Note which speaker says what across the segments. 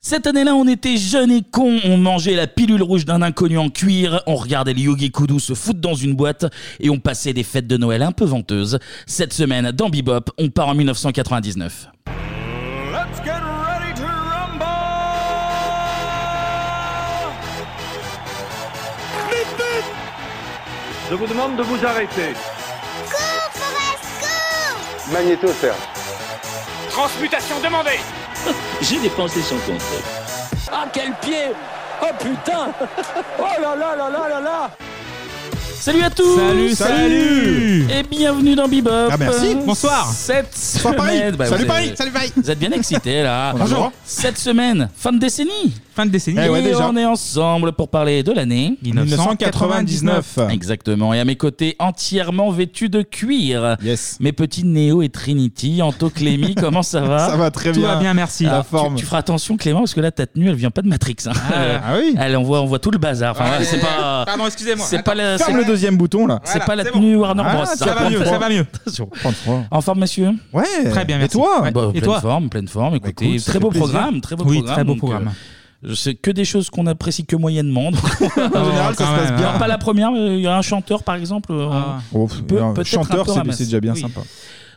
Speaker 1: Cette année-là, on était jeunes et cons, on mangeait la pilule rouge d'un inconnu en cuir, on regardait le Yogi Koudou se foutre dans une boîte et on passait des fêtes de Noël un peu venteuses. Cette semaine, dans Bebop, on part en 1999.
Speaker 2: Let's get ready to rumble!
Speaker 3: Je vous demande de vous arrêter.
Speaker 4: Magnéto, Serge.
Speaker 5: Transmutation demandée
Speaker 6: J'ai dépensé son compte.
Speaker 5: Ah quel pied Oh putain
Speaker 2: Oh là là là là là là!
Speaker 1: Salut à tous
Speaker 7: Salut, salut
Speaker 1: Et bienvenue dans Bebop
Speaker 7: Ah, merci,
Speaker 1: Euh,
Speaker 7: bonsoir.
Speaker 1: Cette
Speaker 7: Bonsoir, Paris.
Speaker 1: semaine... bah,
Speaker 7: Salut,
Speaker 1: vous
Speaker 7: Paris,
Speaker 1: êtes-
Speaker 7: salut, Paris.
Speaker 1: Vous êtes bien excités là
Speaker 7: Bonjour.
Speaker 1: Cette semaine, fin de décennie
Speaker 7: Fin de décennie. Eh
Speaker 1: Et on est ensemble pour parler de l'année
Speaker 7: 1999.
Speaker 1: Exactement, et à mes côtés, entièrement vêtu de cuir.
Speaker 7: Yes.
Speaker 1: Mes petits Néo et Trinity, Anto, Clémy, comment ça va
Speaker 7: Ça va très
Speaker 1: Tout
Speaker 7: bien.
Speaker 1: va bien,
Speaker 7: merci. La
Speaker 1: Alors, tu-
Speaker 7: forme.
Speaker 1: Tu, feras attention, Clément, parce que là, ta tenue, elle vient pas de Matrix. hein. Euh,
Speaker 7: Ah oui.
Speaker 1: Elle, on voit, on voit tout le bazar. Enfin,
Speaker 7: Ah,
Speaker 1: ouais, c'est
Speaker 7: euh,
Speaker 1: pas.
Speaker 7: pardon, excusez-moi.
Speaker 1: C'est pas la.
Speaker 7: Ferme
Speaker 1: c'est-
Speaker 7: le deuxième bouton là.
Speaker 1: C'est pas la tenue Warner Bros.
Speaker 7: Ah, ça va mieux, ça va mieux.
Speaker 1: En forme, monsieur
Speaker 7: Ouais. Bah,
Speaker 1: Très bien,
Speaker 7: Et
Speaker 1: merci.
Speaker 7: toi
Speaker 1: Ouais. Bah, pleine forme, pleine forme. Écoutez, très beau programme, très beau programme. donc, euh, C'est que des choses qu'on apprécie que moyennement. donc,
Speaker 8: Oh,
Speaker 7: En général, ça se passe bien.
Speaker 1: Alors, Euh, pas la première, mais il y a un chanteur par exemple. euh,
Speaker 8: Ah.
Speaker 7: Oh,
Speaker 1: qui
Speaker 7: pff,
Speaker 1: peut-
Speaker 7: alors,
Speaker 1: peut-être un
Speaker 7: chanteur,
Speaker 1: peu
Speaker 7: c'est-
Speaker 1: ramasse.
Speaker 7: c'est déjà bien
Speaker 1: Oui.
Speaker 7: sympa.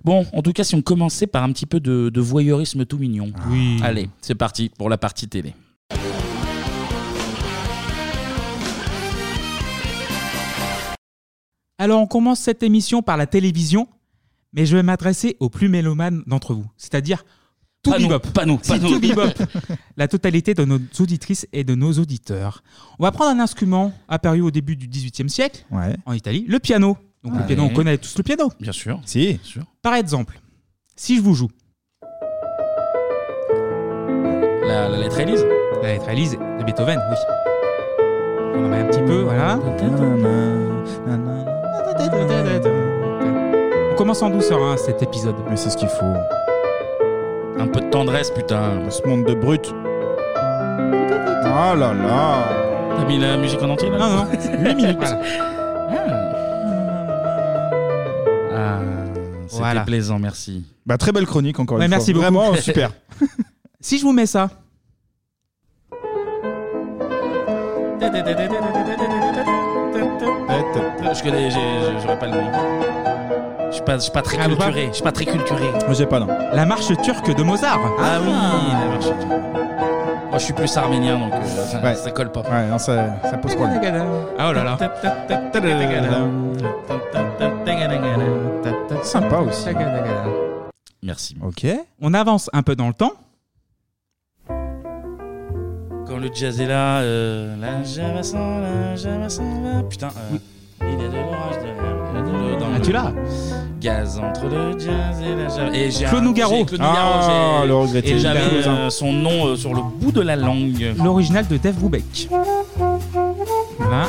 Speaker 1: Bon, en tout cas, si on commençait par un petit peu de, de voyeurisme tout mignon.
Speaker 7: Oui.
Speaker 1: Allez, c'est parti pour la partie télé.
Speaker 8: Alors on commence cette émission par la télévision, mais je vais m'adresser aux plus mélomanes d'entre vous, c'est-à-dire tout
Speaker 1: Pas nous,
Speaker 8: bebop.
Speaker 1: pas nous, pas
Speaker 8: Si,
Speaker 1: nous.
Speaker 8: tout bebop. La totalité de nos auditrices et de nos auditeurs. On va prendre un instrument apparu au début du XVIIIe siècle en Italie, le piano. Donc
Speaker 1: Ouais.
Speaker 8: le piano, on connaît tous le piano.
Speaker 1: Bien sûr.
Speaker 7: Si.
Speaker 8: Par exemple, si je vous joue
Speaker 1: La, la lettre Élise.
Speaker 8: La lettre Élise de Beethoven, oui. On en met un petit peu, voilà. On commence en douceur hein, cet épisode.
Speaker 7: Mais c'est ce qu'il faut.
Speaker 1: Un peu de tendresse, putain.
Speaker 7: Ce monde de brut. Ah là là.
Speaker 1: T'as mis la musique en entier là
Speaker 8: Non, non, 8 minutes.
Speaker 1: Ah, c'était
Speaker 8: Voilà.
Speaker 1: plaisant, merci.
Speaker 7: Bah, très belle chronique encore
Speaker 8: Ouais,
Speaker 7: une
Speaker 8: merci
Speaker 7: fois.
Speaker 8: beaucoup.
Speaker 7: Vraiment super.
Speaker 8: Si je vous mets ça,
Speaker 1: Je connais, j'ai- j'ai- j'aurais pas le nom. Je suis pas, je suis pas très
Speaker 8: Ah, vous pas
Speaker 1: culturé. Je suis pas très culturé.
Speaker 7: Moi, J'ai pas non.
Speaker 8: la marche turque de Mozart.
Speaker 1: Ah, oui, la marche. Moi, je suis plus arménien, donc euh, ça,
Speaker 7: Ouais.
Speaker 1: ça colle pas.
Speaker 7: Ouais, non, ça, ça pose problème.
Speaker 8: Ah oh là là.
Speaker 7: Sympa aussi.
Speaker 1: Merci.
Speaker 7: Ok.
Speaker 8: On avance un peu dans le temps.
Speaker 1: Quand le jazz est là, euh, la java s'en la java s'en va. Putain, euh, il y a de l'orage, de l'air, de l'eau dans
Speaker 8: Ah,
Speaker 1: le
Speaker 8: tu l'as
Speaker 1: Gaz entre le jazz et la java. Et j'ai un-
Speaker 8: Claude Nougaro.
Speaker 1: j'ai Claude
Speaker 7: Ah,
Speaker 1: Nougaro, j'ai-
Speaker 7: le regretté.
Speaker 1: Et j'avais
Speaker 7: Il a raison.
Speaker 1: euh, son nom euh, sur le bout de la langue.
Speaker 8: L'original de Dave Brubeck. Voilà.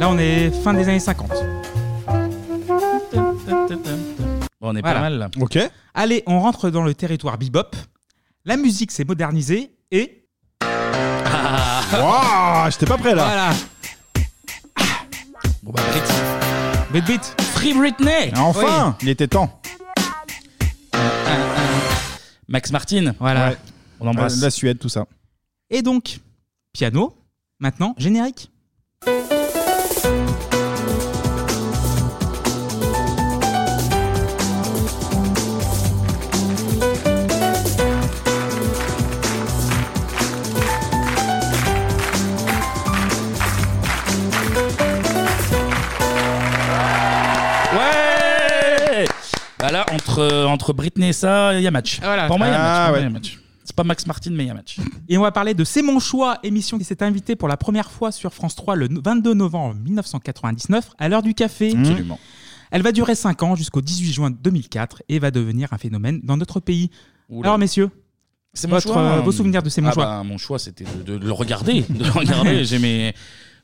Speaker 8: Là, on est fin des années 50.
Speaker 1: Bon, on est
Speaker 8: Voilà.
Speaker 1: pas mal là.
Speaker 7: Ok.
Speaker 8: Allez, on rentre dans le territoire bebop. La musique s'est modernisée et.
Speaker 7: Waouh, j'étais pas prêt là.
Speaker 8: Voilà
Speaker 1: Bon, bah, Britney.
Speaker 8: Bit bit
Speaker 1: Free Britney
Speaker 7: Enfin, il était temps.
Speaker 1: Max Martin,
Speaker 8: Voilà.
Speaker 7: Ouais.
Speaker 1: on embrasse.
Speaker 7: Euh, La Suède, tout ça.
Speaker 8: Et donc, piano, maintenant générique.
Speaker 1: Ouais Voilà, entre, entre Britney et ça, il y a match.
Speaker 8: Voilà.
Speaker 1: Pour moi, il y a match.
Speaker 7: Ah,
Speaker 1: pour moi,
Speaker 7: ouais.
Speaker 1: il y a match. C'est pas Max Martin, mais il y a match.
Speaker 8: Et on va parler de C'est mon choix, émission qui s'est invitée pour la première fois sur France 3 le 22 novembre 1999 à l'heure du café.
Speaker 1: Mmh. Absolument.
Speaker 8: Elle va durer 5 ans jusqu'au 18 juin 2004 et va devenir un phénomène dans notre pays.
Speaker 1: Oula.
Speaker 8: Alors messieurs,
Speaker 1: C'est
Speaker 8: votre, euh, vos souvenirs de C'est mon
Speaker 1: ah
Speaker 8: choix
Speaker 1: bah, mon choix, c'était de, de le regarder. De le regarder. J'aimais.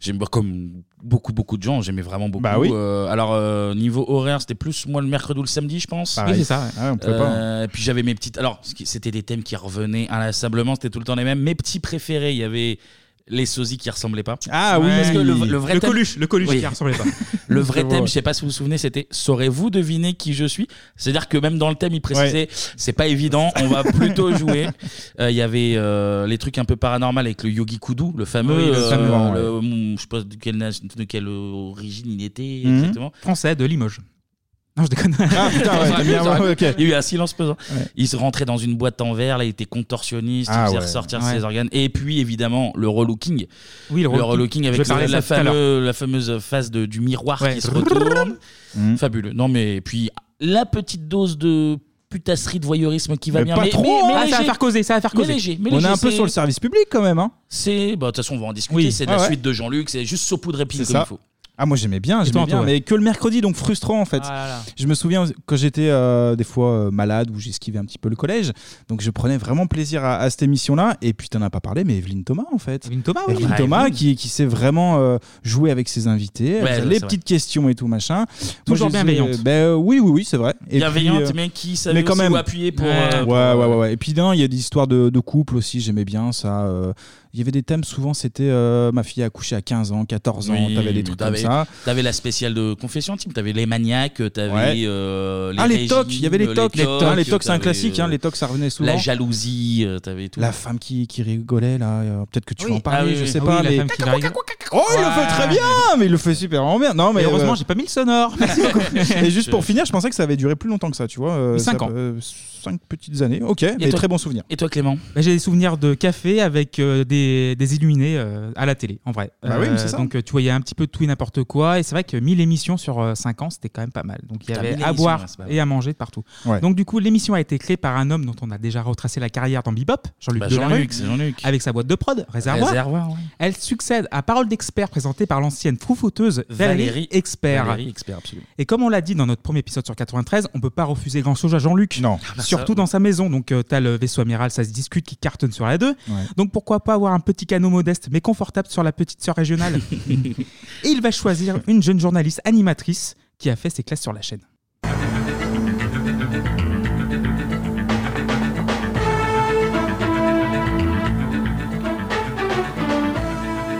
Speaker 1: J'aime comme beaucoup beaucoup de gens, j'aimais vraiment beaucoup.
Speaker 7: Bah oui.
Speaker 1: Euh, alors euh, niveau horaire, c'était plus moi le mercredi ou le samedi, je pense.
Speaker 8: Oui, c'est ça. ouais.
Speaker 7: Ah, on peut pas. hein.
Speaker 1: Euh, puis j'avais mes petites. Alors, ce qui- c'était des thèmes qui revenaient inlassablement, c'était tout le temps les mêmes. Mes petits préférés, il y avait les sosies qui ressemblaient pas.
Speaker 8: Ah oui.
Speaker 1: parce que le, le vrai
Speaker 8: Le
Speaker 1: thème-
Speaker 8: Coluche, le Coluche
Speaker 1: Oui.
Speaker 8: qui ressemblait pas.
Speaker 1: Le vrai
Speaker 8: Je
Speaker 1: thème,
Speaker 8: vois.
Speaker 1: je sais pas si vous vous souvenez, c'était saurez-vous deviner qui je suis C'est-à-dire que même dans le thème, il précisait c'est pas évident, on va plutôt jouer. Euh, Il y avait euh, les trucs un peu paranormaux avec le Yogi Kudu, le fameux.
Speaker 8: Ah, Oui, le
Speaker 1: euh,
Speaker 8: fameux, ouais.
Speaker 1: le- mm, je sais pas de quelle, na- de quelle origine il était
Speaker 8: Mhm.
Speaker 1: exactement.
Speaker 8: Français de Limoges. Non, je déconne. Ah
Speaker 1: Ça aurait pu, ça aurait pu. Il y a eu un silence pesant. Il se rentrait dans une boîte en verre, là, il était contorsionniste,
Speaker 8: Ah
Speaker 1: il faisait
Speaker 8: ouais.
Speaker 1: ressortir
Speaker 8: Ouais.
Speaker 1: ses organes. Et puis, évidemment, le relooking.
Speaker 8: Oui, le
Speaker 1: le
Speaker 8: relooking.
Speaker 1: relooking
Speaker 8: Je
Speaker 1: avec
Speaker 8: vais parler
Speaker 1: le-
Speaker 8: de
Speaker 1: la,
Speaker 8: ça tout à
Speaker 1: fameux- la fameuse phase de, du miroir qui se retourne.
Speaker 8: Mhm.
Speaker 1: Fabuleux. Non, mais puis, la petite dose de putasserie de voyeurisme qui va bien. mais, hein. mais- mais
Speaker 8: Ah, ça va
Speaker 1: léger.
Speaker 8: faire causer, ça va faire
Speaker 1: Mais
Speaker 8: causer.
Speaker 1: léger, mais léger, c'est-
Speaker 4: service public quand même. Hein.
Speaker 1: C'est, bah, de toute façon, on va en discuter.
Speaker 4: Oui.
Speaker 1: C'est de
Speaker 4: Ah
Speaker 1: la
Speaker 4: ouais.
Speaker 1: suite de Jean-Luc, c'est juste saupoudre pile
Speaker 4: C'est
Speaker 1: comme
Speaker 4: ça.
Speaker 1: il faut.
Speaker 4: Ah moi j'aimais bien,
Speaker 1: toi,
Speaker 4: j'aimais bien,
Speaker 1: Antoine, ouais.
Speaker 4: mais que le mercredi donc frustrant en fait.
Speaker 1: Ah là là.
Speaker 4: Je me souviens quand j'étais euh, des fois euh, malade ou j'esquivais un petit peu le collège, donc je prenais vraiment plaisir à, à cette émission là. Et puis t'en as pas parlé, mais Evelyne Thomas en fait.
Speaker 8: Evelyne Thomas, oui.
Speaker 4: Evelyne
Speaker 8: Ouais,
Speaker 4: Thomas
Speaker 8: Evelyne.
Speaker 4: qui, qui sait vraiment euh, jouer avec ses invités, elle
Speaker 1: Ah, Ouais,
Speaker 4: faisait
Speaker 1: ouais,
Speaker 4: les
Speaker 1: c'est
Speaker 4: petites questions et tout machin.
Speaker 1: Toujours
Speaker 4: je les ai-
Speaker 1: bienveillante.
Speaker 4: Ben, euh, oui oui oui c'est vrai. Et
Speaker 1: Bienveillante,
Speaker 4: puis, euh,
Speaker 1: mais qui savait aussi où appuyer pour,
Speaker 4: Ouais.
Speaker 1: euh, pour-
Speaker 4: ouais, ouais, ouais, ouais. Et puis, non, il y a des histoires de, de couple aussi, j'aimais bien ça. euh. Il y avait des thèmes, souvent, c'était euh, ma fille a accouché à 15 ans, 14 ans,
Speaker 1: Oui,
Speaker 4: t'avais
Speaker 1: mais
Speaker 4: des trucs comme
Speaker 1: t'avais-
Speaker 4: ça.
Speaker 1: T'avais la spéciale de confession intime, t'avais les maniaques, t'avais
Speaker 4: Ouais.
Speaker 1: euh, les
Speaker 4: ah, les
Speaker 1: régimes,
Speaker 4: tocs, il y avait les tocs. Les tocs, hein, les tocs, c'est un
Speaker 1: t'avais,
Speaker 4: classique, hein,
Speaker 1: euh,
Speaker 4: les tocs, ça revenait souvent.
Speaker 1: La jalousie, euh, t'avais tout.
Speaker 4: La femme qui, qui rigolait, là, euh, peut-être que tu vas en parler,
Speaker 1: Ah oui,
Speaker 4: je
Speaker 1: oui.
Speaker 4: sais
Speaker 1: Ah
Speaker 4: pas.
Speaker 1: oui, la
Speaker 4: mais...
Speaker 1: femme qui va rigoler.
Speaker 4: Oh, il le fait très bien, mais il le fait super bien. Non, mais
Speaker 8: Et heureusement,
Speaker 4: euh,
Speaker 8: j'ai pas mis le sonore. Merci beaucoup.
Speaker 4: Et juste pour finir, je pensais que ça avait duré plus longtemps que ça, tu vois. euh,
Speaker 8: 5
Speaker 4: ça-
Speaker 8: ans.
Speaker 4: euh, cinq petites années, ok, mais
Speaker 8: toi-
Speaker 4: très bon souvenir.
Speaker 1: Et toi, Clément
Speaker 8: Bah, J'ai des souvenirs de café avec euh, des, des illuminés euh, à la télé, en vrai.
Speaker 4: Bah oui, c'est ça.
Speaker 8: Donc, euh, tu voyais un petit peu de tout et n'importe quoi. Et c'est vrai que 1000 émissions sur 5 ans, c'était quand même pas mal. Donc, il y
Speaker 1: Putain,
Speaker 8: avait
Speaker 1: 1000
Speaker 8: à
Speaker 1: émissions,
Speaker 8: boire
Speaker 1: ouais, c'est pas
Speaker 8: et à manger de partout.
Speaker 1: Ouais.
Speaker 8: Donc, du coup, l'émission a été créée par un homme dont on a déjà retracé la carrière dans Bebop, Jean-Luc
Speaker 1: Bah,
Speaker 8: Delarue,
Speaker 1: Jean-Luc, c'est Jean-Luc.
Speaker 8: avec sa boîte de prod, Réservoir.
Speaker 1: Réservoir, ouais.
Speaker 8: Elle succède à Parole d'expert présentée par l'ancienne foufoteuse Valérie,
Speaker 1: Valérie
Speaker 8: Expert.
Speaker 1: Valérie Expert, absolument.
Speaker 8: Et comme on l'a dit dans notre premier épisode sur 93, on peut pas refuser grand chose à Jean-Luc.
Speaker 4: Non.
Speaker 1: bah
Speaker 8: Surtout
Speaker 1: ça,
Speaker 8: dans sa maison. Donc, tu t'as le vaisseau amiral, ça se discute, qui cartonne sur la 2.
Speaker 4: Ouais.
Speaker 8: Donc, pourquoi pas avoir un petit canot modeste mais confortable sur la petite sœur régionale Et il va choisir une jeune journaliste animatrice qui a fait ses classes sur la chaîne.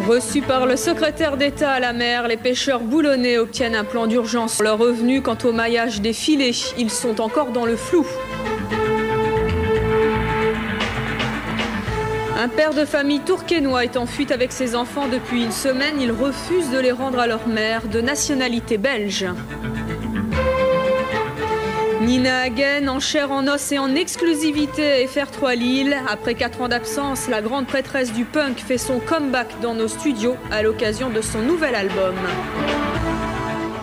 Speaker 9: Reçus par le secrétaire d'État à la mer, les pêcheurs boulonnais obtiennent un plan d'urgence. Leurs revenus quant au maillage des filets, ils sont encore dans le flou. Un père de famille tourquenois est en fuite avec ses enfants depuis une semaine. Il refuse de les rendre à leur mère, de nationalité belge. Nina Hagen en chair, en os et en exclusivité à FR3 Lille. Après 4 ans d'absence, la grande prêtresse du punk fait son comeback dans nos studios à l'occasion de son nouvel album.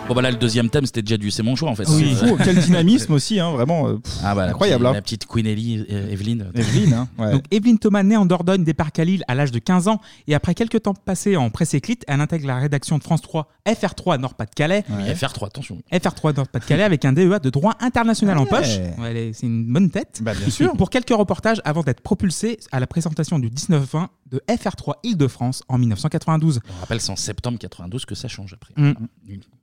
Speaker 1: Bon, bah là, le deuxième thème, c'était déjà du C'est mon choix, en fait.
Speaker 4: Oui.
Speaker 1: C'est-
Speaker 4: Fou, quel dynamisme aussi, hein, vraiment. euh, pff,
Speaker 1: Ah bah, la
Speaker 4: incroyable.
Speaker 1: petite-
Speaker 4: hein.
Speaker 1: La petite Queen Ellie, euh, Evelyne.
Speaker 4: Evelyne, hein, ouais.
Speaker 8: Donc, Evelyne Thomas, née en Dordogne, débarque à Lille à l'âge de 15 ans. Et après quelques temps passés en presse écrite, elle intègre la rédaction de France 3, FR3 Nord-Pas-de-Calais.
Speaker 1: Oui, FR3, attention.
Speaker 8: FR3 Nord-Pas-de-Calais avec un DEA de droit international en
Speaker 1: Ouais.
Speaker 8: poche. Ouais, elle est- c'est une bonne tête.
Speaker 1: Bah,
Speaker 4: bien sûr.
Speaker 8: Pour quelques reportages avant d'être propulsé à la présentation du 19-20 de FR3 Île-de-France en 1992.
Speaker 1: On rappelle, c'est en septembre 92 que ça change après.
Speaker 8: Mm.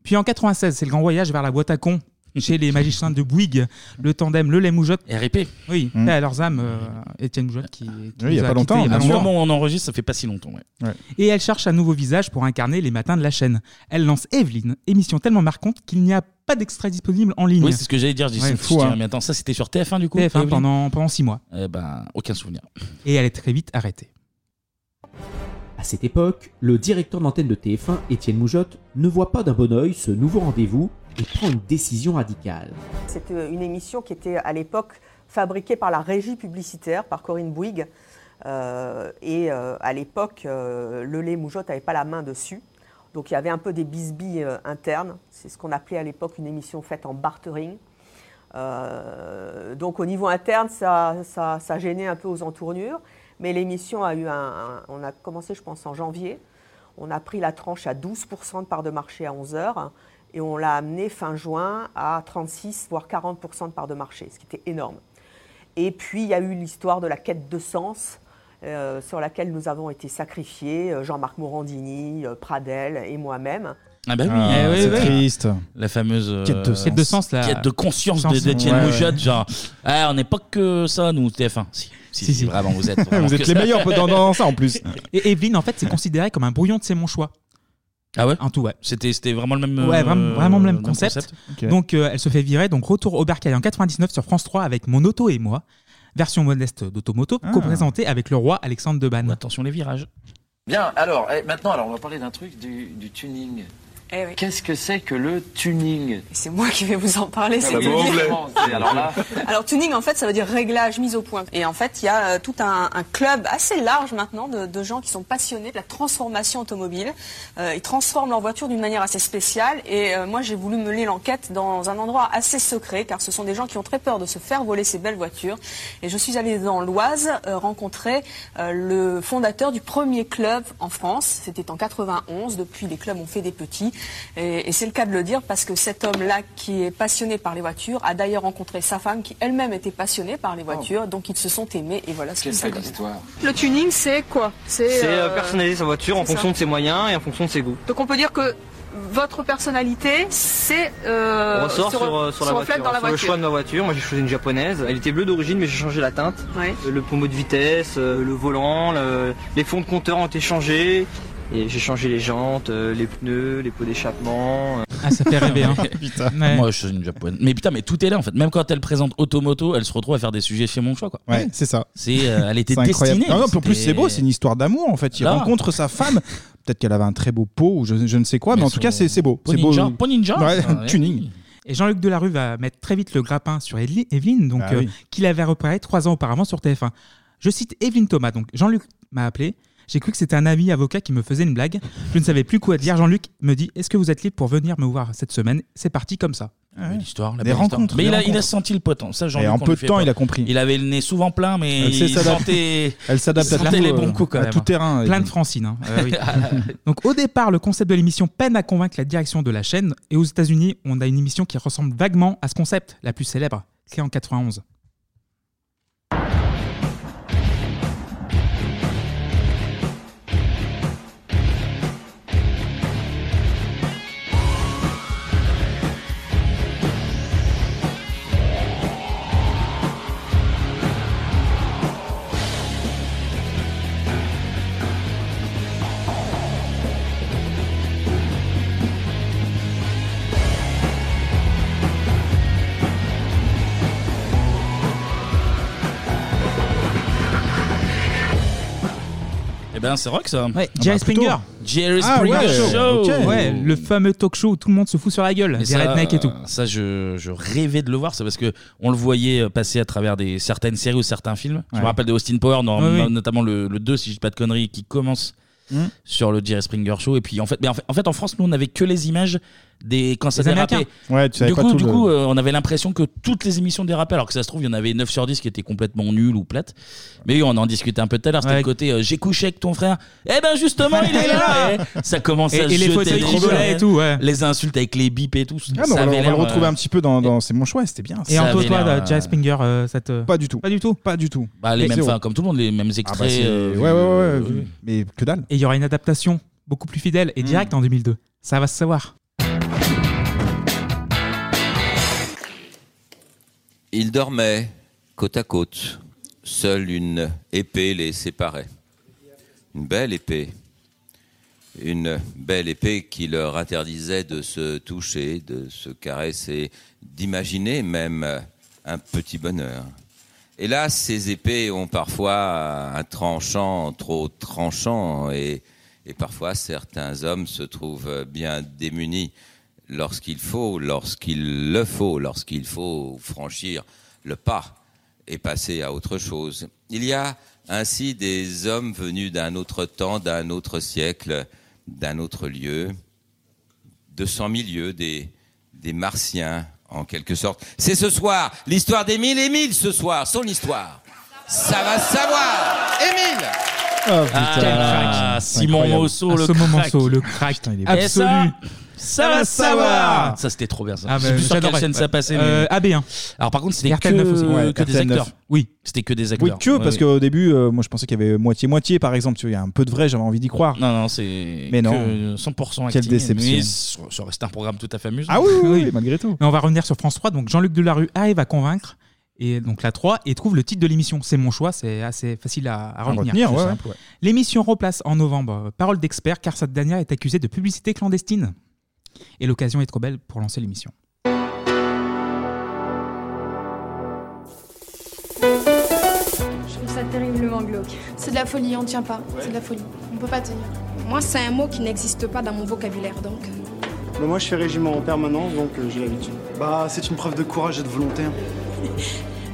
Speaker 8: Puis en 96, c'est le grand voyage vers la boîte à con chez les magiciens de Bouygues, le tandem Le Lait Moujotte.
Speaker 1: RIP.
Speaker 8: Oui,
Speaker 1: Mm.
Speaker 8: paix à leurs âmes, euh, Étienne Moujotte qui, qui
Speaker 1: il y a
Speaker 8: nous
Speaker 1: pas longtemps,
Speaker 8: quittés il y a
Speaker 1: bien
Speaker 8: pas
Speaker 1: sûr.
Speaker 8: longtemps.
Speaker 1: Au moment où on enregistre, ça fait pas si longtemps. ouais.
Speaker 8: Et elle cherche un nouveau visage pour incarner les matins de la chaîne. Elle lance Evelyne, émission tellement marquante qu'il n'y a pas d'extrait disponible en ligne.
Speaker 1: Oui, c'est ce que j'allais dire. Je dis,
Speaker 8: Ouais,
Speaker 1: c'est
Speaker 8: fou,
Speaker 1: fou.
Speaker 8: hein.
Speaker 1: Mais attends, ça, c'était sur TF1 du coup
Speaker 8: TF1
Speaker 1: Evelyne
Speaker 8: pendant, pendant six mois.
Speaker 1: Eh ben, aucun souvenir.
Speaker 8: Et elle est très vite arrêtée.
Speaker 10: À cette époque, le directeur d'antenne de TF1, Étienne Moujotte, ne voit pas d'un bon oeil ce nouveau rendez-vous et prend une décision radicale.
Speaker 11: C'est euh, une émission qui était à l'époque fabriquée par la régie publicitaire, par Corinne Bouygues. Euh, et euh, à l'époque, euh, le lait moujotte n'avait pas la main dessus. Donc il y avait un peu des bisbilles euh, internes. C'est ce qu'on appelait à l'époque une émission faite en bartering. Euh, donc au niveau interne, ça, ça, ça gênait un peu aux entournures. Mais l'émission a eu un, un- On a commencé, je pense, en janvier. On a pris la tranche à 12% de part de marché à 11h et on l'a amené fin juin à 36, voire 40% de part de marché, ce qui était énorme. Et puis il y a eu l'histoire de la quête de sens euh, sur laquelle nous avons été sacrifiés, euh, Jean-Marc Morandini, euh, Pradel et moi-même.
Speaker 1: Ah bah oui,
Speaker 4: Ah,
Speaker 1: euh,
Speaker 4: c'est triste.
Speaker 1: La fameuse euh,
Speaker 4: Quête de sens. Quête de sens, la-
Speaker 1: quête de conscience
Speaker 4: Sens,
Speaker 1: de- d'Étienne eh,
Speaker 4: ouais,
Speaker 1: Moujotte,
Speaker 4: ouais.
Speaker 1: genre ah, on n'est pas que ça nous TF1. Si. Si, si, vraiment, vous êtes. vraiment
Speaker 4: Vous êtes
Speaker 1: que
Speaker 4: les
Speaker 1: ça.
Speaker 4: meilleurs dans, dans ça en plus.
Speaker 8: Et Evelyne, en fait, c'est considéré comme un brouillon de C'est mon choix.
Speaker 1: Ah ouais
Speaker 8: En tout, ouais.
Speaker 1: C'était c'était vraiment le même.
Speaker 8: Ouais,
Speaker 1: euh,
Speaker 8: vraiment, vraiment le même concept.
Speaker 1: Ok.
Speaker 8: Donc, euh, elle se fait virer. Donc, retour au bercail en 99 sur France 3 avec Mon auto et moi. Version modeste d'Automoto,
Speaker 12: Ah.
Speaker 8: co-présentée avec le roi Alexandre Deban.
Speaker 1: Attention les virages.
Speaker 12: Bien, alors, eh, maintenant, alors, on va parler d'un truc du, du tuning. Qu'est-ce que c'est que le tuning
Speaker 13: Eh
Speaker 12: Ah, bah,
Speaker 13: C'est moi qui vais vous en parler, c'est tuning.
Speaker 12: Alors là,
Speaker 13: Alors tuning, en fait, ça veut dire réglage, mise au point. Et en fait, il y a euh, tout un, un club assez large maintenant de, de gens qui sont passionnés de la transformation automobile. Euh, ils transforment leur voiture d'une manière assez spéciale. Et euh, moi, j'ai voulu mener l'enquête dans un endroit assez secret, car ce sont des gens qui ont très peur de se faire voler ces belles voitures. Et je suis allée dans l'Oise euh, rencontrer euh, le fondateur du premier club en France. C'était en 91. Depuis, les clubs ont fait des petits. Et, et c'est le cas de le dire parce que cet homme-là, qui est passionné par les voitures, a d'ailleurs rencontré sa femme qui elle-même était passionnée par les voitures. Donc ils se sont aimés et voilà ce qui
Speaker 12: quelle
Speaker 13: s'est
Speaker 12: belle
Speaker 13: passé.
Speaker 12: histoire.
Speaker 13: Le tuning, c'est quoi
Speaker 14: C'est euh, personnaliser sa voiture en
Speaker 13: c'est
Speaker 14: fonction
Speaker 13: ça.
Speaker 14: de ses moyens et en fonction de ses goûts.
Speaker 13: Donc on peut dire que votre personnalité, c'est
Speaker 14: On ressort sur, euh, sur la voiture, sur le choix de ma voiture. Moi j'ai choisi une japonaise. Elle était bleue d'origine mais j'ai changé la teinte.
Speaker 13: Ouais.
Speaker 14: Euh, Le pommeau de vitesse, euh, le volant, le- les fonds de compteur ont été changés. Et j'ai changé les jantes, euh, les pneus, les pots d'échappement.
Speaker 8: Ah, ça fait rêver, hein.
Speaker 1: putain.
Speaker 8: Ouais.
Speaker 1: Moi, je suis une japonaise. Mais putain, mais tout est là en fait. Même quand elle présente Automoto, elle se retrouve à faire des sujets chez mon choix quoi.
Speaker 4: Ouais, c'est ça.
Speaker 1: C'est euh, elle était
Speaker 4: C'est incroyable.
Speaker 1: destinée.
Speaker 4: Ah non, puis en plus,
Speaker 1: C'était-
Speaker 4: c'est beau, c'est une histoire d'amour en fait. Il
Speaker 1: Là.
Speaker 4: rencontre sa femme. Peut-être qu'elle avait un très beau pot ou je, je ne sais quoi, mais, en tout cas, c'est c'est beau. C'est beau. Ouais, tuning.
Speaker 8: Ah, Et Jean-Luc Delarue va mettre très vite le grappin sur Edli- Evelyne, donc,
Speaker 4: Ah
Speaker 8: euh,
Speaker 4: oui.
Speaker 8: qu'il avait repéré trois ans auparavant sur TF1. Je cite Evelyne Thomas, donc Jean-Luc m'a appelé. J'ai cru que c'était un ami avocat qui me faisait une blague. Je ne savais plus quoi dire. Jean-Luc me dit Est-ce que vous êtes libre pour venir me voir cette semaine C'est parti comme ça.
Speaker 1: Ah ouais. L'histoire, la
Speaker 8: Des
Speaker 1: belle histoire.
Speaker 8: rencontres,
Speaker 1: Mais
Speaker 8: des
Speaker 1: il, a,
Speaker 8: rencontres.
Speaker 1: il a senti le potent. Ça, Jean-Luc,
Speaker 4: Et en
Speaker 1: on
Speaker 4: peu
Speaker 1: lui
Speaker 4: de
Speaker 1: fait
Speaker 4: temps,
Speaker 1: pas.
Speaker 4: il a compris. Ah,
Speaker 1: Il avait le nez souvent plein, mais
Speaker 4: Elle sait
Speaker 1: il
Speaker 4: s'adapter.
Speaker 1: sentait,
Speaker 4: Elle s'adapte à
Speaker 1: il sentait
Speaker 4: tout,
Speaker 1: les
Speaker 4: euh,
Speaker 1: bons coups quand
Speaker 4: à
Speaker 1: même. hein.
Speaker 4: tout terrain.
Speaker 8: Plein de Francine. hein. Euh, oui. Donc au départ, le concept de l'émission peine à convaincre la direction de la chaîne. Et aux États-Unis, on a une émission qui ressemble vaguement à ce concept, la plus célèbre, créée en 91.
Speaker 4: Ah
Speaker 1: Eh ben, c'est rock ça.
Speaker 8: Ouais,
Speaker 4: bah, Ah,
Speaker 8: Jerry Springer.
Speaker 1: Jerry Springer Show.
Speaker 8: Ouais, le fameux talk show où tout le monde se fout sur la gueule,
Speaker 1: Mais
Speaker 8: des rednecks
Speaker 4: Ah
Speaker 8: et tout.
Speaker 1: Ça, je, je rêvais de le voir, ça, parce que on le voyait euh, passer à travers des, certaines séries ou certains films. Je
Speaker 8: Ouais.
Speaker 1: me rappelle de Austin Power, dans-
Speaker 8: Ouais,
Speaker 1: no-
Speaker 8: oui.
Speaker 1: notamment le, le 2, si je dis pas de conneries, qui commence
Speaker 8: Hmm.
Speaker 1: sur le Jerry Springer Show. Et puis, en fait, mais en, fait, en fait, en France, nous, on n'avait que les images des quand ça
Speaker 8: Des
Speaker 1: dérapait.
Speaker 8: Américains. Ouais, tu savais
Speaker 1: du
Speaker 8: pas
Speaker 1: coup,
Speaker 8: tout
Speaker 1: du
Speaker 8: le-
Speaker 1: coup euh, on avait l'impression que toutes les émissions dérapaient, alors que ça se trouve, il y en avait 9 sur 10 qui étaient complètement nulles ou plates. Mais oui, on en discutait un peu tout à l'heure. C'était
Speaker 8: Ouais.
Speaker 1: le côté euh, j'ai couché avec ton frère. Eh ben, justement, il est là. Et ça commençait
Speaker 8: Et-
Speaker 1: à
Speaker 8: et les
Speaker 1: jeter
Speaker 8: photos qui
Speaker 1: choses.
Speaker 8: volaient et tout, ouais.
Speaker 1: Les insultes avec les bips et tout.
Speaker 4: Ah, mais on
Speaker 1: ça
Speaker 4: va- on
Speaker 1: avait
Speaker 4: va le
Speaker 1: l'air,
Speaker 4: retrouver
Speaker 1: euh,
Speaker 4: un petit peu dans, dans C'est mon choix, c'était bien.
Speaker 8: Et
Speaker 1: Ça
Speaker 8: en toi,
Speaker 1: avait
Speaker 8: toi,
Speaker 1: l'air,
Speaker 8: Jerry
Speaker 1: euh,
Speaker 8: Springer, euh, ça te.
Speaker 4: Pas du tout.
Speaker 8: Pas du tout.
Speaker 4: Pas du tout.
Speaker 1: Bah, les
Speaker 8: Mais
Speaker 1: mêmes,
Speaker 8: zéro. Ah bah,
Speaker 1: enfin, comme tout le monde, les mêmes extraits.
Speaker 4: bah, c'est-
Speaker 1: euh,
Speaker 4: ouais, ouais, ouais,
Speaker 1: euh,
Speaker 4: ouais. Mais que dalle.
Speaker 8: Et il y aura une adaptation beaucoup plus fidèle
Speaker 1: Hmm.
Speaker 8: et directe en 2002. Ça va se savoir.
Speaker 15: Ils dormaient côte à côte. Seule une épée les séparait. Une belle épée. Une belle épée qui leur interdisait de se toucher, de se caresser, d'imaginer même un petit bonheur. Et là, ces épées ont parfois un tranchant trop tranchant et, et parfois certains hommes se trouvent bien démunis lorsqu'il faut, lorsqu'il le faut, lorsqu'il faut franchir le pas et passer à autre chose. Il y a ainsi des hommes venus d'un autre temps, d'un autre siècle, d'un autre lieu, de cent mille lieux, des, des martiens en quelque sorte. C'est ce soir, l'histoire d'Émile, Émile ce soir, son histoire. Ça va savoir, Émile
Speaker 1: Ah,
Speaker 8: Quel crack.
Speaker 1: Simon
Speaker 8: Incroyable.
Speaker 1: Monceau,
Speaker 8: À
Speaker 1: le
Speaker 8: ce
Speaker 1: crack.
Speaker 8: moment, Monceau, le crack.
Speaker 1: il est
Speaker 8: absolu.
Speaker 1: Et ça, ça va savoir. Ça, c'était trop bien. Ça.
Speaker 8: Ah,
Speaker 1: Je sais
Speaker 8: mais
Speaker 1: plus sur quelle
Speaker 8: j'adorais.
Speaker 1: chaîne ça passait.
Speaker 8: Euh,
Speaker 1: mais-
Speaker 8: AB1.
Speaker 1: Alors, par contre, c'était que,
Speaker 8: RTL9 aussi. Ouais,
Speaker 1: que des
Speaker 4: RTL9.
Speaker 1: acteurs.
Speaker 8: Oui.
Speaker 1: C'était que des
Speaker 4: Oui,
Speaker 1: acteurs.
Speaker 4: que,
Speaker 1: Ouais,
Speaker 4: parce
Speaker 1: ouais.
Speaker 4: qu'au début, euh, moi je pensais qu'il y avait moitié-moitié par exemple, tu vois, il y a un peu de vrai, j'avais envie d'y croire.
Speaker 1: Non, non, c'est.
Speaker 4: Mais non.
Speaker 1: que 100% acting.
Speaker 4: Quelle déception.
Speaker 1: Mais ça
Speaker 8: Ah
Speaker 1: ça Ah restait un programme tout à fait amusant.
Speaker 8: malgré tout. Mais on va revenir sur France 3. Donc Jean-Luc Delarue arrive à convaincre Et donc la 3, et trouve le titre de l'émission. C'est mon choix, c'est assez facile à, à retenir.
Speaker 4: retenir,
Speaker 8: c'est
Speaker 4: ouais,
Speaker 8: simple.
Speaker 4: ouais.
Speaker 8: L'émission replace en novembre euh, Parole d'expert, car cette dernière est accusée de publicité clandestine. Et l'occasion est trop belle pour lancer l'émission.
Speaker 16: Je trouve ça terriblement glauque. C'est de la folie, on tient pas. C'est de la folie. On peut pas tenir. Moi, c'est un mot qui n'existe pas dans mon vocabulaire, donc.
Speaker 17: Bah, moi, je fais régime en permanence, donc euh, j'ai l'habitude. Bah, c'est une preuve de courage et de volonté. hein.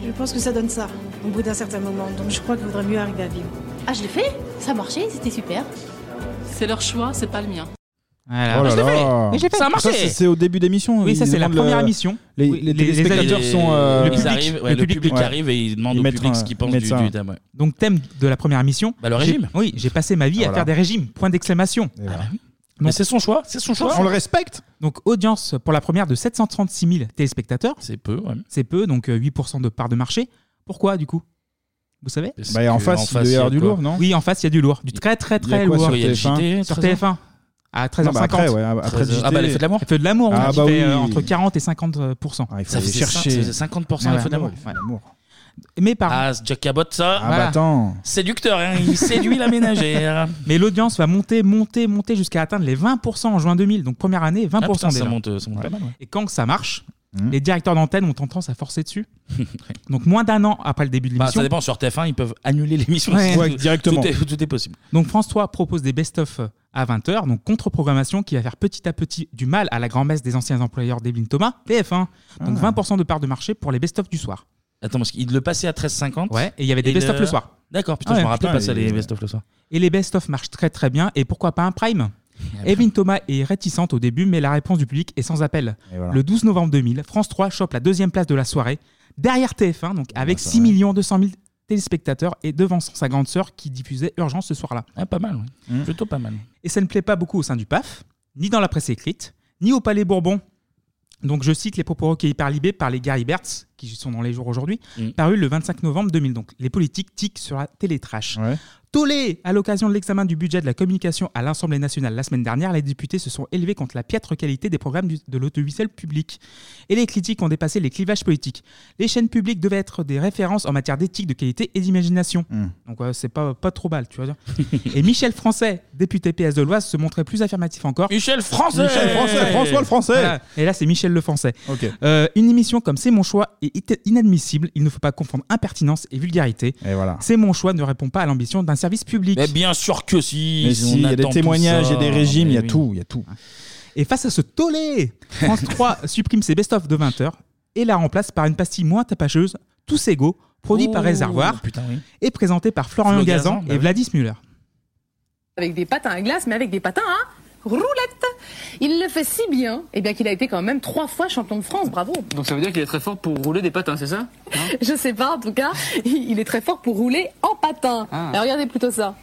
Speaker 18: Je pense que ça donne ça, au bout d'un certain moment. Donc je crois qu'il vaudrait mieux arriver à vivre.
Speaker 19: Ah, je l'ai fait Ça a marché, c'était super. C'est leur choix, c'est pas le mien.
Speaker 8: Voilà.
Speaker 4: Oh
Speaker 8: Mais
Speaker 4: là
Speaker 8: je l'ai fait,
Speaker 4: là.
Speaker 8: mais je l'ai fait. Ça a marché.
Speaker 4: Ça, c'est- c'est au début d'émission.
Speaker 8: Oui, ça,
Speaker 4: ils
Speaker 8: c'est la
Speaker 4: demandent le-
Speaker 8: première émission.
Speaker 4: Les,
Speaker 8: Oui,
Speaker 4: les
Speaker 8: les- les-
Speaker 4: téléspectateurs
Speaker 8: les-
Speaker 4: sont. euh,
Speaker 8: le
Speaker 4: ils
Speaker 8: public,
Speaker 4: arrivent,
Speaker 8: le public, ouais.
Speaker 1: arrive et il demande
Speaker 4: Ils
Speaker 1: au
Speaker 4: mettent
Speaker 1: public
Speaker 4: un-
Speaker 1: ce qu'il pense
Speaker 4: ils mettent
Speaker 1: du-
Speaker 4: ça.
Speaker 1: du thème, ouais.
Speaker 8: Donc thème de la première émission.
Speaker 1: Bah, le régime.
Speaker 8: J'ai- Oui, j'ai passé ma vie à
Speaker 1: Voilà.
Speaker 8: faire des régimes. Point d'exclamation.
Speaker 1: Ah, Mais c'est son choix, c'est son choix. On le
Speaker 4: respecte.
Speaker 8: Donc audience pour la première de 736 000 téléspectateurs.
Speaker 1: C'est peu.
Speaker 8: C'est peu, donc euh, 8% de part de marché. Pourquoi du coup Vous savez
Speaker 4: Parce Bah, en que face, en il doit y face, il y avoir a du quoi lourd, non
Speaker 8: Oui, en face, il y a du lourd, du très très
Speaker 4: Il y a
Speaker 8: très
Speaker 4: quoi
Speaker 8: lourd
Speaker 4: sur ILJT,
Speaker 8: Sur
Speaker 4: 13h?
Speaker 8: TF1 à 13h50.
Speaker 4: Non, bah, après, ouais, après le JT.
Speaker 8: ah bah les feux de l'amour. Les feux de l'amour,
Speaker 4: Ah,
Speaker 8: oui,
Speaker 4: bah
Speaker 8: qui fait,
Speaker 4: oui.
Speaker 8: euh,
Speaker 4: Ah,
Speaker 8: entre 40 et 50
Speaker 4: faut Ça aller faisait
Speaker 1: Ah,
Speaker 4: chercher. cin- ça faisait 50% les feux de l'amour.
Speaker 8: Ouais. Mais par
Speaker 1: Ah, Jack Cabot, ça.
Speaker 8: Ah, bah, attends.
Speaker 1: Séducteur, hein, il séduit la ménagère.
Speaker 8: Mais l'audience va monter, monter, monter jusqu'à atteindre les 20% en juin 2000. Donc première année, 20%
Speaker 1: Ah, putain, ça
Speaker 8: déjà.
Speaker 1: monte- ça monte pas mal, ouais.
Speaker 8: Et quand ça marche, les directeurs d'antenne ont tendance à forcer dessus. Donc moins d'un an après le début de
Speaker 1: Bah,
Speaker 8: l'émission.
Speaker 1: ça dépend, sur TF1, ils peuvent annuler l'émission.
Speaker 8: Ouais. Ouais,
Speaker 1: Tout-
Speaker 8: directement.
Speaker 1: Tout est, tout est possible.
Speaker 8: Donc France 3 propose des best-of à 20h, donc contre-programmation qui va faire petit à petit du mal à la grand-messe des anciens employeurs d'Evelyne Thomas, TF1. Donc 20% de part de marché pour les best-of du soir.
Speaker 1: Attends, parce qu'il le passait à 13h50.
Speaker 8: Ouais, et il y avait des best-of le soir.
Speaker 1: D'accord, putain,
Speaker 8: Ah
Speaker 1: je me
Speaker 8: ouais,
Speaker 1: rappelais
Speaker 8: putain,
Speaker 1: pas ça,
Speaker 8: et-
Speaker 1: les best-of le soir.
Speaker 8: Et les best-of marchent très très bien, et pourquoi pas un prime Evelyne Thomas est réticente au début, mais la réponse du public est sans appel.
Speaker 4: Et voilà.
Speaker 8: Le 12 novembre 2000, France 3 chope la deuxième place de la soirée, derrière TF1, donc avec 6 200 000 téléspectateurs et devançant sa grande sœur qui diffusait Urgence ce soir-là. Mm.
Speaker 1: pas mal, Plutôt pas mal.
Speaker 8: Et ça ne plaît pas beaucoup au sein du PAF, ni dans la presse écrite, ni au Palais Bourbon. Donc je cite les propos recueillis par Libé par les Gary Bertz, qui sont dans les jours aujourd'hui, parus le 25 novembre 2000. Donc les politiques tiquent sur la télétrache. Tollé À l'occasion de l'examen du budget de la communication à l'Assemblée nationale la semaine dernière, les députés se sont élevés contre la piètre qualité des programmes du- de l'audiovisuel public. Et les critiques ont dépassé les clivages politiques. Les chaînes publiques devaient être des références en matière d'éthique, de qualité et d'imagination. Donc euh, c'est pas, pas trop mal, tu vois. et Michel Français, député PS de l'Oise, se montrait plus affirmatif encore.
Speaker 1: Michel Français
Speaker 8: Michel Français
Speaker 1: François le Français
Speaker 8: Voilà. Et là c'est Michel le Français. Euh, une émission comme C'est mon choix est it- inadmissible. Il ne faut pas confondre impertinence et vulgarité. C'est mon choix ne répond pas à l'ambition d'un service public.
Speaker 1: Mais bien sûr que si.
Speaker 8: Mais
Speaker 1: on
Speaker 8: si, il y a
Speaker 1: attend
Speaker 8: des
Speaker 1: tout
Speaker 8: témoignages,
Speaker 1: ça.
Speaker 8: il y a des régimes,
Speaker 1: Mais
Speaker 8: il y a
Speaker 1: oui.
Speaker 8: tout, il y a tout. Et face à ce tollé, France 3 supprime ses best-of de 20h et la remplace par une pastille moins tapageuse, tous égaux, produit par
Speaker 20: Oh,
Speaker 8: Réservoir
Speaker 1: putain, oui.
Speaker 8: et présenté par Florian
Speaker 20: Flo
Speaker 8: Gazan,
Speaker 20: Gazan, bah
Speaker 8: et
Speaker 20: oui.
Speaker 8: Vladis Muller.
Speaker 20: avec des patins à glace, mais avec des patins à roulette. Il le fait si bien, et bien qu'il a été quand même trois fois champion de France, bravo.
Speaker 21: Donc ça veut dire qu'il est très fort pour rouler des patins, c'est ça
Speaker 20: Je sais pas, en tout cas, il est très fort pour rouler en patin. Alors, regardez plutôt ça.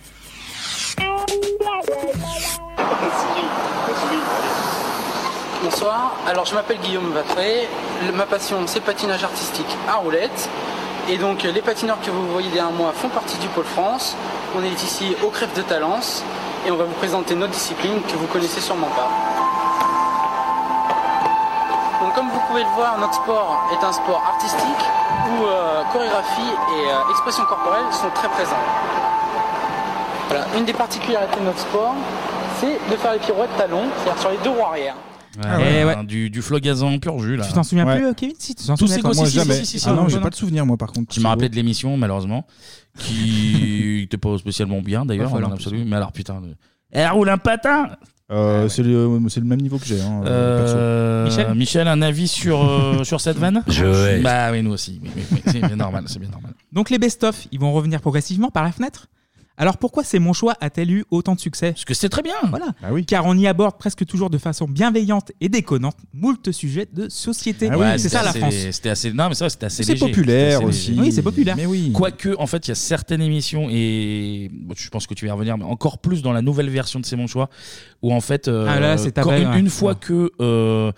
Speaker 22: Bonsoir, alors je m'appelle Guillaume Vatré, Le- ma passion c'est le patinage artistique à roulette. Et donc euh, les patineurs que vous voyez derrière moi font partie du Pôle France. On est ici au Crève de Talence et on va vous présenter notre discipline que vous connaissez sûrement pas. Donc comme vous pouvez le voir, notre sport est un sport artistique où euh, chorégraphie et euh, expression corporelle sont très présents. Voilà, une des particularités de notre sport, c'est de faire les pirouettes talons, c'est-à-dire sur les deux roues arrière.
Speaker 8: Ah ouais.
Speaker 1: hein, Du, du flogazan pur jus, là.
Speaker 8: Tu t'en souviens
Speaker 1: Ouais.
Speaker 8: plus, euh, Kevin Si, tu t'en
Speaker 1: Tous
Speaker 8: souviens,
Speaker 1: ces
Speaker 8: toi.
Speaker 1: gosses,
Speaker 8: Moi,
Speaker 1: si, si,
Speaker 8: jamais.
Speaker 1: si, si, si,
Speaker 4: Ah non,
Speaker 1: si,
Speaker 4: j'ai
Speaker 1: non.
Speaker 4: pas de souvenir, moi, par contre.
Speaker 1: Je me rappelais de l'émission, malheureusement, qui n'était pas spécialement bien, d'ailleurs,
Speaker 4: Pas folle,
Speaker 1: dans
Speaker 4: en plus.
Speaker 1: l'absolu. Mais alors, putain. le- Elle roule un patin
Speaker 4: Euh, C'est le c'est le même niveau que j'ai. hein,
Speaker 1: Euh,
Speaker 4: perso.
Speaker 1: Michel, un avis sur, euh, sur cette vanne
Speaker 4: Je-
Speaker 1: Bah oui, nous aussi. Oui, oui, oui, c'est bien normal, c'est bien normal.
Speaker 8: Donc les best-of, ils vont revenir progressivement par la fenêtre. Alors pourquoi C'est mon choix a-t-elle eu autant de succès Parce
Speaker 1: que c'est très bien.
Speaker 8: Voilà. Car on y aborde presque toujours de façon bienveillante et déconnante moult sujets de société.
Speaker 1: Ouais,
Speaker 8: Ah c'est ça la
Speaker 1: c'était
Speaker 8: France.
Speaker 1: assez- C'était assez. Non, mais c'est vrai, c'était assez
Speaker 8: C'est
Speaker 1: léger.
Speaker 8: populaire
Speaker 1: C'était assez
Speaker 8: aussi.
Speaker 1: léger.
Speaker 8: Oui, c'est populaire. Mais
Speaker 1: Quoique, en fait, il y a certaines émissions et bon, je pense que tu vas y revenir, mais encore plus dans la nouvelle version de C'est mon choix, où en fait, euh,
Speaker 8: Ah là, c'est ta
Speaker 1: quand-
Speaker 8: belle,
Speaker 1: une,
Speaker 8: ouais.
Speaker 1: une fois que euh,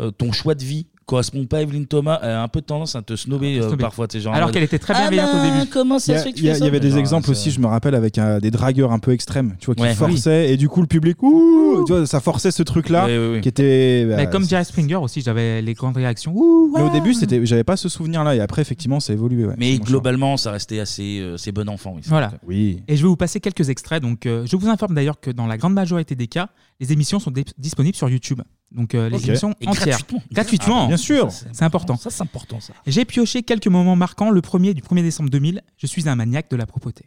Speaker 1: euh, ton choix de vie correspond pas à Evelyne Thomas, elle a un peu tendance à te snobber euh,
Speaker 8: snobber.
Speaker 1: parfois. t'es genre,
Speaker 8: Alors
Speaker 1: euh,
Speaker 8: qu'elle était très
Speaker 1: Ah
Speaker 8: bienveillante au
Speaker 1: ben,
Speaker 8: début.
Speaker 1: Comment ça
Speaker 8: Il y
Speaker 1: se
Speaker 8: a-
Speaker 1: fait que tu
Speaker 4: Il y, a- il
Speaker 1: fais
Speaker 4: y
Speaker 1: ça
Speaker 4: avait des
Speaker 1: Genre,
Speaker 4: exemples aussi, je me rappelle, avec euh, des dragueurs un peu extrêmes, tu vois, qui
Speaker 1: Ouais.
Speaker 4: forçaient, et du coup le public, ouh, tu vois, ça forçait ce truc-là, qui était. bah,
Speaker 8: Mais comme Jerry Springer aussi, j'avais les grandes réactions. Ouh,
Speaker 4: Mais au
Speaker 8: ouah.
Speaker 4: début, c'était, j'avais pas ce souvenir-là, et après, effectivement, ça a évolué. ouais.
Speaker 1: Mais globalement, ça restait assez, euh, assez bon enfant. oui, ça.
Speaker 8: Voilà. Et je vais vous passer quelques extraits. Donc, euh, je vous informe d'ailleurs que dans la grande majorité des cas, les émissions sont dé- disponibles sur YouTube. Donc, euh, les
Speaker 1: Ok.
Speaker 8: émissions
Speaker 1: Et
Speaker 8: entières.
Speaker 1: gratuitement.
Speaker 8: Gratuitement.
Speaker 1: Ah, bien sûr.
Speaker 8: Ça, C'est important.
Speaker 1: Ça, c'est important, ça.
Speaker 8: J'ai pioché quelques moments marquants. Le premier du 1er décembre 2000, je suis un maniaque de la propreté.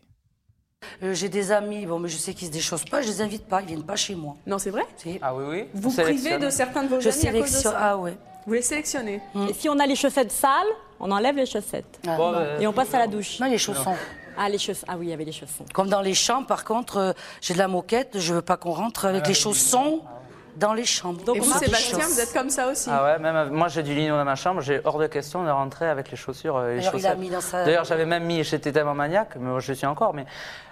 Speaker 23: Euh, J'ai des amis, bon, mais je sais qu'ils se déchaussent pas, je les invite pas, ils viennent pas chez moi.
Speaker 13: Non, c'est vrai
Speaker 23: Ah oui, oui.
Speaker 13: Vous privez de certains de vos amis
Speaker 23: je
Speaker 13: à cause de
Speaker 23: sélectionne-
Speaker 13: ça
Speaker 23: Ah ouais. Hmm.
Speaker 13: Vous les sélectionnez
Speaker 5: Et si on a les chaussettes sales, on enlève les chaussettes.
Speaker 23: Bon, euh,
Speaker 5: et on passe à la douche.
Speaker 23: Non, les chaussons.
Speaker 5: Ah, les chaussons. Ah oui, il y avait les chaussons.
Speaker 23: Comme dans les chambres, par contre, euh, j'ai de la moquette, je veux pas qu'on rentre avec les chaussons dans les chambres.
Speaker 13: Et vous, Sébastien, vous êtes comme ça aussi
Speaker 22: Ah ouais, même moi j'ai du lino dans ma chambre, j'ai hors de question de rentrer avec les chaussures euh, et les
Speaker 23: D'ailleurs, il a
Speaker 22: chaussettes.
Speaker 23: mis dans sa-
Speaker 22: D'ailleurs, j'avais même mis, j'étais tellement maniaque, mais je suis encore, mais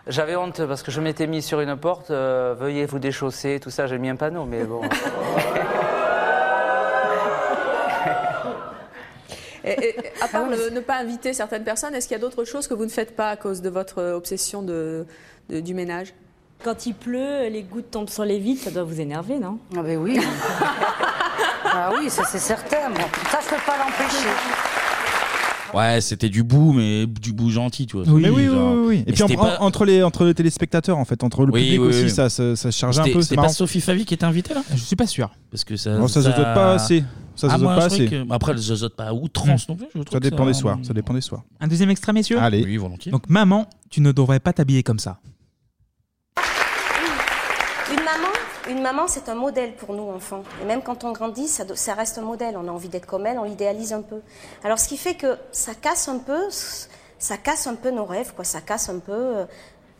Speaker 22: j'avais honte parce que je m'étais mis sur une porte, euh, veuillez vous déchausser, tout ça, j'ai mis un panneau, mais bon.
Speaker 13: Et- et- À
Speaker 24: Ah
Speaker 13: part le- ne pas inviter certaines personnes, est-ce qu'il y a d'autres choses que vous ne faites pas à cause de votre euh, obsession de, de- du ménage
Speaker 5: Quand il pleut, les gouttes tombent sur les vitres, ça doit vous énerver, non
Speaker 23: Ah ben oui. ah oui, ça c'est certain. moi. Ça, je peux pas l'empêcher.
Speaker 1: Ouais, c'était du bout, mais du bout gentil, tu vois.
Speaker 4: mais oui, oui,
Speaker 1: Genre-
Speaker 4: oui, oui.
Speaker 1: Mais
Speaker 4: Et puis en-
Speaker 1: c'était pas-
Speaker 4: en- entre, les, entre les téléspectateurs, en fait, entre le
Speaker 1: Oui,
Speaker 4: public
Speaker 1: oui,
Speaker 4: aussi,
Speaker 1: oui.
Speaker 4: ça, se- ça se chargeait un
Speaker 1: C'était-
Speaker 4: peu.
Speaker 1: C'était pas Sophie Favi qui était invitée là
Speaker 8: Je suis pas sûr.
Speaker 1: Parce que ça.
Speaker 4: Non, Oh, ça zozote pas assez. Ça
Speaker 1: Ah,
Speaker 4: zozote
Speaker 1: moi,
Speaker 4: pas
Speaker 1: je trouvais
Speaker 4: assez.
Speaker 1: que- Après, elle zozote pas à outrance non plus. je trouve
Speaker 4: Ça
Speaker 1: que euh,
Speaker 4: dépend des soirs. Ça dépend des soirs.
Speaker 8: Un deuxième extrait, messieurs
Speaker 4: Allez.
Speaker 1: Oui, volontiers.
Speaker 8: Donc, maman, tu ne devrais pas t'habiller comme ça.
Speaker 25: Une maman, une maman, c'est un modèle pour nous enfants. Et même quand on grandit, ça, do- ça reste un modèle. On a envie d'être comme elle, on l'idéalise un peu. Alors ce qui fait que ça casse un peu, ça casse un peu nos rêves, quoi. Ça casse un peu euh,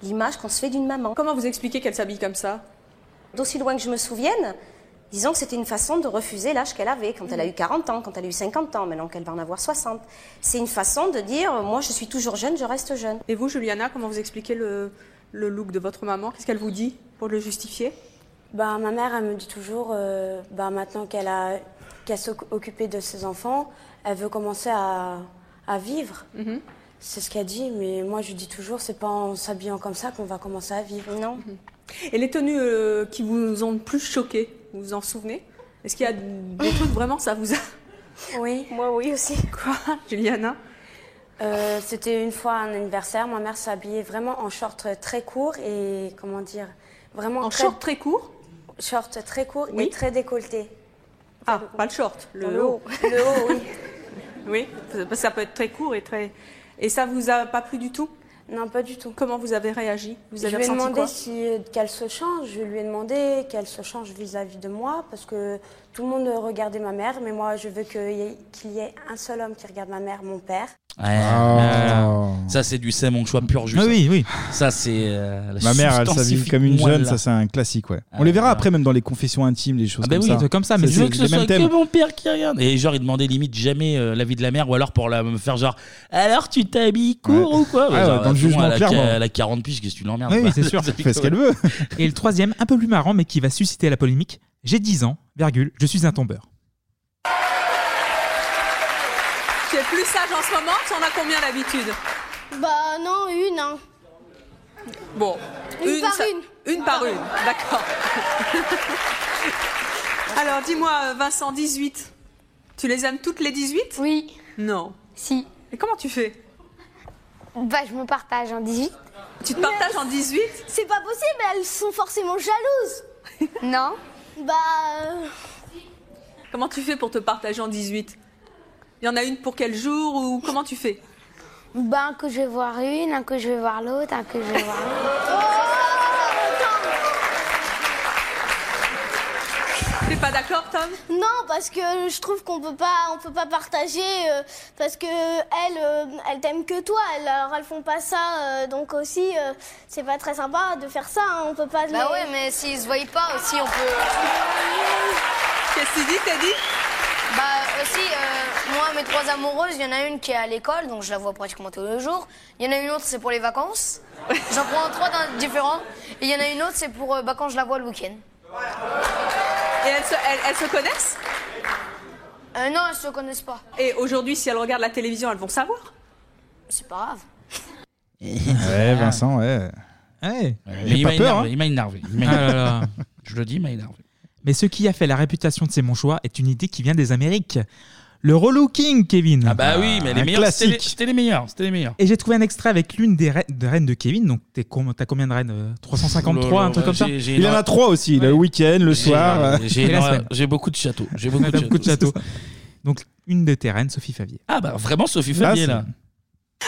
Speaker 25: l'image qu'on se fait d'une maman.
Speaker 13: Comment vous expliquez qu'elle s'habille comme ça
Speaker 25: D'aussi loin que je me souvienne, disons que c'était une façon de refuser l'âge qu'elle avait quand elle a eu 40 ans, quand elle a eu 50 ans, maintenant qu'elle va en avoir 60. C'est une façon de dire, moi je suis toujours jeune, je reste jeune.
Speaker 13: Et vous, Juliana, comment vous expliquez le, le look de votre maman Qu'est-ce qu'elle vous dit pour le justifier
Speaker 24: Bah, ma mère, elle me dit toujours, euh, bah, maintenant qu'elle a, qu'elle s'est occupée de ses enfants, elle veut commencer à, à vivre.
Speaker 13: Mm-hmm.
Speaker 24: C'est ce qu'elle dit, mais moi, je lui dis toujours, c'est pas en s'habillant comme ça qu'on va commencer à vivre.
Speaker 25: Non.
Speaker 13: Mm-hmm. Et les tenues euh, qui vous ont le plus choqué, vous vous en souvenez Est-ce qu'il y a des trucs vraiment ça vous a
Speaker 24: Oui.
Speaker 25: Moi, oui aussi.
Speaker 13: Quoi Juliana
Speaker 24: Euh, C'était une fois un anniversaire, ma mère s'est habillée vraiment en short très court et comment dire vraiment
Speaker 13: En short très court
Speaker 24: Short très court
Speaker 13: Oui.
Speaker 24: et très décolleté. Euh,
Speaker 13: Ah, pas le short, le,
Speaker 24: Le
Speaker 13: haut.
Speaker 24: haut. Le haut, oui.
Speaker 13: oui, parce que ça peut être très court et très. Et ça vous a pas plu du tout
Speaker 24: Non, pas du tout.
Speaker 13: Comment vous avez réagi Vous avez
Speaker 24: je lui ai
Speaker 13: ressenti
Speaker 24: demandé
Speaker 13: quoi
Speaker 24: si, euh, qu'elle se change. Je lui ai demandé qu'elle se change vis-à-vis de moi parce que tout le monde regardait ma mère, mais moi je veux que y ait- qu'il y ait un seul homme qui regarde ma mère, mon père.
Speaker 1: Ouais, voilà. Ça, c'est du c'est mon choix pur jus.
Speaker 4: Ah oui, oui.
Speaker 1: Ça, c'est. euh, la
Speaker 4: Ma mère, elle s'habille
Speaker 1: substantifique
Speaker 4: comme une
Speaker 1: moelle,
Speaker 4: jeune,
Speaker 1: là.
Speaker 4: ça c'est un classique, ouais. On les verra après, même dans les confessions intimes, les choses
Speaker 1: Ah bah
Speaker 4: comme
Speaker 1: oui,
Speaker 4: ça.
Speaker 1: des trucs comme ça, mais je veux que ce
Speaker 4: les mêmes
Speaker 1: soit
Speaker 4: thèmes.
Speaker 1: que mon père qui regarde. Et genre, il demandait limite jamais euh, l'avis de la mère, ou alors pour la me faire genre, alors tu t'habilles court ou quoi
Speaker 4: Ah ouais, dans le
Speaker 1: attends,
Speaker 4: jugement,
Speaker 1: elle a-
Speaker 4: clairement.
Speaker 1: Elle a 40 piges, qu'est-ce que tu l'emmerdes
Speaker 8: Oui,
Speaker 1: quoi.
Speaker 8: oui, bah, c'est sûr. Et le troisième, un peu plus marrant, mais qui va susciter la polémique. J'ai 10 ans, virgule, je suis un tombeur.
Speaker 13: Tu es plus sage en ce moment, tu en as combien d'habitude
Speaker 26: Bah non, une. Hein.
Speaker 13: Bon,
Speaker 26: Une par
Speaker 13: ça-
Speaker 26: une.
Speaker 13: Une par une, d'accord. Alors dis-moi, Vincent, 18. Tu les aimes toutes les 18
Speaker 26: Oui.
Speaker 13: Non.
Speaker 26: Si.
Speaker 13: Et comment tu fais
Speaker 26: Bah je me partage en 18.
Speaker 13: Tu te partages en 18
Speaker 26: C'est pas possible, elles sont forcément jalouses. non Bah... euh,
Speaker 13: Comment tu fais pour te partager en 18 Il y en a une pour quel jour ou comment tu fais
Speaker 26: Bah un coup je vais voir une, un coup je vais voir l'autre, un coup je vais voir
Speaker 27: Oh,
Speaker 26: l'autre.
Speaker 13: T'es pas d'accord, Tom
Speaker 26: Non, parce que je trouve qu'on peut pas, on peut pas partager, euh, parce que elles, euh, elles t'aiment que toi, elles, alors elles font pas ça, euh, donc aussi euh, c'est pas très sympa de faire ça. hein, on peut pas.
Speaker 27: Bah ouais, mais s'ils se voient pas aussi, on peut. euh.
Speaker 13: Qu'est-ce que tu dis, t'as dit
Speaker 27: Bah aussi, euh, moi, mes trois amoureuses, il y en a une qui est à l'école, donc je la vois pratiquement tous les jours. Il y en a une autre, c'est pour les vacances. J'en prends trois d'un- différents. Et il y en a une autre, c'est pour euh, bah, quand je la vois le week-end.
Speaker 13: Et elles se, elles- elles se connaissent
Speaker 26: Euh, non, elles se connaissent pas.
Speaker 28: Et aujourd'hui, si elles regardent la télévision, elles vont savoir.
Speaker 26: C'est pas grave.
Speaker 4: Ouais, Vincent, ouais.
Speaker 8: Ouais.
Speaker 4: J'ai
Speaker 1: il
Speaker 4: pas
Speaker 1: m'a
Speaker 4: peur,
Speaker 1: énervé,
Speaker 4: hein.
Speaker 1: il m'a énervé. il m'a
Speaker 8: Eh. Ah
Speaker 1: énervé.
Speaker 8: là là.
Speaker 1: Je le dis, il m'a énervé.
Speaker 8: Mais ce qui a fait la réputation de C'est mon choix est une idée qui vient des Amériques. Le relooking, Kevin. Ah
Speaker 1: Bah oui, mais les meilleurs, c'était les- c'était les meilleurs, c'était les meilleurs.
Speaker 8: Et j'ai trouvé un extrait avec l'une des reines de, reines de Kevin. Donc, t'es com- t'as combien de reines euh,
Speaker 1: Oh
Speaker 8: 353, un truc comme ça
Speaker 4: Il en a trois aussi, le week-end, le
Speaker 8: J'ai-
Speaker 4: soir.
Speaker 8: j'ai- j'ai-
Speaker 4: euh,
Speaker 1: Et
Speaker 8: la
Speaker 1: non,
Speaker 8: semaine.
Speaker 1: J'ai beaucoup de châteaux. J'ai
Speaker 8: On
Speaker 1: beaucoup
Speaker 8: a
Speaker 1: de
Speaker 8: beaucoup de
Speaker 1: châteaux.
Speaker 8: châteaux. Donc, une de tes reines, Sophie Favier.
Speaker 1: Ah bah vraiment Sophie
Speaker 8: Là,
Speaker 1: Fabier
Speaker 8: c'est-
Speaker 1: là.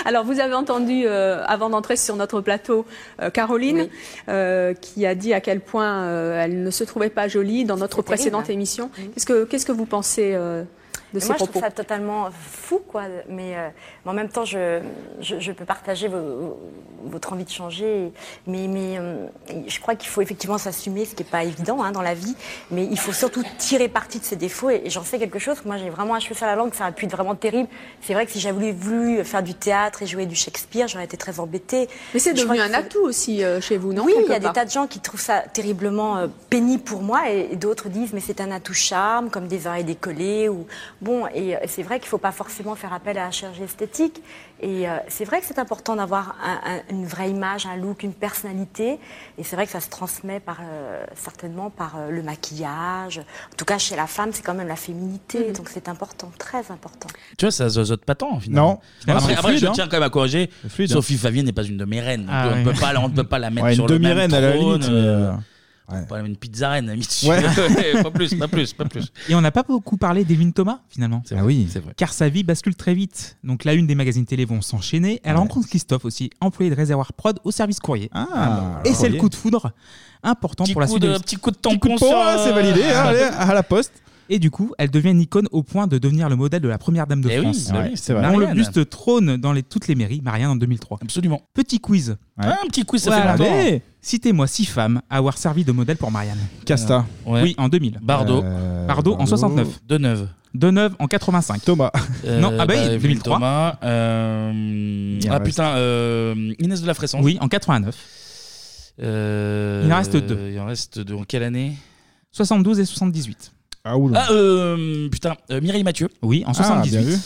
Speaker 13: Alors, vous avez entendu, euh, avant d'entrer sur notre plateau, euh, Caroline, euh, qui a dit à quel point euh, elle ne se trouvait pas jolie dans notre
Speaker 5: C'est terrible,
Speaker 13: précédente
Speaker 5: hein.
Speaker 13: émission. Qu'est-ce que Qu'est-ce que vous pensez euh, de
Speaker 5: Et
Speaker 13: ces
Speaker 5: moi, je
Speaker 13: propos
Speaker 5: trouve ça totalement fou, quoi. Mais, euh, mais en même temps, je, je, je peux partager vo- votre envie de changer. Mais, mais euh, je crois qu'il faut effectivement s'assumer, ce qui n'est pas évident hein, dans la vie. Mais il faut surtout tirer parti de ses défauts. Et, et j'en sais quelque chose. Moi, j'ai vraiment un cheveu sur la langue. Ça a pu être vraiment terrible. C'est vrai que si j'avais voulu- voulu faire du théâtre et jouer du Shakespeare, j'aurais été très embêtée.
Speaker 13: Mais c'est
Speaker 5: Je crois
Speaker 13: devenu un
Speaker 5: qu'il faut-
Speaker 13: atout aussi euh, chez vous, non
Speaker 5: oui,
Speaker 13: quelque
Speaker 5: il y a des
Speaker 13: part
Speaker 5: tas de gens qui trouvent ça terriblement euh, pénible pour moi et, et d'autres disent mais c'est un atout charme comme des oreilles décollées ou bon et euh, c'est vrai qu'il ne faut pas forcément faire appel à la chirurgie esthétique et euh, c'est vrai que c'est important d'avoir un- un- une vraie image, un look, une personnalité et c'est vrai que ça se transmet par euh, certainement par euh, le maquillage. En tout cas chez la femme c'est quand même la féminité
Speaker 13: Mm.
Speaker 5: donc c'est important, très important.
Speaker 1: Tu vois, ça zozote pas tant, finalement.
Speaker 4: Non. Finalement,
Speaker 1: Après,
Speaker 4: c'est
Speaker 1: après,
Speaker 4: fluide,
Speaker 1: je
Speaker 4: hein.
Speaker 1: tiens quand même à corriger.
Speaker 4: fluide, hein.
Speaker 1: Sophie Favier n'est pas une demi-reine.
Speaker 4: Ah,
Speaker 1: on
Speaker 4: ouais.
Speaker 1: ne peut, pas la- on peut pas la mettre
Speaker 4: Ouais, une
Speaker 1: sur le même
Speaker 4: demi-reine, à la
Speaker 1: trône,
Speaker 4: limite, mais,
Speaker 1: euh,
Speaker 4: euh,
Speaker 1: On peut la mettre une pizza reine, à mi-dessus.
Speaker 8: Ouais.
Speaker 1: Ouais, Eh, pas plus, pas plus, pas plus.
Speaker 8: Et on n'a pas beaucoup parlé d'Evelyne Thomas, finalement.
Speaker 1: Ah oui. C'est vrai.
Speaker 8: Car sa vie bascule très vite. Donc, la une des magazines télé vont s'enchaîner. Elle rencontre Christophe aussi, employé de réservoir prod au service courrier.
Speaker 4: Ah,
Speaker 8: Et c'est le
Speaker 4: courrier.
Speaker 8: coup de foudre important pour la
Speaker 4: coup
Speaker 8: suite
Speaker 4: de-
Speaker 8: l'histoire.
Speaker 4: petit coup de tampon sur,
Speaker 8: hein,
Speaker 4: euh,
Speaker 8: à la poste. Et du coup, elle devient une icône au point de devenir le modèle de la première dame de
Speaker 4: Eh oui,
Speaker 8: France.
Speaker 4: bah oui, c'est vrai.
Speaker 8: Dont le
Speaker 4: Marianne.
Speaker 8: buste trône dans les- toutes les mairies, Marianne en 2003.
Speaker 1: Absolument.
Speaker 8: Petit quiz.
Speaker 1: Ah, un petit quiz, ça fait longtemps.
Speaker 8: Allez. Citez-moi six femmes à avoir servi de modèle pour Marianne.
Speaker 4: Casta.
Speaker 8: Euh, Oui, en 2000.
Speaker 1: Bardot.
Speaker 4: Euh,
Speaker 8: Bardo en
Speaker 1: Bardot.
Speaker 8: 69.
Speaker 1: Deneuve.
Speaker 8: Deneuve en 85.
Speaker 4: Thomas.
Speaker 8: non, ah bah, oui, 2003.
Speaker 1: Euh, Thomas, euh, Ah
Speaker 8: reste-
Speaker 1: putain, euh, Inès de la Fresson. Euh,
Speaker 8: Oui, en 89. Il en reste deux.
Speaker 1: Il en reste deux. En quelle année
Speaker 8: 72 et 78.
Speaker 4: Ah, Oh,
Speaker 1: Ah, euh, putain, euh, Mireille Mathieu.
Speaker 8: Oui, en
Speaker 1: Ah,
Speaker 8: 78.
Speaker 1: bien vu.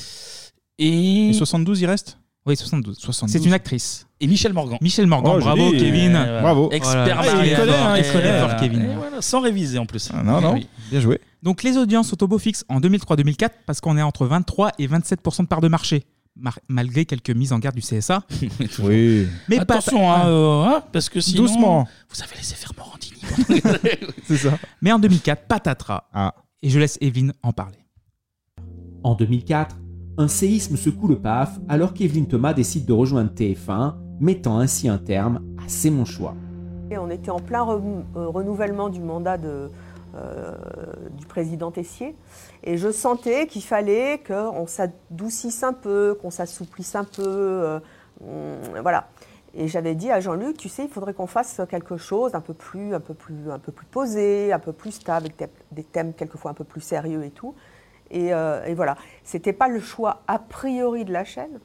Speaker 1: Et...
Speaker 4: 72, il reste
Speaker 8: Oui, 72. C'est une actrice.
Speaker 1: Et Michel Morgan.
Speaker 8: Michel Morgan,
Speaker 1: Oh,
Speaker 8: bravo
Speaker 1: joli.
Speaker 8: Kevin.
Speaker 1: Ouais, voilà. Expert
Speaker 4: Ah,
Speaker 8: Oh là là.
Speaker 1: Marianne.
Speaker 8: Il connaît, hein, il
Speaker 1: Et
Speaker 8: connaît.
Speaker 1: voilà.
Speaker 8: Kevin.
Speaker 1: Et voilà, Sans réviser en plus.
Speaker 4: Ah, Non, non, bien joué.
Speaker 8: Donc les audiences au Tobo fixent en 2003-2004 parce qu'on est entre 23 et 27% de part de marché. Mar- malgré quelques mises en garde du CSA.
Speaker 4: oui.
Speaker 8: Mais pas- Ah.
Speaker 1: Attention, hein, euh, hein, parce que sinon.
Speaker 8: Doucement.
Speaker 1: Vous avez laissé faire Morandini.
Speaker 8: C'est ça. Mais en 2004, patatras. Et je laisse Evelyne en parler.
Speaker 29: En 2004, un séisme secoue le PAF alors qu'Evelyne Thomas décide de rejoindre TF1, mettant ainsi un terme à C'est mon choix.
Speaker 11: Et on était en plein re- euh, renouvellement du mandat de, euh, du président Tessier. Et je sentais qu'il fallait qu'on s'adoucisse un peu, qu'on s'assouplisse un peu. euh, on- voilà. Et j'avais dit à Jean-Luc, tu sais, il faudrait qu'on fasse quelque chose un peu plus, un peu plus, un peu plus posé, un peu plus stable, avec thème- des thèmes quelquefois un peu plus sérieux et tout. Et, euh, et voilà. C'était pas le choix a priori de la chaîne.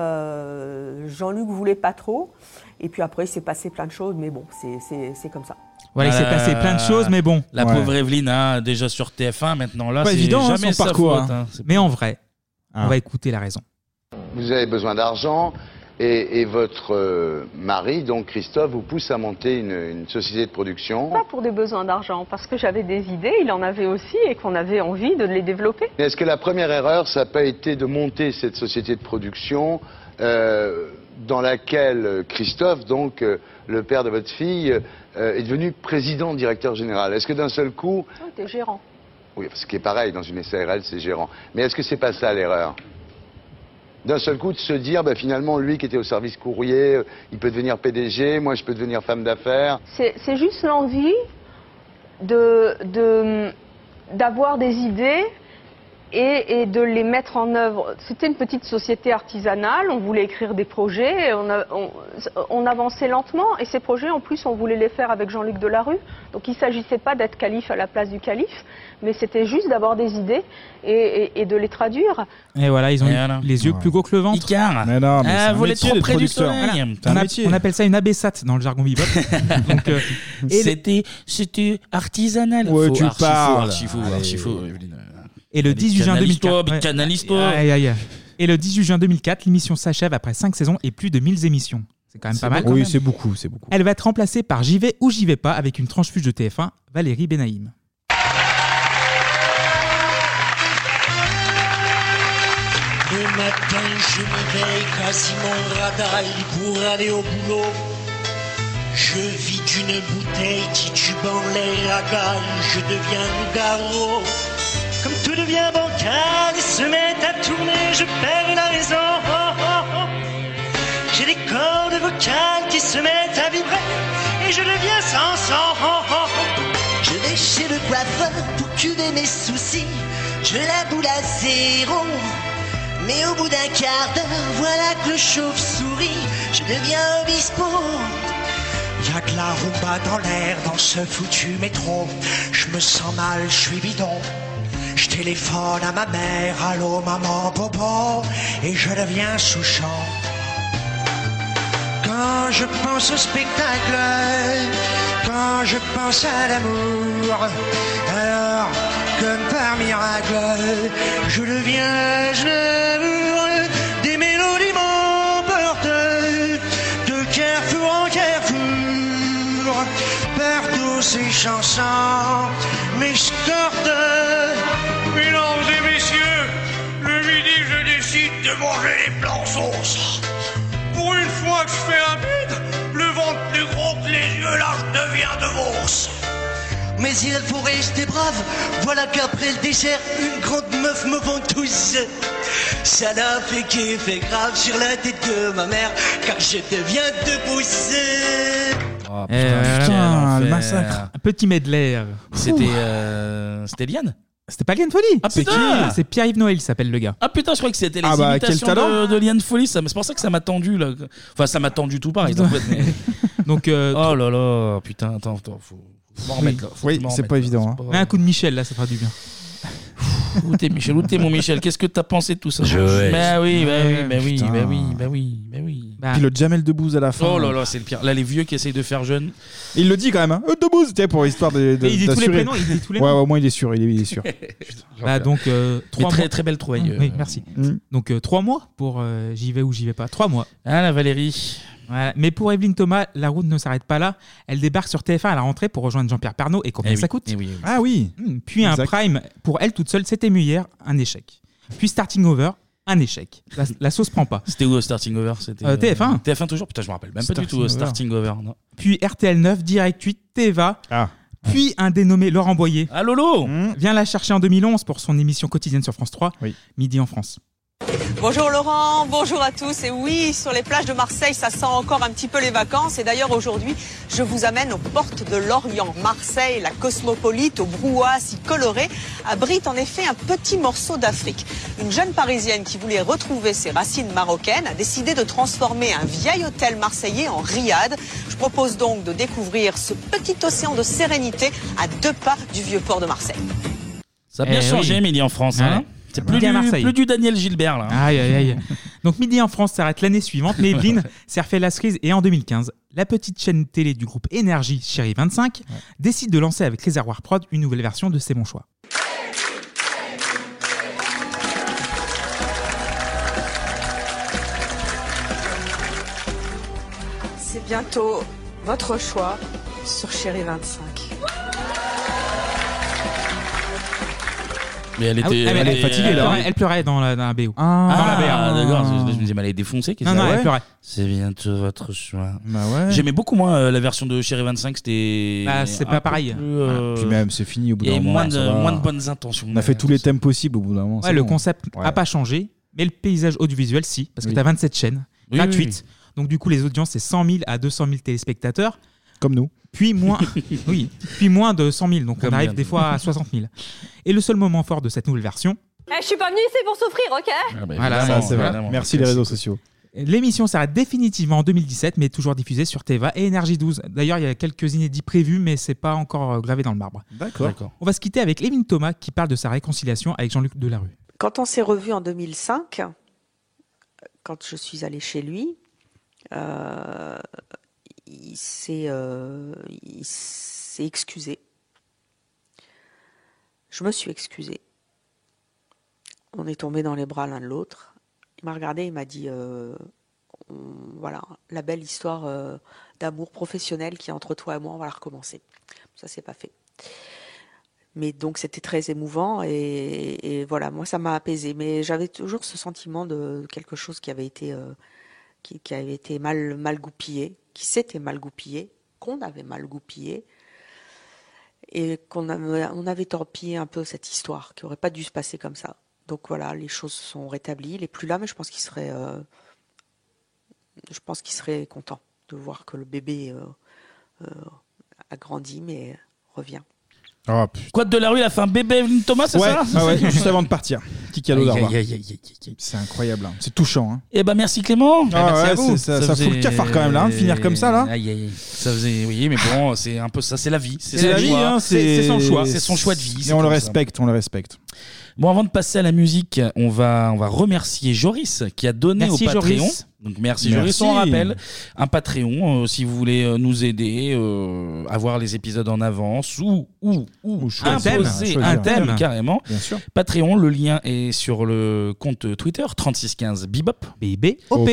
Speaker 11: Euh, Jean-Luc voulait pas trop. Et puis après, il s'est passé plein de choses, mais bon, c'est- c'est c'est comme ça.
Speaker 8: Voilà, il s'est
Speaker 1: Euh,
Speaker 8: passé plein de choses, mais bon.
Speaker 1: La
Speaker 8: Ouais.
Speaker 1: pauvre Evelyne, hein, déjà sur TF1, maintenant là,
Speaker 8: pas
Speaker 1: Ah, c'est
Speaker 8: évident hein,
Speaker 1: jamais
Speaker 8: son
Speaker 1: sa
Speaker 8: parcours.
Speaker 1: faute,
Speaker 8: hein.
Speaker 1: hein. C'est-
Speaker 8: Mais en vrai, on va écouter la raison.
Speaker 6: Vous avez besoin d'argent et, et votre euh, mari, donc Christophe, vous pousse à monter une, une société de production.
Speaker 11: Pas pour des besoins d'argent, parce que j'avais des idées, il en avait aussi, et qu'on avait envie de les développer.
Speaker 6: Mais Est-ce que la première erreur, ça n'a pas été de monter cette société de production euh, dans laquelle euh, Christophe, donc euh, le père de votre fille, euh, est devenu président directeur général Est-ce que d'un seul coup,
Speaker 11: On était gérant.
Speaker 6: oui, ce qui est pareil dans une SARL, c'est gérant, mais est-ce que c'est pas ça l'erreur d'un seul coup de se dire, bah, finalement, lui qui était au service courrier, euh, il peut devenir PDG, moi je peux devenir femme d'affaires.
Speaker 13: Ah
Speaker 11: C'est c'est juste l'envie de- de- d'avoir des idées et, et de les mettre en œuvre. C'était une petite société artisanale, on voulait écrire des projets, et on, a- on- on avançait lentement et ces projets, en plus, on voulait les faire avec Jean-Luc Delarue. Donc il ne s'agissait pas d'être calife à la place du calife, mais c'était juste d'avoir des idées et- et- et de les traduire.
Speaker 8: Et voilà, ils ont
Speaker 1: Et
Speaker 8: eu
Speaker 1: voilà.
Speaker 8: les yeux plus gros que le ventre.
Speaker 4: Mais non, mais
Speaker 1: Ah,
Speaker 4: c'est un
Speaker 1: vous les
Speaker 4: métier
Speaker 1: trop
Speaker 4: d'être
Speaker 1: près du
Speaker 4: producteur.
Speaker 1: soleil.
Speaker 4: Voilà.
Speaker 1: C'est un
Speaker 8: On, a-
Speaker 1: métier.
Speaker 8: on appelle ça une abaissate dans le jargon bebop. Donc, euh, et le-
Speaker 1: C'était c'était artisanal.
Speaker 8: Ouais,
Speaker 1: Faux,
Speaker 8: tu
Speaker 1: archi-faux,
Speaker 8: parles.
Speaker 1: archi-faux,
Speaker 8: Allez.
Speaker 1: archi-faux, Evelyne.
Speaker 8: Et le 18 juin
Speaker 1: canalise-toi,
Speaker 8: 2004. ouais.
Speaker 1: canalise-toi.
Speaker 8: Aïe, aïe, aïe. Et le 18 juin 2004, l'émission s'achève après 5 saisons et plus de 1000 émissions. C'est quand même pas mal. quand
Speaker 4: Oui,
Speaker 8: même.
Speaker 4: c'est beaucoup, c'est beaucoup.
Speaker 8: Elle va être remplacée par J'y vais ou j'y vais pas avec une transfuge de TF1, Valérie Benaïm.
Speaker 10: Le matin, je me veille quasi mon radaille pour aller au boulot. Je vis qu'une bouteille titubant les ragailles, je deviens loup-garou. Comme tout devient bancal et se met à tourner, je perds la raison. Oh, oh, oh. J'ai des cordes vocales qui se mettent à vibrer et je deviens sans sang. Oh, oh, oh. Je vais chez le coiffeur pour cuver mes soucis, je la boule à zéro. Mais au bout d'un quart d'heure, voilà que le chauve-souris, je deviens obispo. Y'a que la rumba dans l'air, dans ce foutu métro. Je me sens mal, je suis bidon. Je téléphone à ma mère, allô maman, bobo, et je deviens Souchon. Quand je pense au spectacle, quand je pense à l'amour, alors, comme par miracle, je deviens, je deviens des mélodies m'emportent, de carrefour en carrefour, partout ces chansons m'escortent. Mesdames et messieurs, le midi, je décide de manger les plans sauces. Pour une fois que je fais un bide, le ventre plus gros que les yeux, là je deviens de Vos. Mais il faut rester brave, voilà qu'après le dessert, une grande meuf me ventouse. Ça l'a fait fait grave sur la tête de ma mère, car je deviens de pousser.
Speaker 4: Ah.
Speaker 8: Oh,
Speaker 1: putain, quel
Speaker 8: le
Speaker 1: enfer.
Speaker 8: massacre. Un petit medley.
Speaker 1: C'était,
Speaker 8: c'était Liane C'était pas Liane Folie
Speaker 1: Ah,
Speaker 8: C'est
Speaker 1: putain
Speaker 8: qui C'est Pierre-Yves Noël, il s'appelle le gars.
Speaker 1: Ah putain, je croyais que c'était les
Speaker 8: Ah bah,
Speaker 1: imitations
Speaker 8: quel talent.
Speaker 1: de, de Liane Folie. ça- C'est pour ça que ça m'a tendu. Là. Enfin, ça m'a tendu tout pareil. en fait, mais-
Speaker 8: Donc, euh,
Speaker 1: oh là là, putain, attends, attends, faut, faut m'en
Speaker 8: Oui.
Speaker 1: remettre là. Faut
Speaker 8: Oui,
Speaker 1: m'en
Speaker 8: c'est
Speaker 1: remettre,
Speaker 8: pas
Speaker 1: là,
Speaker 8: évident,
Speaker 1: c'est
Speaker 8: hein.
Speaker 1: pas-
Speaker 8: Mais un coup de Michel, là, ça fera du bien.
Speaker 1: Où t'es Michel Où t'es mon Michel Qu'est-ce que t'as pensé de tout ça
Speaker 4: Joël.
Speaker 1: Bah oui, bah oui, bah oui,
Speaker 4: Putain.
Speaker 1: bah oui, bah oui, bah oui.
Speaker 4: Puis le Jamel Debbouze à la fin.
Speaker 1: Oh là là, c'est le pire. Là, les vieux qui essayent de faire jeune.
Speaker 4: Il le dit quand même, hein. Euh, Debbouze, tu sais, pour histoire de. de-
Speaker 1: Et il dit tous les
Speaker 4: d'assurer.
Speaker 1: prénoms, il dit tous les
Speaker 4: Ouais,
Speaker 1: noms.
Speaker 4: ouais, au moins il est sûr, il est, il est sûr. Eh
Speaker 8: Bah, donc, euh,
Speaker 1: Mais
Speaker 8: trois
Speaker 1: très,
Speaker 8: mois-
Speaker 1: très belle trouvaille,
Speaker 8: Mmh, oui,
Speaker 1: euh,
Speaker 8: merci. Donc, euh, trois mois pour euh, J'y vais ou J'y vais pas. Trois mois.
Speaker 1: Ah, la Valérie.
Speaker 8: Mais pour Evelyne Thomas, la route ne s'arrête pas là. Elle débarque sur TF1 à la rentrée pour rejoindre Jean-Pierre Pernaud et combien
Speaker 1: Eh oui,
Speaker 8: ça coûte
Speaker 1: eh oui, eh oui.
Speaker 8: Ah oui
Speaker 4: Hmm.
Speaker 8: Puis un
Speaker 1: Exact.
Speaker 8: prime pour elle toute seule, c'était mieux hier, un échec. Puis Starting Over, un échec. La, la sauce prend pas.
Speaker 1: C'était où euh, Starting Over C'était
Speaker 8: Euh,
Speaker 1: euh,
Speaker 8: TF1.
Speaker 1: TF1 toujours. Putain, je me rappelle même pas du
Speaker 8: Starting
Speaker 1: tout. euh,
Speaker 8: Over.
Speaker 1: Starting Over. non.
Speaker 8: Puis RTL 9, Direct 8, Teva. Puis un dénommé Laurent Boyer. Mmh.
Speaker 1: Ah Lolo
Speaker 8: Vient la chercher en 2011 pour son émission quotidienne sur France 3, Midi en France.
Speaker 11: Bonjour Laurent, bonjour à tous. Et oui, sur les plages de Marseille, ça sent encore un petit peu les vacances. Et d'ailleurs, aujourd'hui, je vous amène aux portes de l'Orient. Marseille, la cosmopolite, au brouhaha si coloré, abrite en effet un petit morceau d'Afrique. Une jeune Parisienne qui voulait retrouver ses racines marocaines a décidé de transformer un vieil hôtel marseillais en riad. Je propose donc de découvrir ce petit océan de sérénité à deux pas du vieux port de Marseille.
Speaker 1: Ça a bien
Speaker 8: Eh
Speaker 1: changé,
Speaker 8: oui.
Speaker 1: Midi en France. hein.
Speaker 8: Ouais.
Speaker 1: C'est
Speaker 8: Ah
Speaker 1: plus,
Speaker 8: bah.
Speaker 1: du-
Speaker 8: Bien à Marseille.
Speaker 1: plus du Daniel Gilbert, là.
Speaker 8: Aïe, aïe, aïe. Donc Midi en France s'arrête l'année suivante, mais Evelyne
Speaker 1: Ouais.
Speaker 8: s'est refait la cerise et en 2015, la petite chaîne télé du groupe Énergie, Chérie 25, décide de lancer avec Réservoir Prod une nouvelle version de C'est mon choix.
Speaker 11: C'est bientôt votre choix sur Chéri 25.
Speaker 1: Mais elle
Speaker 8: Ah oui,
Speaker 1: était.
Speaker 8: ah, mais
Speaker 1: était- euh,
Speaker 8: Elle pleurait, elle pleurait dans, la, dans la BO.
Speaker 1: Ah,
Speaker 4: hein.
Speaker 8: dans la BO.
Speaker 1: d'accord. Je, je me disais, mais elle est défoncée. qu'est-ce
Speaker 8: Non,
Speaker 1: que
Speaker 8: non,
Speaker 1: c'est
Speaker 8: elle pleurait.
Speaker 1: C'est bientôt votre choix.
Speaker 4: Bah ouais.
Speaker 1: J'aimais beaucoup moins euh, la version de Chéri 25. C'était.
Speaker 8: Bah, c'est
Speaker 1: un
Speaker 8: pas
Speaker 1: peu
Speaker 8: pareil.
Speaker 1: plus, euh,
Speaker 4: Puis même, c'est fini au bout
Speaker 1: il y
Speaker 4: d'un
Speaker 1: avait
Speaker 4: moment.
Speaker 1: moins de-
Speaker 4: ça va.
Speaker 1: moins de bonnes intentions.
Speaker 4: On a fait tous les thèmes possibles au bout d'un moment.
Speaker 8: Ouais,
Speaker 4: c'est
Speaker 8: le
Speaker 4: bon.
Speaker 8: concept
Speaker 4: Ouais.
Speaker 8: a pas changé, mais le paysage audiovisuel, si, parce que
Speaker 4: Oui.
Speaker 8: tu as 27 chaînes,
Speaker 4: Oui,
Speaker 8: gratuites. Donc, du coup, les audiences, c'est 100 000 à 200 000 téléspectateurs. Comme nous. Puis moins, oui, puis moins de 100 000. Donc,
Speaker 1: Comme
Speaker 8: on arrive
Speaker 1: bien
Speaker 8: des
Speaker 1: nous.
Speaker 8: fois à 60 000. Et le seul moment fort de cette nouvelle version,
Speaker 14: Eh, je suis pas venue ici pour souffrir, ok
Speaker 13: Ah bah,
Speaker 4: Voilà, ça, c'est vrai.
Speaker 8: Voilà.
Speaker 4: Merci les réseaux sociaux.
Speaker 8: L'émission s'arrête définitivement en 2017, mais toujours diffusée sur Teva et Énergie 12. D'ailleurs, il y a quelques inédits prévus, mais c'est pas encore euh, gravé dans le marbre.
Speaker 4: D'accord. D'accord.
Speaker 8: On va se quitter avec Lévin Thomas qui parle de sa réconciliation avec Jean-Luc Delarue.
Speaker 11: Quand on s'est revu en 2005, quand je suis allée chez lui, euh, il s'est euh, il s'est excusé. Je me suis excusée.
Speaker 12: On est tombés dans les bras l'un de l'autre. Il m'a regardé, il m'a dit euh, on- voilà, la belle histoire euh, d'amour professionnel qui est entre toi et moi, on va la recommencer. Ça, c'est pas fait. Mais donc c'était très émouvant et, et voilà, moi ça m'a apaisé. Mais j'avais toujours ce sentiment de quelque chose qui avait été, euh, qui, qui avait été mal, mal goupillé, qui s'était mal goupillé, qu'on avait mal goupillé et qu'on avait, on avait torpillé un peu cette histoire qui aurait pas dû se passer comme ça. Donc voilà, les choses se sont rétablies. Il est plus là, mais je pense qu'il serait, euh, je pense qu'il serait content de voir que le bébé euh, euh, a grandi mais revient.
Speaker 4: Oh,
Speaker 1: Quoi de la rue, il a fait un bébé Evelyne Thomas, c'est
Speaker 4: ouais,
Speaker 1: ça
Speaker 4: ah ouais, juste avant de partir. Petit cadeau
Speaker 1: Aïe,
Speaker 4: d'au revoir.
Speaker 1: aïe, aïe, aïe,
Speaker 4: C'est incroyable, hein. c'est touchant. hein.
Speaker 1: Eh ben merci Clément.
Speaker 4: Ah ouais, c'est- ça- ça fout le cafard quand même, là, hein, de finir comme ça, là.
Speaker 1: Aïe, aïe, aïe. Ça faisait, oui, mais bon, c'est un peu ça, c'est la vie.
Speaker 4: C'est la vie,
Speaker 1: choix.
Speaker 4: hein, c'est
Speaker 1: C'est son choix de vie. c'est
Speaker 4: Et on le
Speaker 1: comme ça.
Speaker 4: respecte, on le respecte.
Speaker 1: Bon, avant de passer à la musique, on va, on va remercier Joris qui a donné
Speaker 4: Merci,
Speaker 1: au Patreon.
Speaker 4: Joris.
Speaker 1: Donc merci, Joris.
Speaker 4: Merci.
Speaker 1: On rappelle un Patreon euh, si vous voulez euh, nous aider, euh, avoir les épisodes en avance ou ou ou
Speaker 4: choisir. Un
Speaker 1: imposer
Speaker 4: thème,
Speaker 1: un
Speaker 4: choisir.
Speaker 1: thème carrément.
Speaker 4: Bien sûr.
Speaker 1: Patreon, le lien est sur le compte Twitter 3615 Bibop.
Speaker 4: OP.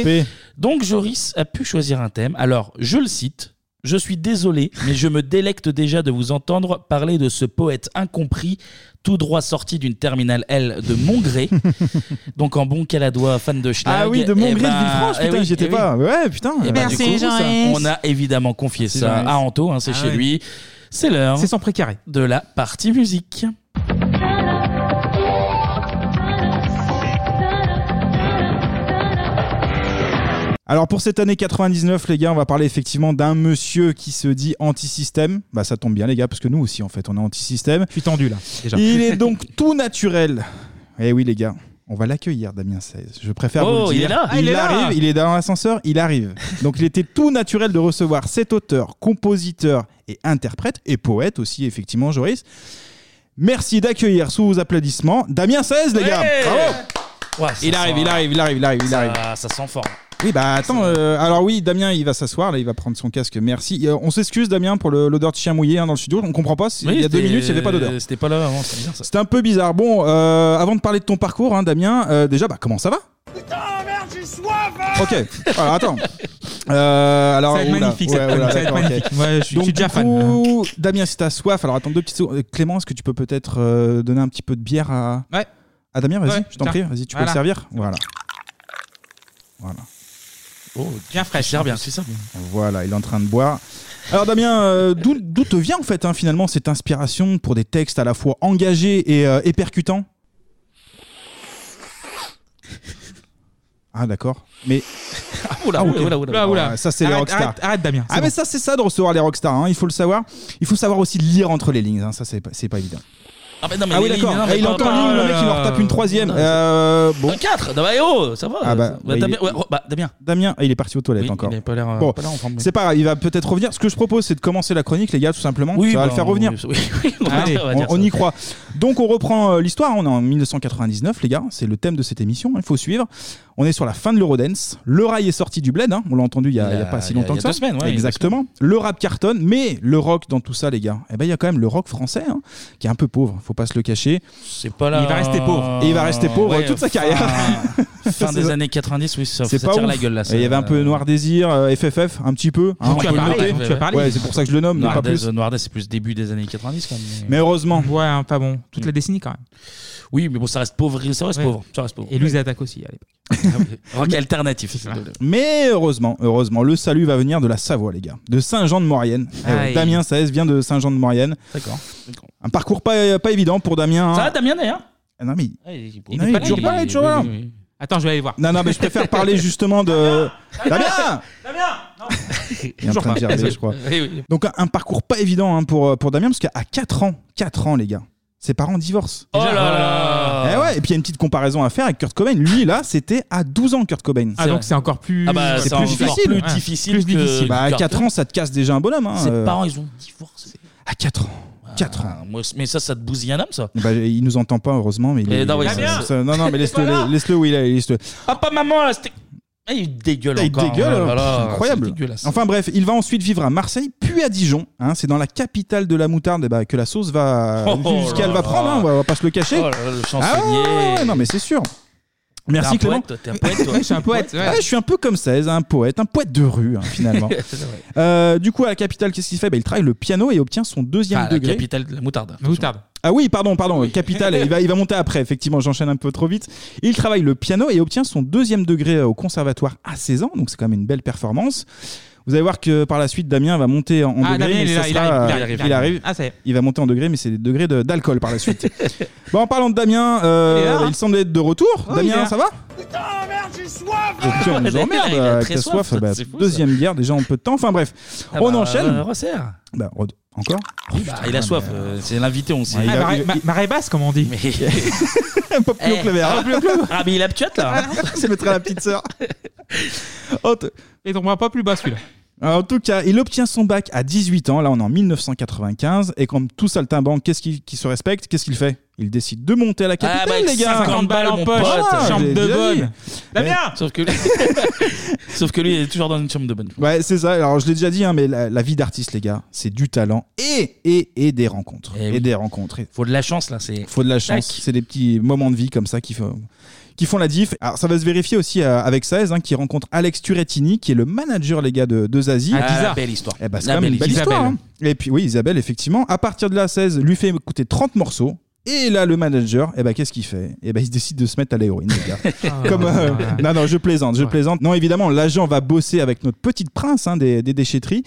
Speaker 1: Donc Joris a pu choisir un thème. Alors je le cite. Je suis désolé, mais je me délecte déjà de vous entendre parler de ce poète incompris, tout droit sorti d'une terminale L de Mongré. Donc en bon caladois, fan de Schlag.
Speaker 4: Ah oui, de
Speaker 1: eh
Speaker 4: Montgrí
Speaker 1: ben,
Speaker 4: de Villefranche,
Speaker 1: eh
Speaker 4: putain,
Speaker 1: oui,
Speaker 4: j'y étais
Speaker 1: eh oui.
Speaker 4: pas. Ouais, putain.
Speaker 1: Eh ben, du coup, ça, On a évidemment confié
Speaker 4: Merci,
Speaker 1: ça
Speaker 4: Joris.
Speaker 1: à Anto, hein, c'est
Speaker 4: Ah
Speaker 1: chez
Speaker 4: ouais.
Speaker 1: lui. C'est l'heure. C'est
Speaker 8: son précaré.
Speaker 1: De la partie musique.
Speaker 4: Alors pour cette année 99, les gars, on va parler effectivement d'un monsieur qui se dit anti-système. Bah ça tombe bien, les gars, parce que nous aussi, en fait, on est anti-système. Je suis tendu là.
Speaker 8: déjà.
Speaker 4: Il est donc tout naturel. Eh oui, les gars. On va l'accueillir, Damien 16. Je préfère
Speaker 1: Oh,
Speaker 4: vous le
Speaker 1: il
Speaker 4: dire.
Speaker 1: est là Ah,
Speaker 4: il,
Speaker 1: il est là
Speaker 4: arrive, il est dans l'ascenseur, il arrive. Donc il était tout naturel de recevoir cet auteur, compositeur et interprète, et poète aussi, effectivement, Joris. Merci d'accueillir sous vos applaudissements Damien 16, les gars. Bravo
Speaker 1: Ouais, ça
Speaker 4: il arrive,
Speaker 1: sent-
Speaker 4: il arrive, il arrive, il arrive, il
Speaker 1: ça-
Speaker 4: arrive.
Speaker 1: Ça sent fort.
Speaker 4: Oui, bah attends, euh, alors oui, Damien, il va s'asseoir, là, il va prendre son casque, merci. Euh, on s'excuse, Damien, pour le- l'odeur de chien mouillé hein, dans le studio, on comprend pas, c'est- il y a deux
Speaker 1: c'était-
Speaker 4: minutes, il n'y avait pas d'odeur.
Speaker 1: C'était pas là avant, c'est bizarre ça.
Speaker 4: C'était un peu bizarre. Bon, euh, avant de parler de ton parcours, hein, Damien, euh, déjà, bah comment ça va
Speaker 10: Putain, merde, j'ai soif hein.
Speaker 4: Ok, alors attends. Euh, alors,
Speaker 8: Ça va être
Speaker 4: oula,
Speaker 8: magnifique, cette
Speaker 4: ouais, oula,
Speaker 8: chronique, ça va être
Speaker 4: d'accord,
Speaker 8: magnifique.
Speaker 4: ok.
Speaker 8: Ouais, je suis-
Speaker 4: Donc,
Speaker 8: je suis déjà hein.
Speaker 4: du coup, Damien, si t'as soif, alors attends deux petites secondes. Euh, Clément, est-ce que tu peux peut-être euh, donner un petit peu de bière à,
Speaker 8: Ouais.
Speaker 4: à Damien Vas-y,
Speaker 8: Ouais,
Speaker 4: je t'en
Speaker 8: tiens.
Speaker 4: prie, vas-y, tu peux le
Speaker 8: Voilà.
Speaker 4: servir Voilà. Voilà.
Speaker 1: Oh, bien fraîche. Sert bien, tu sers bien.
Speaker 4: Voilà, il est en train de boire. Alors Damien, euh, d'où d'où te vient en fait hein, finalement cette inspiration pour des textes à la fois engagés et, euh, et percutants Ah d'accord, mais...
Speaker 1: Ah, oula,
Speaker 4: ok.
Speaker 1: oula, oula, oula.
Speaker 4: Ouais, Ça c'est les
Speaker 1: Arrête,
Speaker 4: rockstars.
Speaker 1: arrête, arrête, Damien, c'est
Speaker 4: Ah mais
Speaker 1: bon.
Speaker 4: ça c'est ça de recevoir les rockstars, hein, il faut le savoir. Il faut savoir aussi lire entre les lignes, hein, ça c'est pas, c'est pas évident.
Speaker 1: Ah, bah non, mais
Speaker 4: ah oui
Speaker 1: les lignes,
Speaker 4: d'accord,
Speaker 1: non,
Speaker 4: Ah,
Speaker 1: mais
Speaker 4: il
Speaker 1: pas-
Speaker 4: entend
Speaker 1: pas-
Speaker 4: ligne, le mec il en
Speaker 1: euh,
Speaker 4: retape une troisième.
Speaker 1: non,
Speaker 4: Euh, bon.
Speaker 1: Un 4 Non, bah, eh oh, ça va.
Speaker 4: Ah bah,
Speaker 1: ça-
Speaker 4: bah,
Speaker 1: Damien,
Speaker 4: il est-
Speaker 1: ouais, oh, bah, Damien.
Speaker 4: Damien, Ah, il est parti aux toilettes
Speaker 1: Oui,
Speaker 4: encore.
Speaker 1: il est pas l'air, euh,
Speaker 4: Bon,
Speaker 1: pas l'air en forme, mais-
Speaker 4: c'est pas grave, il va peut-être revenir. Ce que je propose, c'est de commencer la chronique, les gars, tout simplement.
Speaker 1: Oui,
Speaker 4: ça va
Speaker 1: bah,
Speaker 4: le faire
Speaker 1: on-
Speaker 4: revenir.
Speaker 1: oui, oui, on va
Speaker 4: Allez,
Speaker 1: dire, on va dire
Speaker 4: on, on
Speaker 1: ça.
Speaker 4: y croit. Donc, on reprend euh, l'histoire. On est en 1999, les gars. C'est le thème de cette émission. Il faut suivre. On est sur la fin de l'Eurodance. Le rail est sorti du bled. hein. On l'a entendu il y a,
Speaker 1: Il y a-
Speaker 4: il y a pas si
Speaker 1: il y a-
Speaker 4: longtemps
Speaker 1: il y
Speaker 4: que
Speaker 1: a
Speaker 4: ça.
Speaker 1: deux semaines, ouais, il y a deux
Speaker 4: Exactement. Le rap cartonne, mais le rock dans tout ça, les gars. Eh ben, il y a quand même le rock français hein, qui est un peu pauvre. Faut pas se le cacher.
Speaker 1: C'est pas là.
Speaker 4: Il va rester pauvre. Et il va rester pauvre toute sa
Speaker 1: fin- Fin
Speaker 4: C'est
Speaker 1: des
Speaker 4: ça.
Speaker 1: années 90, oui, ça,
Speaker 4: C'est
Speaker 1: ça
Speaker 4: pas
Speaker 1: tire
Speaker 4: ouf.
Speaker 1: la gueule là.
Speaker 4: Et Il y avait un peu Noir Désir, euh, FFF, un petit peu. hein, on peut le noter. Ouais, c'est pour ça que je le nomme, mais pas plus.
Speaker 1: Noirdes, euh, c'est plus début des années 90 quand même. mais-
Speaker 4: Mais heureusement.
Speaker 8: Ouais, hein, pas bon. Toute la décennie quand même.
Speaker 1: Oui, mais bon, ça reste pauvre. Ça reste
Speaker 8: Ouais.
Speaker 1: pauvre. Ça reste pauvre. Ah
Speaker 8: Et Louise attaque aussi à l'époque.
Speaker 1: Rock alternatif. c'est ça.
Speaker 4: Mais heureusement, heureusement, le salut va venir de la Savoie, les gars. De Saint-Jean-de-Maurienne. Eh ouais,
Speaker 1: Aïe.
Speaker 4: Damien Saez vient de Saint-Jean-de-Maurienne.
Speaker 1: D'accord.
Speaker 4: Un parcours pas, pas évident pour Damien. hein.
Speaker 1: Ça va, Damien d'ailleurs
Speaker 4: Ah Non, mais il-
Speaker 1: Ah, il-
Speaker 4: non, il est toujours pas, il est toujours là.
Speaker 8: Attends, je vais aller voir.
Speaker 4: Non, non, mais je préfère parler justement de. Damien Il est en
Speaker 8: Toujours
Speaker 4: train de
Speaker 8: pas.
Speaker 4: gerber, je crois.
Speaker 1: Oui, oui.
Speaker 4: Donc, un, un parcours pas évident hein, pour, pour Damien, parce qu'à 4 ans, 4 ans, les gars, ses parents divorcent.
Speaker 1: Oh là là
Speaker 4: Eh ouais, et puis il y a une petite comparaison à faire avec Kurt Cobain. Lui, là, c'était à 12 ans, Kurt Cobain.
Speaker 8: Ah, donc c'est encore plus.
Speaker 1: Ah bah, c'est
Speaker 4: c'est plus
Speaker 1: encore
Speaker 4: difficile.
Speaker 1: plus
Speaker 4: Ouais.
Speaker 1: difficile
Speaker 4: Plus
Speaker 1: que
Speaker 4: difficile. Bah, à
Speaker 1: Kurt
Speaker 4: 4 ans, ça te casse déjà un bonhomme. Hein.
Speaker 1: Ses
Speaker 4: Euh,
Speaker 1: parents, ils ont divorcé. Ah,
Speaker 4: À 4 ans. 4 ans.
Speaker 1: Moi, Mais ça, ça te bousille un homme, ça
Speaker 4: Bah, il nous entend pas, heureusement. Mais il
Speaker 1: Et
Speaker 4: est-
Speaker 1: Eh, non, oui,
Speaker 4: ça-
Speaker 1: Damien
Speaker 4: ça- non, non, mais laisse-le
Speaker 1: Voilà.
Speaker 4: laisse où il est. laisse-le.
Speaker 1: Papa, Ah, maman, là, c'était. Eh, il dégueule
Speaker 4: Ah, Il
Speaker 1: encore.
Speaker 4: dégueule,
Speaker 1: Oh là
Speaker 4: alors,
Speaker 1: là,
Speaker 4: pff,
Speaker 1: c'est
Speaker 4: incroyable.
Speaker 1: dégueulasse.
Speaker 4: Enfin bref, il va ensuite vivre à Marseille, puis puis à Dijon. hein, c'est dans la capitale de la moutarde eh ben, que la sauce va
Speaker 1: Oh
Speaker 4: jusqu'à elle
Speaker 1: là
Speaker 4: va prendre.
Speaker 1: là.
Speaker 4: hein, on, va, on va pas se le cacher.
Speaker 1: Oh là là, le
Speaker 4: Ah ouais, ouais,
Speaker 1: chansonnier.
Speaker 4: ouais, non mais c'est sûr. Merci
Speaker 1: un
Speaker 4: Clément.
Speaker 1: poète, toi, t'es un poète, toi.
Speaker 4: Ouais, je suis un poète.
Speaker 1: Ouais.
Speaker 4: Ouais, je suis un peu comme 16, un poète, un poète de rue hein, finalement.
Speaker 1: C'est vrai.
Speaker 4: Euh, du coup, à la capitale, qu'est-ce qu'il fait Ben, Il travaille le piano et obtient son deuxième
Speaker 1: Ah, la
Speaker 4: degré.
Speaker 1: capitale de la moutarde.
Speaker 4: Ah oui, pardon, pardon, capitale, il va, il va monter après, effectivement, j'enchaîne un peu trop vite. Il travaille le piano et obtient son deuxième degré euh, au conservatoire à 16 ans, donc c'est quand même une belle performance. Vous allez voir que par la suite, Damien va monter en en
Speaker 8: Ah,
Speaker 4: degré.
Speaker 8: Damien,
Speaker 4: mais
Speaker 8: il est
Speaker 4: ça
Speaker 8: là, il
Speaker 4: sera,
Speaker 8: arrive, il
Speaker 4: euh,
Speaker 8: arrive,
Speaker 4: il arrive.
Speaker 8: Ah, ça y est.
Speaker 4: Il va monter en degré, mais c'est des degrés de- d'alcool par la suite. bon, en parlant de Damien, euh,
Speaker 8: Il est là, hein.
Speaker 4: il semble être de retour.
Speaker 8: Oh, il est
Speaker 4: Damien,
Speaker 8: là.
Speaker 4: ça va
Speaker 10: Putain, merde, j'ai soif
Speaker 4: Et puis on nous emmerde
Speaker 1: Il a
Speaker 4: avec
Speaker 1: très
Speaker 4: la
Speaker 1: soif,
Speaker 4: soif. bah,
Speaker 1: c'est fou, ça.
Speaker 4: deuxième guerre, déjà en peu de temps. Enfin bref,
Speaker 1: Ah
Speaker 4: on
Speaker 1: bah,
Speaker 4: enchaîne.
Speaker 1: euh, resserre.
Speaker 4: Bah, re- encore
Speaker 1: Bah, il a soif, euh, c'est l'invité, on sait.
Speaker 4: Ouais, il a- Ah, Marais-
Speaker 1: basse, comme on dit. Mais...
Speaker 4: Pop
Speaker 1: Eh,
Speaker 4: Clément.
Speaker 1: ah, ah, mais il a ptuate là.
Speaker 4: C'est mettre à la petite sœur. Et tombera pas plus bas celui-là. En tout cas, il obtient son bac à 18 ans, là on est en 1995, et comme tout saltimbanque, qu'est-ce qui, qui se respecte Qu'est-ce qu'il fait Il décide de monter à la capitale,
Speaker 8: Ah, bah, avec
Speaker 4: les gars
Speaker 8: 50 balles en poche, chambre
Speaker 4: j'ai
Speaker 8: de
Speaker 4: déjà
Speaker 8: bonne.
Speaker 4: dit.
Speaker 8: Damien
Speaker 1: Sauf que, lui... Sauf que lui, il est toujours dans une chambre de bonne.
Speaker 4: Ouais, c'est ça, alors je l'ai déjà dit, hein, mais la, la vie d'artiste, les gars, c'est du talent et, et, et des rencontres.
Speaker 8: Eh
Speaker 4: Et, des rencontres.
Speaker 1: Faut de la chance là, c'est.
Speaker 4: faut de la chance.
Speaker 1: Tac.
Speaker 4: C'est des petits moments de vie comme ça qui font, qui font la diff. Alors, ça va se vérifier aussi euh, avec Saez, hein, qui rencontre Alex Turettini, qui est le manager, les gars, de, de Zazie.
Speaker 1: Ah, Ah, bizarre. belle histoire.
Speaker 4: Eh ben, c'est
Speaker 1: La
Speaker 4: quand même
Speaker 1: belle
Speaker 4: une belle
Speaker 1: histoire.
Speaker 4: histoire. hein. Et puis, oui, Isabelle, effectivement. À partir de là, Saez lui fait écouter 30 morceaux. Et là, le manager, eh ben, qu'est-ce qu'il fait Eh ben, il décide de se mettre à l'héroïne, les gars. Comme, euh, Non, non, je plaisante, je plaisante. Non, évidemment, l'agent va bosser avec notre petite prince hein, des, des déchetteries.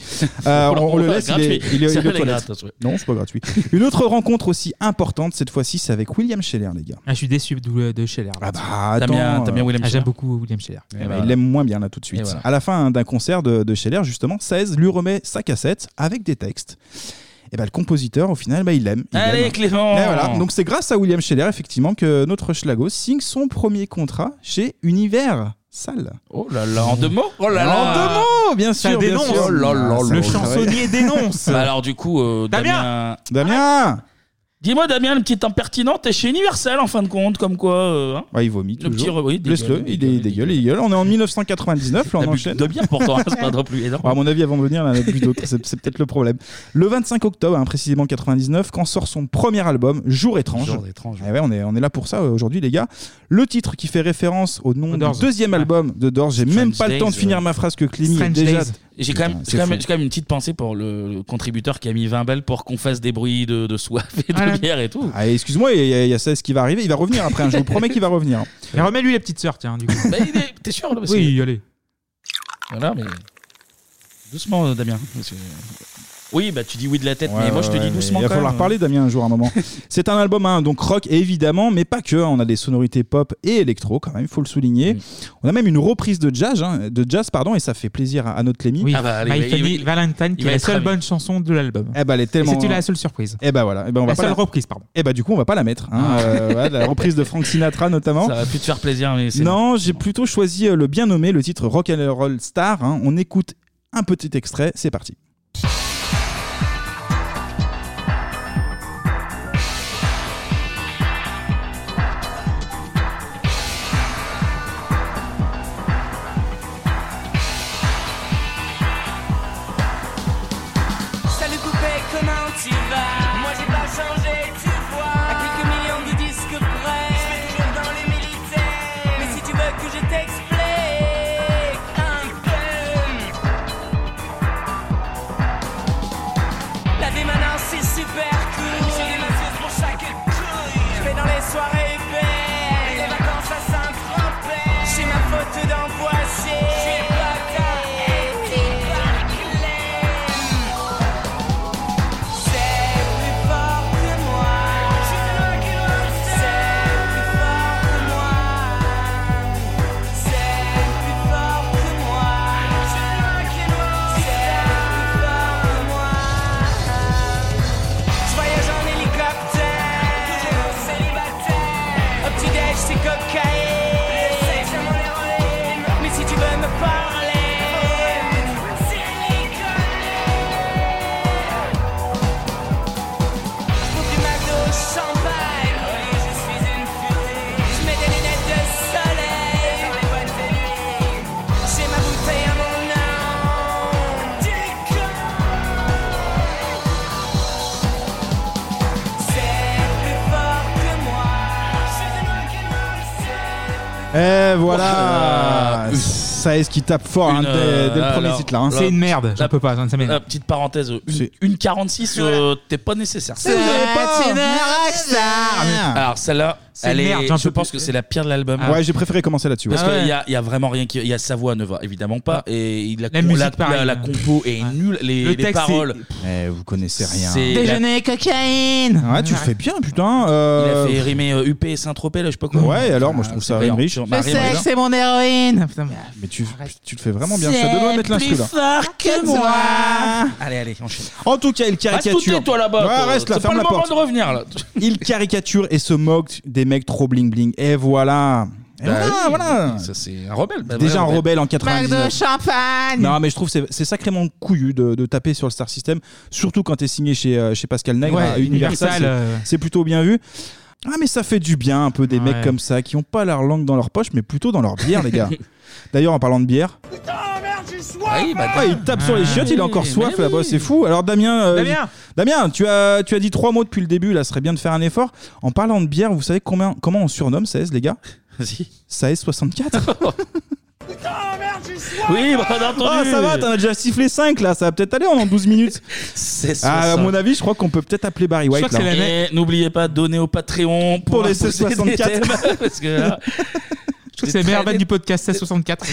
Speaker 4: Euh, on, on le laisse, il est,
Speaker 1: Gratuit.
Speaker 4: il est- il est
Speaker 1: Ça,
Speaker 4: aux
Speaker 1: elle est
Speaker 4: toilettes.
Speaker 1: gratos, ouais.
Speaker 4: Non, c'est pas gratuit. Une autre rencontre aussi importante, cette fois-ci, c'est avec William Scheller, les gars.
Speaker 8: Ah, je suis déçu de, de Scheller.
Speaker 4: Ah bah, attends, euh,
Speaker 8: Ah, J'aime beaucoup William Scheller. bah,
Speaker 4: Eh ben, Il l'aime moins bien là tout de
Speaker 8: Et
Speaker 4: suite.
Speaker 8: voilà.
Speaker 4: À la fin hein, d'un concert de, de Scheller, justement, 16 lui remet sa cassette avec des textes. Et ben le compositeur, au final, bah, il l'aime. Il
Speaker 1: Allez,
Speaker 4: l'aime.
Speaker 1: Clément
Speaker 4: Et voilà. Donc c'est grâce à William Scheller, effectivement, que notre Schlago signe son premier contrat chez Univers Salle.
Speaker 1: Oh là là, en deux mots Oh là
Speaker 4: En
Speaker 1: là
Speaker 4: deux mots, bien
Speaker 1: Ça
Speaker 4: sûr. bien
Speaker 1: dénonce.
Speaker 4: sûr.
Speaker 1: Oh là là
Speaker 4: Ah,
Speaker 1: là
Speaker 4: le
Speaker 1: là.
Speaker 4: chansonnier dénonce.
Speaker 1: Bah alors, du coup, euh, Damien.
Speaker 4: Damien
Speaker 1: Dis-moi, Damien, le petit impertinent, t'es chez Universal en fin de compte, comme quoi. euh, hein
Speaker 4: Ouais, Ah, il vomit
Speaker 1: Le
Speaker 4: toujours.
Speaker 1: petit re- oui, dégueule,
Speaker 4: Laisse-le, il est- il dégueule, il dégueule. On est en 1999, là,
Speaker 1: T'as
Speaker 4: on
Speaker 1: bu
Speaker 4: enchaîne. Ah,
Speaker 1: deux bières pourtant, hein, c'est pas non plus énorme.
Speaker 4: À mon avis, avant de venir, il en a bu d'autres, c'est c'est peut-être le problème. Le 25 octobre, hein, précisément 99, quand sort son premier album, Jour étrange.
Speaker 1: Jour étrange.
Speaker 4: Eh ouais, on, est, on est là pour ça euh, aujourd'hui, les gars. Le titre qui fait référence au nom
Speaker 1: Doors. Ah.
Speaker 4: du deuxième album de Doors, j'ai même pas le
Speaker 1: Days,
Speaker 4: temps de finir
Speaker 1: ouais.
Speaker 4: ma phrase que Clémy est déjà.
Speaker 1: Et J'ai quand, même-
Speaker 4: Putain,
Speaker 1: j'ai quand,
Speaker 4: c'est
Speaker 1: même-
Speaker 4: fou.
Speaker 1: j'ai quand même une petite pensée pour le, le contributeur qui a mis 20 balles pour qu'on fasse des bruits de, de soif et de bière et tout.
Speaker 4: Ah, excuse-moi, il y a- il y, a 16 qui va arriver, il va revenir après, hein, je vous promets qu'il va revenir.
Speaker 8: Mais remets-lui les petites sœurs, tiens, du coup.
Speaker 1: T'es sûr là, Ah, parce
Speaker 8: Oui,
Speaker 1: que-
Speaker 8: allez.
Speaker 1: Voilà, mais. Doucement, euh, Damien. parce que- Oui, bah tu dis oui de la tête,
Speaker 4: Ouais,
Speaker 1: mais moi je te
Speaker 4: ouais,
Speaker 1: dis
Speaker 4: mais
Speaker 1: doucement.
Speaker 4: Il va
Speaker 1: quand
Speaker 4: falloir
Speaker 1: même.
Speaker 4: parler, Damien, un jour, un moment. c'est un album, hein, donc rock évidemment, mais pas que. On a des sonorités pop et électro quand même, il faut le souligner. On a même une reprise de jazz, hein, de jazz pardon, et ça fait plaisir à, à notre Lémi.
Speaker 8: Oui.
Speaker 1: Ah bah,
Speaker 8: Bah, My Funny Valentine, qui est la seule bonne chanson de l'album.
Speaker 4: Eh ben, elle est tellement.
Speaker 8: Et c'était la seule surprise.
Speaker 4: Eh ben voilà. Eh ben, on va
Speaker 8: La
Speaker 4: pas
Speaker 8: seule reprise, pardon.
Speaker 4: Eh ben du coup, on va pas la mettre. hein.
Speaker 1: Ah.
Speaker 4: Euh, voilà, la reprise de Frank Sinatra notamment.
Speaker 1: Ça va plus te faire plaisir, mais c'est.
Speaker 4: Non, j'ai plutôt choisi euh, le bien nommé, le titre Rock and Roll Star. hein. On écoute un petit extrait, c'est parti.
Speaker 10: Salut coupé, comment tu vas Moi j'ai pas changé, tu vois. À quelques millions de disques près, je suis toujours dans les militaires. Mais si tu veux que je t'explique un peu. La démanence c'est super cool. J'ai des masseuses pour chaque couille. Je vais dans les soirées belles. Et les vacances à Saint-Tropez. J'ai ma photo d'emboissé. Je suis bata et t'es pas clair. C'est
Speaker 4: Eh voilà Ça est ce qui tape fort hein,
Speaker 1: Une,
Speaker 4: dès,
Speaker 1: euh,
Speaker 4: dès le premier
Speaker 1: alors,
Speaker 4: titre là. hein.
Speaker 1: la- la-
Speaker 4: peux pas, ça
Speaker 1: La petite parenthèse, une,
Speaker 4: C'est-
Speaker 1: une 46, euh, t'es pas nécessaire.
Speaker 4: C'est pas une rockstar.
Speaker 1: Alors celle-là,
Speaker 4: C'est
Speaker 1: elle
Speaker 4: une
Speaker 1: est-
Speaker 4: merde, j'en
Speaker 1: je
Speaker 4: peux
Speaker 1: pense que c'est la pire de l'album.
Speaker 4: Ouais, j'ai préféré commencer là-dessus.
Speaker 1: Parce
Speaker 4: ouais. Ah.
Speaker 1: qu'il y, a, y a vraiment rien qui. Il y a sa voix ne va évidemment pas. Et il la,
Speaker 4: La
Speaker 1: la-
Speaker 4: musique,
Speaker 1: la-
Speaker 4: pareil.
Speaker 1: la compo est nulle. Les,
Speaker 4: Le
Speaker 1: les
Speaker 4: texte, c'est-
Speaker 1: paroles.
Speaker 4: Eh, vous connaissez rien.
Speaker 1: C'est la-
Speaker 4: cocaïne Ouais, tu le fais bien, putain.
Speaker 1: Il a
Speaker 4: euh,
Speaker 1: fait rimer euh, UP et Saint-Tropez, là, je sais pas quoi.
Speaker 4: Ouais, alors moi je trouve ça
Speaker 1: brillant.
Speaker 4: rime riche.
Speaker 1: Le sexe,
Speaker 4: c'est
Speaker 8: mon héroïne. Putain,
Speaker 4: Mais tu, tu le fais vraiment bien. Je te demande de mettre l'instru là.
Speaker 1: fort
Speaker 8: que
Speaker 1: moi. Allez, allez, enchaîne.
Speaker 4: En tout cas, il
Speaker 1: Reste
Speaker 4: caricature.
Speaker 1: tout toi là-bas.
Speaker 4: Ouais,
Speaker 1: toi.
Speaker 4: reste là,
Speaker 1: C'est pas
Speaker 4: ferme
Speaker 1: le
Speaker 4: la
Speaker 1: moment
Speaker 4: porte.
Speaker 1: de revenir là.
Speaker 4: Il caricature et se moque des mecs trop bling bling. Et voilà. Et
Speaker 1: Bah
Speaker 4: voilà,
Speaker 1: oui,
Speaker 4: voilà.
Speaker 1: Ça, c'est un rebelle. bah,
Speaker 4: Déjà un
Speaker 1: voilà,
Speaker 4: rebelle en 99.
Speaker 8: champagne
Speaker 4: Non, mais je trouve que c'est- c'est sacrément couillu de, de taper sur le Star System, surtout quand t'es signé chez, euh, chez Pascal Nègre
Speaker 8: Ouais,
Speaker 4: à Universal.
Speaker 8: Universal,
Speaker 4: c'est-
Speaker 8: euh.
Speaker 4: C'est plutôt bien vu. Ah, mais ça fait du bien un peu des mecs comme ça qui ont pas leur langue dans leur poche, mais plutôt dans leur bière, les gars. D'ailleurs, en parlant de bière,
Speaker 1: Ah bah,
Speaker 4: Ouais, Ah, il tape sur les chiottes, il a encore soif là-bas, c'est fou. Alors Damien, euh,
Speaker 8: Damien
Speaker 4: Damien, tu as, tu as dit trois mots depuis le début, là, ce serait bien de faire un effort. En parlant de bière, vous savez combien, comment on surnomme Saez, les gars
Speaker 1: Vas-y.
Speaker 4: Saez 64
Speaker 8: Oh,
Speaker 1: Oui, bah, on a entendu.
Speaker 4: Ah, ça va, t'en as déjà sifflé 5 là, ça va peut-être aller en 12 minutes.
Speaker 1: C'est
Speaker 4: Ah, à
Speaker 1: 60.
Speaker 4: mon avis, je crois qu'on peut peut-être appeler Barry White là.
Speaker 1: Et n'oubliez pas de donner au Patreon pour,
Speaker 4: Pour les
Speaker 1: imposer des
Speaker 4: 64.
Speaker 1: thèmes, parce que là,
Speaker 8: Je trouve que c'est la meilleure vanne du podcast 64.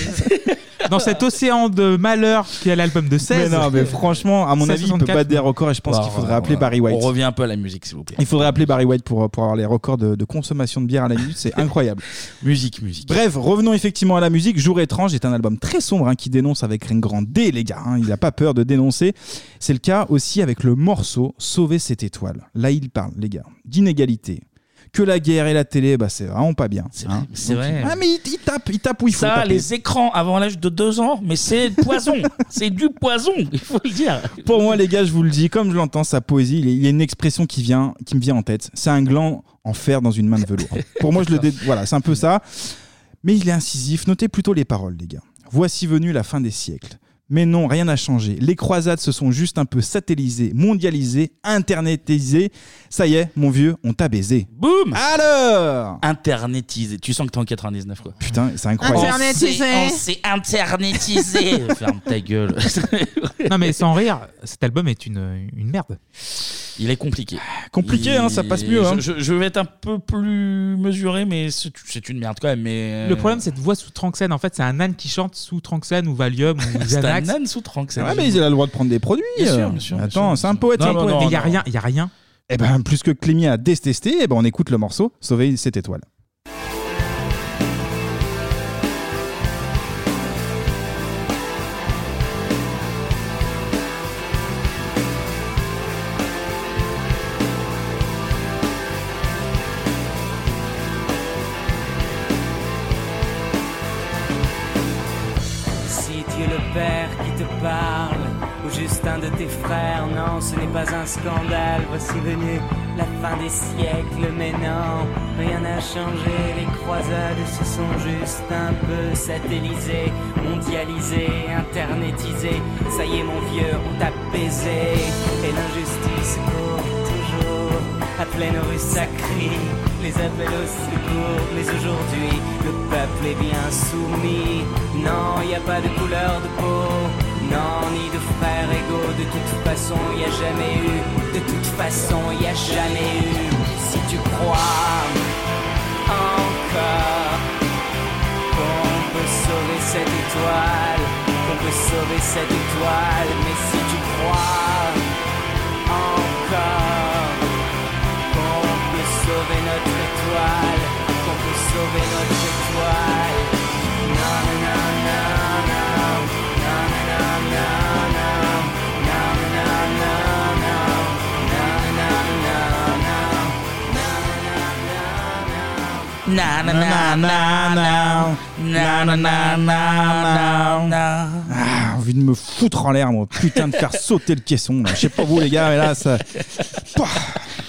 Speaker 8: Dans cet océan de malheur qui est l'album de 16.
Speaker 4: Mais non, mais franchement, à mon avis, il peut battre des records et je
Speaker 1: Bah,
Speaker 4: pense qu'il faudrait appeler Barry
Speaker 1: on
Speaker 4: White.
Speaker 1: revient un peu à la musique, s'il vous plaît.
Speaker 4: Il faudrait appeler Barry White pour, euh, pour avoir les records de, de consommation de bière à la minute, c'est incroyable.
Speaker 1: musique, musique.
Speaker 4: Bref, revenons effectivement à la musique. Jour étrange est un album très sombre hein, qui dénonce avec un grand D, les gars. hein. Il n'a pas peur de dénoncer. C'est le cas aussi avec le morceau Sauver cette étoile. Là, il parle, les gars, d'inégalité. Que la guerre et la télé, bah, c'est vraiment pas bien. hein.
Speaker 1: C'est
Speaker 4: Donc,
Speaker 1: vrai.
Speaker 4: Ah, mais il, il tape, il tape où il faut.
Speaker 1: Ça,
Speaker 4: taper.
Speaker 1: les écrans avant l'âge de 2 ans, mais c'est poison. c'est du poison, il faut le dire.
Speaker 4: Pour moi, les gars, je vous le dis, comme je l'entends, sa poésie, il y a- il y a une expression qui, vient, qui me vient en tête. C'est un gland en fer dans une main de velours. Pour moi, je le dé- voilà, c'est un peu ça. Mais il est incisif. Notez plutôt les paroles, les gars. Voici venue la fin des siècles. Mais non, rien n'a changé. Les croisades se sont juste un peu satellisées, mondialisées, internetisées. Ça y est, mon vieux, on t'a baisé.
Speaker 1: Boum
Speaker 4: Alors
Speaker 1: Internetisé. Tu sens que t'es en 99, quoi.
Speaker 4: Putain, c'est incroyable.
Speaker 1: On s'est internetisé. Ferme ta gueule.
Speaker 8: non, mais sans rire, cet album est une, une merde.
Speaker 1: Il est compliqué.
Speaker 4: Compliqué, hein, ça passe mieux,
Speaker 1: Je-
Speaker 4: hein.
Speaker 1: Je, je vais être un peu plus mesuré, mais c'est c'est une merde quand même. Mais euh,
Speaker 8: Le problème, c'est de voix sous Tranxen. En fait, c'est un âne qui chante sous Tranxen ou Valium ou
Speaker 1: C'est
Speaker 8: Xanax.
Speaker 1: un âne sous Tranxène.
Speaker 4: Ouais, mais il a le droit de prendre des produits. euh.
Speaker 1: Bien sûr, bien sûr, bien
Speaker 4: Attends,
Speaker 1: sûr,
Speaker 4: c'est
Speaker 1: bien
Speaker 4: un
Speaker 1: sûr.
Speaker 4: poète.
Speaker 1: Non,
Speaker 4: c'est un
Speaker 1: non,
Speaker 4: poète.
Speaker 1: non,
Speaker 4: Et
Speaker 1: non.
Speaker 8: Il y a rien.
Speaker 4: Eh ben, plus que Clémy a détesté, eh ben, on écoute le morceau Sauver cette étoile.
Speaker 27: Si Dieu le Père qui te parle, ou juste un de tes frères, non, ce n'est pas un scandale. Voici venue la fin des siècles, mais non, rien n'a changé. Les croisades se sont juste un peu satellisées, mondialisées, internetisées. Ça y est, mon vieux, on t'a baisé. Et l'injustice court toujours, à pleine rue ça crie. Les appels au secours, mais aujourd'hui, le peuple est bien soumis. Non, il n'y a pas de couleur de peau, non, ni de frères égaux. De toute façon, il n'y a jamais eu, de toute façon, il n'y a jamais eu. Si tu crois encore qu'on peut sauver cette étoile, qu'on peut sauver cette étoile, mais si tu crois encore qu'on peut sauver notre étoile, qu'on peut sauver notre étoile. Non, non, non, non, non, non, non, non, non, non, non, non, non, non, non, non.
Speaker 1: Na na na na na na na na na na na.
Speaker 4: Ah, envie de me foutre en l'air, moi. Putain, de faire sauter le caisson. là. Je sais pas vous, les gars, mais là, ça. Pouah,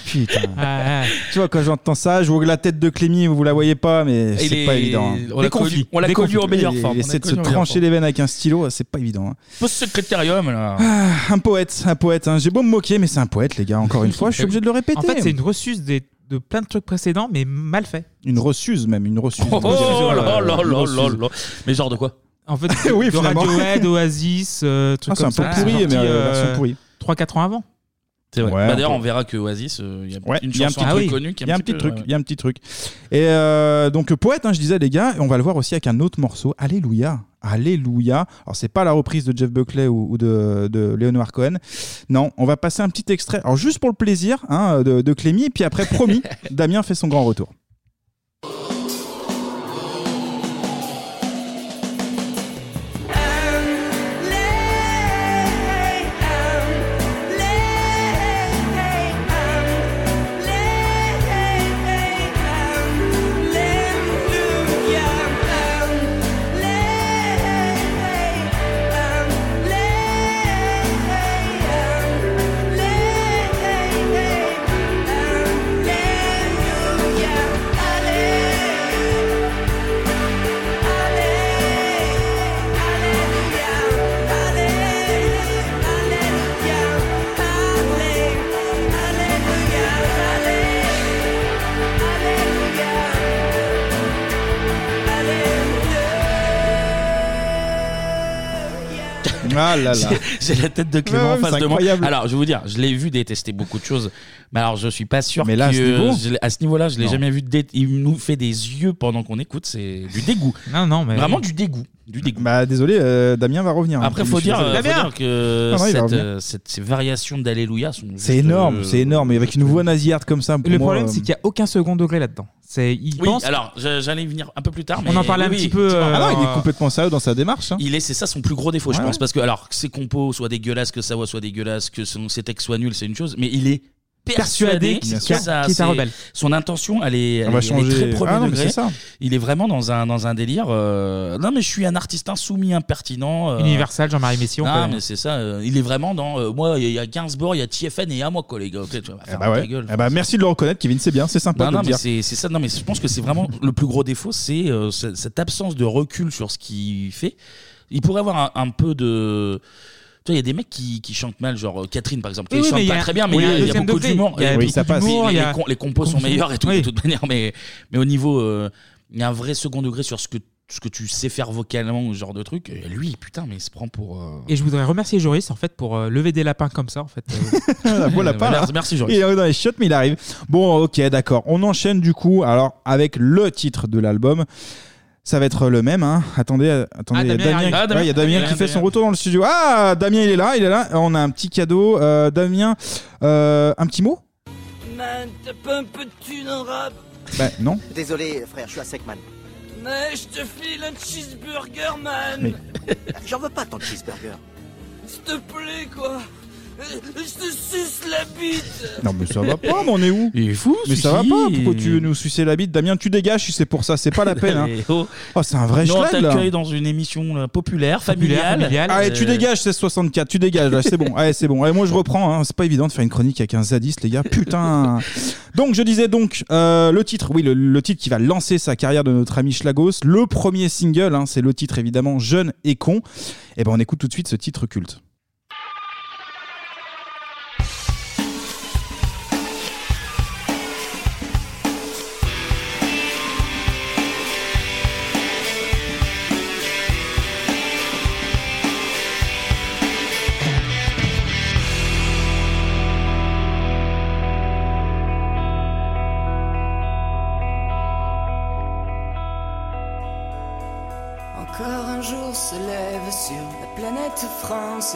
Speaker 4: Putain.
Speaker 1: Ah,
Speaker 4: Tu vois, quand j'entends ça, je vois que la tête de Clémy, vous la voyez pas, mais
Speaker 1: Il
Speaker 4: c'est
Speaker 1: est-
Speaker 4: pas évident. hein.
Speaker 1: on l'a
Speaker 4: Les conflits,
Speaker 1: connu- on l'a
Speaker 4: les
Speaker 1: connu
Speaker 4: conflits.
Speaker 1: en meilleure
Speaker 4: Il-
Speaker 1: forme.
Speaker 4: Il
Speaker 1: On l'a
Speaker 4: essaie de se
Speaker 1: connu en meilleure
Speaker 4: trancher les veines avec un stylo, c'est pas évident. hein.
Speaker 1: Post-secrétarium, là.
Speaker 4: Ah, un poète, un poète. hein. J'ai beau me moquer, mais c'est un poète, les gars. Encore une fois, je suis obligé de le répéter.
Speaker 8: En fait, c'est une ressuce des, de plein de trucs précédents, mais mal fait.
Speaker 4: Une reçuse même, une reçuse.
Speaker 1: Oh, là là là
Speaker 4: Une reçuse.
Speaker 1: là là. Mais genre de quoi
Speaker 8: En fait,
Speaker 4: Oui,
Speaker 8: de
Speaker 4: finalement.
Speaker 8: Radiohead, Oasis, euh, trucs
Speaker 4: Ah, c'est
Speaker 8: comme
Speaker 4: un
Speaker 8: ça.
Speaker 4: pot pourri, mais, euh, version pourrie.
Speaker 8: 3-4 ans avant.
Speaker 1: C'est vrai.
Speaker 4: Ouais,
Speaker 1: Bah, D'ailleurs,
Speaker 4: on
Speaker 1: on,
Speaker 4: peut-
Speaker 1: verra que Oasis, euh, il y a
Speaker 4: Ouais,
Speaker 1: une
Speaker 4: il y a un
Speaker 1: chanson
Speaker 4: petit
Speaker 1: un peu
Speaker 4: truc.
Speaker 1: connue qui
Speaker 4: Il y a un petit
Speaker 1: peu- euh,
Speaker 4: truc, il y a un petit truc. Et euh, donc poète, hein, je disais les gars, et on va le voir aussi avec un autre morceau, Alléluia. Alléluia. Alors c'est pas la reprise de Jeff Buckley ou, ou de, de Leonard Cohen. Non, on va passer un petit extrait. Alors juste pour le plaisir hein, de, de Clémy, et puis après promis, Damien fait son grand retour. Ah là là.
Speaker 1: J'ai- J'ai euh, la tête de Clément
Speaker 4: Ouais,
Speaker 1: en face
Speaker 4: c'est
Speaker 1: de moi.
Speaker 4: incroyable.
Speaker 1: Alors, je vais vous dire, je l'ai vu détester beaucoup de choses, mais alors je suis pas sûr
Speaker 4: Mais là, à
Speaker 1: que
Speaker 4: ce niveau
Speaker 1: je l'ai- à ce niveau-là, je l'ai
Speaker 4: Non.
Speaker 1: jamais vu. dé- Il nous fait des yeux pendant qu'on écoute, c'est du dégoût.
Speaker 8: non, non, mais Ah,
Speaker 1: vraiment du dégoût, du dégoût.
Speaker 4: Bah désolé, euh, Damien va revenir.
Speaker 1: Après,
Speaker 4: Je
Speaker 1: faut
Speaker 4: suis
Speaker 1: dire,
Speaker 4: désolé.
Speaker 1: euh, faut dire que
Speaker 4: Non, non, il va
Speaker 1: cette,
Speaker 4: revenir.
Speaker 1: euh, cette- ces variations d'Alléluia sont. euh,
Speaker 4: C'est énorme, c'est énorme. Et avec une voix nasillarde comme ça, pour
Speaker 8: Le
Speaker 4: moi,
Speaker 8: problème,
Speaker 4: euh,
Speaker 8: c'est qu'il n'y a aucun second degré là-dedans. C'est, il
Speaker 1: Oui,
Speaker 8: pense-
Speaker 1: alors je- j'allais y venir un peu plus tard.
Speaker 8: On
Speaker 1: mais
Speaker 8: en parlait un
Speaker 1: oui,
Speaker 8: petit
Speaker 1: oui,
Speaker 8: peu,
Speaker 1: c'est
Speaker 8: euh,
Speaker 1: marrant.
Speaker 4: Ah non, il est complètement sérieux dans sa démarche. hein.
Speaker 1: Il est, c'est ça son plus gros défaut, je
Speaker 4: Ouais,
Speaker 1: pense,
Speaker 4: ouais.
Speaker 1: parce que alors que ses compos soient dégueulasses, que sa voix soit dégueulasse, que son- ses textes soient nuls, c'est une chose, mais il est
Speaker 8: Persuadé
Speaker 1: persuadé, que
Speaker 8: qu'il-
Speaker 1: ça,
Speaker 8: qu'il est un
Speaker 1: c'est-
Speaker 8: rebelle.
Speaker 1: Son intention, elle est,
Speaker 4: On va
Speaker 1: elle est- elle est
Speaker 4: changer.
Speaker 1: très premier
Speaker 4: Ah non, mais
Speaker 1: degré.
Speaker 4: c'est ça.
Speaker 1: Il est vraiment dans un dans un délire. euh, Non, mais je suis un artiste insoumis, impertinent. euh,
Speaker 8: Universal, Jean-Marie Messi, on
Speaker 1: Ah,
Speaker 8: connaît.
Speaker 1: mais c'est ça. euh, il est vraiment dans. euh, moi, il y a 15 bords, il y a TFN et à moi, quoi, les gars. Tu vas
Speaker 4: Ah
Speaker 1: faire
Speaker 4: bah
Speaker 1: ta
Speaker 4: ouais.
Speaker 1: gueule.
Speaker 4: Ah bah merci de le reconnaître, Kevin, c'est bien, c'est sympa
Speaker 1: Non,
Speaker 4: de
Speaker 1: Bah non,
Speaker 4: le
Speaker 1: mais
Speaker 4: dire.
Speaker 1: c'est c'est ça. Non, mais je pense que c'est vraiment le plus gros défaut, c'est euh, ce- cette absence de recul sur ce qu'il fait. Il pourrait avoir un, un peu de. Tu vois, il y a des mecs qui, qui chantent mal, genre euh, Catherine par exemple, qui
Speaker 8: Oui, oui, mais
Speaker 1: chante
Speaker 8: il y
Speaker 1: pas
Speaker 8: a-
Speaker 1: très bien, mais
Speaker 8: oui,
Speaker 1: il y a-
Speaker 8: il y a
Speaker 1: il y a
Speaker 8: deuxième
Speaker 1: beaucoup
Speaker 8: degré.
Speaker 1: d'humour.
Speaker 8: Il y a
Speaker 1: beaucoup
Speaker 8: ça passe.
Speaker 1: d'humour,
Speaker 8: Il
Speaker 1: Les,
Speaker 8: y a-
Speaker 1: les com- les compos sont
Speaker 8: Oui.
Speaker 1: meilleurs et tout, de
Speaker 8: Oui.
Speaker 1: toute manière, mais, mais au niveau. euh, Il y a un vrai second degré sur ce que, ce que tu sais faire vocalement ou ce genre de truc. Et lui, putain, mais il se prend pour. euh,
Speaker 8: Et je voudrais remercier Joris en fait pour euh, lever des lapins comme ça en fait.
Speaker 4: Ah, beau lapin, là. euh,
Speaker 1: Merci- merci, Joris.
Speaker 4: Il est dans les chiottes, mais il arrive. Bon, ok, d'accord. On enchaîne du coup. Alors, avec le titre de l'album, ça va être le même. hein. Attendez, euh, attendez.
Speaker 8: Ah,
Speaker 4: il y a
Speaker 8: Damien arrive.
Speaker 4: Damien-
Speaker 8: Ah, Damien.
Speaker 4: ouais, il y a Damien
Speaker 8: Damien,
Speaker 4: qui fait
Speaker 8: Damien.
Speaker 4: son retour dans le studio. Ah, Damien, il est là, il est là. On a un petit cadeau. Euh, Damien, euh, un petit mot
Speaker 30: Man, t'as pas un peu de thune en rab
Speaker 4: Bah, non.
Speaker 30: Désolé, frère, je suis à Secman. Mais je te file un cheeseburger, man
Speaker 4: Mais-
Speaker 30: J'en veux pas ton cheeseburger. S'il te plaît, quoi Je te suce la bite
Speaker 4: Non, mais ça va pas, mais on est où
Speaker 1: Il est fou,
Speaker 4: Mais ça va
Speaker 1: celui-ci.
Speaker 4: pas. Pourquoi tu veux nous sucer la bite Damien, tu dégages si c'est pour ça. C'est pas la peine. hein.
Speaker 1: Et oh.
Speaker 4: Oh, c'est un vrai
Speaker 1: Nous, on
Speaker 4: schlag, là.
Speaker 1: t'accueille dans une émission là, populaire, familiale.
Speaker 4: Allez, tu
Speaker 1: Euh,
Speaker 4: dégages 1664, tu dégages, là, c'est bon. Allez, c'est bon. Allez, moi je reprends, hein. c'est pas évident de faire une chronique avec un zadiste, les gars. Putain. donc je disais donc euh, le titre, oui, le, le titre qui va lancer sa carrière de notre ami Schlagos, le premier single, hein, c'est le titre évidemment Jeune et con. Et ben on écoute tout de suite ce titre culte.
Speaker 27: Encore un jour se lève sur la planète France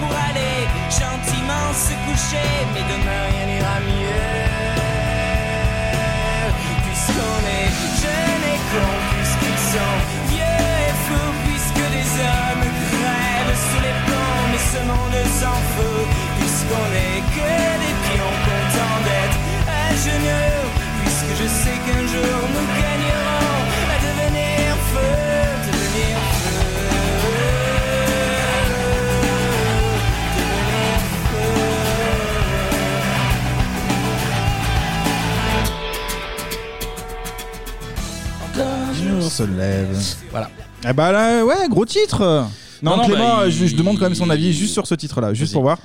Speaker 27: pour aller gentiment se coucher. Mais demain rien n'ira mieux puisqu'on est jeune et con, puisqu'ils sont vieux et fous, puisque des hommes crèvent sous les ponts, mais ce monde s'en fout, puisqu'on est que des pions contents d'être à genoux, puisque je sais qu'un jour nous gagnerons.
Speaker 4: se lève. Voilà. Eh bah là, ouais, gros titre. Non,
Speaker 1: Non, non,
Speaker 4: Clément,
Speaker 1: bah,
Speaker 4: je, je
Speaker 1: il-
Speaker 4: demande quand même son avis juste sur ce titre-là, juste pour voir.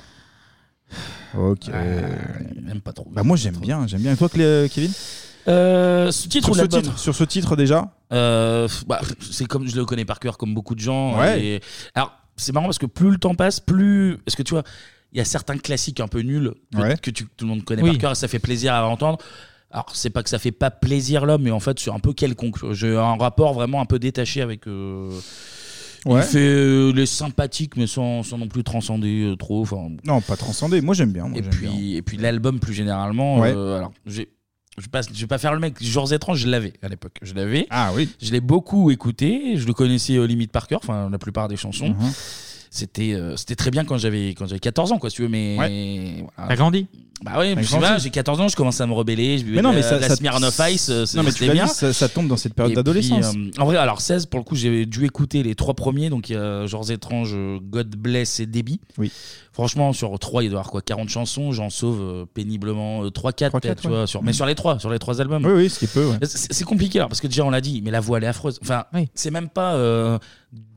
Speaker 4: Ok.
Speaker 1: Ah, pas trop.
Speaker 4: Bah moi j'aime bien, j'aime bien. Et toi, Clé- Kevin
Speaker 1: Euh, Ce titre
Speaker 4: sur
Speaker 1: ou
Speaker 4: ce
Speaker 1: l'album
Speaker 4: titre, sur ce titre déjà.
Speaker 1: Euh, bah, c'est comme je le connais par cœur, comme beaucoup de gens. hein,
Speaker 4: Ouais.
Speaker 1: Et- alors, c'est marrant parce que plus le temps passe, plus. Parce que tu vois, il y a certains classiques un peu nuls que,
Speaker 4: Ouais.
Speaker 1: que tu- tout le monde connaît
Speaker 4: Oui.
Speaker 1: par cœur et ça fait plaisir à entendre. Alors, c'est pas que ça fait pas plaisir l'homme, mais en fait, c'est un peu quelconque. J'ai un rapport vraiment un peu détaché avec. euh,
Speaker 4: Ouais.
Speaker 1: Il fait euh, les sympathiques, mais sans, sans non plus transcender euh, trop. Enfin,
Speaker 4: Non, pas transcendé. Moi j'aime bien. moi,
Speaker 1: et
Speaker 4: j'aime
Speaker 1: puis,
Speaker 4: bien.
Speaker 1: et puis l'album plus généralement.
Speaker 4: Ouais.
Speaker 1: euh, alors, j'ai- je passe- je vais pas faire le mec. Genres étranges, je l'avais à l'époque. Je l'avais. Ah oui. Je l'ai beaucoup écouté. Je le connaissais euh, limite par cœur. Enfin, la plupart des chansons.
Speaker 4: Mhm.
Speaker 1: C'était, euh, c'était très bien quand j'avais, quand j'avais 14 ans, quoi, si tu veux. Mais voilà.
Speaker 8: T'as grandi
Speaker 1: Bah oui,
Speaker 4: T'as
Speaker 1: je sais
Speaker 4: grandi.
Speaker 1: pas, j'ai 14 ans, je commence à me rebeller. Je buvais
Speaker 4: Mais non,
Speaker 1: de
Speaker 4: mais
Speaker 1: la-
Speaker 4: ça-
Speaker 1: de la
Speaker 4: ça-
Speaker 1: Smirnoff Ice, euh,
Speaker 4: Non, mais tu
Speaker 1: c'était
Speaker 4: l'as
Speaker 1: bien.
Speaker 4: dit, ça- ça tombe dans cette période
Speaker 1: Et puis,
Speaker 4: d'adolescence.
Speaker 1: euh, en vrai, alors 16, pour le coup, j'ai dû écouter les trois premiers, donc il y a Genres étranges, euh, God Bless et Débit.
Speaker 4: Oui.
Speaker 1: Franchement, sur trois, il doit y avoir quoi 40 chansons, j'en sauve euh, péniblement 3-4,
Speaker 4: quatre,
Speaker 1: peut-être, tu
Speaker 4: ouais.
Speaker 1: vois, sur, mais
Speaker 4: Mm.
Speaker 1: sur les trois, sur les trois albums.
Speaker 4: Oui, oui, ce qui peut. ouais.
Speaker 1: C'est c'est compliqué, alors, parce que déjà, on l'a dit, mais la voix, elle est affreuse. Enfin, c'est même pas euh,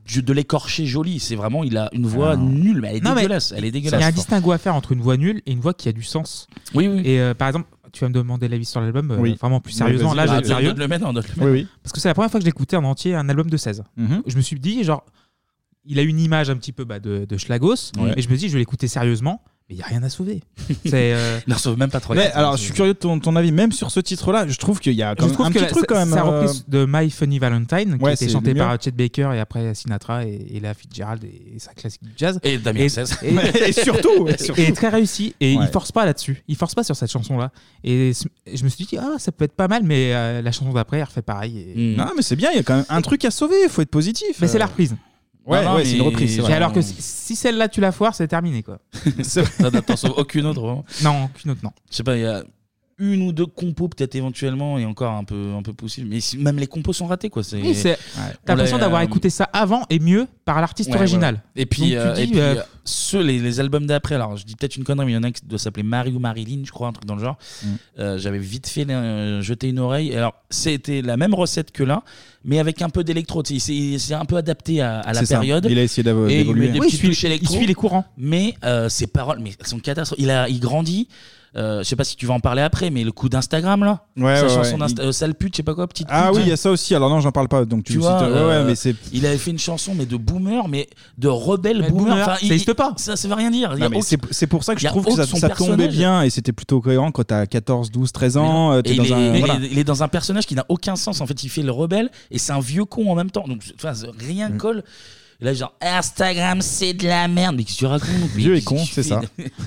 Speaker 1: du- de l'écorcher joli, c'est vraiment, il a une voix
Speaker 8: Ah.
Speaker 1: nulle, mais elle est
Speaker 8: Non, mais
Speaker 1: dégueulasse. elle est dégueulasse.
Speaker 8: Il y a un
Speaker 1: quoi.
Speaker 8: distinguo à faire entre une voix nulle et une voix qui a du sens.
Speaker 1: Oui, oui.
Speaker 8: Et euh, par exemple, tu vas me demander l'avis sur l'album, euh,
Speaker 1: Oui.
Speaker 8: vraiment plus
Speaker 1: Oui,
Speaker 8: sérieusement.
Speaker 1: vas-y,
Speaker 8: Là,
Speaker 1: bah,
Speaker 8: je vais être
Speaker 1: donne-
Speaker 8: sérieux.
Speaker 1: donne-le maintenant, donne-le maintenant. Oui, oui.
Speaker 8: Parce que c'est la première fois que j'écoutais en entier un album de 16.
Speaker 1: Mhm.
Speaker 8: Je me suis dit, genre, il a une image un petit peu bah, de, de Schlagos,
Speaker 4: Ouais.
Speaker 8: et je me dis, je vais l'écouter sérieusement, mais il n'y a rien à sauver. c'est. euh,
Speaker 1: Non, sauve même pas trois.
Speaker 4: Mais alors, je suis curieux de ton, ton avis, même sur ce titre-là, je trouve qu'il y a quand
Speaker 8: je
Speaker 4: même
Speaker 8: trouve
Speaker 4: un
Speaker 8: que
Speaker 4: petit
Speaker 8: la-
Speaker 4: truc quand même.
Speaker 8: sa
Speaker 4: euh,
Speaker 8: reprise de My Funny Valentine, qui
Speaker 4: Ouais,
Speaker 8: a été
Speaker 4: c'est
Speaker 8: chantée
Speaker 4: le
Speaker 8: par
Speaker 4: mieux.
Speaker 8: Chet Baker et après Sinatra et, et la Fitzgerald et sa classique du jazz.
Speaker 1: Et Damien
Speaker 8: et,
Speaker 1: Cesse.
Speaker 4: Et surtout, et surtout.
Speaker 8: Et très réussi. Et
Speaker 4: Ouais.
Speaker 8: il force pas là-dessus. Il force pas sur cette chanson-là. Et s- et je me suis dit, ah, ça peut être pas mal, mais euh, la chanson d'après, elle refait pareil.
Speaker 1: Hmm.
Speaker 8: et-
Speaker 4: Non, mais c'est bien, il y a quand même un truc à sauver, il faut être positif.
Speaker 8: Mais c'est
Speaker 4: Euh,
Speaker 8: la reprise.
Speaker 4: Ouais, ouais, c'est une reprise. c'est vrai.
Speaker 8: Et alors que si, si celle-là, tu la foires, c'est terminé, quoi.
Speaker 1: T'en- T'en sauves aucune autre, vraiment
Speaker 8: Non, aucune autre, non.
Speaker 1: Je sais pas, il y a une ou deux compos peut-être éventuellement et encore un peu un peu possible mais si- même les compos sont ratés quoi c'est
Speaker 8: Oui, c'est-
Speaker 1: Ouais. Oh
Speaker 8: T'as l'impression
Speaker 1: On l'a- euh,
Speaker 8: d'avoir écouté ça avant et mieux par l'artiste
Speaker 1: Ouais,
Speaker 8: original.
Speaker 1: ouais. Et puis,
Speaker 8: Donc tu
Speaker 1: euh, et
Speaker 8: dis,
Speaker 1: puis,
Speaker 8: euh,
Speaker 1: euh, ceux, les, les albums d'après, alors je dis peut-être une connerie, mais il y en a un qui doit s'appeler Marie ou Marilyn, je crois, un truc dans le genre.
Speaker 4: Mm.
Speaker 1: Euh, J'avais vite fait euh, jeter une oreille. Et Alors, c'était la même recette que là, mais avec un peu d'électro. tu sais, C'est c'est un peu adapté à, à la
Speaker 4: C'est ça.
Speaker 1: période.
Speaker 4: Il a essayé d'avo-
Speaker 1: Et il
Speaker 4: d'évoluer.
Speaker 1: met des
Speaker 4: Oui, il
Speaker 1: petites
Speaker 4: suit-
Speaker 1: touches
Speaker 4: il
Speaker 1: électro.
Speaker 4: suit les
Speaker 8: courants.
Speaker 1: Mais euh, ses paroles, mais elles sont catastrophes. Il, a, il grandit. Euh, je sais pas si tu vas en parler après, mais le coup d'Instagram là,
Speaker 4: Ouais,
Speaker 1: sa
Speaker 4: ouais,
Speaker 1: chanson
Speaker 4: ouais.
Speaker 1: d'Insta- euh, sale pute, je sais pas quoi, petite
Speaker 4: Ah
Speaker 1: pute.
Speaker 4: oui, il y a ça aussi. Alors non, j'en parle pas. Donc tu,
Speaker 1: Tu
Speaker 4: me
Speaker 1: vois,
Speaker 4: cites- ouais, ouais,
Speaker 1: euh,
Speaker 4: mais c'est.
Speaker 1: il avait fait une chanson, mais de boomer, mais de rebelle
Speaker 4: Mais
Speaker 1: boomer.
Speaker 4: boomer,
Speaker 1: Enfin,
Speaker 4: ça
Speaker 1: il-
Speaker 4: existe
Speaker 1: il- Ça, ça veut rien dire. Il y a
Speaker 4: Non, mais
Speaker 1: aucun-
Speaker 4: c'est c'est pour ça que
Speaker 1: il y
Speaker 4: je
Speaker 1: a
Speaker 4: trouve que ça,
Speaker 1: aucun
Speaker 4: ça tombait
Speaker 1: personnage.
Speaker 4: bien et c'était plutôt cohérent quand t'as 14, 12, 13 ans. euh,
Speaker 1: Et
Speaker 4: T'es
Speaker 1: il,
Speaker 4: dans
Speaker 1: est,
Speaker 4: un.
Speaker 1: il est-
Speaker 4: voilà.
Speaker 1: il est dans un personnage qui n'a aucun sens. En fait, il fait le rebelle et c'est un vieux con en même temps. Donc, enfin, rien
Speaker 4: Mm.
Speaker 1: colle. Et là, genre, Instagram, c'est de la merde. Mais qu'est-ce que tu racontes mais
Speaker 8: Vieux et
Speaker 1: qu'est-ce
Speaker 8: con,
Speaker 1: que tu
Speaker 8: c'est
Speaker 1: fais
Speaker 8: ça.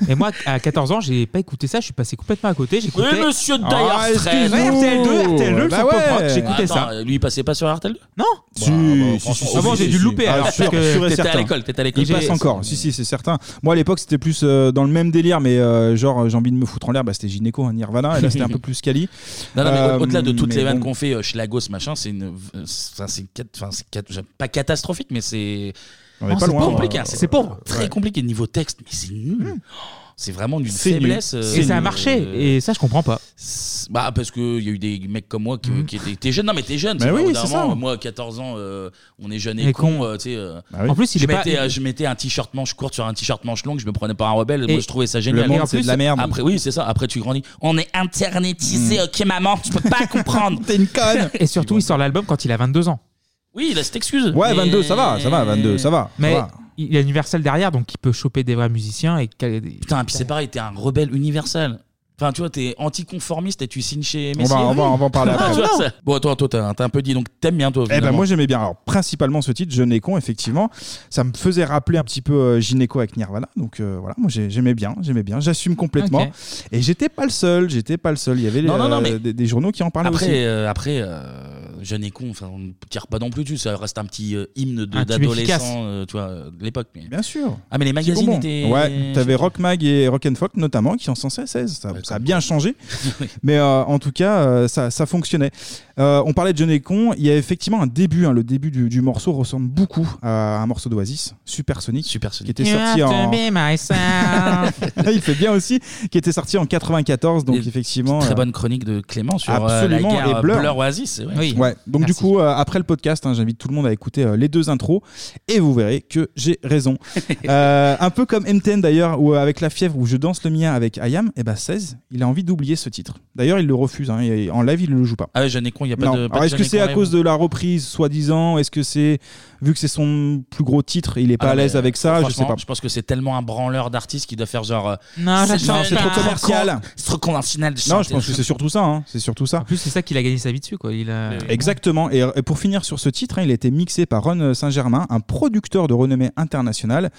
Speaker 8: Et moi, à 14ze ans, j'ai pas écouté ça, je suis passé complètement à côté. J'écoutais.
Speaker 1: Oui, monsieur Dyer
Speaker 8: Ah,
Speaker 1: Straits.
Speaker 8: excuse-nous. RTL2, RTL2,
Speaker 1: Bah
Speaker 8: le
Speaker 1: ouais.
Speaker 8: pop rock, j'écoutais
Speaker 1: Attends,
Speaker 8: ça.
Speaker 1: euh, Lui, il passait pas sur RTL2
Speaker 8: Non
Speaker 4: Si, si, si,
Speaker 1: franchement,
Speaker 4: si,
Speaker 1: ah bon,
Speaker 4: si,
Speaker 1: j'ai
Speaker 4: si,
Speaker 1: dû
Speaker 4: si.
Speaker 1: louper,
Speaker 4: Ah,
Speaker 1: alors,
Speaker 4: sûr,
Speaker 1: parce que
Speaker 4: sûr et
Speaker 1: t'étais à
Speaker 4: certain.
Speaker 1: l'école, t'étais à l'école.
Speaker 4: Il passe
Speaker 1: J'ai-
Speaker 4: encore. Si, si, c'est certain. Moi, à l'époque, c'était plus euh, dans le même délire, mais euh, genre, j'ai envie de me foutre en l'air, bah, c'était Gynéco, hein, Nirvana, et là, c'était un peu plus Cali.
Speaker 1: Non, non, mais au- au-delà de toutes les vannes
Speaker 4: vannes
Speaker 1: qu'on fait, euh, Schlagos, machin, c'est une. euh, c'est- enfin, c'est cat- enfin, c'est cat- j'aime pas catastrophique, mais c'est.
Speaker 4: On est pas
Speaker 1: c'est
Speaker 4: loin,
Speaker 1: compliqué,
Speaker 4: euh,
Speaker 1: hein,
Speaker 4: c'est pauvre.
Speaker 1: Très
Speaker 4: Ouais.
Speaker 1: compliqué niveau texte, mais c'est nul. C'est vraiment d'une
Speaker 8: Hum. C'est nul.
Speaker 1: faiblesse. euh,
Speaker 8: Et ça a marché,
Speaker 1: euh,
Speaker 8: et ça, je comprends pas.
Speaker 1: Bah, parce qu'il y a eu des mecs comme moi qui,
Speaker 8: Mhm.
Speaker 1: qui étaient. T'es jeune, non, mais t'es jeune.
Speaker 8: Mais
Speaker 1: c'est pas
Speaker 8: oui,
Speaker 1: au bout d'un
Speaker 8: c'est ça.
Speaker 1: moment, Moi, à 14 ans, euh, on est jeune et,
Speaker 8: Et
Speaker 1: con.
Speaker 8: con.
Speaker 1: euh, tu sais, euh,
Speaker 8: Bah oui. En plus, il
Speaker 1: je
Speaker 8: est pas-
Speaker 1: mettais,
Speaker 8: il-
Speaker 1: euh, je mettais un t-shirt manche courte sur un t-shirt manche longue, je me prenais par un rebelle.
Speaker 8: Et
Speaker 1: moi, je trouvais ça génial.
Speaker 8: le monde, Et en c'est de plus- la merde. Mhm.
Speaker 1: Après, oui, c'est ça. Après, tu grandis. On est internetisé, ok, maman, tu peux pas comprendre.
Speaker 4: T'es une conne
Speaker 8: Et surtout, il sort l'album quand il a 22 ans.
Speaker 1: Oui, il a cette excuse.
Speaker 4: Ouais,
Speaker 1: mais-
Speaker 4: 22, ça va, ça va, 22, ça va.
Speaker 8: Mais
Speaker 4: ça va.
Speaker 8: il y a Universal derrière, donc il peut choper des vrais musiciens. Et... Putain,
Speaker 1: et Ah, puis c'est pareil, t'es un rebelle universel. Enfin, tu vois, t'es anticonformiste et tu signes chez
Speaker 4: On va-
Speaker 1: Messier.
Speaker 4: on va- on va en parler après.
Speaker 1: Tu vois,
Speaker 4: Non.
Speaker 1: ça- Bon, toi, toi, t'as t'as un peu dit, donc t'aimes bien, toi.
Speaker 4: Eh ben
Speaker 1: finalement.
Speaker 4: moi j'aimais bien. Alors principalement ce titre, Jeune et con, effectivement, ça me faisait rappeler un petit peu euh, Gynéco avec Nirvana. Donc euh, voilà, moi j'ai- j'aimais bien, j'aimais bien. J'assume complètement.
Speaker 1: Ok.
Speaker 4: Et j'étais pas le seul, j'étais pas le seul. Il y avait
Speaker 1: Non,
Speaker 4: euh,
Speaker 1: non, non, mais-
Speaker 4: des, des journaux qui en parlaient
Speaker 1: après,
Speaker 4: aussi.
Speaker 1: euh, après euh, jeune et con, enfin, on ne tire pas non plus dessus. Ça reste un petit euh, hymne de-
Speaker 4: Un tube efficace.
Speaker 1: d'adolescent, euh, tu vois, euh, de l'époque. mais-
Speaker 4: Bien sûr.
Speaker 1: Ah, mais les
Speaker 4: C'est
Speaker 1: magazines
Speaker 4: bonbon.
Speaker 1: étaient.
Speaker 4: Ouais, t'avais Rock Mag et Rock and Folk notamment qui en censaient 16. Ça, ça a bien changé. Mais euh, en tout cas, euh, ça, ça fonctionnait. Euh, on parlait de John et Con. Il y a effectivement un début. hein. le début du, du morceau ressemble beaucoup à un morceau d'Oasis, Supersonic, qui était
Speaker 8: You
Speaker 4: sorti
Speaker 8: have to
Speaker 4: en.
Speaker 8: be myself.
Speaker 4: il fait bien aussi, qui était sorti en 94, donc
Speaker 1: Et
Speaker 4: effectivement.
Speaker 1: Très
Speaker 4: euh,
Speaker 1: bonne chronique de Clément sur euh, la
Speaker 4: Absolument,
Speaker 1: guerre
Speaker 4: et Blur.
Speaker 1: Oasis. ouais.
Speaker 4: Ouais, Donc du coup, euh, après le podcast, hein, j'invite tout le monde à écouter euh, les deux intros et vous verrez que j'ai raison. Euh, un peu comme MTN d'ailleurs, ou avec la fièvre où je danse le mien avec Ayam, et ben 16, il a envie d'oublier ce titre. D'ailleurs, il le refuse. hein, et en live, il ne le joue pas.
Speaker 1: Ah ouais, Jeanne Con, il n'y a pas
Speaker 4: Non.
Speaker 1: de. pas
Speaker 4: Alors,
Speaker 1: de
Speaker 4: est-ce que
Speaker 1: Jeanne
Speaker 4: c'est
Speaker 1: Con
Speaker 4: à
Speaker 1: live
Speaker 4: cause de la reprise soi-disant Est-ce que c'est vu que c'est son plus gros titre, il est pas
Speaker 1: Ah,
Speaker 4: à
Speaker 1: mais,
Speaker 4: l'aise avec ça Je sais pas.
Speaker 1: franchement, Je pense que c'est tellement un branleur d'artistes qui doit faire genre. euh,
Speaker 4: Non, j'achète
Speaker 1: non,
Speaker 4: pas.
Speaker 1: C'est trop conventionnel. de
Speaker 4: Non,
Speaker 1: chanter.
Speaker 4: je pense que c'est surtout ça. hein, C'est surtout ça.
Speaker 8: En plus, c'est ça qu'il a gagné sa vie dessus, quoi. Il a...
Speaker 4: Exactement. Et et pour finir sur ce titre, hein, il a été mixé par Ron Saint-Germain, un producteur de renommée internationale.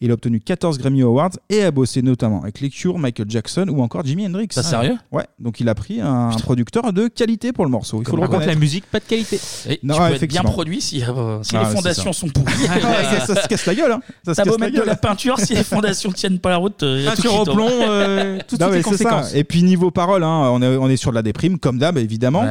Speaker 4: Il a obtenu 14 Grammy Awards et a bossé notamment avec Les Cure, Michael Jackson ou encore Jimi Hendrix.
Speaker 1: Ça, sérieux
Speaker 4: Ouais. Donc il a pris un producteur de qualité pour le morceau. Il faut le
Speaker 8: Par contre,
Speaker 4: reconnaître.
Speaker 8: la musique, pas de qualité.
Speaker 1: Et
Speaker 4: Non,
Speaker 1: tu peux être bien
Speaker 4: effectivement.
Speaker 1: produit si, euh, si
Speaker 4: Ah,
Speaker 1: les
Speaker 4: ouais, c'est
Speaker 1: fondations
Speaker 4: ça.
Speaker 1: sont pourries.
Speaker 4: Ouais, ça- ça se casse la gueule. Hein. Ça se
Speaker 1: T'as beau
Speaker 4: casse la
Speaker 1: mettre de
Speaker 4: gueule.
Speaker 1: la peinture, si les fondations tiennent pas la route, euh, y a tout
Speaker 8: Peinture
Speaker 1: qui
Speaker 8: au
Speaker 1: tombe.
Speaker 8: plomb, euh,
Speaker 4: Non, mais c'est ça. Et puis niveau parole, hein, on, est, on est sur de la déprime, comme d'hab, évidemment.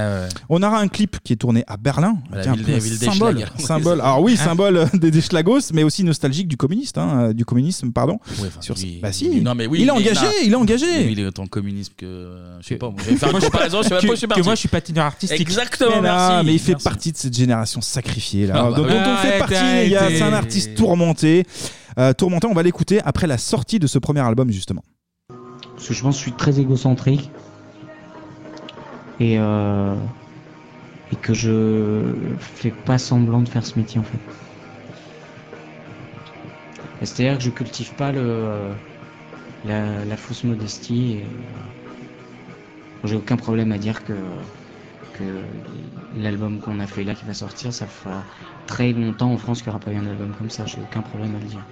Speaker 4: On aura un clip qui est tourné à Berlin.
Speaker 1: la
Speaker 4: Tiens,
Speaker 1: ville
Speaker 4: un peu
Speaker 1: des- ville des
Speaker 4: symbole,
Speaker 1: Schlager.
Speaker 4: symbole. Alors oui,
Speaker 1: Hein
Speaker 4: symbole euh, des, des Schlagos, mais aussi nostalgique du communiste, hein, euh, du communisme, pardon.
Speaker 1: Ouais, enfin,
Speaker 4: Sur-
Speaker 1: lui-
Speaker 4: bah si,
Speaker 1: lui- non, mais oui,
Speaker 4: il est engagé,
Speaker 1: non.
Speaker 4: il est engagé.
Speaker 1: Lui, il est autant communiste que. euh, Je sais pas, moi, je vais faire une comparaison, je sais même pas où je suis
Speaker 8: que
Speaker 1: parti.
Speaker 8: moi, je suis patineur artistique.
Speaker 1: Exactement,
Speaker 4: mais
Speaker 1: merci.
Speaker 4: mais il fait partie de cette génération sacrifiée là.
Speaker 1: Ah, bah
Speaker 4: dont
Speaker 1: oui.
Speaker 4: dont on fait
Speaker 1: Arrête,
Speaker 4: partie, les gars.
Speaker 1: arrêtez.
Speaker 4: c'est un artiste tourmenté. Euh, tourmenté, on va l'écouter après la sortie de ce premier album justement.
Speaker 3: Parce que je pense que je suis très égocentrique. Et, euh, et que je fais pas semblant de faire ce métier en fait. Et C'est-à-dire que je cultive pas le, euh, la, la fausse modestie. et, euh, J'ai aucun problème à dire que, que l'album qu'on a fait là qui va sortir, ça fera très longtemps en France qu'il n'y aura pas eu un album comme ça. J'ai aucun problème à le dire.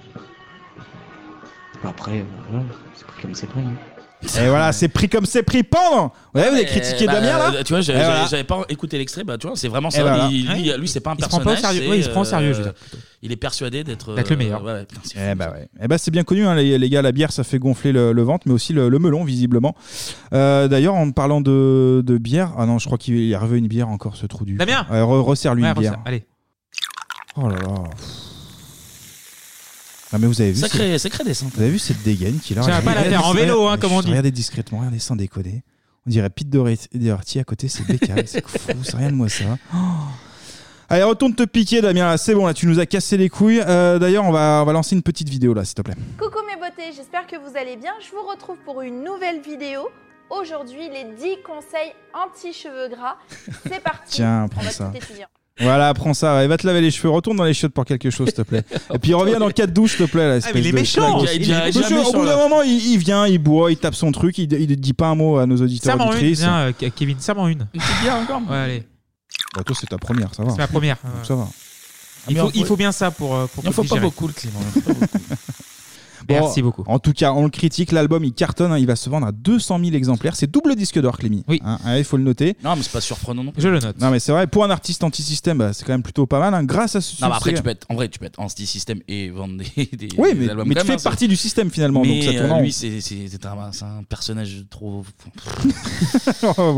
Speaker 3: Après, euh, voilà, c'est pris comme c'est pris. hein.
Speaker 4: Et voilà, c'est pris comme c'est pris pendant. Vous avez
Speaker 1: Euh,
Speaker 4: critiqué
Speaker 1: bah,
Speaker 4: Damien là
Speaker 1: euh, Tu vois,
Speaker 4: Et
Speaker 1: j'avais
Speaker 4: voilà.
Speaker 1: j'avais- j'avais pas écouté l'extrait, bah tu vois, c'est vraiment
Speaker 4: Et
Speaker 1: ça.
Speaker 4: voilà.
Speaker 1: Il- lui,
Speaker 4: Ouais.
Speaker 1: lui, c'est pas un
Speaker 4: Il se prend pas au
Speaker 1: personnage.
Speaker 4: sérieux.
Speaker 1: c'est, euh,
Speaker 4: Oui, il se prend au sérieux, je veux dire.
Speaker 1: Il est persuadé d'être
Speaker 4: D'être le meilleur.
Speaker 1: euh, ouais, ouais, putain, c'est
Speaker 4: Eh bah ouais. Eh bah c'est bien connu, hein, les, les gars, la bière ça fait gonfler le, le ventre, mais aussi le, le melon visiblement. Euh, D'ailleurs, en parlant de, de bière, ah non, je crois qu'il est revenu une bière encore ce trou du.
Speaker 8: Damien
Speaker 4: Ouais, re- Resserre-lui
Speaker 8: Ouais,
Speaker 4: une bière.
Speaker 8: resserre, Allez.
Speaker 4: Oh là là. Ah mais vous avez vu
Speaker 1: Sacré-
Speaker 4: ce-
Speaker 1: sacré descente.
Speaker 4: Vous avez vu cette dégaine qu'il a
Speaker 8: Ça va pas la
Speaker 4: Regardez-
Speaker 8: faire en vélo, hein, comme on dit.
Speaker 4: Regardez discrètement, regardez sans déconner. On dirait Pete Doherty Doherty à côté, c'est bécane, c'est fou, c'est rien de moi ça. Oh. Allez, retourne te piquer, Damien. là, C'est bon, là, tu nous as cassé les couilles. Euh, D'ailleurs, on va, on va lancer une petite vidéo, là, s'il te plaît.
Speaker 31: Coucou mes beautés, j'espère que vous allez bien. Je vous retrouve pour une nouvelle vidéo. Aujourd'hui, les 10 conseils anti-cheveux gras. C'est parti.
Speaker 4: Tiens,
Speaker 31: On
Speaker 4: prends
Speaker 31: va
Speaker 4: ça.
Speaker 31: tout étudier.
Speaker 4: Voilà, prends ça. Et va te laver les cheveux. Retourne dans les chiottes pour quelque chose, s'il te plaît. Et puis reviens dans 4 douches, s'il te plaît. Là, espèce
Speaker 8: Ah, mais il est
Speaker 4: de
Speaker 8: méchant.
Speaker 4: schlagos.
Speaker 8: Il est jamais
Speaker 4: Monsieur, Au
Speaker 8: sur
Speaker 4: bout
Speaker 8: la-
Speaker 4: d'un moment, il, il vient, il boit, il tape son truc, il ne dit pas un mot à nos auditeurs
Speaker 8: Serre-moi une.
Speaker 4: auditrices.
Speaker 8: Viens, euh, Ke- Kevin, serre-moi une.
Speaker 1: bien encore Ah,
Speaker 8: Ouais, allez.
Speaker 4: Bah, toi, c'est ta première, ça va.
Speaker 8: C'est ma première.
Speaker 4: Donc,
Speaker 8: ouais.
Speaker 4: ça va.
Speaker 8: Il
Speaker 4: mais
Speaker 8: faut,
Speaker 4: on
Speaker 8: il
Speaker 4: faut-
Speaker 8: faut bien ça pour. euh, pour
Speaker 4: Il en faut
Speaker 8: digérer.
Speaker 4: pas beaucoup, le Clément, il en faut Bon,
Speaker 8: Merci beaucoup.
Speaker 4: En tout cas, on le critique. L'album, il cartonne. hein, il va se vendre à 200 000 exemplaires. C'est double disque d'or, Clémy. Oui. Il faut le noter.
Speaker 1: Non, mais c'est pas surprenant non plus.
Speaker 4: Non, mais c'est vrai. Pour un artiste anti-système, bah, c'est quand même plutôt pas mal. hein, grâce à ce
Speaker 1: Non, mais après,
Speaker 4: succès-
Speaker 1: tu peux être, en vrai, tu peux être anti-système et vendre des, des-
Speaker 4: Oui,
Speaker 1: des
Speaker 4: mais,
Speaker 1: albums
Speaker 4: mais tu
Speaker 1: comme
Speaker 4: fais
Speaker 1: ça.
Speaker 4: partie du système finalement.
Speaker 1: Mais
Speaker 4: donc ça tourne
Speaker 1: euh,
Speaker 4: en
Speaker 1: lui,
Speaker 4: rond.
Speaker 1: c'est c'est- c'est un, c'est un personnage trop.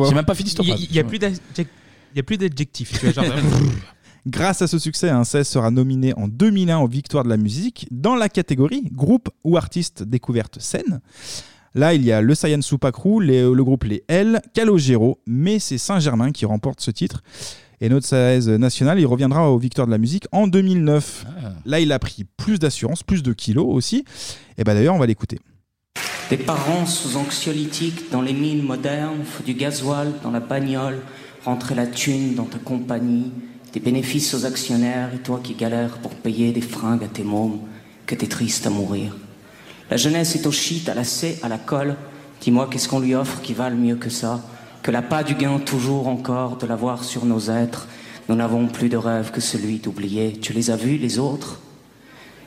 Speaker 4: J'ai
Speaker 1: même pas fini cette
Speaker 8: Il y a-
Speaker 1: phrase.
Speaker 8: Il y a plus d'adjec- il y a plus d'adjectifs. tu vois, genre, euh,
Speaker 4: Grâce à ce succès, un 16 sera nominé en 2001 aux Victoires de la musique dans la catégorie groupe ou artiste découverte scène. Là, il y a le Saiyan Supakru, les- le groupe Les L, Calogero, mais c'est Saint-Germain qui remporte ce titre. Et notre 16 national, il reviendra aux Victoires de la musique en 2009.
Speaker 8: Ah.
Speaker 4: Là, il a pris plus d'assurance, plus de kilos aussi. Et bah d'ailleurs, on va l'écouter.
Speaker 3: Des parents sous anxiolytiques dans les mines modernes, faut du gasoil dans la bagnole, rentrer la thune dans ta compagnie, des bénéfices aux actionnaires et toi qui galères pour payer des fringues à tes mômes, que t'es triste à mourir. La jeunesse est au shit, à la C, à la colle. Dis-moi qu'est-ce qu'on lui offre qui vale mieux que ça Que l'appât du gain toujours encore de l'avoir sur nos êtres. Nous n'avons plus de rêve que celui d'oublier. Tu les as vus, les autres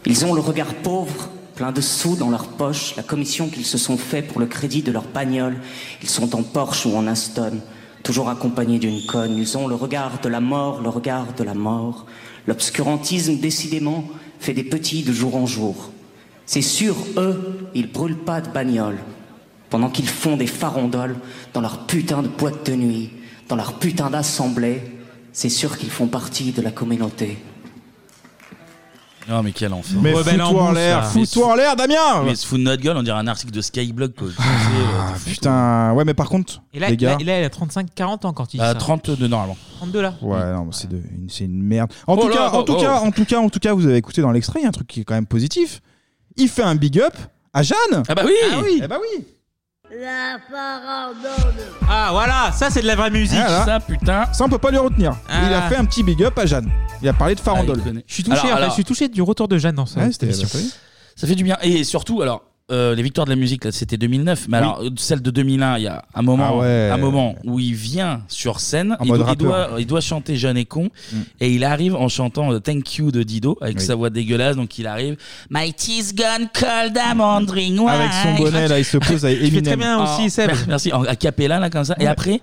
Speaker 3: ils ont le regard pauvre, plein de sous dans leur poche, la commission qu'ils se sont fait pour le crédit de leur bagnole. Ils sont en Porsche ou en Aston, toujours accompagnés d'une conne. Ils ont le regard de la mort, le regard de la mort. L'obscurantisme, décidément, fait des petits de jour en jour. C'est sûr, eux, ils brûlent pas de bagnole. Pendant qu'ils font des farondoles dans leur putain de boîte de nuit, dans leur putain d'assemblée, c'est sûr qu'ils font partie de la communauté.
Speaker 1: Non, Ah, mais quel enfant.
Speaker 4: Mais fous-toi en l'air, fous-toi en l'air, Damien Ah,
Speaker 1: Mais il se fout de notre gueule, on dirait un article de Skyblog, quoi. Tu sais, euh,
Speaker 4: Putain, ouais, mais par contre,
Speaker 8: Et là,
Speaker 4: les gars.
Speaker 8: là- et là, elle a 35-40 ans quand il dit
Speaker 4: Euh,
Speaker 8: ça.
Speaker 1: 32 Bah, normalement.
Speaker 8: 32 là.
Speaker 4: Ouais, non, mais c'est de- une- c'est une merde. En
Speaker 8: Oh
Speaker 4: tout
Speaker 8: là,
Speaker 4: cas, en
Speaker 8: oh,
Speaker 4: tout
Speaker 8: oh.
Speaker 4: cas, en tout cas, en tout cas, vous avez écouté dans l'extrait il y a un truc qui est quand même positif. Il fait un big up à Jeanne.
Speaker 1: Ah bah oui.
Speaker 8: Ah oui.
Speaker 4: Eh bah oui.
Speaker 10: La farandole.
Speaker 8: Ah voilà, ça c'est de la vraie musique.
Speaker 1: Ça putain.
Speaker 4: Ça on peut pas le retenir.
Speaker 8: Ah.
Speaker 4: Il a fait un petit big up à Jeanne. Il a parlé de
Speaker 1: Ah,
Speaker 4: farandole.
Speaker 8: Je suis touché, en fait, je suis touché du retour de Jeanne dans ça.
Speaker 4: Ouais, c'était- c'était-
Speaker 1: Ça fait du bien. Et surtout, alors, euh, les victoires de la musique, là, c'était 2009. Mais
Speaker 4: Oui.
Speaker 1: alors, euh, celle de 2001, il y a un moment,
Speaker 4: Ah ouais.
Speaker 1: un moment où il vient sur scène.
Speaker 4: En
Speaker 1: il,
Speaker 4: mode
Speaker 1: doit, il,
Speaker 4: rappeur.
Speaker 1: doit, il doit chanter Jeune et con. Et il arrive en chantant euh, Thank You de Dido, avec
Speaker 4: Mm. Oui.
Speaker 1: sa voix dégueulasse. Donc, il arrive. My tea's gone cold, I'm wondering why.
Speaker 4: Avec son bonnet, là, il se pose avec
Speaker 1: Tu fais
Speaker 4: Eminem. Ah,
Speaker 1: Seb. Merci. En a cappella, là, comme ça. Et après.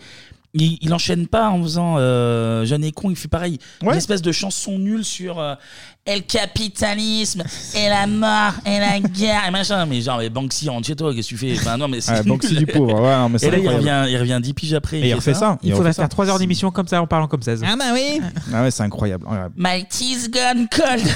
Speaker 1: Il, il enchaîne pas en faisant euh, Jeune et con, il fait pareil. Une espèce de chanson nulle sur euh, Et le capitalisme, et la mort, Ah, et la guerre, et machin. Mais genre, mais Banksy, rentre chez toi, qu'est-ce que tu fais Enfin, non, mais c'est
Speaker 4: Ah, Banksy
Speaker 1: nul.
Speaker 4: du pauvre, ouais, non, mais c'est
Speaker 1: Et là, il
Speaker 4: incroyable.
Speaker 1: revient, il revient 10 piges après.
Speaker 4: Et il refait ça.
Speaker 8: Il
Speaker 4: Il
Speaker 8: faudrait
Speaker 4: refait ça.
Speaker 8: faire 3 heures d'émission comme ça en parlant comme 16.
Speaker 1: Ah bah oui
Speaker 4: Ah ouais, c'est incroyable. incroyable.
Speaker 1: My tea's gone cold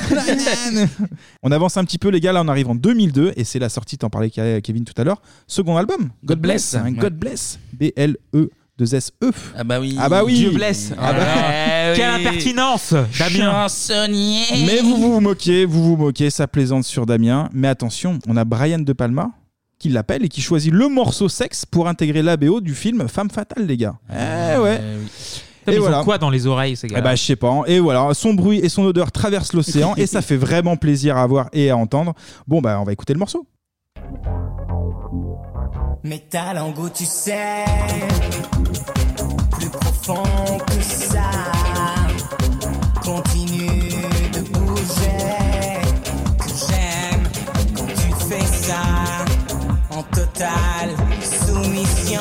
Speaker 4: On avance un petit peu, les gars. Là, on arrive en 2002 et c'est la sortie, t'en parlais Ke- Kevin tout à l'heure. Second album.
Speaker 1: God Bless.
Speaker 4: Un God
Speaker 1: Ouais.
Speaker 4: Bless. B-L-E. 2 S E.
Speaker 1: Ah bah oui.
Speaker 4: Ah bah oui.
Speaker 8: Dieu blesse.
Speaker 4: Ah bah-
Speaker 1: Eh
Speaker 8: Ah, Quelle impertinence, Damien.
Speaker 1: Chansonnier.
Speaker 4: Mais vous, vous vous moquez, vous vous moquez, ça plaisante sur Damien. Mais attention, on a Brian De Palma qui l'appelle et qui choisit le morceau sexe pour intégrer l'ABO du film Femme Fatale, les gars. Eh ouais.
Speaker 8: Putain, mais ils ont quoi dans les oreilles, ces gars
Speaker 4: Eh bah, je sais pas. Et voilà, son bruit et son odeur traversent l'océan et ça fait vraiment plaisir à voir et à entendre. Bon, bah, on va écouter le morceau.
Speaker 27: Mais t'as l'ango, tu sais, plus profond que ça. Continue de bouger, que j'aime quand tu fais ça. En totale soumission,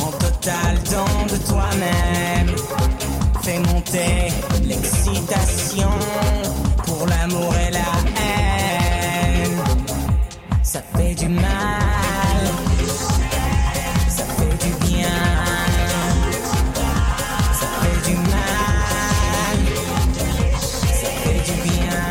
Speaker 27: en total don de toi-même. Fais monter l'excitation pour l'amour et la haine. Ça fait du mal, ça fait du bien, ça fait du mal, ça fait du bien.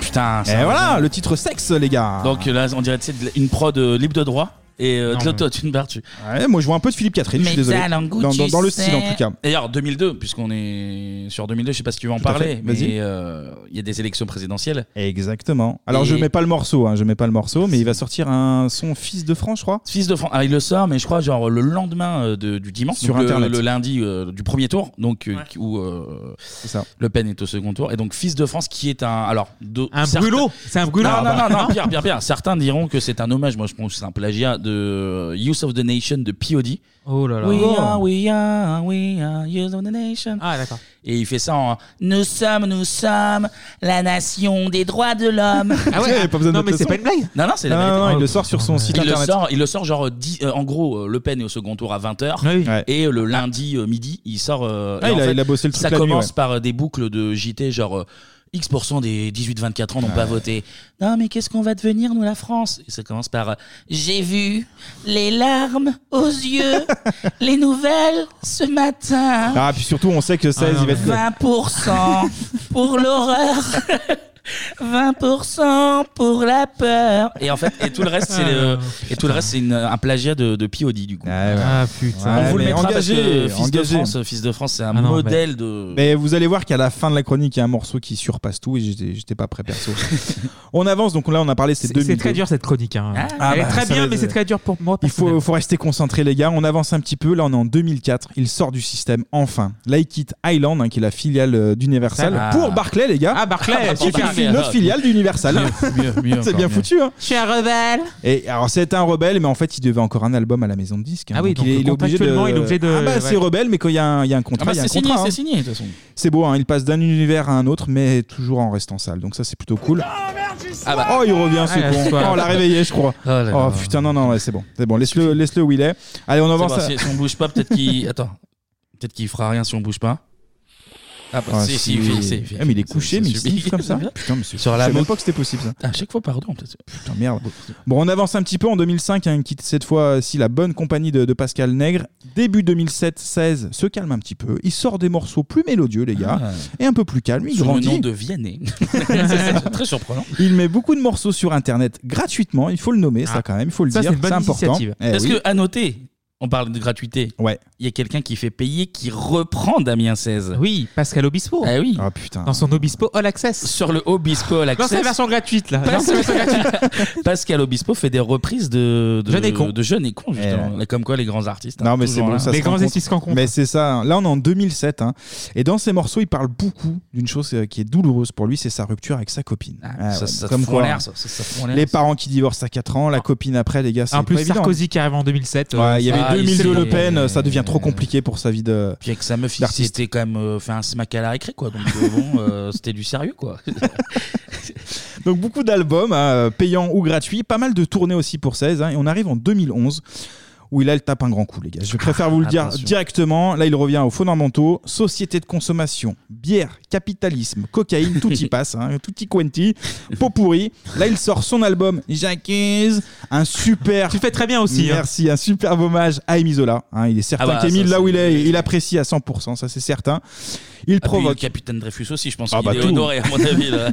Speaker 1: Putain.
Speaker 4: Et voilà, le titre sexe, les gars.
Speaker 1: Donc euh, là, on dirait tu sais, de- une prod euh, libre de droit. Et euh,
Speaker 4: Non,
Speaker 1: de l'autotune vertu.
Speaker 4: Ouais, moi, je vois un peu de Philippe Catherine, je suis désolé. Dans, dans- dans le style, en tout cas.
Speaker 1: D'ailleurs, 2002, puisqu'on est sur 2002, je sais pas si tu veux en
Speaker 4: Tout à
Speaker 1: parler,
Speaker 4: fait,
Speaker 1: mais
Speaker 4: vas-y.
Speaker 1: euh, il y a des élections présidentielles.
Speaker 4: Exactement. Alors, je
Speaker 1: Et-
Speaker 4: mets pas le morceau, hein, je mets pas le morceau, mais il va sortir un son Fils de France, je crois.
Speaker 1: Fils de France. Ah, il le sort, mais je crois, genre le lendemain euh, de- du dimanche.
Speaker 4: Sur
Speaker 1: donc le-
Speaker 4: Internet.
Speaker 1: Le, lundi euh, du premier tour, donc euh, où euh, Le Pen est au second tour. Et donc, Fils de France, qui est un. Alors, de-
Speaker 8: Un brûlot C'est un Ah. brûlot
Speaker 1: Non, non, non, non,
Speaker 8: Non
Speaker 1: pire, pire, pire. Certains diront que c'est un hommage, moi je pense que c'est un plagiat de Use of the Nation de P.O.D.
Speaker 8: Oh là là.
Speaker 1: We
Speaker 27: hein.
Speaker 1: are, we are, we are, Use hein. of the Nation.
Speaker 8: Ah, d'accord.
Speaker 1: Et il fait ça en Nous sommes, nous sommes la nation des droits de l'homme.
Speaker 8: Ah ouais, Il avait pas besoin de Non, mettre mais le c'est son. pas une blague
Speaker 1: Non, non, c'est la
Speaker 4: Non,
Speaker 1: vérité.
Speaker 4: non, non, il le sort sur son site
Speaker 1: il le
Speaker 4: internet.
Speaker 1: sort, il le sort genre, euh, dix- euh, en gros, euh, Le Pen est au second tour à 20h. Et euh, le lundi euh, midi, il sort. euh,
Speaker 4: Ah,
Speaker 1: et
Speaker 4: il
Speaker 1: en
Speaker 4: a-
Speaker 1: fait,
Speaker 4: il a bossé le truc
Speaker 1: Ça
Speaker 4: la nuit,
Speaker 1: commence
Speaker 4: ouais.
Speaker 1: par euh, des boucles de JT, genre. euh, X% des 18-24 ans n'ont pas voté. Non, mais qu'est-ce qu'on va devenir, nous, la France Et ça commence par euh, J'ai vu les larmes aux yeux, les nouvelles ce matin.
Speaker 4: Ah, puis surtout, on sait que 16, il va être.
Speaker 1: 20% pour l'horreur. 20% pour la peur. Et en fait, et tout le reste,
Speaker 4: Ah,
Speaker 1: c'est le- et tout le reste, c'est une- un plagiat de, de P.O.D. du coup.
Speaker 8: Ah, putain.
Speaker 1: On vous le
Speaker 4: Ouais, mais
Speaker 1: mettra parce que
Speaker 4: engagé,
Speaker 1: Fils de
Speaker 4: engagé.
Speaker 1: France, Fils de France, c'est un
Speaker 4: Ah non,
Speaker 1: modèle
Speaker 4: mais-
Speaker 1: de.
Speaker 4: Mais vous allez voir qu'à la fin de la chronique, il y a un morceau qui surpasse tout et j'étais j'étais pas prêt perso. on avance, donc là on a parlé, c'est
Speaker 8: C'est-
Speaker 4: 2002.
Speaker 8: C'est très dur cette chronique. hein.
Speaker 1: Ah,
Speaker 8: Elle est
Speaker 4: bah,
Speaker 8: très
Speaker 4: ça
Speaker 8: bien,
Speaker 4: va
Speaker 8: mais
Speaker 4: être-
Speaker 8: c'est très dur pour moi.
Speaker 4: Il faut, faut rester concentré, les gars. On avance un petit peu. Là, on est en 2004. Il sort du système, enfin. Là, il quitte Island, hein, qui est la filiale euh, d'Universal,
Speaker 8: Ah.
Speaker 4: pour Barclay, les gars.
Speaker 8: Ah, Barclay,
Speaker 4: qui
Speaker 8: super.
Speaker 4: est une autre filiale d'Universal. C'est bien foutu. hein.
Speaker 8: Je suis un
Speaker 1: Ah,
Speaker 8: rebelle.
Speaker 4: Et alors, c'est un rebelle, mais en fait, il devait encore un album à la maison de disques. hein.
Speaker 8: Ah oui, donc,
Speaker 4: il est, il est obligé de.
Speaker 8: contractuellement, il est obligé de-
Speaker 4: Ah bah,
Speaker 8: ouais.
Speaker 4: c'est rebelle, mais quand il y, a un- il y a un contrat, il y a un
Speaker 1: bah, Ah c'est signé,
Speaker 4: contrat.
Speaker 1: c'est
Speaker 4: hein.
Speaker 1: signé de toute façon.
Speaker 4: C'est beau, hein, il passe d'un univers à un autre, mais toujours en restant sale. Donc ça, c'est plutôt cool.
Speaker 1: Ah bah.
Speaker 4: Oh, il revient, ce
Speaker 1: Ah,
Speaker 4: con.
Speaker 1: soir.
Speaker 4: Oh, on l'a réveillé, je crois. Oh,
Speaker 1: là là.
Speaker 4: putain, non, non, ouais, c'est bon. C'est bon, laisse-le laisse -le où il est. Allez, on
Speaker 1: C'est
Speaker 4: avance.
Speaker 1: bon, si, si on bouge pas, peut-être qu'il. Attends. Peut-être qu'il fera rien si on bouge pas. Ah bah, si, si, il fait- si, il fait-
Speaker 4: Ah, mais il est couché,
Speaker 1: c'est
Speaker 4: mais il
Speaker 1: subi.
Speaker 4: siffle comme ça. Putain, mais c'est-
Speaker 1: Sur
Speaker 4: je
Speaker 1: la
Speaker 4: savais même
Speaker 1: moto.
Speaker 4: pas que c'était possible ça.
Speaker 1: À chaque fois, pardon. peut-être.
Speaker 4: Putain, merde. Bon, on avance un petit peu en 2005, hein, quitte cette fois si la bonne compagnie de, de Pascal Nègre. Début 2007-16 se calme un petit peu. Il sort des morceaux plus mélodieux, les gars,
Speaker 1: Ah.
Speaker 4: et un peu plus calme. Il
Speaker 1: Sous le
Speaker 4: grandit.
Speaker 1: nom de Vianney. C'est- c'est très surprenant.
Speaker 4: Il met beaucoup de morceaux sur internet gratuitement, il faut le nommer, ça quand même, il faut le
Speaker 1: Ah. Ça,
Speaker 4: dire,
Speaker 1: c'est une bonne
Speaker 4: important.
Speaker 1: initiative.
Speaker 4: Eh
Speaker 1: Parce
Speaker 4: oui.
Speaker 1: que, ah, à noter, on parle de gratuité.
Speaker 4: Ouais.
Speaker 1: Il y a quelqu'un qui fait payer, qui reprend Damien 16.
Speaker 8: Oui, Pascal Obispo.
Speaker 1: Ah oui.
Speaker 4: Ah putain.
Speaker 8: Dans son Obispo All Access.
Speaker 1: Sur le Obispo All
Speaker 8: Dans
Speaker 1: Access.
Speaker 8: sa version gratuite, là. Dans
Speaker 1: Pas-
Speaker 8: sa version gratuite.
Speaker 1: Pascal Obispo fait des reprises de, de
Speaker 4: Jeune et con.
Speaker 1: de Jeune et con, justement.
Speaker 4: Eh
Speaker 1: Comme quoi les grands artistes. hein,
Speaker 4: Non, mais c'est bon, ça se rend compte. Mais c'est ça. hein. Là, on est en 2007. hein. Et dans ces morceaux, il parle beaucoup d'une chose euh, qui est douloureuse pour lui, c'est sa rupture avec sa copine. Ah,
Speaker 1: ça-
Speaker 4: ouais,
Speaker 1: ça te
Speaker 4: comme
Speaker 1: fout en
Speaker 4: quoi,
Speaker 1: l'air,
Speaker 4: hein.
Speaker 1: ça- ça- ça te fout en l'air,
Speaker 4: les
Speaker 1: ça. Ah.
Speaker 4: parents qui divorcent à 4 ans, la copine après, les gars, c'est
Speaker 8: En plus,
Speaker 4: pas évident.
Speaker 8: Sarkozy qui arrive en 2007. euh,
Speaker 4: Ouais, il y avait
Speaker 8: ça-
Speaker 4: 2000 de
Speaker 8: c'est-
Speaker 4: Le Pen,
Speaker 1: euh,
Speaker 4: ça devient trop compliqué pour sa vie de.
Speaker 1: Puis avec sa meuf, il
Speaker 4: d'artiste.
Speaker 1: s'était quand même euh, fait un smack à la récré, quoi. Donc euh, bon, euh, c'était du sérieux, quoi.
Speaker 4: Donc beaucoup d'albums, hein, payants ou gratuits, pas mal de tournées aussi pour 16. hein. et on arrive en 2011 où il, là, il tape un grand coup, les gars. Je préfère vous le dire
Speaker 1: Attention.
Speaker 4: directement. Là, il revient aux fondamentaux. Société de consommation, bière, capitalisme, cocaïne, tout y passe. hein. tout y quanti, pot pourri. Là, il sort son album J'accuse, un super... Tu
Speaker 8: fais très bien aussi, hein.
Speaker 4: Merci, un superbe hommage à Amy Zola. hein. il est certain
Speaker 1: Ah bah,
Speaker 4: qu'Emile,
Speaker 1: ça,
Speaker 4: là où
Speaker 1: c'est-
Speaker 4: il est, il apprécie à 100%, ça c'est certain. Il
Speaker 1: Ah, puis
Speaker 4: provoque...
Speaker 1: le capitaine Dreyfus aussi, je pense
Speaker 4: Ah,
Speaker 1: qu'il
Speaker 4: bah,
Speaker 1: est
Speaker 4: tout.
Speaker 1: honoré, à mon avis. là.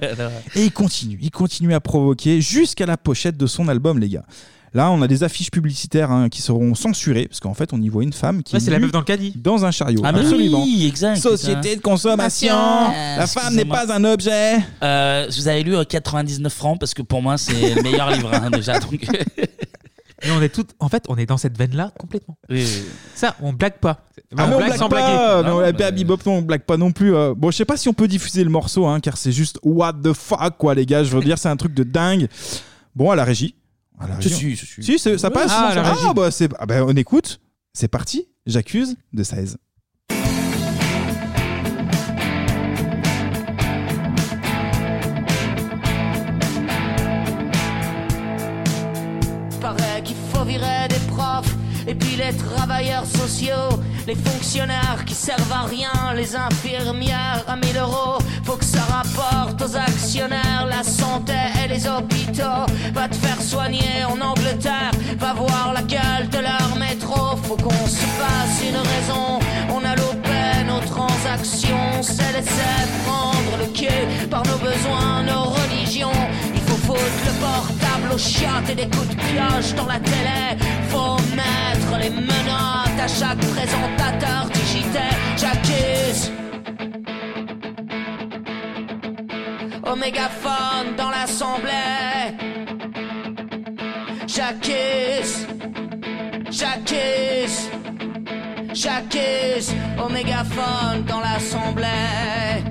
Speaker 4: Et il continue, il continue à provoquer jusqu'à la pochette de son album, les gars. Là, on a des affiches publicitaires hein, qui seront censurées, parce qu'en fait, on y voit une femme qui.
Speaker 8: Ouais, c'est la
Speaker 4: nue
Speaker 8: meuf dans le caddie.
Speaker 4: Dans un chariot.
Speaker 1: Ah, mais
Speaker 4: absolument.
Speaker 1: oui, exact,
Speaker 4: Société
Speaker 1: putain.
Speaker 4: de consommation.
Speaker 1: Euh,
Speaker 4: la femme n'est
Speaker 1: excusez-moi.
Speaker 4: pas un objet.
Speaker 1: Euh, vous avez lu euh, 99 francs parce que pour moi c'est le meilleur livre hein, déjà. Donc...
Speaker 8: Mais on est toutes, en fait, on est dans cette veine-là complètement. Ça, on blague pas.
Speaker 4: Ah, mais
Speaker 8: blague
Speaker 4: on blague Ah,
Speaker 8: sans
Speaker 4: pas,
Speaker 8: blaguer. Ah,
Speaker 4: mais on la Baby Bop, non, on blague pas non plus. euh. Bon, je sais pas si on peut diffuser le morceau, hein, car c'est juste what the fuck, quoi, les gars. Je veux dire, c'est un truc de dingue. Bon, à la régie. À la
Speaker 1: Si,
Speaker 4: régie, hein.
Speaker 1: si, si.
Speaker 4: Si, c'est- ça
Speaker 1: Ouais,
Speaker 4: passe.
Speaker 1: ah, à la régie.
Speaker 4: bah, c'est, ah, bah, on écoute. C'est parti. J'accuse de 16.
Speaker 32: Paraît qu'il faut virer des profs et puis les travailleurs sociaux, les fonctionnaires qui servent à rien, les infirmières à 1000 euros. Faut que ça rapporte aux actionnaires la santé et les hôpitaux. Va te faire soigner en Angleterre, va voir la gueule de leur métro. Faut qu'on se fasse une raison. On a loupé nos transactions, c'est laisser prendre le quai par nos besoins, nos religions. Il faut foutre le portable aux chiottes et des coups de pioche dans la télé. Faut mettre les menottes à chaque présentateur digital. J'accuse. Au mégaphone dans l'assemblée. J'accuse. J'accuse. J'accuse. Au mégaphone dans l'assemblée.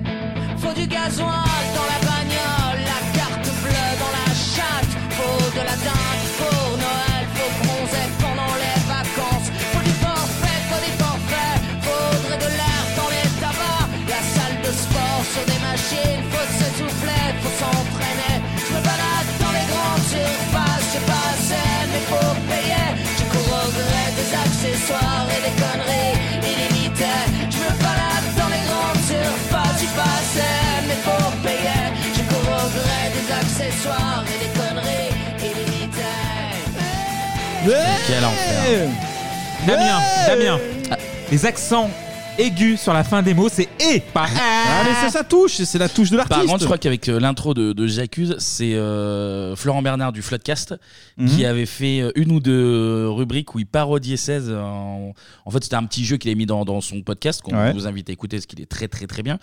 Speaker 32: Faut du gasoil dans la bagnole, la carte bleue dans la chatte. Faut de la dinde pour Noël, faut bronzer pendant les vacances. Faut du forfait, faut des forfaits, faudrait de l'air dans les tabacs. La salle de sport sur des machines, faut s'essouffler, faut s'entraîner. Je me balade dans les grandes surfaces, j'ai pas assez, mais faut payer. J'ai cours au gré des accessoires et des conneries illimitées. Je me balade dans les grandes surfaces, j'y passais, mais faut payer. Je cours au gré des accessoires et des conneries illimitées.
Speaker 1: Quel enfer.
Speaker 8: Damien, Damien. Les accents aigus sur la fin des mots, c'est et pas
Speaker 4: Ah, mais ça, ça touche, c'est la touche de l'artiste.
Speaker 1: Par contre, je crois qu'avec euh, l'intro de, de J'accuse, c'est euh, Florent Bernard du Floodcast
Speaker 4: Mhm.
Speaker 1: qui avait fait euh, une ou deux rubriques où il parodiait 16. En, en fait, c'était un petit jeu qu'il a mis dans, dans son podcast qu'on
Speaker 4: Ouais.
Speaker 1: vous invite à écouter parce qu'il est très très très bien.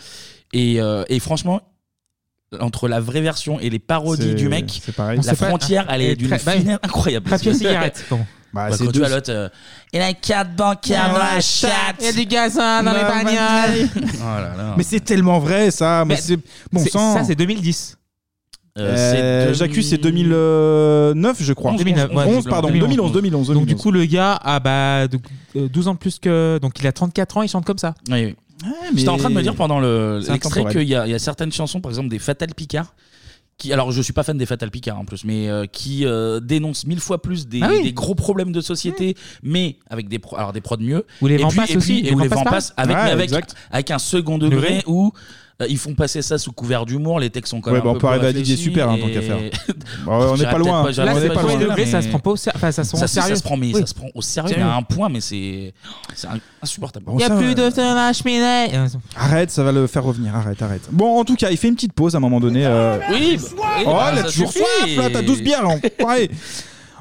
Speaker 1: Et, euh, et franchement, entre la vraie version et les parodies
Speaker 4: C'est-
Speaker 1: du mec,
Speaker 4: c'est pareil. On
Speaker 1: la
Speaker 4: sait pas-
Speaker 1: frontière, elle est
Speaker 4: Et
Speaker 1: d'une
Speaker 4: très- bah,
Speaker 1: finesse incroyable.
Speaker 4: papier cigarette, bon. Bah,
Speaker 1: Bah,
Speaker 4: c'est
Speaker 1: quand tu
Speaker 4: deux-
Speaker 1: as l'autre, euh, il a une carte bancaire dans la chatte.
Speaker 8: Ah Il y a du gazin dans les
Speaker 1: Maman.
Speaker 8: bagnoles.
Speaker 1: Oh là là.
Speaker 4: Mais c'est tellement vrai, ça. Ah, Mais
Speaker 8: Mais
Speaker 4: c'est bon
Speaker 8: c'est-
Speaker 4: sang.
Speaker 8: ça, c'est 2010.
Speaker 4: Euh,
Speaker 8: c'est deux-
Speaker 4: J'accuse, c'est 2009, je crois.
Speaker 8: 2009, ouais,
Speaker 4: 11, pardon, 2011, 2011.
Speaker 8: Donc, du coup, le gars a bah, donc, euh, 12 ans de plus que. Donc, il a 34 ans, il chante comme ça.
Speaker 1: Oui, oui.
Speaker 4: Ah, mais-
Speaker 1: J'étais en train de me dire pendant le-
Speaker 8: C'est
Speaker 1: l'extrait
Speaker 8: intemporel.
Speaker 1: qu'il y, a- il y a certaines chansons, par exemple des Fatal Picard, qui, alors je suis pas fan des Fatal Picard en plus, mais euh, qui euh, dénonce mille fois plus des,
Speaker 8: Ah oui.
Speaker 1: des gros problèmes de société, mais avec des, pro- alors des prods mieux.
Speaker 8: Ou les
Speaker 1: et puis,
Speaker 8: Vampas
Speaker 1: et puis-
Speaker 8: aussi,
Speaker 1: et
Speaker 8: les
Speaker 1: ou les
Speaker 8: Vampas,
Speaker 1: Vampas
Speaker 8: pareil.
Speaker 1: avec,
Speaker 8: Ouais,
Speaker 1: avec,
Speaker 8: exact.
Speaker 1: avec un second
Speaker 8: Degré.
Speaker 1: degré où euh, ils font passer ça sous couvert d'humour, les textes sont quand
Speaker 4: Ouais,
Speaker 1: même.
Speaker 4: bah,
Speaker 1: un
Speaker 4: on
Speaker 1: peu
Speaker 4: peut arriver
Speaker 1: plus
Speaker 4: à Didier
Speaker 1: réfléchis
Speaker 4: Super, hein, tant
Speaker 1: et-
Speaker 4: qu'à faire. Bah ouais, on n'est
Speaker 1: J'irai
Speaker 4: pas
Speaker 1: peut-être
Speaker 4: loin.
Speaker 1: pas- j'irai
Speaker 4: Là,
Speaker 1: peut-être
Speaker 4: c'est
Speaker 1: pas
Speaker 4: premier
Speaker 1: loin,
Speaker 4: degré,
Speaker 1: mais-
Speaker 4: ça se prend pas au ser- enfin, ça se prend au
Speaker 1: si, Ça
Speaker 8: sérieux.
Speaker 1: se prend, mais
Speaker 8: Oui.
Speaker 1: ça se prend au sérieux, mais
Speaker 8: Sérieux.
Speaker 1: à un point, mais c'est c'est un- insupportable.
Speaker 4: Bon, ça, euh,
Speaker 8: la cheminée.
Speaker 4: Arrête, ça va le faire revenir, arrête, arrête. Bon, en tout cas, il fait une petite pause à un moment donné. euh,
Speaker 8: Ah,
Speaker 1: Oui,
Speaker 4: Oh,
Speaker 8: bah,
Speaker 1: ah,
Speaker 4: elle a toujours soif, là, t'as 12 bières, là, enfoiré.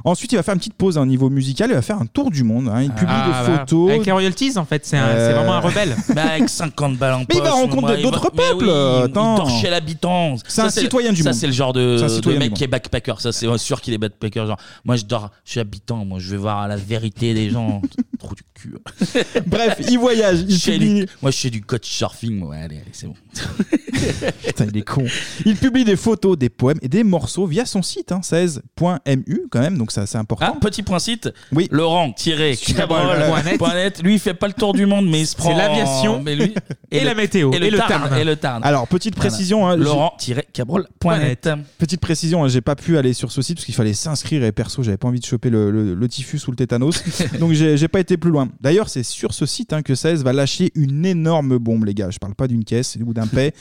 Speaker 4: Ensuite, il va faire une petite pause au niveau musical, il va faire un tour du monde, hein, il publie
Speaker 8: Ah,
Speaker 4: des
Speaker 8: bah,
Speaker 4: photos.
Speaker 8: Avec les royalties, en fait, c'est un- c'est
Speaker 4: Euh,
Speaker 8: vraiment un rebelle.
Speaker 1: Mais Bah, avec 50 balles en
Speaker 4: Mais il va
Speaker 1: poche,
Speaker 4: rencontrer
Speaker 1: moi, il
Speaker 4: d'autres
Speaker 1: va- mais
Speaker 4: peuples,
Speaker 1: oui, il-
Speaker 4: attends.
Speaker 1: Il dort chez l'habitant.
Speaker 4: C'est un
Speaker 1: Ça, le-
Speaker 4: citoyen du monde.
Speaker 1: Ça, c'est le genre de,
Speaker 4: C'est un
Speaker 1: de
Speaker 4: citoyen du
Speaker 1: mec
Speaker 4: monde.
Speaker 1: qui est backpacker. Ça, c'est sûr qu'il est backpacker. Genre, moi, je dors chez l'habitant. Moi, je vais voir la vérité des gens. Trop du cul.
Speaker 4: Bref, il voyage. Il
Speaker 1: Chez
Speaker 4: publie...
Speaker 1: lui- Moi, je fais du coach surfing. Ouais, allez, allez, c'est bon.
Speaker 4: Putain, il est con. Il publie des photos, des poèmes et des morceaux via son site, hein, 16.mu quand même, donc ça c'est important.
Speaker 1: Ah, petit point site. Oui. Laurent-cabrol.net. Lui, il fait pas le tour du monde, mais il se prend.
Speaker 4: l'aviation
Speaker 1: mais lui-
Speaker 4: et la météo,
Speaker 1: Et le,
Speaker 4: et le
Speaker 1: Tarn,
Speaker 4: Tarn.
Speaker 1: Et le Tarn.
Speaker 4: Alors, petite précision, hein,
Speaker 1: Laurent-cabrol.net.
Speaker 4: Petite précision, hein, j'ai pas pu aller sur ce site parce qu'il fallait s'inscrire et perso, j'avais pas envie de choper le, le- le typhus ou le tétanos. donc j'ai j'ai pas été plus loin. D'ailleurs, c'est sur ce site hein, que 16 va lâcher une énorme bombe, les gars. Je parle pas d'une caisse ou d'un paix.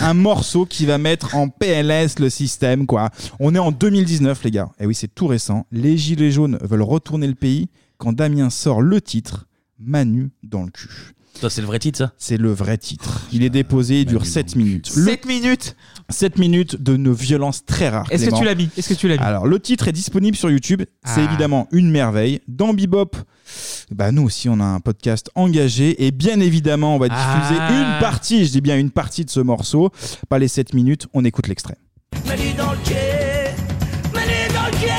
Speaker 4: un morceau qui va mettre en PLS le système, quoi. On est en 2019, les gars. Et oui, c'est tout récent. Les Gilets jaunes veulent retourner le pays quand Damien sort le titre Manu dans le cul.
Speaker 1: Ça, c'est le vrai titre, ça
Speaker 4: C'est le vrai titre. Il est déposé, il dure 7 minutes.
Speaker 8: 7 minutes
Speaker 4: 7 minutes de une violence très rare.
Speaker 8: Est-ce que
Speaker 4: Clément.
Speaker 8: tu l'as mis Est-ce que tu l'as mis
Speaker 4: Alors, le titre est disponible sur YouTube. C'est
Speaker 8: Ah.
Speaker 4: évidemment une merveille. Dans Bebop, bah, nous aussi, on a un podcast engagé. Et bien évidemment, on va diffuser
Speaker 27: Ah.
Speaker 4: une partie, je dis bien une partie de ce morceau. Pas les 7 minutes, on écoute l'extrait.
Speaker 27: Manu dans le quai, Manu dans le quai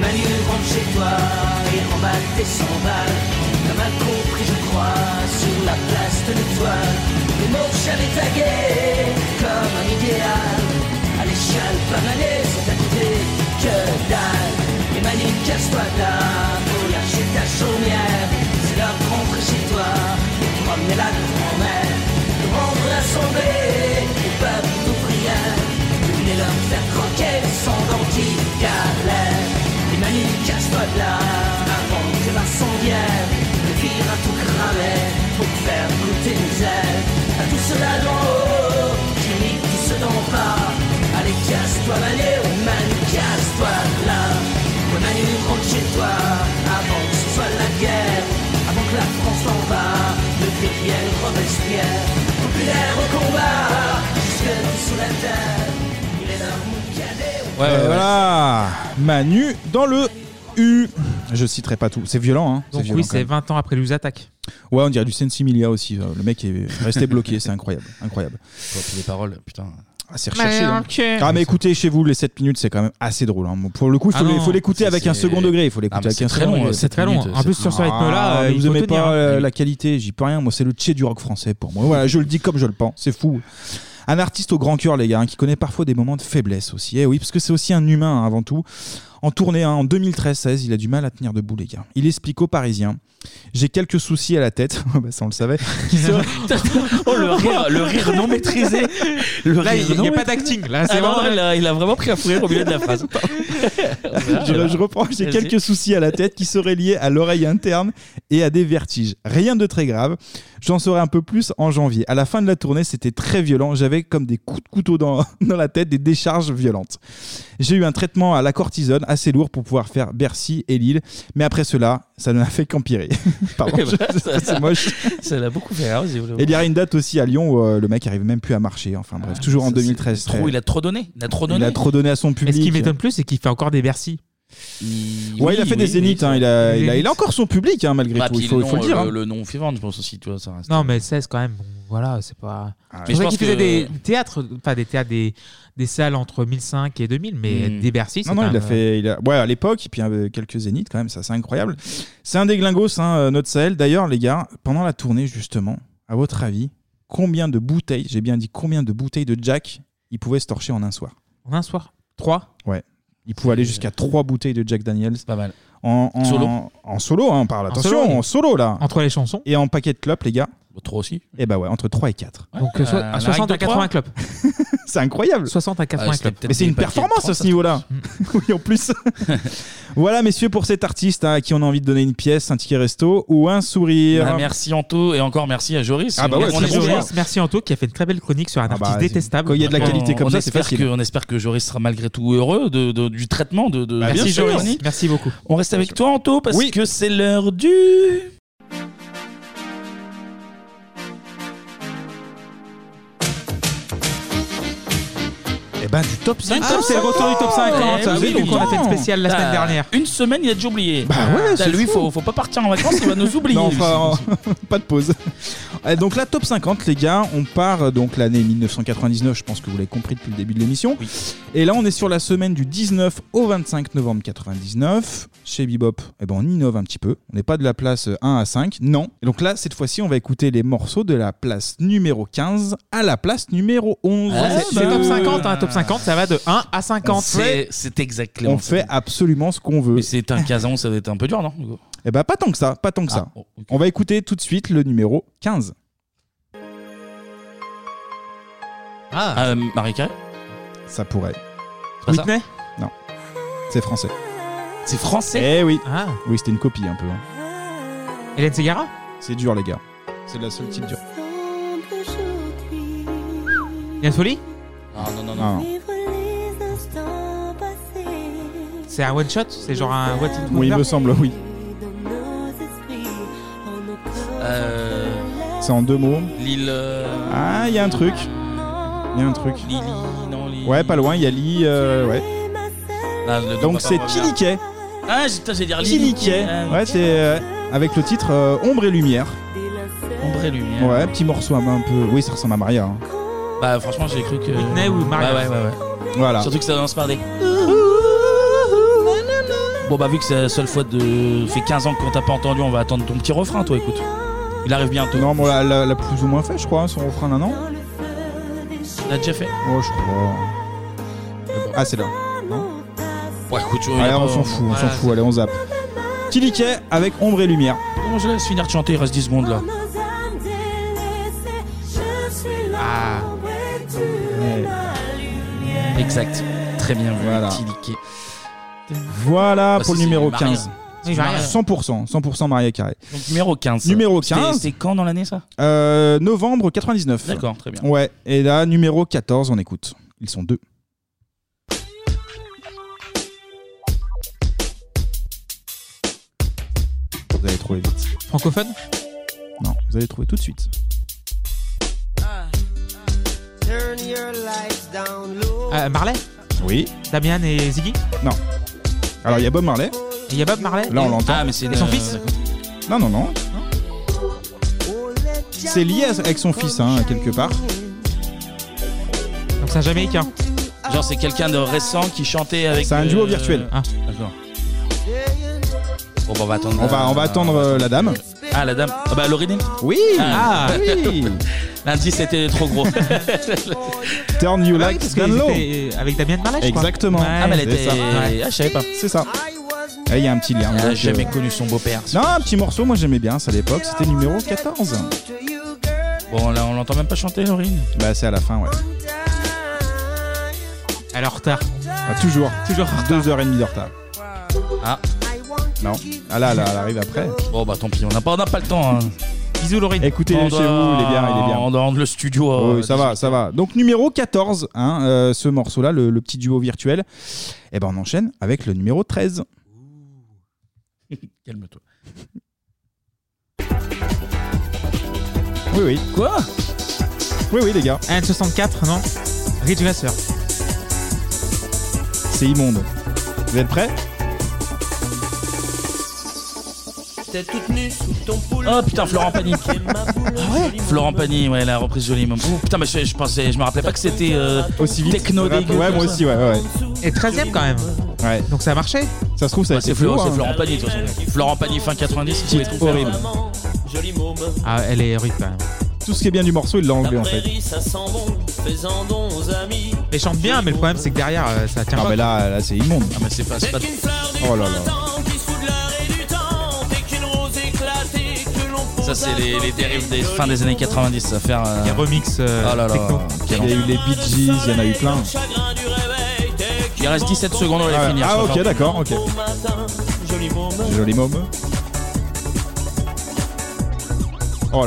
Speaker 27: Manu rentre chez toi et remballe tes 100 balles T'as mal compris je crois sur la place de l'étoile Les mots j'avais tagué comme un idéal À l'échelle bananée ça t'a coûté que dalle Et Manu casse-toi là pour lâcher ta chaumière C'est l'heure de rentrer chez toi et de ramener la grand-mère De rendre l'assemblée au peuple d'ouvrière les leur faire croquer sans dents qui galèrent Les manies casse-toi de là avant que la sanglière Le vire à tout cramer pour te faire goûter nos ailes À tous ceux-là d'en haut qui niquent tous ceux d'en bas Allez casse-toi Manu, ouais, Manu casse-toi de là Ouais Manu rentre chez toi avant que ce soit la guerre Avant que la France s'en va, le Gabriel Robespierre Populaire au combat, jusque sous la terre il est là, mon cadet.
Speaker 1: Ouais, ouais, ouais.
Speaker 4: voilà. Manu dans le U. Je citerai pas tout. C'est violent, hein.
Speaker 8: Donc
Speaker 4: violent
Speaker 8: oui,
Speaker 4: quand
Speaker 8: c'est
Speaker 4: même.
Speaker 8: 20 ans après Luz Attack.
Speaker 4: Ouais, on dirait du Sensimilia aussi. euh, Le mec est resté bloqué, c'est incroyable. Incroyable.
Speaker 1: les paroles, putain.
Speaker 4: Ah, c'est recherché.
Speaker 1: Mais
Speaker 4: hein.
Speaker 1: ok.
Speaker 4: Ah, mais écoutez chez vous, les 7 minutes, c'est quand même assez drôle. hein. Pour le coup, il faut
Speaker 8: Ah
Speaker 4: le-
Speaker 8: non,
Speaker 4: faut l'écouter
Speaker 8: c'est-
Speaker 4: avec un
Speaker 8: c'est-
Speaker 4: second degré. Il faut
Speaker 8: Ah, mais
Speaker 4: l'écouter avec
Speaker 8: c'est
Speaker 4: un
Speaker 8: très
Speaker 4: second
Speaker 8: long,
Speaker 4: degré.
Speaker 8: c'est très long. En plus, sur ce rythme-là,
Speaker 4: Ah,
Speaker 8: euh, il
Speaker 4: vous
Speaker 8: faut
Speaker 4: aimez
Speaker 8: tenir,
Speaker 4: pas
Speaker 8: hein.
Speaker 4: euh, la qualité, j'y peux rien. Moi, c'est le tché du rock français pour moi. Voilà, je le dis comme je le pense. C'est fou. Un artiste au grand cœur, les gars, hein, qui connaît parfois des moments de faiblesse aussi. Eh oui, parce que c'est aussi un humain hein, avant tout. En tournée, hein, en 2013-16, il a du mal à tenir debout, les gars. Il explique aux Parisiens J'ai quelques soucis à la tête. Ouais, bah, ça, on le savait. Qui se-
Speaker 1: Oh, le rire, le rire non maîtrisé.
Speaker 8: Là, il n'y a pas d'acting. Là,
Speaker 1: Ah
Speaker 8: c'est vraiment.
Speaker 1: il, a, il a vraiment pris un fou rire au milieu de la phrase.
Speaker 4: je, je reprends, j'ai
Speaker 1: Vas-y.
Speaker 4: quelques soucis à la tête qui seraient liés à l'oreille interne et à des vertiges. Rien de très grave. J'en saurai un peu plus en janvier. À la fin de la tournée, c'était très violent. J'avais comme des coups de couteau dans, dans la tête, des décharges violentes. J'ai eu un traitement à la cortisone assez lourd pour pouvoir faire Bercy et Lille. Mais après cela, ça n'a fait qu'empirer. Pardon,
Speaker 1: Eh ben,
Speaker 4: je-
Speaker 1: ça-
Speaker 4: c'est moche.
Speaker 1: Ça l'a beaucoup fait. hein, si vous voulez.
Speaker 4: Et il y a une date aussi à Lyon où euh, le mec arrive même plus à marcher. Enfin bref, toujours en 2013.
Speaker 1: Ah, Trop, il a trop donné. Il a trop donné.
Speaker 4: Il a trop donné à son public.
Speaker 8: Et ce qui m'étonne plus, c'est qu'il fait encore des Bercy.
Speaker 4: Ouais, il a fait des zéniths. hein, il, a, il, a, il a encore son public, hein, malgré
Speaker 1: Bah,
Speaker 4: tout.
Speaker 1: puis
Speaker 4: Il faut,
Speaker 1: le, nom,
Speaker 4: faut le dire.
Speaker 1: euh,
Speaker 4: hein.
Speaker 1: le nom Fivant, je pense aussi, tu vois, ça reste.
Speaker 8: Non, mais 16 quand même. bon, Voilà, c'est pas.
Speaker 1: Ah, Mais
Speaker 8: je pensais
Speaker 1: je pense
Speaker 8: qu'il faisait
Speaker 1: que-
Speaker 8: des théâtres, enfin des théâtres, des, des salles entre 1005 et 2000, mais
Speaker 4: Hmm.
Speaker 8: des Bercy, c'est
Speaker 4: Non, non,
Speaker 8: quand
Speaker 4: il a
Speaker 8: même-
Speaker 4: fait. Il a, ouais, à l'époque, et puis euh, quelques zéniths quand même, ça c'est incroyable. C'est un des glingos, hein, euh, notre Sahel. D'ailleurs, les gars, pendant la tournée, justement, à votre avis, combien de bouteilles, j'ai bien dit combien de bouteilles de Jack il pouvait se torcher en un soir
Speaker 8: En un soir euh, 3
Speaker 4: Ouais. Il pouvait aller jusqu'à 3 bouteilles de Jack Daniels.
Speaker 1: Pas mal.
Speaker 4: En, en-
Speaker 8: Solo.
Speaker 4: En solo, hein, on parle.
Speaker 8: euh, En
Speaker 4: Attention,
Speaker 8: solo, oui.
Speaker 4: en solo là.
Speaker 8: Entre les chansons.
Speaker 4: Et en paquet de clopes, les gars.
Speaker 1: Trop aussi.
Speaker 4: Et bah ouais, entre 3 et 4.
Speaker 8: Donc, euh, so- à 60 à 80 clubs. Ah,
Speaker 4: c'est incroyable.
Speaker 8: 60 à 80 clubs.
Speaker 4: Mais c'est une performance à ce niveau-là. oui, en
Speaker 8: Ah,
Speaker 4: plus. voilà, messieurs, pour cet artiste hein, à qui on a envie de donner une pièce, un ticket resto ou un sourire.
Speaker 1: Ah, merci Anto et encore merci à Joris.
Speaker 4: euh, Ah bah ouais,
Speaker 1: on
Speaker 4: très
Speaker 1: est
Speaker 4: bon
Speaker 1: Joris.
Speaker 4: choix.
Speaker 8: Merci Anto qui a fait une très belle chronique sur un
Speaker 4: bah,
Speaker 8: artiste
Speaker 4: c'est-
Speaker 8: détestable.
Speaker 4: quand il y a de la qualité comme
Speaker 1: on
Speaker 4: ça, c'est
Speaker 1: espère
Speaker 4: facile.
Speaker 1: que, on espère que Joris sera malgré tout heureux de, de- du traitement de, de
Speaker 4: Bah,
Speaker 1: de
Speaker 4: bien
Speaker 1: cette
Speaker 4: sûr.
Speaker 1: chronique.
Speaker 8: Merci beaucoup.
Speaker 1: On reste avec toi Anto parce
Speaker 4: Oui.
Speaker 1: que c'est l'heure du
Speaker 4: Et ben du top bah 5.
Speaker 8: Ah, c'est le retour du top 5, hein,
Speaker 1: Eh
Speaker 8: ça, oui, donc on a fait une spéciale la
Speaker 4: Ah.
Speaker 8: semaine
Speaker 1: T'as
Speaker 8: dernière.
Speaker 1: Une semaine, il a déjà oublié.
Speaker 4: Bah ouais,
Speaker 1: T'as
Speaker 4: c'est
Speaker 1: lui,
Speaker 4: fou.
Speaker 1: faut, faut pas partir en vacances, il va nous oublier. Ah,
Speaker 4: Non,
Speaker 1: lui.
Speaker 4: enfin, pas de pause. Euh, Donc la top 50, les gars, on part euh, donc l'année 1999, je pense que vous l'avez compris depuis le début de l'émission. Et là, on est sur la semaine du 19 au 25 novembre 99. Chez Bebop, eh ben, on innove un petit peu. On n'est pas de la place euh, 1 à 5, non. Et donc là, cette fois-ci, on va écouter les morceaux de la place numéro 15 à la place numéro 11.
Speaker 8: Ah, c'est
Speaker 4: Messieurs.
Speaker 8: le top 50, hein, top 50, ça va de 1 à 50.
Speaker 1: ben C'est c'est exactement.
Speaker 4: On fait absolument ce qu'on veut.
Speaker 1: Mais c'est un casan, ça doit être un peu dur, non Hugo
Speaker 4: Eh ben pas tant que ça, pas tant que
Speaker 1: Ah,
Speaker 4: ça.
Speaker 1: bon,
Speaker 4: On va écouter tout de suite le numéro 15.
Speaker 1: Ah, Marie Carré
Speaker 4: Ça pourrait.
Speaker 1: pas ça
Speaker 4: Non. C'est français.
Speaker 1: C'est français
Speaker 4: Eh oui.
Speaker 8: Ah.
Speaker 4: Oui, c'était une copie un peu. hein.
Speaker 8: Hélène Segara
Speaker 4: C'est dur, les gars. C'est la seule type dure.
Speaker 8: Yann Folie
Speaker 1: Ah, non, non,
Speaker 4: non.
Speaker 8: C'est un one shot C'est genre un What in
Speaker 4: Oui, il
Speaker 8: Wonder
Speaker 4: me semble, oui.
Speaker 1: Euh,
Speaker 4: C'est en deux mots.
Speaker 1: Lille. euh,
Speaker 4: Ah, il y a un truc. Il y a un truc.
Speaker 1: non, Lily.
Speaker 4: Ouais, pas loin, il y a Lee. euh, ouais.
Speaker 1: Ah, le-
Speaker 4: Donc
Speaker 1: papa
Speaker 4: c'est
Speaker 1: revient.
Speaker 4: Kiliké.
Speaker 1: Ah, j'ai- putain, j'allais dire Lily.
Speaker 4: Kiliké.
Speaker 1: Ah,
Speaker 4: Ouais, c'est euh, avec le titre euh, Ombre et Lumière.
Speaker 1: Ombre et lumière.
Speaker 4: Ouais, petit morceau un peu. Oui, ça ressemble à Maria. hein.
Speaker 1: Bah, franchement, j'ai cru que.
Speaker 8: Whitney ou Maria.
Speaker 1: Ouais, ouais, ouais. ouais.
Speaker 4: Voilà.
Speaker 1: Surtout que ça lance par des. Bon, bah, vu que c'est la seule fois de. fait 15 ans qu'on t'a pas entendu, on va attendre ton petit refrain, toi, écoute. Il arrive bientôt.
Speaker 4: Non, mais on l'a- l'a l'a plus ou moins fait, je crois, hein, son refrain d'un an.
Speaker 1: On l'a déjà fait
Speaker 4: Oh, je crois. Ah, c'est là.
Speaker 1: Ouais, écoute, tu
Speaker 4: Allez, on s'en fout, on s'en fout, allez, on zappe. Kiliké avec Ombre et Lumière.
Speaker 1: Bon, je laisse finir de chanter, il reste 10 secondes là.
Speaker 8: Ah.
Speaker 1: Exact. Très bien vu,
Speaker 4: Voilà.
Speaker 1: petit liqué.
Speaker 4: Voilà
Speaker 1: Bah,
Speaker 4: pour le
Speaker 1: si,
Speaker 4: numéro
Speaker 1: c'est Maria.
Speaker 4: 15.
Speaker 1: Oui, Maria.
Speaker 4: 100%, 100% Maria Carré.
Speaker 1: Donc, numéro 15.
Speaker 4: Numéro
Speaker 1: C'était-
Speaker 4: 15.
Speaker 1: C'est quand dans l'année ça
Speaker 4: Euh, novembre 99.
Speaker 1: D'accord, très bien.
Speaker 4: Ouais, et là, numéro 14, on écoute. Ils sont deux. Vous allez trouver vite.
Speaker 8: Francophone
Speaker 4: Non, vous allez trouver tout de suite.
Speaker 27: Turn your lights down low.
Speaker 8: Euh, Marley
Speaker 4: Oui.
Speaker 8: Damien et Ziggy
Speaker 4: Non. Alors, il y a Bob Marley.
Speaker 8: Il y a Bob Marley
Speaker 4: Là, on l'entend.
Speaker 1: Ah, mais c'est.
Speaker 8: Et son
Speaker 1: euh,
Speaker 8: fils
Speaker 4: Non, non, non. C'est lié à- avec son fils, hein, quelque part.
Speaker 8: Donc c'est un Jamaïcain.
Speaker 1: Genre, c'est quelqu'un de récent qui chantait avec.
Speaker 4: C'est un
Speaker 1: le-
Speaker 4: duo virtuel.
Speaker 8: Ah.
Speaker 1: D'accord. Bon, bah, on va attendre.
Speaker 4: On va,
Speaker 1: la-
Speaker 4: on va attendre euh, la dame.
Speaker 1: Ah, la dame. Ah, bah, Laurie Dean.
Speaker 4: Oui
Speaker 1: Ah.
Speaker 4: oui.
Speaker 1: L'indice était trop gros.
Speaker 4: Turn you
Speaker 8: Ah oui,
Speaker 4: like
Speaker 8: parce
Speaker 4: down
Speaker 8: qu'ils
Speaker 4: low.
Speaker 8: étaient avec Damien Marley, je crois.
Speaker 4: Exactement.
Speaker 1: ah, mais elle
Speaker 4: C'est
Speaker 1: était.
Speaker 4: ça.
Speaker 1: Ah, je savais pas.
Speaker 4: C'est ça. Et il y a un petit lien.
Speaker 1: Elle
Speaker 4: donc,
Speaker 1: a
Speaker 4: euh,
Speaker 1: jamais connu son beau-père.
Speaker 4: Non, un petit morceau, moi j'aimais bien ça à l'époque, c'était numéro 14.
Speaker 1: Bon, là, on l'entend même pas chanter, Laurie.
Speaker 4: Bah c'est à la fin, ouais.
Speaker 8: Elle est en retard.
Speaker 4: Ah, toujours.
Speaker 8: Toujours en retard.
Speaker 4: Deux heures et demie de retard.
Speaker 1: Ah,
Speaker 4: Non. Ah là, là, elle arrive après.
Speaker 1: bon, bah, tant pis, on n'a pas, on n'a pas le temps. hein.
Speaker 8: Bisous, Laurine.
Speaker 4: Écoutez-le
Speaker 1: On
Speaker 4: chez vous,
Speaker 1: doit-
Speaker 4: il est bien, il est bien.
Speaker 1: On doit rendre le studio.
Speaker 4: Oh,
Speaker 1: euh,
Speaker 4: oui, ça va, ça va. Donc numéro 14, hein, euh, ce morceau-là, le, le petit duo virtuel. Et ben on enchaîne avec le numéro 13.
Speaker 1: Calme-toi.
Speaker 4: Oui, oui.
Speaker 1: Quoi
Speaker 4: Oui, oui, les gars.
Speaker 8: 1,64, non Rich Glasser.
Speaker 4: C'est immonde. Vous êtes prêts
Speaker 27: T'es toute nue sous ton pull.
Speaker 1: Oh putain, Florent Pagny. Florent Pagny, ouais, la reprise jolie. Mom. Ouh, putain, mais je, je pensais, je me rappelais pas que c'était euh,
Speaker 4: Aussi vite
Speaker 1: techno
Speaker 4: Ouais,
Speaker 1: dégueu.
Speaker 4: Ouais, moi aussi, ouais, ouais.
Speaker 8: Et 13ème quand même.
Speaker 4: ouais. Ouais.
Speaker 8: Donc ça a marché.
Speaker 4: Ça se trouve, ça a
Speaker 1: Ouais,
Speaker 4: été
Speaker 1: c'est
Speaker 4: flou.
Speaker 1: Flo- c'est
Speaker 4: hein.
Speaker 1: Florent Pagny, de toute façon. Florent Pagny fin 90, il pouvait tout faire.
Speaker 4: horrible.
Speaker 27: Joli môme.
Speaker 8: Ah, elle est rude quand même.
Speaker 4: Tout ce qui est bien du morceau, il l'a
Speaker 27: La
Speaker 4: enlevé en fait.
Speaker 27: prairie, ça sent bon. Fais-en don aux amis.
Speaker 8: Elle chante bien, mais le problème c'est que derrière euh, ça tient
Speaker 4: Ah
Speaker 8: pas.
Speaker 4: mais là, là c'est immonde.
Speaker 1: Ah, mais c'est pas, c'est pas-
Speaker 27: Qu'une fleur du
Speaker 4: Oh là là.
Speaker 27: printemps qui se fout de l'heure et du temps. Dès qu'une rose éclatée que l'on pose.
Speaker 1: ça ça c'est les, les dérives des fins des années 90 à faire. euh,
Speaker 8: Il y a remix euh,
Speaker 1: Ah là là,
Speaker 8: techno.
Speaker 1: quel enfer.
Speaker 4: il y en a eu plein.
Speaker 1: Il reste 17 secondes, on va les
Speaker 4: Ah,
Speaker 1: finir.
Speaker 4: ah,
Speaker 1: je crois.
Speaker 4: ok, d'accord, ok. Joli môme. Oh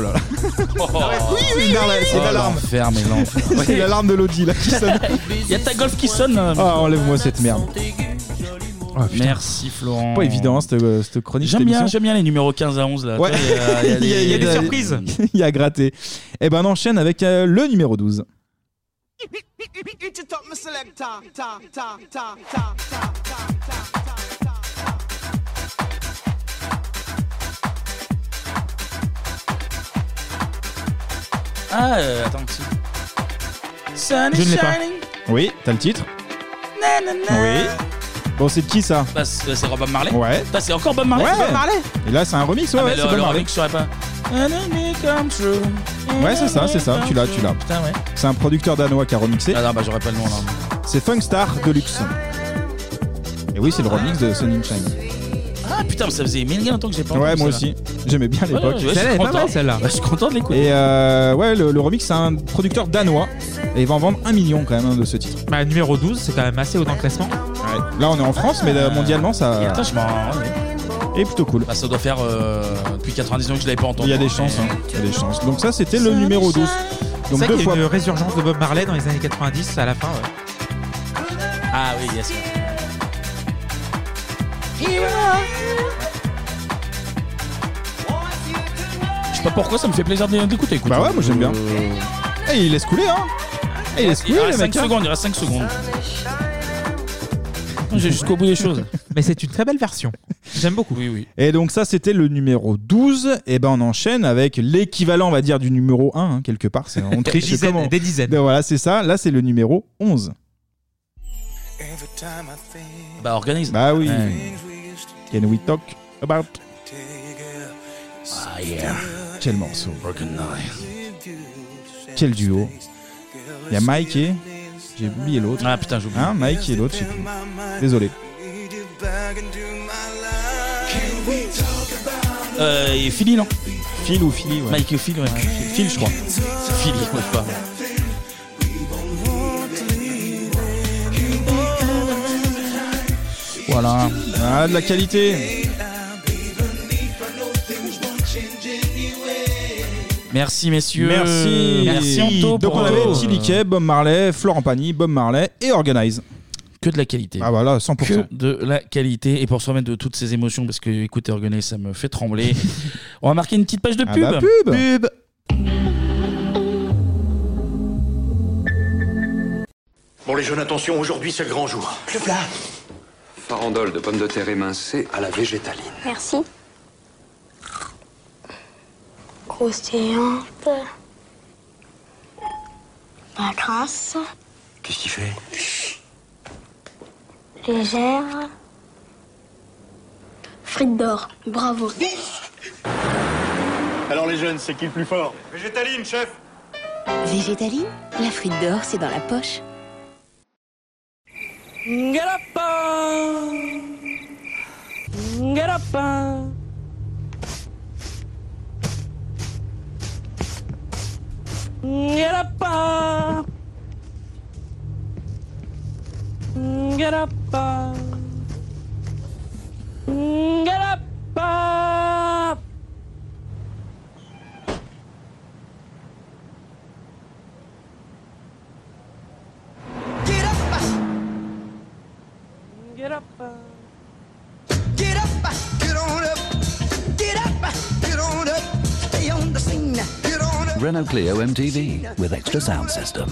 Speaker 4: là là.
Speaker 1: oui,
Speaker 4: oui, c'est l'alarme.
Speaker 1: L'enfer, mais l'enfer.
Speaker 4: C'est l'alarme de l'Audi là qui sonne.
Speaker 1: Il y a ta golf qui sonne.
Speaker 4: Ah, enlève-moi cette merde. Ah, putain.
Speaker 1: Merci Florent.
Speaker 4: Pas évident cette, euh, cette chronique.
Speaker 1: J'aime
Speaker 4: cette
Speaker 1: bien,
Speaker 4: émission.
Speaker 1: j'aime bien les numéros 15 à 11 là.
Speaker 4: Ouais.
Speaker 1: Tu vois, il y a- il y a des-
Speaker 4: Il y a à gratter. Et ben on enchaîne avec euh, le numéro 12.
Speaker 1: Ah, euh, attends. si. Sun is
Speaker 4: Je ne l'ai pas.
Speaker 1: shining.
Speaker 4: Oui, t'as le titre
Speaker 1: Na, na, na.
Speaker 4: Oui. Bon, c'est de qui ça
Speaker 1: Bah, c'est c'est Bob Marley.
Speaker 4: Ouais.
Speaker 1: Putain, c'est encore Bob Marley.
Speaker 4: Ouais.
Speaker 1: c'est Bob Marley.
Speaker 4: Et là, c'est un remix, ouais,
Speaker 1: Ah,
Speaker 4: ouais,
Speaker 1: mais
Speaker 4: c'est
Speaker 1: le-
Speaker 4: Bob
Speaker 1: le
Speaker 4: Marley.
Speaker 1: remix, je saurais pas.
Speaker 4: Ouais, c'est ça, c'est ça, tu l'as, tu l'as.
Speaker 1: Putain, ouais.
Speaker 4: C'est un producteur danois qui a remixé.
Speaker 1: Ah non, bah j'aurais pas le nom là.
Speaker 4: C'est Funkstar Deluxe. Et oui, c'est le remix de Sun in Shine.
Speaker 1: Ah putain, mais ça faisait mille longtemps que j'ai pas entendu
Speaker 4: Ouais, moi
Speaker 1: ça, là.
Speaker 4: aussi. J'aimais bien à
Speaker 1: Ouais,
Speaker 4: l'époque.
Speaker 1: ouais, ouais, Celle-là je suis est pas content. mal, celle-là. je suis content de l'écouter.
Speaker 4: Et euh, ouais, le, le remix, c'est un producteur danois. Et il va en vendre un million quand même hein, de ce titre.
Speaker 8: Bah, numéro 12, c'est quand même assez haut dans le classement.
Speaker 4: Là, on est en France, mais euh, mondialement, ça.
Speaker 1: Putain, je m'en.
Speaker 4: Et plutôt cool.
Speaker 1: Bah, ça doit faire euh, depuis 90 ans que je l'avais pas entendu.
Speaker 4: Il y a des chances, hein. Il y a des chances. Donc, ça, c'était le numéro 12.
Speaker 8: C'est
Speaker 4: Donc,
Speaker 8: vrai
Speaker 4: deux
Speaker 8: qu'il y a
Speaker 4: fois.
Speaker 8: eu une résurgence de Bob Marley dans les années 90 à la fin. ouais.
Speaker 1: Ah oui, yes. Je sais pas pourquoi ça me fait plaisir de de l'écouter. écoute.
Speaker 4: Bah ouais, moi, j'aime bien.
Speaker 1: Euh.
Speaker 4: Et il laisse couler, hein. Et il laisse
Speaker 1: Il
Speaker 4: couler, le
Speaker 1: reste 5
Speaker 4: mec. hein.
Speaker 1: secondes, il reste 5 secondes. J'ai jusqu'au bout des choses.
Speaker 8: Mais c'est une très belle version. J'aime beaucoup.
Speaker 1: Oui, oui.
Speaker 4: Et donc ça c'était le numéro 12 et ben on enchaîne avec l'équivalent on va dire du numéro 1 hein, quelque part c'est on
Speaker 8: Des
Speaker 4: triche c'est
Speaker 8: dizaines,
Speaker 4: comme on-
Speaker 8: des dizaines.
Speaker 4: Donc voilà, c'est ça, là c'est le numéro 11.
Speaker 1: Bah organise.
Speaker 4: Bah oui.
Speaker 1: Ouais.
Speaker 4: Can we talk about
Speaker 1: Ah yeah.
Speaker 4: quel morceau Quel duo Il y a Mike et j'ai oublié l'autre.
Speaker 1: Ah putain, j'ai oublié.
Speaker 4: Hein, Mike et l'autre, je sais plus. Désolé.
Speaker 1: Euh, et Philly, non
Speaker 4: Phil ou Philly, ouais.
Speaker 1: Mike ou Phil, ouais. Phil, je crois. Philly, ouais, pas. Voilà.
Speaker 4: Ah de la qualité.
Speaker 1: Merci, messieurs.
Speaker 4: Merci.
Speaker 1: Merci, Anto.
Speaker 4: Donc
Speaker 1: pour,
Speaker 4: on avait
Speaker 1: euh,
Speaker 4: Tilly Kay, Bob Marley, Florent Pagny, Bob Marley et Organize.
Speaker 1: Que de la qualité.
Speaker 4: Ah voilà, 100%.
Speaker 1: que de la qualité et pour se remettre de toutes ces émotions parce que écoutez Organet ça me fait trembler on va marquer une petite page de
Speaker 4: Ah
Speaker 1: pub
Speaker 4: bah, pub.
Speaker 33: Bon les jeunes, attention, aujourd'hui c'est le grand jour. Le plat
Speaker 34: Farandole de pommes de terre émincées à la végétaline.
Speaker 23: Merci. Croustillante. La grasse,
Speaker 33: Qu'est-ce qu'il fait
Speaker 23: légère. Frites d'or, bravo.
Speaker 33: Alors les jeunes, c'est qui le plus fort Végétaline, chef
Speaker 35: Végétaline, la frite d'or, c'est dans la poche.
Speaker 27: Get up, uh. Get up, uh. Get up, uh. Get up, uh. Get up, uh. Get up, uh. get on up. Get up, uh. get on up. Stay on the scene. Get on up.
Speaker 36: Renault Clio MTV with extra sound system.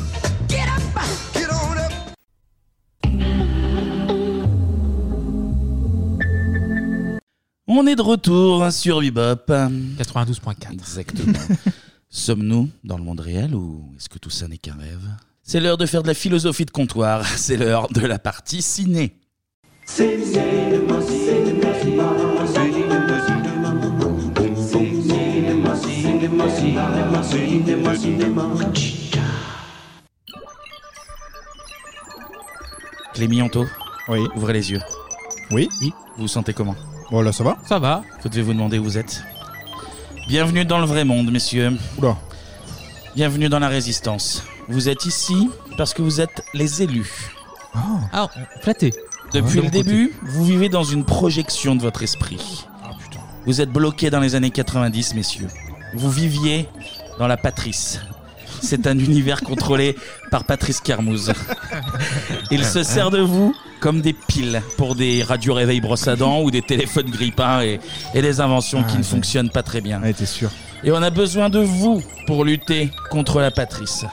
Speaker 27: Get up, uh. get on up.
Speaker 1: on est de retour hein, sur Bebop 92.4 exactement sommes-nous dans le monde réel ou est-ce que tout ça n'est qu'un rêve c'est l'heure de faire de la philosophie de comptoir c'est l'heure de la partie ciné Clémy Anto
Speaker 4: Oui.
Speaker 1: Ouvrez les yeux.
Speaker 4: Oui.
Speaker 1: Vous vous sentez comment
Speaker 4: Bon là ça va
Speaker 8: Ça va.
Speaker 1: Vous devez vous demander où vous êtes. Bienvenue dans le vrai monde, messieurs.
Speaker 8: Oula.
Speaker 1: Bienvenue dans la résistance. Vous êtes ici parce que vous êtes les élus.
Speaker 27: Ah, flatté.
Speaker 1: Depuis
Speaker 27: Ouais,
Speaker 1: le
Speaker 27: de mon
Speaker 1: début, vous vivez dans une projection de votre esprit. Vous êtes bloqué dans les années 90, messieurs. Vous viviez dans la Patrice. C'est un univers contrôlé par Patrice Carmouze. Il se sert de vous comme des piles pour des radios réveil brosse à dents ou des téléphones grippins et, et des inventions qui ne fonctionnent pas très bien.
Speaker 8: Ah, t'es sûr.
Speaker 1: Et on a besoin de vous pour lutter contre la Patrice.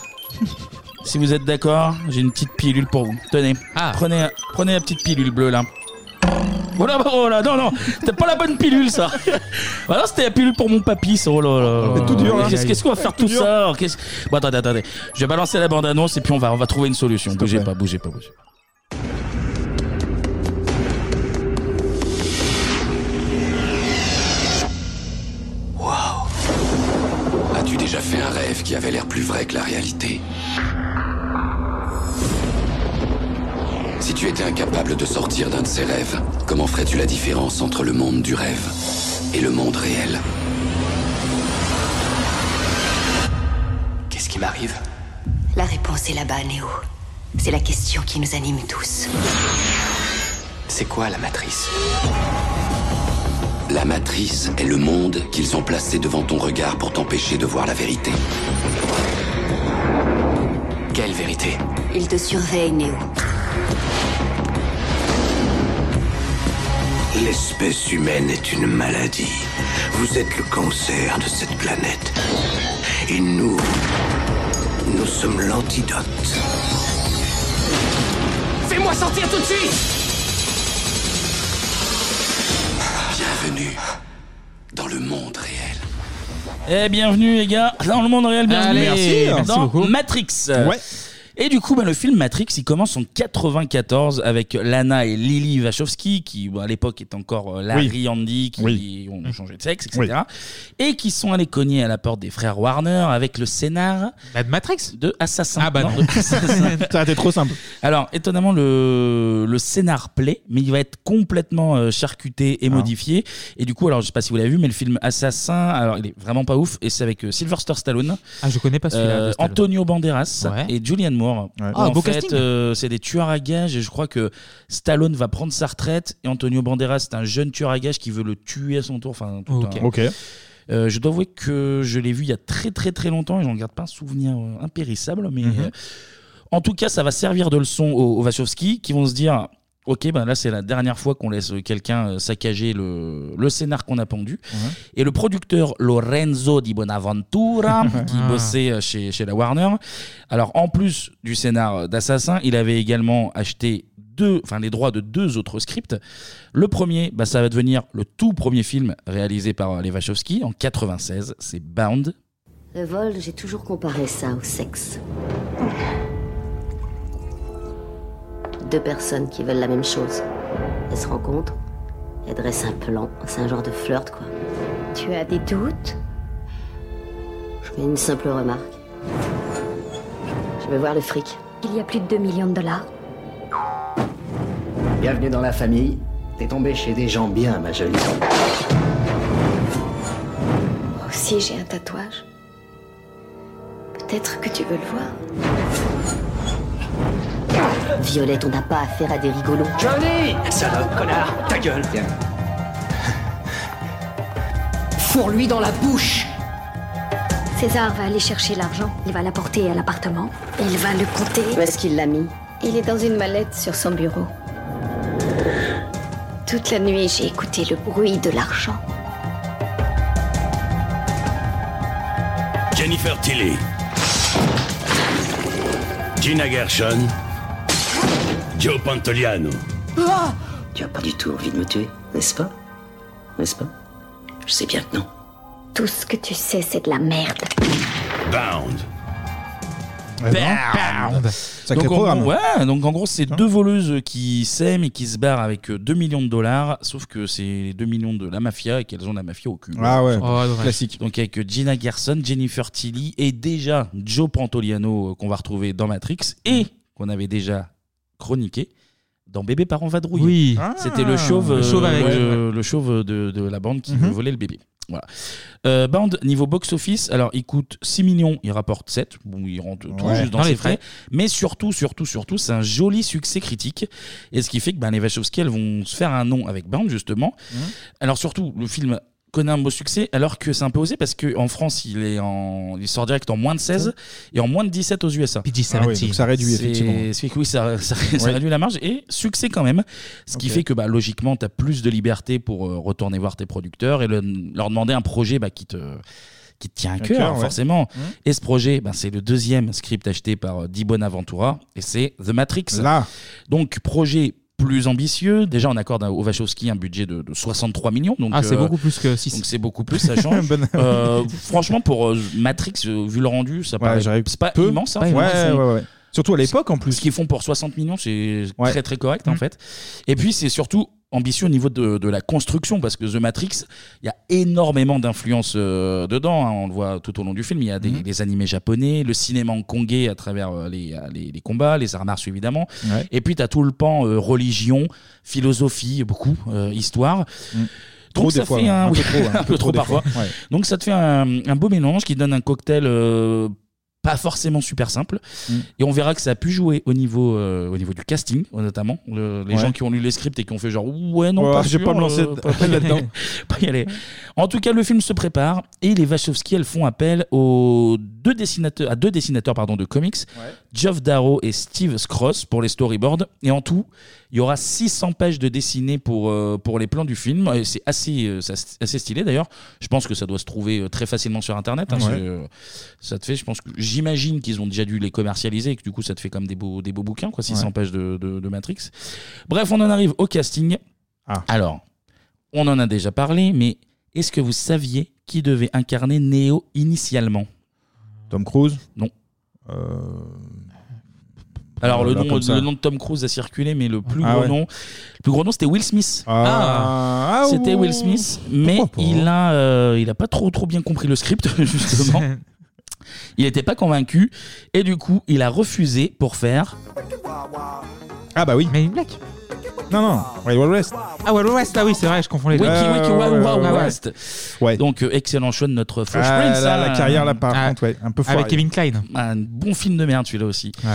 Speaker 1: Si vous êtes d'accord, j'ai une petite pilule pour vous. Tenez, prenez, prenez la petite pilule bleue là. Oh là, oh là, non, non, c'était pas la bonne pilule ça. Voilà, c'était la pilule pour mon papy, ça. Oh là là.
Speaker 8: C'est tout dur, hein.
Speaker 1: Qu'est-ce qu'est-ce qu'on va faire tout ça alors Qu'est-ce- Bon, attendez, attendez. Je vais balancer la bande annonce et puis on va, on va trouver une solution. Bougez pas, bougez pas, bougez pas.
Speaker 34: As-tu déjà fait un rêve qui avait l'air plus vrai que la réalité Si tu étais incapable de sortir d'un de ces rêves, comment ferais-tu la différence entre le monde du rêve et le monde réel Qu'est-ce qui m'arrive
Speaker 37: La réponse est là-bas, Néo. C'est la question qui nous anime tous.
Speaker 34: C'est quoi la matrice La matrice est le monde qu'ils ont placé devant ton regard pour t'empêcher de voir la vérité. Quelle vérité
Speaker 37: Il te surveille, Néo.
Speaker 12: L'espèce humaine est une maladie. Vous êtes le cancer de cette planète. Et nous, nous sommes l'antidote.
Speaker 20: Fais-moi sortir tout de suite
Speaker 34: Bienvenue dans le monde réel.
Speaker 1: Eh, bienvenue les gars, dans le monde réel, bienvenue.
Speaker 8: Allez, merci,
Speaker 1: dans
Speaker 8: merci beaucoup.
Speaker 1: Matrix.
Speaker 8: Ouais.
Speaker 1: Et du coup, bah, le film Matrix, il commence en 94 avec Lana et Lily Wachowski, qui bah, à l'époque est encore euh, Larry
Speaker 8: Oui.
Speaker 1: Andy, qui
Speaker 8: Oui. Mmh.
Speaker 1: ont changé de sexe, etc. Et qui sont allés cogner à la porte des frères Warner avec le scénar
Speaker 27: de Matrix
Speaker 1: de Assassin.
Speaker 27: Ah bah non.
Speaker 1: de Assassin.
Speaker 8: Ça été trop simple.
Speaker 1: Alors, étonnamment, le, le scénar plaît, mais il va être complètement euh, charcuté et
Speaker 8: Ah.
Speaker 1: modifié. Et du coup, alors, je sais pas si vous l'avez vu, mais le film Assassin, alors, il est vraiment pas ouf. Et c'est avec euh, Sylvester Stallone.
Speaker 27: Ah, je connais pas celui-là,
Speaker 1: Euh,
Speaker 27: de Stallone.
Speaker 1: Antonio Banderas
Speaker 27: Ouais.
Speaker 1: et Julianne Moore.
Speaker 27: Ouais.
Speaker 1: Où,
Speaker 27: Ah,
Speaker 1: en
Speaker 27: beau
Speaker 1: fait,
Speaker 27: casting.
Speaker 1: euh, c'est des tueurs à gages. Et je crois que Stallone va prendre sa retraite. Et Antonio Banderas, c'est un jeune tueur à gages qui veut le tuer à son tour. Enfin, tout
Speaker 8: Ok.
Speaker 1: un-
Speaker 8: Ok.
Speaker 1: Euh, je dois avouer que je l'ai vu il y a très très très longtemps et j'en garde pas un souvenir euh, impérissable, mais
Speaker 8: Mhm.
Speaker 1: euh, en tout cas, ça va servir de leçon aux, aux Wachowski qui vont se dire Ok, ben là, c'est la dernière fois qu'on laisse quelqu'un euh, saccager le, le scénar qu'on a pendu. Et le producteur Lorenzo Di Bonaventura, qui
Speaker 27: Ah.
Speaker 1: bossait euh, chez, chez la Warner, alors en plus du scénar d'Assassin, il avait également acheté deux, enfin, les droits de deux autres scripts. Le premier, bah, ça va devenir le tout premier film réalisé par euh, les Wachowski en 96, c'est Bound.
Speaker 37: Le vol, j'ai toujours comparé ça au sexe. Deux personnes qui veulent la même chose. Elles se rencontrent, elles dressent un plan. C'est un genre de flirt, quoi. Tu as des doutes Je fais une simple remarque. Je vais voir le fric.
Speaker 7: Il y a plus de 2 millions de dollars.
Speaker 12: Bienvenue dans la famille. T'es tombé chez des gens bien, ma jolie.
Speaker 7: Moi aussi, j'ai un tatouage. Peut-être que tu veux le voir.
Speaker 37: Violette, on n'a pas affaire à des rigolos.
Speaker 12: Johnny Salope, connard Ta gueule Tiens. Fourre-lui dans la bouche
Speaker 7: César va aller chercher l'argent. Il va l'apporter à l'appartement. Et il va le compter.
Speaker 37: Où est-ce qu'il l'a mis
Speaker 7: Il est dans une mallette sur son bureau. Toute la nuit, j'ai écouté le bruit de l'argent.
Speaker 10: Jennifer Tilly. Gina Gershon. Joe Pantoliano.
Speaker 12: Ah Tu as pas du tout envie de me tuer, n'est-ce pas N'est-ce pas Je sais bien que non.
Speaker 7: Tout ce que tu sais, c'est de la merde.
Speaker 10: Bound.
Speaker 1: Bound.
Speaker 8: Sacré
Speaker 1: donc, en
Speaker 8: programme.
Speaker 1: gros, ouais, donc en gros, c'est deux voleuses qui s'aiment et qui se barrent avec euh, 2 millions de dollars, sauf que c'est les 2 millions de la mafia et qu'elles ont la mafia au cul.
Speaker 8: Ah ouais,
Speaker 1: Voilà.
Speaker 8: ouais, ouais. Classique.
Speaker 1: Donc avec euh, Gina Gerson, Jennifer Tilly et déjà Joe Pantoliano euh, qu'on va retrouver dans Matrix et qu'on avait déjà chroniqué dans Bébé Parent Vadrouille.
Speaker 27: Oui.
Speaker 1: C'était le chauve,
Speaker 27: Le
Speaker 1: euh,
Speaker 27: chauve avec-
Speaker 1: le- le chauve de, de la bande qui
Speaker 27: Mhm.
Speaker 1: volait le bébé. Voilà. Euh, Bound, niveau box-office, alors il coûte 6 millions, il rapporte 7. Bon, il rentre tout
Speaker 4: Ouais.
Speaker 1: juste dans,
Speaker 4: Dans
Speaker 1: ses
Speaker 4: les
Speaker 1: frais.
Speaker 4: frais.
Speaker 1: Mais surtout, surtout, surtout, c'est un joli succès critique. Et ce qui fait que ben, les Wachowski, elles vont se faire un nom avec Bound, justement.
Speaker 4: Mhm.
Speaker 1: Alors surtout, le film connaît un beau succès, alors que c'est un peu osé, parce qu'en France, il, est en... il sort direct en moins de 16 et en moins de 17 aux USA.
Speaker 4: Oh. Ah oui, donc ça réduit,
Speaker 1: C'est-
Speaker 4: effectivement.
Speaker 1: c'est- oui, ça, ça- ça
Speaker 4: Ouais.
Speaker 1: réduit la marge et succès quand même. Ce qui
Speaker 4: Ok.
Speaker 1: fait que bah, logiquement, tu as plus de liberté pour euh, retourner voir tes producteurs et le- leur demander un projet bah, qui te qui te tient à
Speaker 4: Un
Speaker 1: cœur,
Speaker 4: cœur, ouais.
Speaker 1: forcément.
Speaker 4: Mhm.
Speaker 1: Et ce projet, bah, c'est le deuxième script acheté par euh, Di Bonaventura, et c'est The Matrix.
Speaker 4: Là.
Speaker 1: Donc, projet plus ambitieux. Déjà, on accorde à- au Wachowski un budget de, de 63 millions. Donc,
Speaker 8: Ah, c'est
Speaker 1: euh,
Speaker 8: beaucoup plus que 6.
Speaker 1: Donc, c'est beaucoup plus, ça change.
Speaker 8: Bonne-
Speaker 1: Euh, franchement, pour euh, Matrix, euh, vu le rendu, ça paraît c'est pas immense. hein,
Speaker 4: Ouais,
Speaker 1: franchement,
Speaker 4: ouais,
Speaker 1: c'est-
Speaker 4: ouais, ouais. Surtout à l'époque en plus. Mm. Ce
Speaker 1: qu'ils font pour 60 millions, c'est très très correct en fait. Et puis c'est surtout ambitieux au niveau de, de la construction parce que The Matrix, il y a énormément d'influences euh, dedans. hein. on le voit tout au long du film. Il y a des,
Speaker 4: Mm.
Speaker 1: les animés japonais, le cinéma hongkongais à travers euh, les, euh, les, les combats, les arts martiaux évidemment.
Speaker 4: Ouais.
Speaker 1: Et puis tu as tout le pan euh, religion, philosophie, beaucoup, euh, histoire.
Speaker 4: Trop
Speaker 1: Donc
Speaker 4: des
Speaker 1: ça
Speaker 4: fois,
Speaker 1: fait
Speaker 4: hein.
Speaker 1: un,
Speaker 4: Un peu
Speaker 1: oui,
Speaker 4: trop, hein.
Speaker 1: un peu trop
Speaker 4: des fois.
Speaker 1: parfois.
Speaker 4: Ouais.
Speaker 1: Donc ça te fait un, un beau mélange qui donne un cocktail euh, pas forcément super simple.
Speaker 4: Mm.
Speaker 1: Et on verra que ça a pu jouer au niveau, euh, au niveau du casting, euh, notamment. Le- les
Speaker 4: Ouais.
Speaker 1: gens qui ont lu les scripts et qui ont fait genre ouais, non,
Speaker 4: Ouais,
Speaker 1: pas
Speaker 4: je vais
Speaker 1: sûr, euh,
Speaker 4: pas me lancer
Speaker 1: pas- pas y
Speaker 4: là-dedans.
Speaker 1: aller. Pas y aller. En tout cas, le film se prépare et les Wachowski, elles font appel aux deux dessinateurs, à deux dessinateurs pardon, de comics, Geoff Darrow et Steve Scross pour les storyboards. Et en tout, il y aura 600 pages de dessinées pour, euh, pour les plans du film. Et C'est assez, euh, ça- assez stylé d'ailleurs. Je pense que ça doit se trouver euh, très facilement sur Internet. hein.
Speaker 4: Ouais.
Speaker 1: C'est, euh, ça te fait, je pense que j'imagine qu'ils ont déjà dû les commercialiser et que du coup, ça te fait comme des beaux, des beaux bouquins, quoi, 600
Speaker 4: Ouais.
Speaker 1: pages de, de- de Matrix. Bref, on en arrive au casting.
Speaker 4: Ah.
Speaker 1: Alors, on en a déjà parlé, mais est-ce que vous saviez qui devait incarner Neo initialement
Speaker 4: Tom Cruise Euh,
Speaker 1: Non. Alors, le
Speaker 4: Là,
Speaker 1: nom,
Speaker 4: comme ça.
Speaker 1: le nom de Tom Cruise a circulé, mais le plus
Speaker 4: Ah
Speaker 1: gros
Speaker 4: ouais.
Speaker 1: nom, le plus gros nom, c'était Will Smith.
Speaker 4: Ah. Ah,
Speaker 1: c'était
Speaker 4: ouh.
Speaker 1: Will Smith, mais il a, euh, il a pas trop, trop bien compris le script justement. il n'était pas convaincu et du coup, il a refusé pour faire.
Speaker 4: Ah bah oui.
Speaker 1: Mais Black.
Speaker 4: Non non. Wild Wild West.
Speaker 8: Ah, Wild West, ah oui, c'est vrai, je confonds les deux.
Speaker 1: Wiki Wiki Wow Wow West.
Speaker 4: Ouais.
Speaker 1: Donc euh, excellent choix de notre Fresh
Speaker 4: Ah,
Speaker 1: Prince.
Speaker 4: là,
Speaker 1: hein.
Speaker 4: la carrière, là, par contre, ouais, un peu foirée.
Speaker 1: Avec Kevin Klein. Un bon film de merde celui-là aussi.
Speaker 4: Ouais.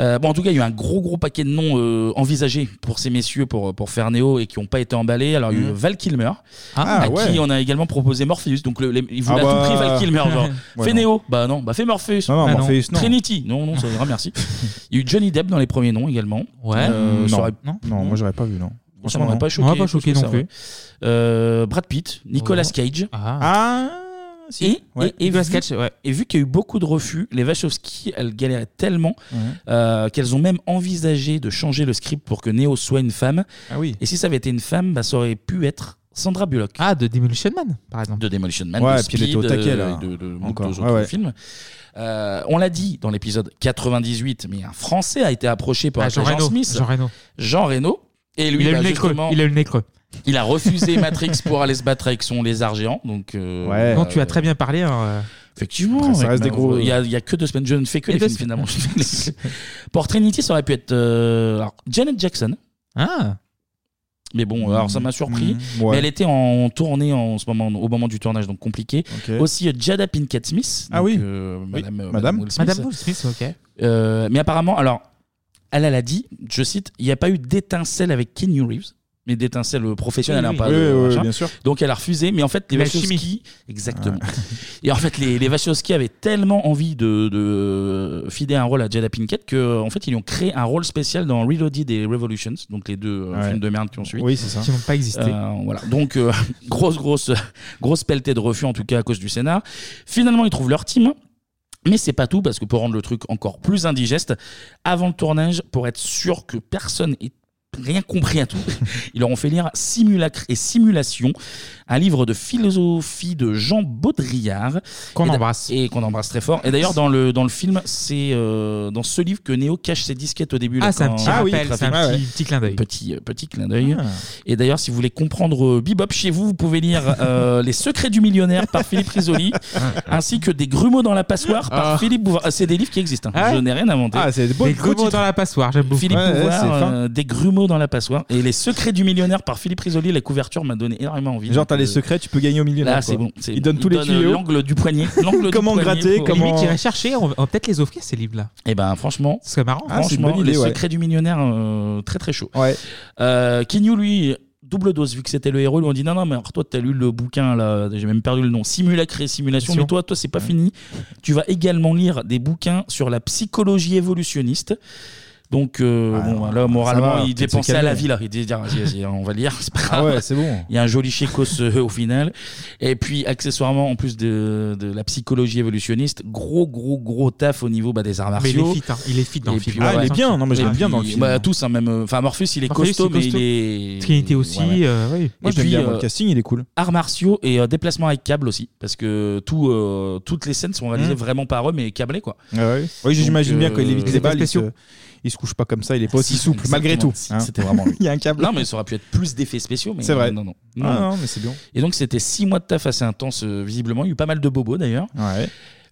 Speaker 1: Euh, bon, en tout cas, il y a eu un gros gros paquet de noms euh, envisagés pour ces messieurs pour, pour faire Neo et qui n'ont pas été emballés. Alors il y a eu
Speaker 4: Mhm.
Speaker 1: Val Kilmer,
Speaker 4: Ah,
Speaker 1: à
Speaker 4: ouais.
Speaker 1: qui on a également proposé Morpheus. Donc le- les- ils voulaient
Speaker 4: Ah
Speaker 1: à tout
Speaker 4: bah.
Speaker 1: prix Val Kilmer. Genre,
Speaker 4: Ouais,
Speaker 1: fais
Speaker 4: non.
Speaker 1: Neo, bah non, bah fais Morpheus.
Speaker 4: Non, non,
Speaker 1: Bah
Speaker 4: Morpheus, non.
Speaker 1: Trinity, non, non, ça ira, merci. Il y a eu Johnny Depp dans les premiers noms également. Euh, ça
Speaker 4: non.
Speaker 1: aurait-
Speaker 4: non. moi j'aurais pas vu non.
Speaker 1: ça m'aurait pas choqué.
Speaker 8: m'aurait pas choqué
Speaker 1: plus que
Speaker 8: non
Speaker 1: ça,
Speaker 8: plus.
Speaker 1: ouais. Euh, Brad Pitt, Nicolas
Speaker 8: Ouais.
Speaker 1: Cage.
Speaker 8: Ah.
Speaker 1: si. Et,
Speaker 8: Ouais.
Speaker 1: et, et
Speaker 8: Nicolas
Speaker 1: vu,
Speaker 8: Cage,
Speaker 1: et vu qu'il y a eu beaucoup de refus, les Wachowski, elles galéraient tellement
Speaker 4: Ouais.
Speaker 1: euh, qu'elles ont même envisagé de changer le script pour que Neo soit une femme.
Speaker 8: Ah
Speaker 1: Et si ça avait été une femme, bah, ça aurait pu être Sandra Bullock.
Speaker 8: Ah, de Demolition Man, par exemple.
Speaker 1: De Demolition Man,
Speaker 4: Ouais,
Speaker 1: de
Speaker 4: et puis il
Speaker 1: Speed,
Speaker 4: était au taquet,
Speaker 1: euh,
Speaker 4: là.
Speaker 1: et de, de beaucoup
Speaker 4: Encore.
Speaker 1: d'autres
Speaker 4: Ouais, ouais.
Speaker 1: films. Euh, on l'a dit dans l'épisode 98, mais un Français a été approché par
Speaker 8: Ah,
Speaker 1: Jean,
Speaker 8: Jean Reno,
Speaker 1: Smith.
Speaker 8: Jean Reno.
Speaker 1: Jean Reno. Et lui,
Speaker 8: Il a
Speaker 1: bah,
Speaker 8: eu le nez creux,
Speaker 1: justement,
Speaker 8: il a eu le nez creux.
Speaker 1: il a refusé Matrix pour aller se battre avec son lézard géant. Donc, euh,
Speaker 8: Non, tu as très bien parlé. hein.
Speaker 1: Effectivement,
Speaker 8: Après, ça
Speaker 1: ouais,
Speaker 8: reste
Speaker 1: bah,
Speaker 8: des gros-
Speaker 1: Il y, a- il y a que deux semaines. Je ne fais que
Speaker 8: Et
Speaker 1: les
Speaker 8: deux
Speaker 1: films
Speaker 8: semaines.
Speaker 1: finalement. Pour Trinity, ça aurait pu être euh, alors, Janet Jackson.
Speaker 8: Ah.
Speaker 1: Mais bon, euh, alors ça m'a surpris.
Speaker 4: Mmh, ouais.
Speaker 1: Mais elle était en tournée en ce moment, au moment du tournage, donc compliqué.
Speaker 4: Ok.
Speaker 1: Aussi euh, Jada Pinkett Smith.
Speaker 4: Ah
Speaker 1: donc,
Speaker 4: oui.
Speaker 1: euh,
Speaker 4: Oui,
Speaker 1: Madame, euh,
Speaker 4: madame.
Speaker 1: Madame Will Smith.
Speaker 8: Madame Will Smith, ok.
Speaker 1: Euh, mais apparemment, alors, elle, elle a dit, je cite, il n'y a pas eu d'étincelle avec Keanu Reeves, mais d'étincelle professionnelle,
Speaker 4: Oui,
Speaker 1: hein,
Speaker 4: oui.
Speaker 1: pas
Speaker 4: Oui,
Speaker 1: de
Speaker 4: oui, oui,
Speaker 1: machin.
Speaker 4: bien sûr.
Speaker 1: Donc elle a refusé, mais en fait, les
Speaker 4: L'alchimie.
Speaker 1: Wachowski, exactement. Et en fait, les, les Wachowski avaient tellement envie de, de fider un rôle à Jada Pinkett que, en fait, ils lui ont créé un rôle spécial dans Reloaded et Revolutions, donc les deux euh,
Speaker 4: Ouais.
Speaker 1: films de merde qui ont suivi.
Speaker 4: Oui, c'est ça. Qui n'ont pas existé.
Speaker 1: Euh, voilà. Donc, euh, grosse, grosse, grosse pelletée de refus, en tout cas, à cause du Sénat. Finalement, ils trouvent leur team. Mais c'est pas tout, parce que pour rendre le truc encore plus indigeste, avant le tournage, pour être sûr que personne ait rien compris à tout, ils leur ont fait lire Simulacre et Simulation, un livre de philosophie de Jean Baudrillard.
Speaker 8: Qu'on
Speaker 1: Et d'a-
Speaker 8: embrasse.
Speaker 1: Et qu'on embrasse très fort. Et d'ailleurs, dans le, dans le film, c'est euh, dans ce livre que Néo cache ses disquettes au début. là,
Speaker 8: Ah, c'est un
Speaker 1: quand-
Speaker 8: petit rappel, c'est un petit- petit clin d'œil.
Speaker 1: Petit, euh, petit clin d'œil.
Speaker 8: Ah.
Speaker 1: Et d'ailleurs, si vous voulez comprendre euh, Bebop chez vous, vous pouvez lire euh, Les Secrets du Millionnaire par Philippe Risoli,
Speaker 4: Ah.
Speaker 1: ainsi que Des Grumeaux dans la passoire par
Speaker 8: Ah.
Speaker 1: Philippe Bouvard. Ah, C'est des livres qui existent. hein.
Speaker 8: Ah ouais
Speaker 1: Je n'ai rien inventé.
Speaker 8: Des grumeaux dans la passoire, j'aime beaucoup.
Speaker 1: Philippe Bouvard, euh, Des Grumeaux dans la passoire. Et Les Secrets du millionnaire par Philippe Risoli, la couverture m'a donné énormément envie.
Speaker 4: Genre, t'as les
Speaker 1: Euh,
Speaker 4: secrets, tu peux gagner au millionnaire.
Speaker 1: Là,
Speaker 4: quoi.
Speaker 1: c'est bon. c'est
Speaker 4: Il
Speaker 1: bon.
Speaker 4: donne tous les
Speaker 1: donne, euh,
Speaker 4: tuyaux.
Speaker 1: L'angle du poignet. l'angle du
Speaker 4: Comment
Speaker 1: poignet
Speaker 4: gratter,
Speaker 1: pour-
Speaker 4: comment-
Speaker 8: Limite, irait chercher, on va, on va peut-être les offrir ces livres-là.
Speaker 1: Eh ben, franchement.
Speaker 8: Ce serait marrant. Ah,
Speaker 4: Ah,
Speaker 1: Franchement, les secrets du millionnaire, euh, très très chaud.
Speaker 4: Ouais.
Speaker 1: Euh, Kinyu, lui, double dose, vu que c'était le héros, lui on dit non, non, mais alors toi, t'as lu le bouquin, là, j'ai même perdu le nom, Simulacre et Simulation,
Speaker 8: Simulation.
Speaker 1: mais toi, toi, c'est pas fini. Tu vas également lire des bouquins sur la psychologie évolutionniste. Donc, euh, bon, là, moralement,
Speaker 4: ça va,
Speaker 1: il
Speaker 4: peut-être
Speaker 1: dépensait
Speaker 4: se
Speaker 1: à la
Speaker 4: calmer.
Speaker 1: vie, là. Il disait, tiens, vas-y, vas-y, on va lire, c'est pas
Speaker 4: Ah
Speaker 1: grave.
Speaker 4: ouais, c'est bon.
Speaker 1: Il y a un joli chécos euh, au final. Et puis, accessoirement, en plus de, de la psychologie évolutionniste, gros, gros, gros taf au niveau bah, des arts
Speaker 8: Mais il est
Speaker 1: martiaux.
Speaker 8: fit, hein. Il est fit dans le
Speaker 1: Et puis,
Speaker 8: film. Ah, il est bien. Non, mais je
Speaker 1: Et
Speaker 8: l'aime bien
Speaker 1: puis,
Speaker 8: dans le film.
Speaker 1: bah, tous, hein, même. euh, Enfin, Morpheus, il est
Speaker 8: Morpheus,
Speaker 1: costaud,
Speaker 8: il est
Speaker 1: mais
Speaker 8: costaud.
Speaker 1: il est.
Speaker 8: Trinity aussi, euh, oui. Moi,
Speaker 1: Et
Speaker 8: je l'aime
Speaker 1: puis,
Speaker 8: bien, moi, le
Speaker 1: euh,
Speaker 4: casting, il est cool.
Speaker 1: Arts martiaux et euh, déplacement avec câble aussi. Parce que tout, euh, toutes les scènes sont réalisées
Speaker 4: Mm.
Speaker 1: vraiment par eux, mais câblés, quoi.
Speaker 4: Ah ouais. Oui,
Speaker 1: Donc,
Speaker 4: j'imagine bien quand il
Speaker 1: euh,
Speaker 4: évite les balles, il se, il se couche pas comme ça, il est pas aussi souple, malgré tout.
Speaker 1: Exactement.
Speaker 4: hein.
Speaker 1: C'était vraiment lui.
Speaker 4: il y a un câble.
Speaker 1: Non, mais ça aurait pu être plus d'effets spéciaux. mais
Speaker 4: C'est vrai.
Speaker 1: Non, non.
Speaker 4: Ah non, mais c'est bien.
Speaker 1: Et donc, c'était six mois de taf assez intense, euh, visiblement. Il y a eu pas mal de bobos, d'ailleurs.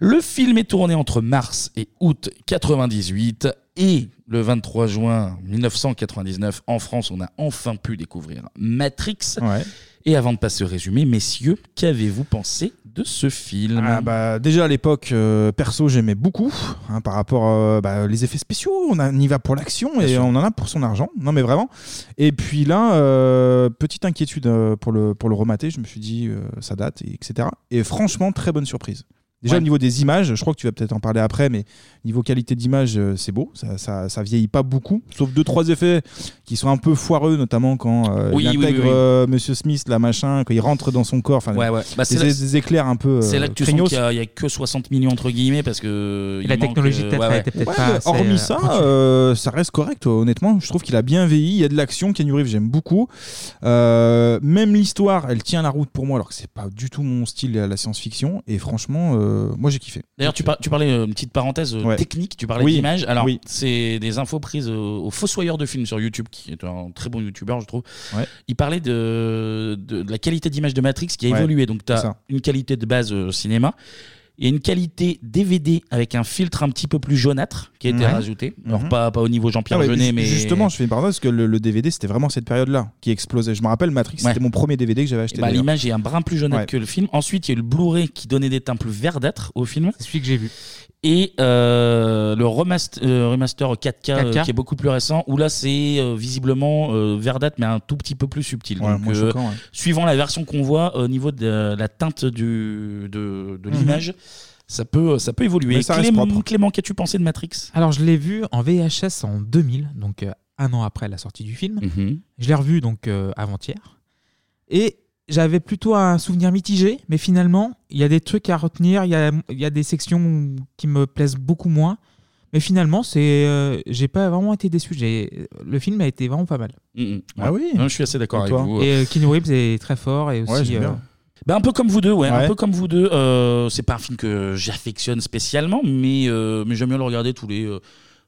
Speaker 1: Le film est tourné entre mars et août 98. Et le 23 juin 1999, en France, on a enfin pu découvrir Matrix.
Speaker 4: Ouais.
Speaker 1: Et avant de passer au résumé, messieurs, qu'avez-vous pensé de ce film
Speaker 4: Ah bah, déjà à l'époque, euh, perso, j'aimais beaucoup hein, par rapport euh, bah, les effets spéciaux. On, a- on y va pour l'action et on en a pour son argent. Non, mais vraiment. Et puis là, euh, petite inquiétude euh, pour, le, pour le remater. Je me suis dit, euh, ça date, et etc. Et franchement, très bonne surprise. Déjà
Speaker 1: Ouais.
Speaker 4: au niveau des images, je crois que tu vas peut-être en parler après, mais niveau qualité d'image, euh, c'est beau. Ça, ça, ça vieillit pas beaucoup, sauf deux trois effets qui sont un peu foireux, notamment quand euh,
Speaker 1: Oui,
Speaker 4: il
Speaker 1: oui, oui,
Speaker 4: intègre
Speaker 1: oui.
Speaker 4: euh, Monsieur Smith, la machin, quand il rentre dans son corps. Enfin,
Speaker 1: Ouais, ouais. Bah,
Speaker 4: des,
Speaker 1: c'est là-
Speaker 4: des éclairs un peu. euh,
Speaker 1: C'est là que tu
Speaker 4: craignos.
Speaker 1: sens qu'il n'y a, que 60 millions entre guillemets parce que. il
Speaker 8: la
Speaker 1: manque,
Speaker 8: technologie,
Speaker 1: euh,
Speaker 8: peut-être,
Speaker 1: ouais,
Speaker 8: elle
Speaker 1: ouais.
Speaker 8: était peut-être
Speaker 4: Ouais, mais hormis ça, euh, ça reste correct, euh, honnêtement. Je trouve qu'il a bien vieilli. Il y a de l'action. Keanu Reeves, j'aime beaucoup. Euh, même l'histoire, elle tient la route pour moi, alors que c'est pas du tout mon style, la science-fiction. Et franchement, euh, moi, j'ai kiffé.
Speaker 1: D'ailleurs, tu, par- tu parlais, euh, une petite parenthèse euh,
Speaker 4: Ouais.
Speaker 1: technique, tu parlais
Speaker 4: Oui,
Speaker 1: d'image. Alors,
Speaker 4: oui.
Speaker 1: c'est des infos prises euh, au, au Fossoyeur de films sur YouTube, qui est un très bon YouTuber, je trouve.
Speaker 4: Ouais.
Speaker 1: Il parlait de, de, de la qualité d'image de Matrix qui a
Speaker 4: Ouais,
Speaker 1: évolué. Donc, tu
Speaker 4: c'est
Speaker 1: as
Speaker 4: ça.
Speaker 1: une qualité de base euh, cinéma et une qualité DVD avec un filtre un petit peu plus jaunâtre qui a été
Speaker 4: Ouais.
Speaker 1: rajouté. Alors,
Speaker 4: Mhm.
Speaker 1: pas, pas au niveau Jean-Pierre
Speaker 4: Ah ouais,
Speaker 1: Jeunet,
Speaker 4: ju-
Speaker 1: mais.
Speaker 4: Justement, je fais une parenthèse parce que le, le DVD, c'était vraiment cette période-là qui explosait. Je me rappelle, Matrix,
Speaker 1: Ouais.
Speaker 4: c'était mon premier DVD que j'avais acheté.
Speaker 1: Eh ben,
Speaker 4: d'ailleurs.
Speaker 1: L'image est un brin plus jaunâtre
Speaker 4: Ouais.
Speaker 1: que le film. Ensuite, il y a eu le Blu-ray qui donnait des teints plus verdâtres au film. C'est celui que j'ai vu. Et euh, le remaster, euh, remaster 4K, euh,
Speaker 8: 4K.
Speaker 1: qui est beaucoup plus récent, où là c'est euh, visiblement euh, verdâtre mais un tout petit peu plus subtil.
Speaker 4: Ouais,
Speaker 1: Donc, euh,
Speaker 4: moins choquant, ouais.
Speaker 1: Suivant la version qu'on voit au niveau de euh, la teinte du, de, de
Speaker 8: Mhm.
Speaker 1: l'image, ça peut, ça peut évoluer.
Speaker 8: Mais ça reste
Speaker 1: Clément,
Speaker 8: propre.
Speaker 1: Clément, qu'as-tu pensé de Matrix
Speaker 8: Alors, je l'ai vu en VHS en 2000, donc euh, un an après la sortie du film.
Speaker 1: Mhm.
Speaker 8: Je l'ai revu donc euh, avant-hier. Et j'avais plutôt un souvenir mitigé, mais finalement, il y a des trucs à retenir, il y a, il y a des sections qui me plaisent beaucoup moins. Mais finalement, c'est, euh, j'ai pas vraiment été déçu. J'ai, le film a été vraiment pas mal.
Speaker 1: Mhm.
Speaker 8: Ah oui
Speaker 1: Non, Je suis assez d'accord
Speaker 8: Et
Speaker 1: avec
Speaker 8: toi
Speaker 1: vous.
Speaker 8: Et, euh, Keanu Reeves est très fort et aussi. euh,
Speaker 1: Ben, un peu comme vous deux, ouais,
Speaker 8: Ouais.
Speaker 1: un peu comme vous deux. Euh, c'est pas un film que j'affectionne spécialement, mais, euh, mais j'aime bien le regarder tous les, euh,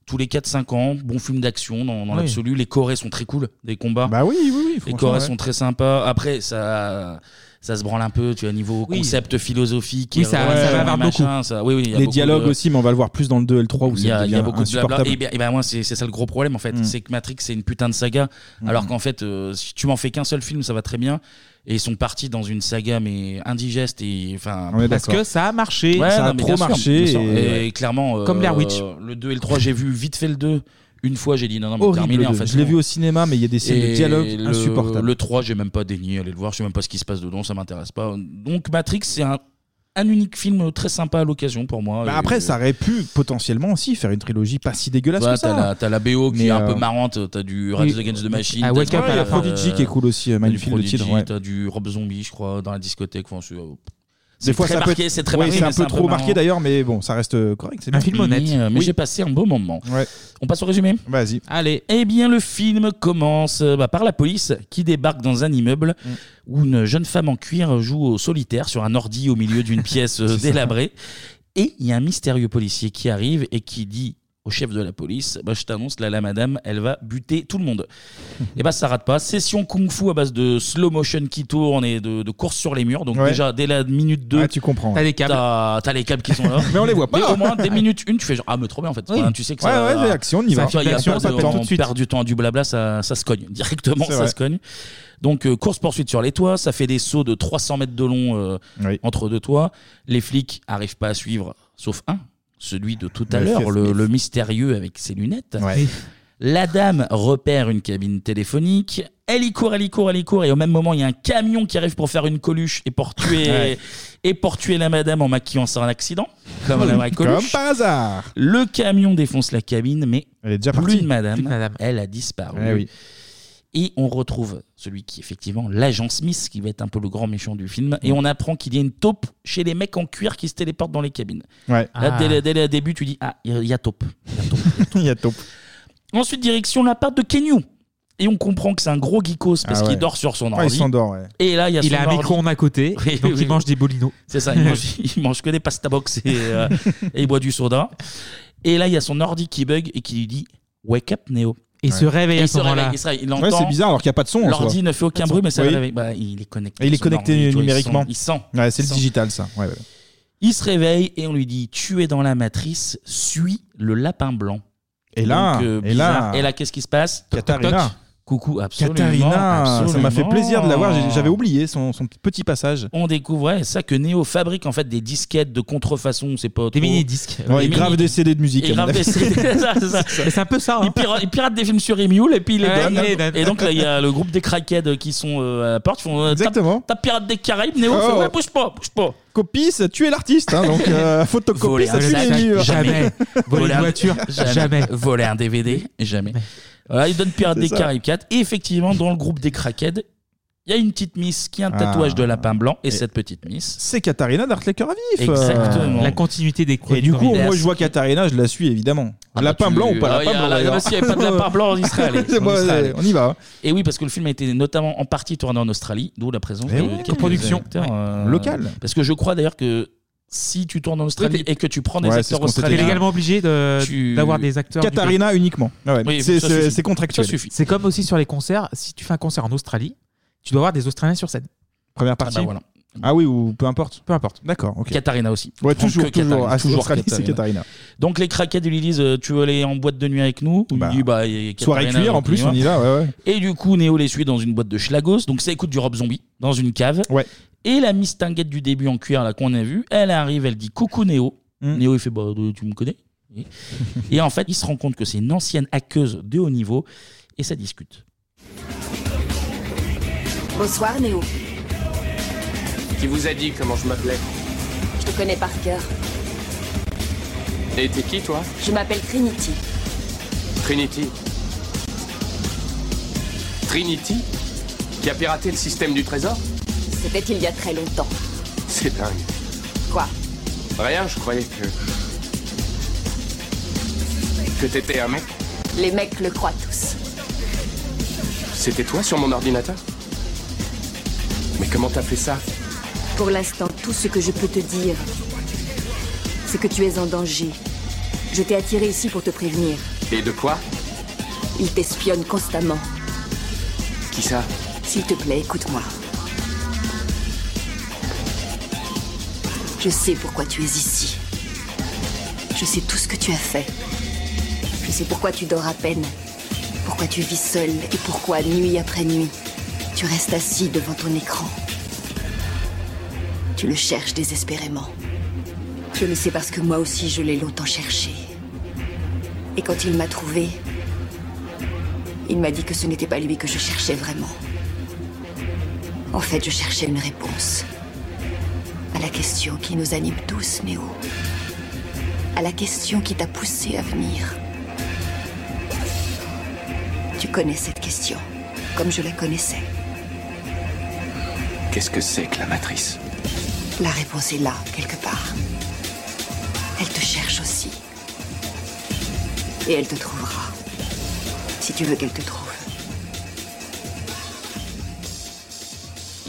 Speaker 1: tous les 4-5 ans. Bon film d'action dans, dans
Speaker 4: Oui.
Speaker 1: l'absolu. Les Corées sont très cool, des combats.
Speaker 4: Bah oui, oui, oui,
Speaker 1: Les
Speaker 4: franchement,
Speaker 1: Corées
Speaker 4: ouais.
Speaker 1: sont très sympas. Après, ça. Ça se branle un peu, tu as niveau
Speaker 8: Oui.
Speaker 1: concept philosophique.
Speaker 8: Oui,
Speaker 1: et
Speaker 8: ça-
Speaker 1: ouais,
Speaker 8: ça bavarde
Speaker 1: machin,
Speaker 8: beaucoup.
Speaker 1: ça- oui, oui, il y a
Speaker 4: les
Speaker 1: beaucoup
Speaker 4: dialogues
Speaker 1: de-
Speaker 4: aussi, mais on va le voir plus dans le 2 et le 3 où
Speaker 1: il y
Speaker 4: ça
Speaker 1: a, il y a
Speaker 4: devient
Speaker 1: beaucoup de blabla.
Speaker 4: insupportable.
Speaker 1: Et bien, et ben moi, c'est c'est ça le gros problème en fait.
Speaker 4: Mm.
Speaker 1: C'est que Matrix, c'est une putain de saga.
Speaker 4: Mm.
Speaker 1: Alors qu'en fait, euh, si tu m'en fais qu'un seul film, ça va très bien. Et ils sont partis dans une saga, mais indigeste. Et, enfin,
Speaker 8: On est Parce d'accord. que ça a marché.
Speaker 1: Ouais,
Speaker 8: Ça a
Speaker 1: non, mais
Speaker 8: trop
Speaker 1: bien sûr,
Speaker 8: marché
Speaker 1: bien sûr.
Speaker 8: et-
Speaker 1: Et,
Speaker 8: ouais.
Speaker 1: clairement, euh,
Speaker 8: Comme Blair Witch.
Speaker 1: Le 2 et le 3, j'ai vu vite fait le 2. Une fois, j'ai dit non, non, mais
Speaker 4: Horrible,
Speaker 1: terminé en
Speaker 4: le
Speaker 1: fait.
Speaker 4: deux. je l'ai vu au cinéma, mais il y a des scènes de
Speaker 1: Et
Speaker 4: dialogue
Speaker 1: le-
Speaker 4: insupportables.
Speaker 1: Le 3, j'ai même pas daigné aller le voir, je sais même pas ce qui se passe dedans, ça m'intéresse pas. Donc Matrix, c'est un, un unique film très sympa à l'occasion pour moi.
Speaker 4: Bah
Speaker 1: Et-
Speaker 4: après, ça aurait pu potentiellement aussi faire une trilogie pas si dégueulasse
Speaker 1: Ouais,
Speaker 4: que ça.
Speaker 1: t'as la- t'as la BO qui
Speaker 4: Mais,
Speaker 1: est un
Speaker 4: euh,
Speaker 1: peu marrante, t'as du
Speaker 4: oui.
Speaker 1: Rise Against the Machine,
Speaker 4: Ah,
Speaker 1: t'as
Speaker 4: Wake
Speaker 1: du-
Speaker 4: Up à la
Speaker 1: euh,
Speaker 4: fin. Prodigy qui est cool aussi, euh,
Speaker 1: t'as du
Speaker 4: magnifique, le
Speaker 1: Prodigy,
Speaker 4: titre, ouais.
Speaker 1: T'as du Rob Zombie, je crois, dans la discothèque. Enfin, c'est, euh,
Speaker 4: Des
Speaker 1: c'est
Speaker 4: fois,
Speaker 1: très
Speaker 4: ça peut
Speaker 1: marqué,
Speaker 4: être-
Speaker 1: c'est très
Speaker 4: ouais,
Speaker 1: marqué,
Speaker 4: c'est un
Speaker 1: mais
Speaker 4: peu trop marqué
Speaker 1: marrant.
Speaker 4: d'ailleurs, mais bon, ça reste euh, correct. c'est bien.
Speaker 1: Mais, euh, mais
Speaker 4: Oui.
Speaker 1: j'ai passé un beau moment. On passe au résumé
Speaker 4: Vas-y.
Speaker 1: Allez. Eh bien, le film commence euh, bah, par la police qui débarque dans un immeuble
Speaker 4: Mm.
Speaker 1: où une jeune femme en cuir joue au solitaire sur un ordi au milieu d'une pièce euh,
Speaker 8: C'est ça.
Speaker 1: délabrée. Et il y a un mystérieux policier qui arrive et qui dit au chef de la police, bah, je t'annonce, là, la madame, elle va buter tout le monde. et bah, ça rate pas. Session kung-fu à base de slow motion qui tourne et de, de course sur les murs. Donc,
Speaker 4: Ouais.
Speaker 1: déjà, dès la minute 2,
Speaker 4: Ah, tu comprends.
Speaker 1: T'as les câbles. T'as, les câbles qui sont là.
Speaker 4: Mais on les voit pas.
Speaker 1: Mais au moins, dès minute 1, tu fais genre, ah, mais trop bien en fait.
Speaker 4: Oui.
Speaker 1: Voilà, tu sais que
Speaker 4: Ouais,
Speaker 1: ça.
Speaker 4: ouais, c'est action, on y va.
Speaker 1: Ça, il y a
Speaker 4: Action,
Speaker 1: pas
Speaker 4: ça
Speaker 1: de
Speaker 4: perd
Speaker 1: temps,
Speaker 4: tout de
Speaker 1: on
Speaker 4: suite.
Speaker 1: perd du temps, du blabla, ça, ça se cogne. Directement,
Speaker 4: C'est
Speaker 1: ça
Speaker 4: vrai.
Speaker 1: se cogne. Donc, euh, course poursuite sur les toits. Ça fait des sauts de 300 mètres de long euh, entre deux toits. Les flics arrivent pas à suivre, sauf un, celui de tout à
Speaker 4: Le
Speaker 1: l'heure,
Speaker 4: Smith.
Speaker 1: le, le mystérieux avec ses lunettes. La dame repère une cabine téléphonique. Elle y court, elle y court, elle y court. Et au même moment, il y a un camion qui arrive pour faire une coluche et pour tuer,
Speaker 4: Ouais.
Speaker 1: et pour tuer la madame en maquillant ça un accident. Comme la vraie
Speaker 4: Comme
Speaker 1: coluche.
Speaker 4: par hasard.
Speaker 1: Le camion défonce la cabine, mais
Speaker 4: elle est déjà
Speaker 1: plus,
Speaker 4: partie.
Speaker 1: de madame,
Speaker 4: Plus de
Speaker 1: Elle a disparu.
Speaker 4: Eh oui.
Speaker 1: Et on retrouve celui qui, effectivement, l'agent Smith, qui va être un peu le grand méchant du film. Et on apprend qu'il y a une taupe chez les mecs en cuir qui se téléportent dans les cabines.
Speaker 4: Ouais.
Speaker 1: Là,
Speaker 4: Ah.
Speaker 1: dès, le- dès le début, tu dis Ah, il y a taupe.
Speaker 4: Il y a taupe.
Speaker 1: Ensuite, direction l'appart de Kenyu. Et on comprend que c'est un gros geekos parce
Speaker 4: Ah ouais.
Speaker 1: qu'il dort sur son
Speaker 4: Ah,
Speaker 1: ordi.
Speaker 4: il s'endort, ouais.
Speaker 1: Et là, il y a
Speaker 8: Il
Speaker 1: son
Speaker 8: a un
Speaker 1: ordi.
Speaker 8: micro-ondes à côté,
Speaker 1: Oui,
Speaker 8: donc
Speaker 1: oui,
Speaker 8: il mange
Speaker 1: oui.
Speaker 8: des bolinos.
Speaker 1: C'est ça, il mange, il mange que des pasta box et, euh, et il boit du soda. Et là, il y a son ordi qui bug et qui lui dit Wake up, Neo.
Speaker 8: Il se réveille à
Speaker 1: Et il
Speaker 8: ce
Speaker 1: se réveille,
Speaker 8: moment-là.
Speaker 1: il se réveille, il
Speaker 8: Ouais,
Speaker 1: entend-
Speaker 4: c'est bizarre, alors qu'il y a pas de son en
Speaker 1: L'ordi
Speaker 4: soi.
Speaker 1: ne fait aucun bruit, mais ça
Speaker 4: Oui.
Speaker 1: le réveille. Bah, il est connecté.
Speaker 4: Et il est
Speaker 1: son ordi
Speaker 4: connecté
Speaker 1: et tout, il
Speaker 4: numériquement.
Speaker 1: sent- Il sent.
Speaker 4: Ouais, c'est
Speaker 1: Il
Speaker 4: le
Speaker 1: sent.
Speaker 4: digital, ça. Ouais, ouais.
Speaker 1: Il se réveille et on lui dit Tu es dans la matrice, suis le lapin blanc. euh,
Speaker 4: Et là, Ah, et
Speaker 1: bizarre.
Speaker 4: là.
Speaker 1: et là, qu'est-ce qui se passe Toc, toc, toc.
Speaker 4: Katharina.
Speaker 1: Coucou, absolument.
Speaker 4: Katharina, Ah, ça m'a fait
Speaker 1: absolument.
Speaker 4: plaisir de la voir. j'ai- J'avais oublié son, son petit passage.
Speaker 1: On découvre ouais, ça que Neo fabrique en fait des disquettes de contrefaçon, c'est pas
Speaker 4: Des mini-disques. Ouais, grave des CD de musique, à
Speaker 1: Et
Speaker 4: mon
Speaker 1: grave
Speaker 4: avis.
Speaker 1: des CD, c'est ça, c'est ça.
Speaker 4: Mais c'est un peu ça, hein.
Speaker 1: Il, pirate, il pirate des films sur Emule et puis il les
Speaker 4: Ouais,
Speaker 1: donne.
Speaker 4: il les donne.
Speaker 1: Et donc là il y a le groupe des crackheads qui sont euh, à la porte, ils font euh,
Speaker 4: Exactement.
Speaker 1: T'as pirate des Caraïbes, Neo,
Speaker 4: Oh.
Speaker 1: fait, ouais, bouge pas, bouge pas.
Speaker 4: Copie, ça tue l'artiste. hein, donc, euh, photocopie,
Speaker 1: Voler
Speaker 4: ça
Speaker 1: un
Speaker 4: tue les
Speaker 1: sac,
Speaker 4: murs.
Speaker 1: jamais.
Speaker 4: Voler
Speaker 1: un-
Speaker 4: une voiture, jamais.
Speaker 1: Voler un DVD, jamais. Voilà, il donne Pirates
Speaker 4: C'est
Speaker 1: des
Speaker 4: ça.
Speaker 1: Caraïbes 4. Et effectivement, dans le groupe des crackheads, il y a une petite miss qui a un
Speaker 4: Ah.
Speaker 1: tatouage de lapin blanc. Et, cette petite miss.
Speaker 4: C'est Katharina d'Artlet Cœur à Vif. euh.
Speaker 1: Exactement. La
Speaker 8: continuité des
Speaker 4: Et du coup, moi, je vois Katharina, je la suis évidemment. lapin
Speaker 1: tu-
Speaker 4: blanc ou pas
Speaker 1: Ah,
Speaker 4: lapin
Speaker 1: il y a-
Speaker 4: blanc
Speaker 1: là,
Speaker 4: d'ailleurs.
Speaker 1: s'il n'y avait pas de lapin blanc, on y serait allé.
Speaker 4: C'est bon,
Speaker 1: y serait
Speaker 4: allez,
Speaker 1: allé.
Speaker 4: on y va.
Speaker 1: Et oui, parce que le film a été notamment en partie tourné en Australie, d'où la présence
Speaker 4: Eh
Speaker 1: de
Speaker 4: oui,
Speaker 1: quelques
Speaker 4: coproduction.
Speaker 1: acteurs,
Speaker 4: Ouais.
Speaker 1: euh,
Speaker 4: Locale.
Speaker 1: Parce que je crois d'ailleurs que si tu tournes en Australie
Speaker 4: Oui, t'es-
Speaker 1: et que tu prends des
Speaker 4: Ouais, c'est ce
Speaker 1: acteurs
Speaker 4: qu'on s'était
Speaker 1: australiens,
Speaker 4: dit. T'es légalement
Speaker 8: obligé
Speaker 1: tu-
Speaker 8: d'avoir des acteurs.
Speaker 4: Katharina uniquement. Ah ouais,
Speaker 1: Oui,
Speaker 4: c'est-
Speaker 1: ça
Speaker 4: c'est
Speaker 1: suffit.
Speaker 4: c'est contractuel.
Speaker 1: Ça suffit.
Speaker 8: C'est comme aussi sur les concerts. Si tu fais un concert en Australie, tu dois avoir des Australiens sur scène.
Speaker 4: Première
Speaker 1: partie. Ah bah voilà.
Speaker 4: Ah oui, ou peu importe.
Speaker 8: Peu importe.
Speaker 4: D'accord, ok.
Speaker 1: Katharina aussi.
Speaker 4: Ouais,
Speaker 1: Prends
Speaker 4: toujours,
Speaker 1: que
Speaker 4: toujours.
Speaker 1: Katharina,
Speaker 4: Ah, c'est
Speaker 1: toujours
Speaker 4: Australie, c'est Katharina.
Speaker 1: Donc les craquettes, ils lui disent euh, Tu veux aller en boîte de nuit avec nous Il dit Bah, il y a
Speaker 4: Soirée
Speaker 1: Katharina,
Speaker 4: cuir, en
Speaker 1: donc
Speaker 4: plus, on y va, ouais, ouais.
Speaker 1: Et du coup, Néo les suit dans une boîte de schlagos. Donc ça écoute du Rob Zombie dans une cave. Et la Miss Tinguette du début en cuir, là, qu'on a vu, elle arrive, elle dit Coucou Néo.
Speaker 4: Hmm.
Speaker 1: Néo, il fait Bah, tu me connais Et- Et en fait, il se rend compte que c'est une ancienne hackeuse de haut niveau. Et ça discute.
Speaker 7: Bonsoir Néo,
Speaker 9: Qui vous a dit comment je m'appelais
Speaker 7: je te connais par cœur.
Speaker 9: Et t'es qui toi
Speaker 7: Je m'appelle Trinity.
Speaker 9: Trinity. Trinity Qui a piraté le système du trésor
Speaker 7: C'était il y a très longtemps.
Speaker 9: C'est dingue.
Speaker 7: Quoi
Speaker 9: Rien, je croyais que. Que t'étais un mec.
Speaker 7: Les mecs le croient tous.
Speaker 9: C'était toi sur mon ordinateur Mais comment t'as fait ça
Speaker 7: Pour l'instant, tout ce que je peux te dire, c'est que tu es en danger. Je t'ai attiré ici pour te prévenir.
Speaker 9: Et de quoi
Speaker 7: Ils t'espionnent constamment.
Speaker 9: Qui ça
Speaker 7: S'il te plaît, écoute-moi. Je sais pourquoi tu es ici. Je sais tout ce que tu as fait. Je sais pourquoi tu dors à peine, pourquoi tu vis seul et pourquoi, nuit après nuit, tu restes assis devant ton écran. Tu le cherches désespérément. Je le sais parce que moi aussi, je l'ai longtemps cherché. Et quand il m'a trouvé, il m'a dit que ce n'était pas lui que je cherchais vraiment. En fait, je cherchais une réponse à la question qui nous anime tous, Néo. À la question qui t'a poussé à venir. Tu connais cette question, comme je la connaissais.
Speaker 9: Qu'est-ce que c'est que la matrice
Speaker 7: La réponse est là, quelque part. Elle te cherche aussi. Et elle te trouvera. Si tu veux qu'elle te trouve.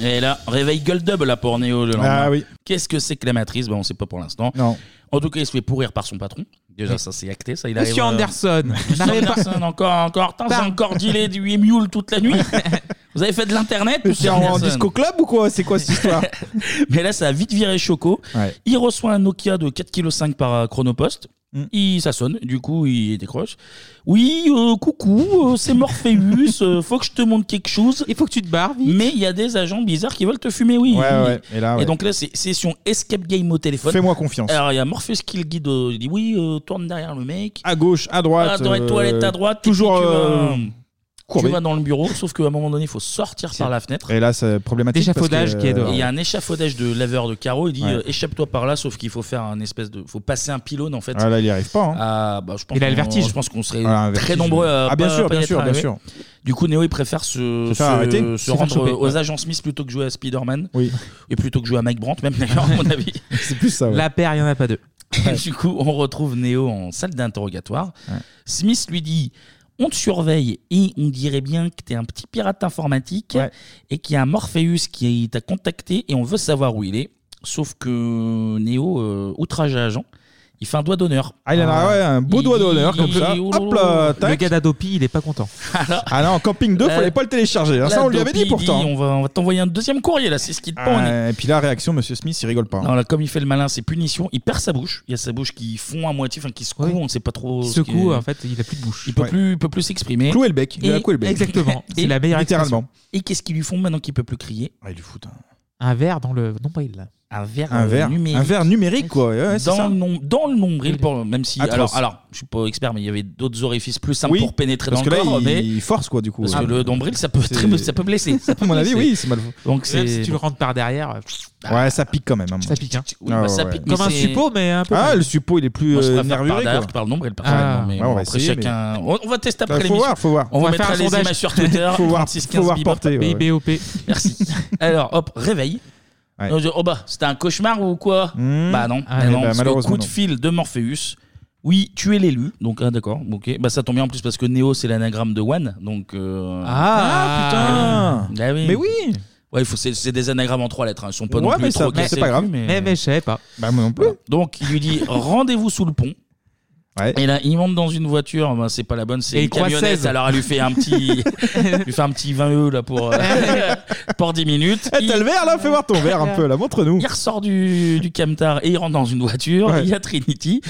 Speaker 1: Et là, réveil gueule dub là pour Néo le lendemain.
Speaker 4: Ah oui.
Speaker 1: Qu'est-ce que c'est que la matrice Bah, On sait Ben, pas pour l'instant.
Speaker 4: Non.
Speaker 1: En tout cas, il se fait pourrir par son patron. Déjà, ça c'est acté, ça il arrive.
Speaker 8: Monsieur
Speaker 1: euh,
Speaker 8: Anderson,
Speaker 1: Monsieur
Speaker 8: n'arrivez pas-
Speaker 1: Anderson, encore, encore en retard, c'est encore dealé du 8 mule toute la nuit. Vous avez fait de l'internet,
Speaker 4: Mais C'est
Speaker 1: monsieur
Speaker 4: en
Speaker 1: Anderson.
Speaker 4: disco club ou quoi C'est quoi cette histoire
Speaker 1: Mais là, ça a vite viré Choco. Il reçoit un Nokia de 4,5 kg par euh, Chronopost.
Speaker 4: Mm.
Speaker 1: Il, ça sonne, du coup il décroche. Oui, euh, coucou, euh, c'est Morpheus, euh, faut que je te montre quelque chose.
Speaker 8: Il faut que tu te barres.
Speaker 1: Mais il y a des agents bizarres qui veulent te fumer, oui.
Speaker 4: Ouais,
Speaker 1: Il-
Speaker 4: ouais. Et là, ouais.
Speaker 1: donc là, c'est session escape game au téléphone.
Speaker 4: Fais-moi confiance.
Speaker 1: Alors il y a Morpheus qui le guide, euh, il dit oui, euh, tourne derrière le mec.
Speaker 4: À gauche, à droite.
Speaker 1: Ah, toilette,
Speaker 4: euh,
Speaker 1: toilette à droite. et
Speaker 4: Toujours.
Speaker 1: puis tu vas-
Speaker 4: euh,
Speaker 1: tu
Speaker 4: courbé.
Speaker 1: vas dans le bureau, sauf qu'à un moment donné, il faut sortir par la fenêtre.
Speaker 4: Et là, c'est problématique. parce que, euh,
Speaker 1: Et Il y a un échafaudage de laveur de carreaux. Il dit
Speaker 4: Ouais.
Speaker 1: euh, échappe-toi par là, sauf qu'il faut faire un espèce de, faut passer un pylône en fait.
Speaker 4: Ah, là, il n'y arrive pas. hein.
Speaker 1: Ah, bah, je pense
Speaker 4: Il a le
Speaker 1: qu'on-
Speaker 4: vertige.
Speaker 1: Je pense qu'on serait
Speaker 4: Ah, un
Speaker 1: très
Speaker 4: vertige.
Speaker 1: nombreux. à
Speaker 4: Ah, bien
Speaker 1: pas-
Speaker 4: sûr,
Speaker 1: pas y
Speaker 4: bien
Speaker 1: être
Speaker 4: sûr, bien
Speaker 1: arrivés.
Speaker 4: sûr.
Speaker 1: Du coup, Néo, il préfère se,
Speaker 4: Se faire arrêter,
Speaker 1: se,
Speaker 4: se faire
Speaker 1: rendre
Speaker 4: choper.
Speaker 1: aux agents Smith plutôt que jouer à Spider-Man.
Speaker 4: Oui.
Speaker 1: Et plutôt que jouer à Mike Brandt, même d'ailleurs, à mon avis.
Speaker 4: C'est plus ça. ouais.
Speaker 8: La paire, il n'y en a pas deux.
Speaker 1: du coup, on retrouve Néo en salle d'interrogatoire. Smith lui dit On te surveille et on dirait bien que t'es un petit pirate informatique et qu'il y a un Morpheus qui t'a contacté et on veut savoir où il est. Sauf que Néo, euh, outrage à agent, il fait un doigt d'honneur.
Speaker 4: Ah, il en a ouais, un beau doigt d'honneur comme
Speaker 1: il- oh
Speaker 4: ça.
Speaker 1: il-
Speaker 4: Hop là, tac.
Speaker 8: Le gars d'Adopi, il est pas content.
Speaker 4: Ah non, Camping 2,
Speaker 1: La-
Speaker 4: fallait pas le télécharger. hein.
Speaker 1: Là,
Speaker 4: Ça, on lui avait
Speaker 1: Dopey,
Speaker 4: dit pourtant.
Speaker 1: il euh, dit, on va, on va t'envoyer un deuxième courrier là, c'est ce qui te pend. au nez.
Speaker 4: Ah, et puis là, réaction, Monsieur Smith, il rigole pas. hein.
Speaker 1: Non, là, comme il fait le malin, c'est punition. Il perd sa bouche. Il y a sa bouche qui fond à moitié, enfin qui secoue, on ne sait pas trop.
Speaker 8: Il
Speaker 1: ce
Speaker 8: secoue,
Speaker 1: qu'est-
Speaker 8: en fait, il a plus de bouche.
Speaker 1: Il peut
Speaker 8: Ouais.
Speaker 1: plus, peut plus s'exprimer.
Speaker 8: Clouer le bec. Il a cloué le bec. Exactement. C'est la meilleure Littéralement. expression.
Speaker 1: Et qu'est-ce qu'ils lui font maintenant qu'il peut plus crier
Speaker 4: Ils lui foutent un,
Speaker 8: Un verre dans le. Non, pas il là.
Speaker 1: un verre,
Speaker 4: un
Speaker 1: euh,
Speaker 4: verre numérique. Un verre numérique, quoi. Ouais, ouais, c'est
Speaker 1: dans,
Speaker 4: ça.
Speaker 1: le nom- dans le nombril, pour- même si.
Speaker 4: Atroce.
Speaker 1: Alors, alors, je suis pas expert, mais il y avait d'autres orifices plus simples
Speaker 4: Oui,
Speaker 1: pour pénétrer
Speaker 4: parce
Speaker 1: dans
Speaker 4: que
Speaker 1: le
Speaker 4: là,
Speaker 1: corps.
Speaker 4: il-
Speaker 1: mais-
Speaker 4: il force, quoi, du coup.
Speaker 1: Parce que
Speaker 4: Ah.
Speaker 1: le nombril, ça peut, très-
Speaker 4: C'est-
Speaker 1: ça peut blesser. ça peut
Speaker 4: À mon avis,
Speaker 1: blesser.
Speaker 4: oui, c'est mal.
Speaker 1: Donc
Speaker 8: Là,
Speaker 1: c'est.
Speaker 8: si tu rentres par derrière,
Speaker 4: Ouais, ça pique quand même. hein, moi.
Speaker 8: ça pique. Hein.
Speaker 1: Oui, bah, ça pique, mais
Speaker 8: Comme un
Speaker 1: c'est-
Speaker 8: suppôt, mais un peu.
Speaker 4: Ah, le suppôt, il est plus
Speaker 1: Moi, je
Speaker 4: euh,
Speaker 1: préfère par
Speaker 4: nervuré.
Speaker 1: derrière
Speaker 4: quoi.
Speaker 1: que par le nombril, par
Speaker 4: Ah.
Speaker 1: contre, mais
Speaker 4: Ouais, on
Speaker 1: bon,
Speaker 4: va
Speaker 1: après,
Speaker 4: essayer,
Speaker 1: chacun- euh,
Speaker 4: mais-
Speaker 1: on- on va tester après
Speaker 4: Bah, Faut
Speaker 1: l'émission.
Speaker 4: voir, faut voir.
Speaker 1: On va mettre les images sur Twitter,
Speaker 4: Faut voir,
Speaker 1: 3615
Speaker 4: faut voir
Speaker 1: Bebop.
Speaker 4: porter. ouais, ouais.
Speaker 8: BIBOP.
Speaker 1: Merci. Alors, hop, réveil. On dit, oh bah, c'était un cauchemar ou quoi Bah non,
Speaker 4: Ah,
Speaker 1: bah
Speaker 4: eh bah,
Speaker 1: non, parce que
Speaker 4: malheureusement,
Speaker 1: coup de
Speaker 4: non.
Speaker 1: fil de Morpheus. Oui, tu es l'élu. Donc, ah, d'accord, ok. Bah, ça tombe bien en plus parce que Neo, c'est l'anagramme de One. Donc, euh,
Speaker 8: Ah,
Speaker 1: putain Ah oui.
Speaker 8: Mais oui
Speaker 1: Ouais, il faut, c'est, c'est des anagrammes en trois lettres. hein. Ils sont pas non
Speaker 8: Ouais,
Speaker 1: plus
Speaker 8: mais ça-
Speaker 1: trop
Speaker 8: mais
Speaker 1: cassés
Speaker 8: c'est pas grave.
Speaker 1: dessus,
Speaker 8: Mais- mais je savais pas.
Speaker 4: Bah, moi non plus.
Speaker 1: Donc, il lui dit rendez-vous sous le pont. Et là, il monte dans une voiture, ben, c'est pas la bonne, c'est
Speaker 8: Et
Speaker 1: une
Speaker 8: il croise
Speaker 1: camionnette.
Speaker 8: 16.
Speaker 1: Alors, elle lui fait un petit, lui fait un petit 20 euros là pour, euh, pour 10 minutes.
Speaker 4: Eh, t'as le verre là Fais voir ton verre un peu là, montre-nous.
Speaker 1: Il ressort du, du camtar et il rentre dans une voiture.
Speaker 4: Ouais.
Speaker 1: Il y a Trinity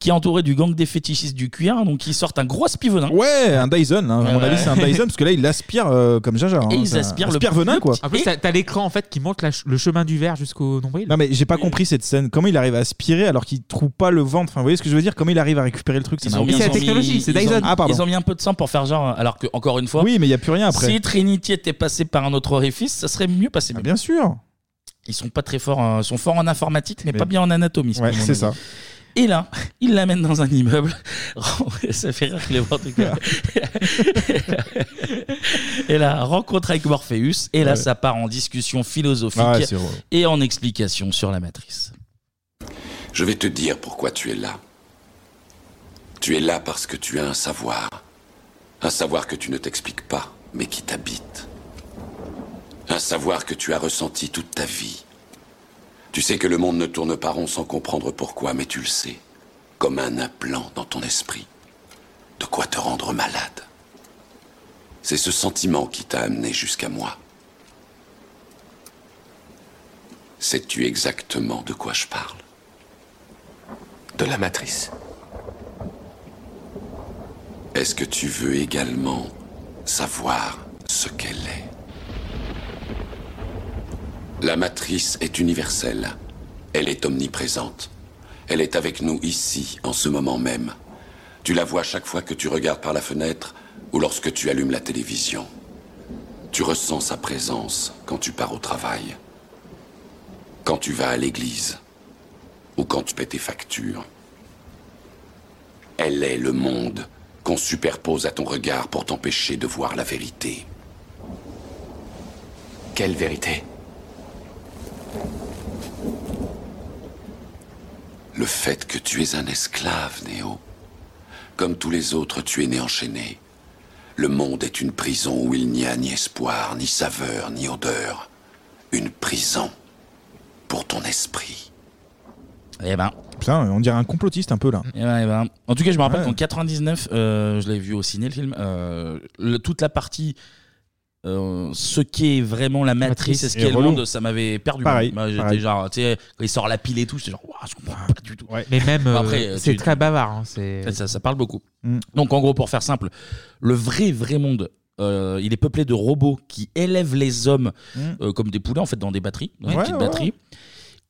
Speaker 1: qui est entourée du gang des fétichistes du cuir. Donc, ils sortent un gros spivonin.
Speaker 4: Ouais, un Dyson. hein. À mon
Speaker 1: Ouais.
Speaker 4: avis, c'est un Dyson parce que là, il aspire euh, comme Jaja. hein.
Speaker 1: Et ils
Speaker 4: Ça-
Speaker 1: aspirent le-
Speaker 4: aspire venin,
Speaker 1: le
Speaker 4: quoi.
Speaker 1: petit-
Speaker 8: En plus, t'as- t'as l'écran en fait qui montre la ch- le chemin du verre jusqu'au nombril.
Speaker 4: Non, mais j'ai pas compris cette scène. Comment il arrive à aspirer alors qu'il trouve pas le ventre Enfin, vous voyez ce que je veux dire Comment il arrive à récupérer le truc ça
Speaker 1: Ils
Speaker 4: n'a
Speaker 1: ont
Speaker 4: aucun
Speaker 1: mis-
Speaker 4: sens.
Speaker 1: ils ont mis- ils ont-
Speaker 4: Ah, pardon.
Speaker 1: Ils ont mis un peu de sang pour faire genre. Alors que, encore une fois.
Speaker 4: Oui, mais il y a plus rien après. Ah,
Speaker 1: Si Trinity était passé par un autre orifice, ça serait mieux passé.
Speaker 4: bien sûr.
Speaker 1: Ils sont pas très forts. euh, Ils sont forts en informatique, mais, pas bien en anatomie.
Speaker 4: Ouais, c'est ça.
Speaker 1: Et là, il l'amène dans un immeuble. ça fait rire les voir tout cas. et là, rencontre avec Morpheus. Et là,
Speaker 4: Ouais.
Speaker 1: ça part en discussion philosophique
Speaker 4: Ah, c'est vrai.
Speaker 1: et en explication sur la matrice.
Speaker 34: Je vais te dire pourquoi tu es là. Tu es là parce que tu as un savoir. Un savoir que tu ne t'expliques pas, mais qui t'habite. Un savoir que tu as ressenti toute ta vie. Tu sais que le monde ne tourne pas rond sans comprendre pourquoi, mais tu le sais. Comme un implant dans ton esprit. De quoi te rendre malade. C'est ce sentiment qui t'a amené jusqu'à moi. Sais-tu exactement de quoi je parle de la matrice. Est-ce que tu veux également savoir ce qu'elle est La matrice est universelle. Elle est omniprésente. Elle est avec nous ici, en ce moment même. Tu la vois chaque fois que tu regardes par la fenêtre ou lorsque tu allumes la télévision. Tu ressens sa présence quand tu pars au travail, quand tu vas à l'église ou quand tu paies tes factures. Elle est le monde qu'on superpose à ton regard pour t'empêcher de voir la vérité. Quelle vérité Le fait que tu es un esclave, Néo. Comme tous les autres, tu es né enchaîné. Le monde est une prison où il n'y a ni espoir, ni saveur, ni odeur. Une prison pour ton esprit.
Speaker 1: Eh ben.
Speaker 4: Putain, on dirait un complotiste un peu là.
Speaker 1: Eh ben, eh ben. En tout cas, je me rappelle
Speaker 4: Ouais.
Speaker 1: qu'en 99, euh, je l'avais vu au ciné le film. euh, le- toute la partie. euh, ce qu'est vraiment la matrice
Speaker 4: Matrice
Speaker 1: et ce
Speaker 4: et
Speaker 1: qu'est le
Speaker 4: relou.
Speaker 1: monde, ça m'avait perdu.
Speaker 4: Pareil,
Speaker 1: Moi, j'étais
Speaker 4: pareil.
Speaker 1: genre, tu sais, quand il sort la pile et tout, j'étais genre, Ouah, je comprends pas du tout.
Speaker 8: Mais même, euh,
Speaker 1: euh,
Speaker 8: c'est
Speaker 1: tu-
Speaker 8: très bavard. hein, c'est-
Speaker 1: ça, ça parle beaucoup.
Speaker 4: Mm.
Speaker 1: Donc en gros, pour faire simple, le vrai vrai monde, euh, il est peuplé de robots qui élèvent les hommes
Speaker 4: Mm.
Speaker 1: euh, comme des poulets en fait dans des batteries, dans des
Speaker 4: Ouais,
Speaker 1: petites
Speaker 4: ouais.
Speaker 1: batteries.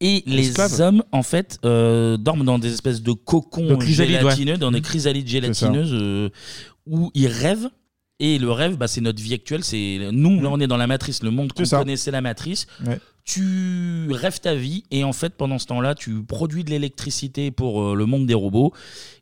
Speaker 1: Et les
Speaker 4: Esclaves.
Speaker 1: hommes en fait euh, dorment dans des espèces de cocons
Speaker 8: De chrysalides,
Speaker 1: gélatineux,
Speaker 8: ouais. Mm.
Speaker 1: dans des chrysalides gélatineuses euh, où ils rêvent. Et le rêve, bah, c'est notre vie actuelle. C'est nous,
Speaker 8: Mm.
Speaker 1: là, on est dans la matrice, le monde qu'on connaît, c'est la matrice tu rêves ta vie et en fait pendant ce temps-là tu produis de l'électricité pour euh, le monde des robots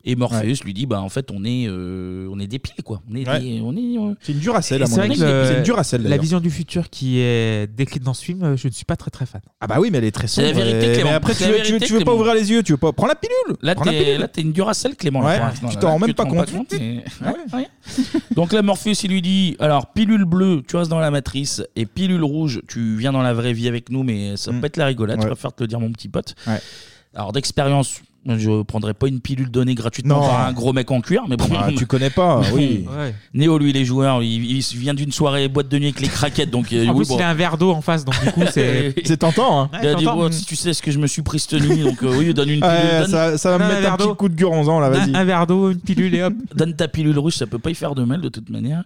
Speaker 1: et Morpheus lui dit bah en fait on est euh, on est des piles quoi on est
Speaker 4: Ouais.
Speaker 1: des- on est on-
Speaker 4: C'est une Duracell, à
Speaker 1: Et
Speaker 4: mon
Speaker 1: c'est vrai
Speaker 4: avis.
Speaker 1: que le-
Speaker 4: C'est une Duracell.
Speaker 8: La
Speaker 4: d'ailleurs.
Speaker 8: vision du futur qui est décrite dans ce film, euh, je ne suis pas très très fan.
Speaker 4: Ah bah oui, mais elle est très
Speaker 8: C'est la
Speaker 4: sombre,
Speaker 8: vérité,
Speaker 4: et-
Speaker 8: Clément.
Speaker 4: Mais après,
Speaker 8: C'est
Speaker 4: tu
Speaker 8: la
Speaker 4: veux, tu veux-
Speaker 8: vérité,
Speaker 4: tu veux pas
Speaker 8: Clément.
Speaker 4: ouvrir les yeux, tu veux pas. Prends la pilule
Speaker 1: Là,
Speaker 4: Prends la
Speaker 1: t'es,
Speaker 4: pilule
Speaker 1: là, t'es une Duracell, Clément.
Speaker 4: Ouais,
Speaker 1: là, pour l'instant,
Speaker 4: tu
Speaker 1: là.
Speaker 4: t'en rends
Speaker 1: Là,
Speaker 4: même
Speaker 1: tu
Speaker 4: pas
Speaker 1: te rends
Speaker 4: compte.
Speaker 1: mais- Ouais, ouais. Donc là, Morpheus, il lui dit Alors, pilule bleue, tu restes dans la matrice, et pilule rouge, tu viens dans la vraie vie avec nous, mais ça peut être la rigolade,
Speaker 4: Mm.
Speaker 1: je
Speaker 4: Ouais.
Speaker 1: préfère te le dire, mon petit pote. Alors, d'expérience, je prendrais pas une pilule donnée gratuitement
Speaker 4: Non.
Speaker 1: par un gros mec en cuir, mais bon.
Speaker 4: Ah, tu connais pas, oui.
Speaker 8: Ouais.
Speaker 1: Néo, lui, il est joueur, il, il vient d'une soirée boîte de nuit avec les craquettes, donc. euh,
Speaker 8: en
Speaker 1: oui,
Speaker 8: plus,
Speaker 1: bon.
Speaker 8: il a un verre d'eau en face, donc du coup, c'est.
Speaker 4: C'est tentant, hein.
Speaker 1: Il a
Speaker 8: Ouais,
Speaker 1: dit,
Speaker 8: t'entends,
Speaker 1: Bon,
Speaker 8: mm.
Speaker 1: si tu sais ce que je me suis pris cette nuit, donc euh, oui, donne une pilule.
Speaker 4: Ouais,
Speaker 1: donne-
Speaker 4: ça, ça va me mettre un petit coup de guronzan là, vas-y.
Speaker 8: Un verre d'eau, une pilule et hop.
Speaker 1: Donne ta pilule rouge, ça peut pas y faire de mal de toute manière.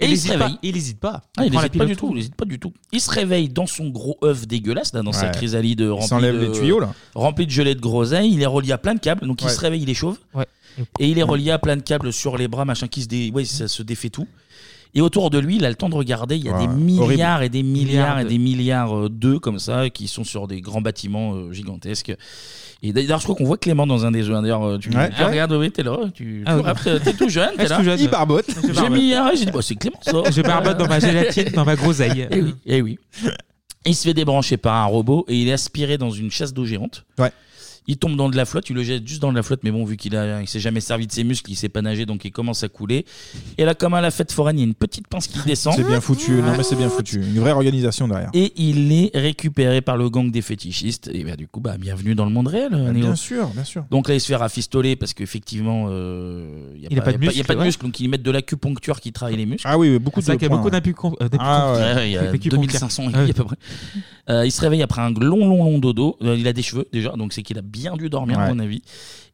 Speaker 1: Et il,
Speaker 8: Il
Speaker 1: se
Speaker 8: hésite
Speaker 1: réveille.
Speaker 8: pas, il hésite pas.
Speaker 1: Ah,
Speaker 8: Il
Speaker 1: il
Speaker 8: prend la
Speaker 1: hésite pas
Speaker 8: pilule
Speaker 1: du
Speaker 8: au
Speaker 1: tout.
Speaker 8: trou.
Speaker 1: Il hésite pas du tout. Il se réveille dans son gros œuf dégueulasse, là, dans sa
Speaker 4: Ouais.
Speaker 1: chrysalide
Speaker 4: Il
Speaker 1: remplie
Speaker 4: s'enlève
Speaker 1: de,
Speaker 4: les tuyaux, là.
Speaker 1: remplie de gelée de groseille. Il est relié à plein de câbles, donc il
Speaker 4: Ouais.
Speaker 1: se réveille, il est chauve.
Speaker 8: Ouais.
Speaker 1: Et il est relié à plein de câbles sur les bras, machin, qui se dé... ouais, ça se défait tout. Et autour de lui, il a le temps de regarder. Il y a
Speaker 4: Ouais,
Speaker 1: des milliards
Speaker 4: horrible.
Speaker 1: et des milliards
Speaker 4: Milliards
Speaker 1: et des milliards euh, d'œufs comme ça qui sont sur des grands bâtiments euh, gigantesques. Et d'ailleurs, je crois qu'on voit Clément dans un des jeux. D'ailleurs, euh, tu me
Speaker 4: Ouais.
Speaker 1: dis, Ah, regarde, oui, t'es là, tu
Speaker 8: Ah,
Speaker 1: tu
Speaker 8: ouais.
Speaker 1: rappes, t'es- t'es tout jeune,
Speaker 8: Ah, je
Speaker 1: t'es
Speaker 8: suis
Speaker 1: là.
Speaker 8: tout jeune.
Speaker 4: Il barbote.
Speaker 1: J'ai
Speaker 8: barbote.
Speaker 1: mis un, j'ai dit, bah, c'est Clément, ça.
Speaker 8: Je barbote dans ma gélatine, dans ma groseille.
Speaker 1: Et oui, eh oui. Il se fait débrancher par un robot et il est aspiré dans une chasse d'eau géante.
Speaker 4: Ouais.
Speaker 1: Il tombe dans de la flotte, il le jette juste dans de la flotte, mais bon, vu qu'il a, il s'est jamais servi de ses muscles, il s'est pas nagé, donc il commence à couler. Et là, comme à la fête foraine, il y a une petite pince
Speaker 8: Ah,
Speaker 1: qui descend.
Speaker 4: C'est bien foutu, non mais c'est bien foutu. Une vraie organisation derrière.
Speaker 1: Et il est récupéré par le gang des fétichistes. Et bien, du coup, bah, bienvenue dans le monde réel. Néo.
Speaker 4: Bien sûr, bien sûr.
Speaker 1: Donc là, il se fait rafistoler parce qu'effectivement, euh, il n'y
Speaker 8: Il a pas de
Speaker 1: il y il y
Speaker 8: muscles, ouais.
Speaker 1: muscles, donc ils mettent de l'acupuncture qui travaille les muscles.
Speaker 4: Ah oui, oui, beaucoup
Speaker 1: C'est
Speaker 4: de
Speaker 1: vrai qu'il y a
Speaker 4: points,
Speaker 1: beaucoup
Speaker 4: hein.
Speaker 8: d'apipuncture.
Speaker 4: Ah ouais.
Speaker 1: Ouais, il y a 2500 aiguilles à peu près. Euh, il se réveille après un long, long, long dodo. Euh, il a des cheveux déjà, donc c'est qu'il a bien dû dormir, à
Speaker 4: Ouais.
Speaker 1: mon avis.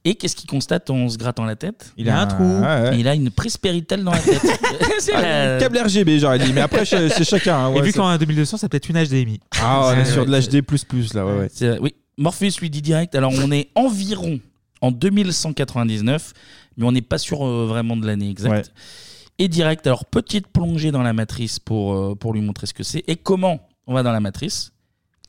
Speaker 1: Et qu'est-ce qu'il constate en se grattant la tête
Speaker 4: Il a un trou. Ouais, ouais.
Speaker 1: Il a une presperitelle dans la tête. Euh, C'est la-
Speaker 4: Ah, Câble RGB, j'aurais dit. Mais après, c'est c'est chacun. hein,
Speaker 8: Et
Speaker 4: ouais,
Speaker 8: vu
Speaker 4: c'est-
Speaker 8: qu'en 2200, ça peut être une HDMI.
Speaker 4: Ah, on est
Speaker 8: Ouais,
Speaker 4: sur de
Speaker 8: ouais.
Speaker 4: l'HD, là, ouais, ouais.
Speaker 1: C'est- Oui, Morpheus lui dit direct. Alors, on est environ en 2199, mais on n'est pas sûr euh, vraiment de l'année exacte. Et direct, alors, petite plongée dans la matrice pour, euh, pour lui montrer ce que c'est. Et comment on va dans la matrice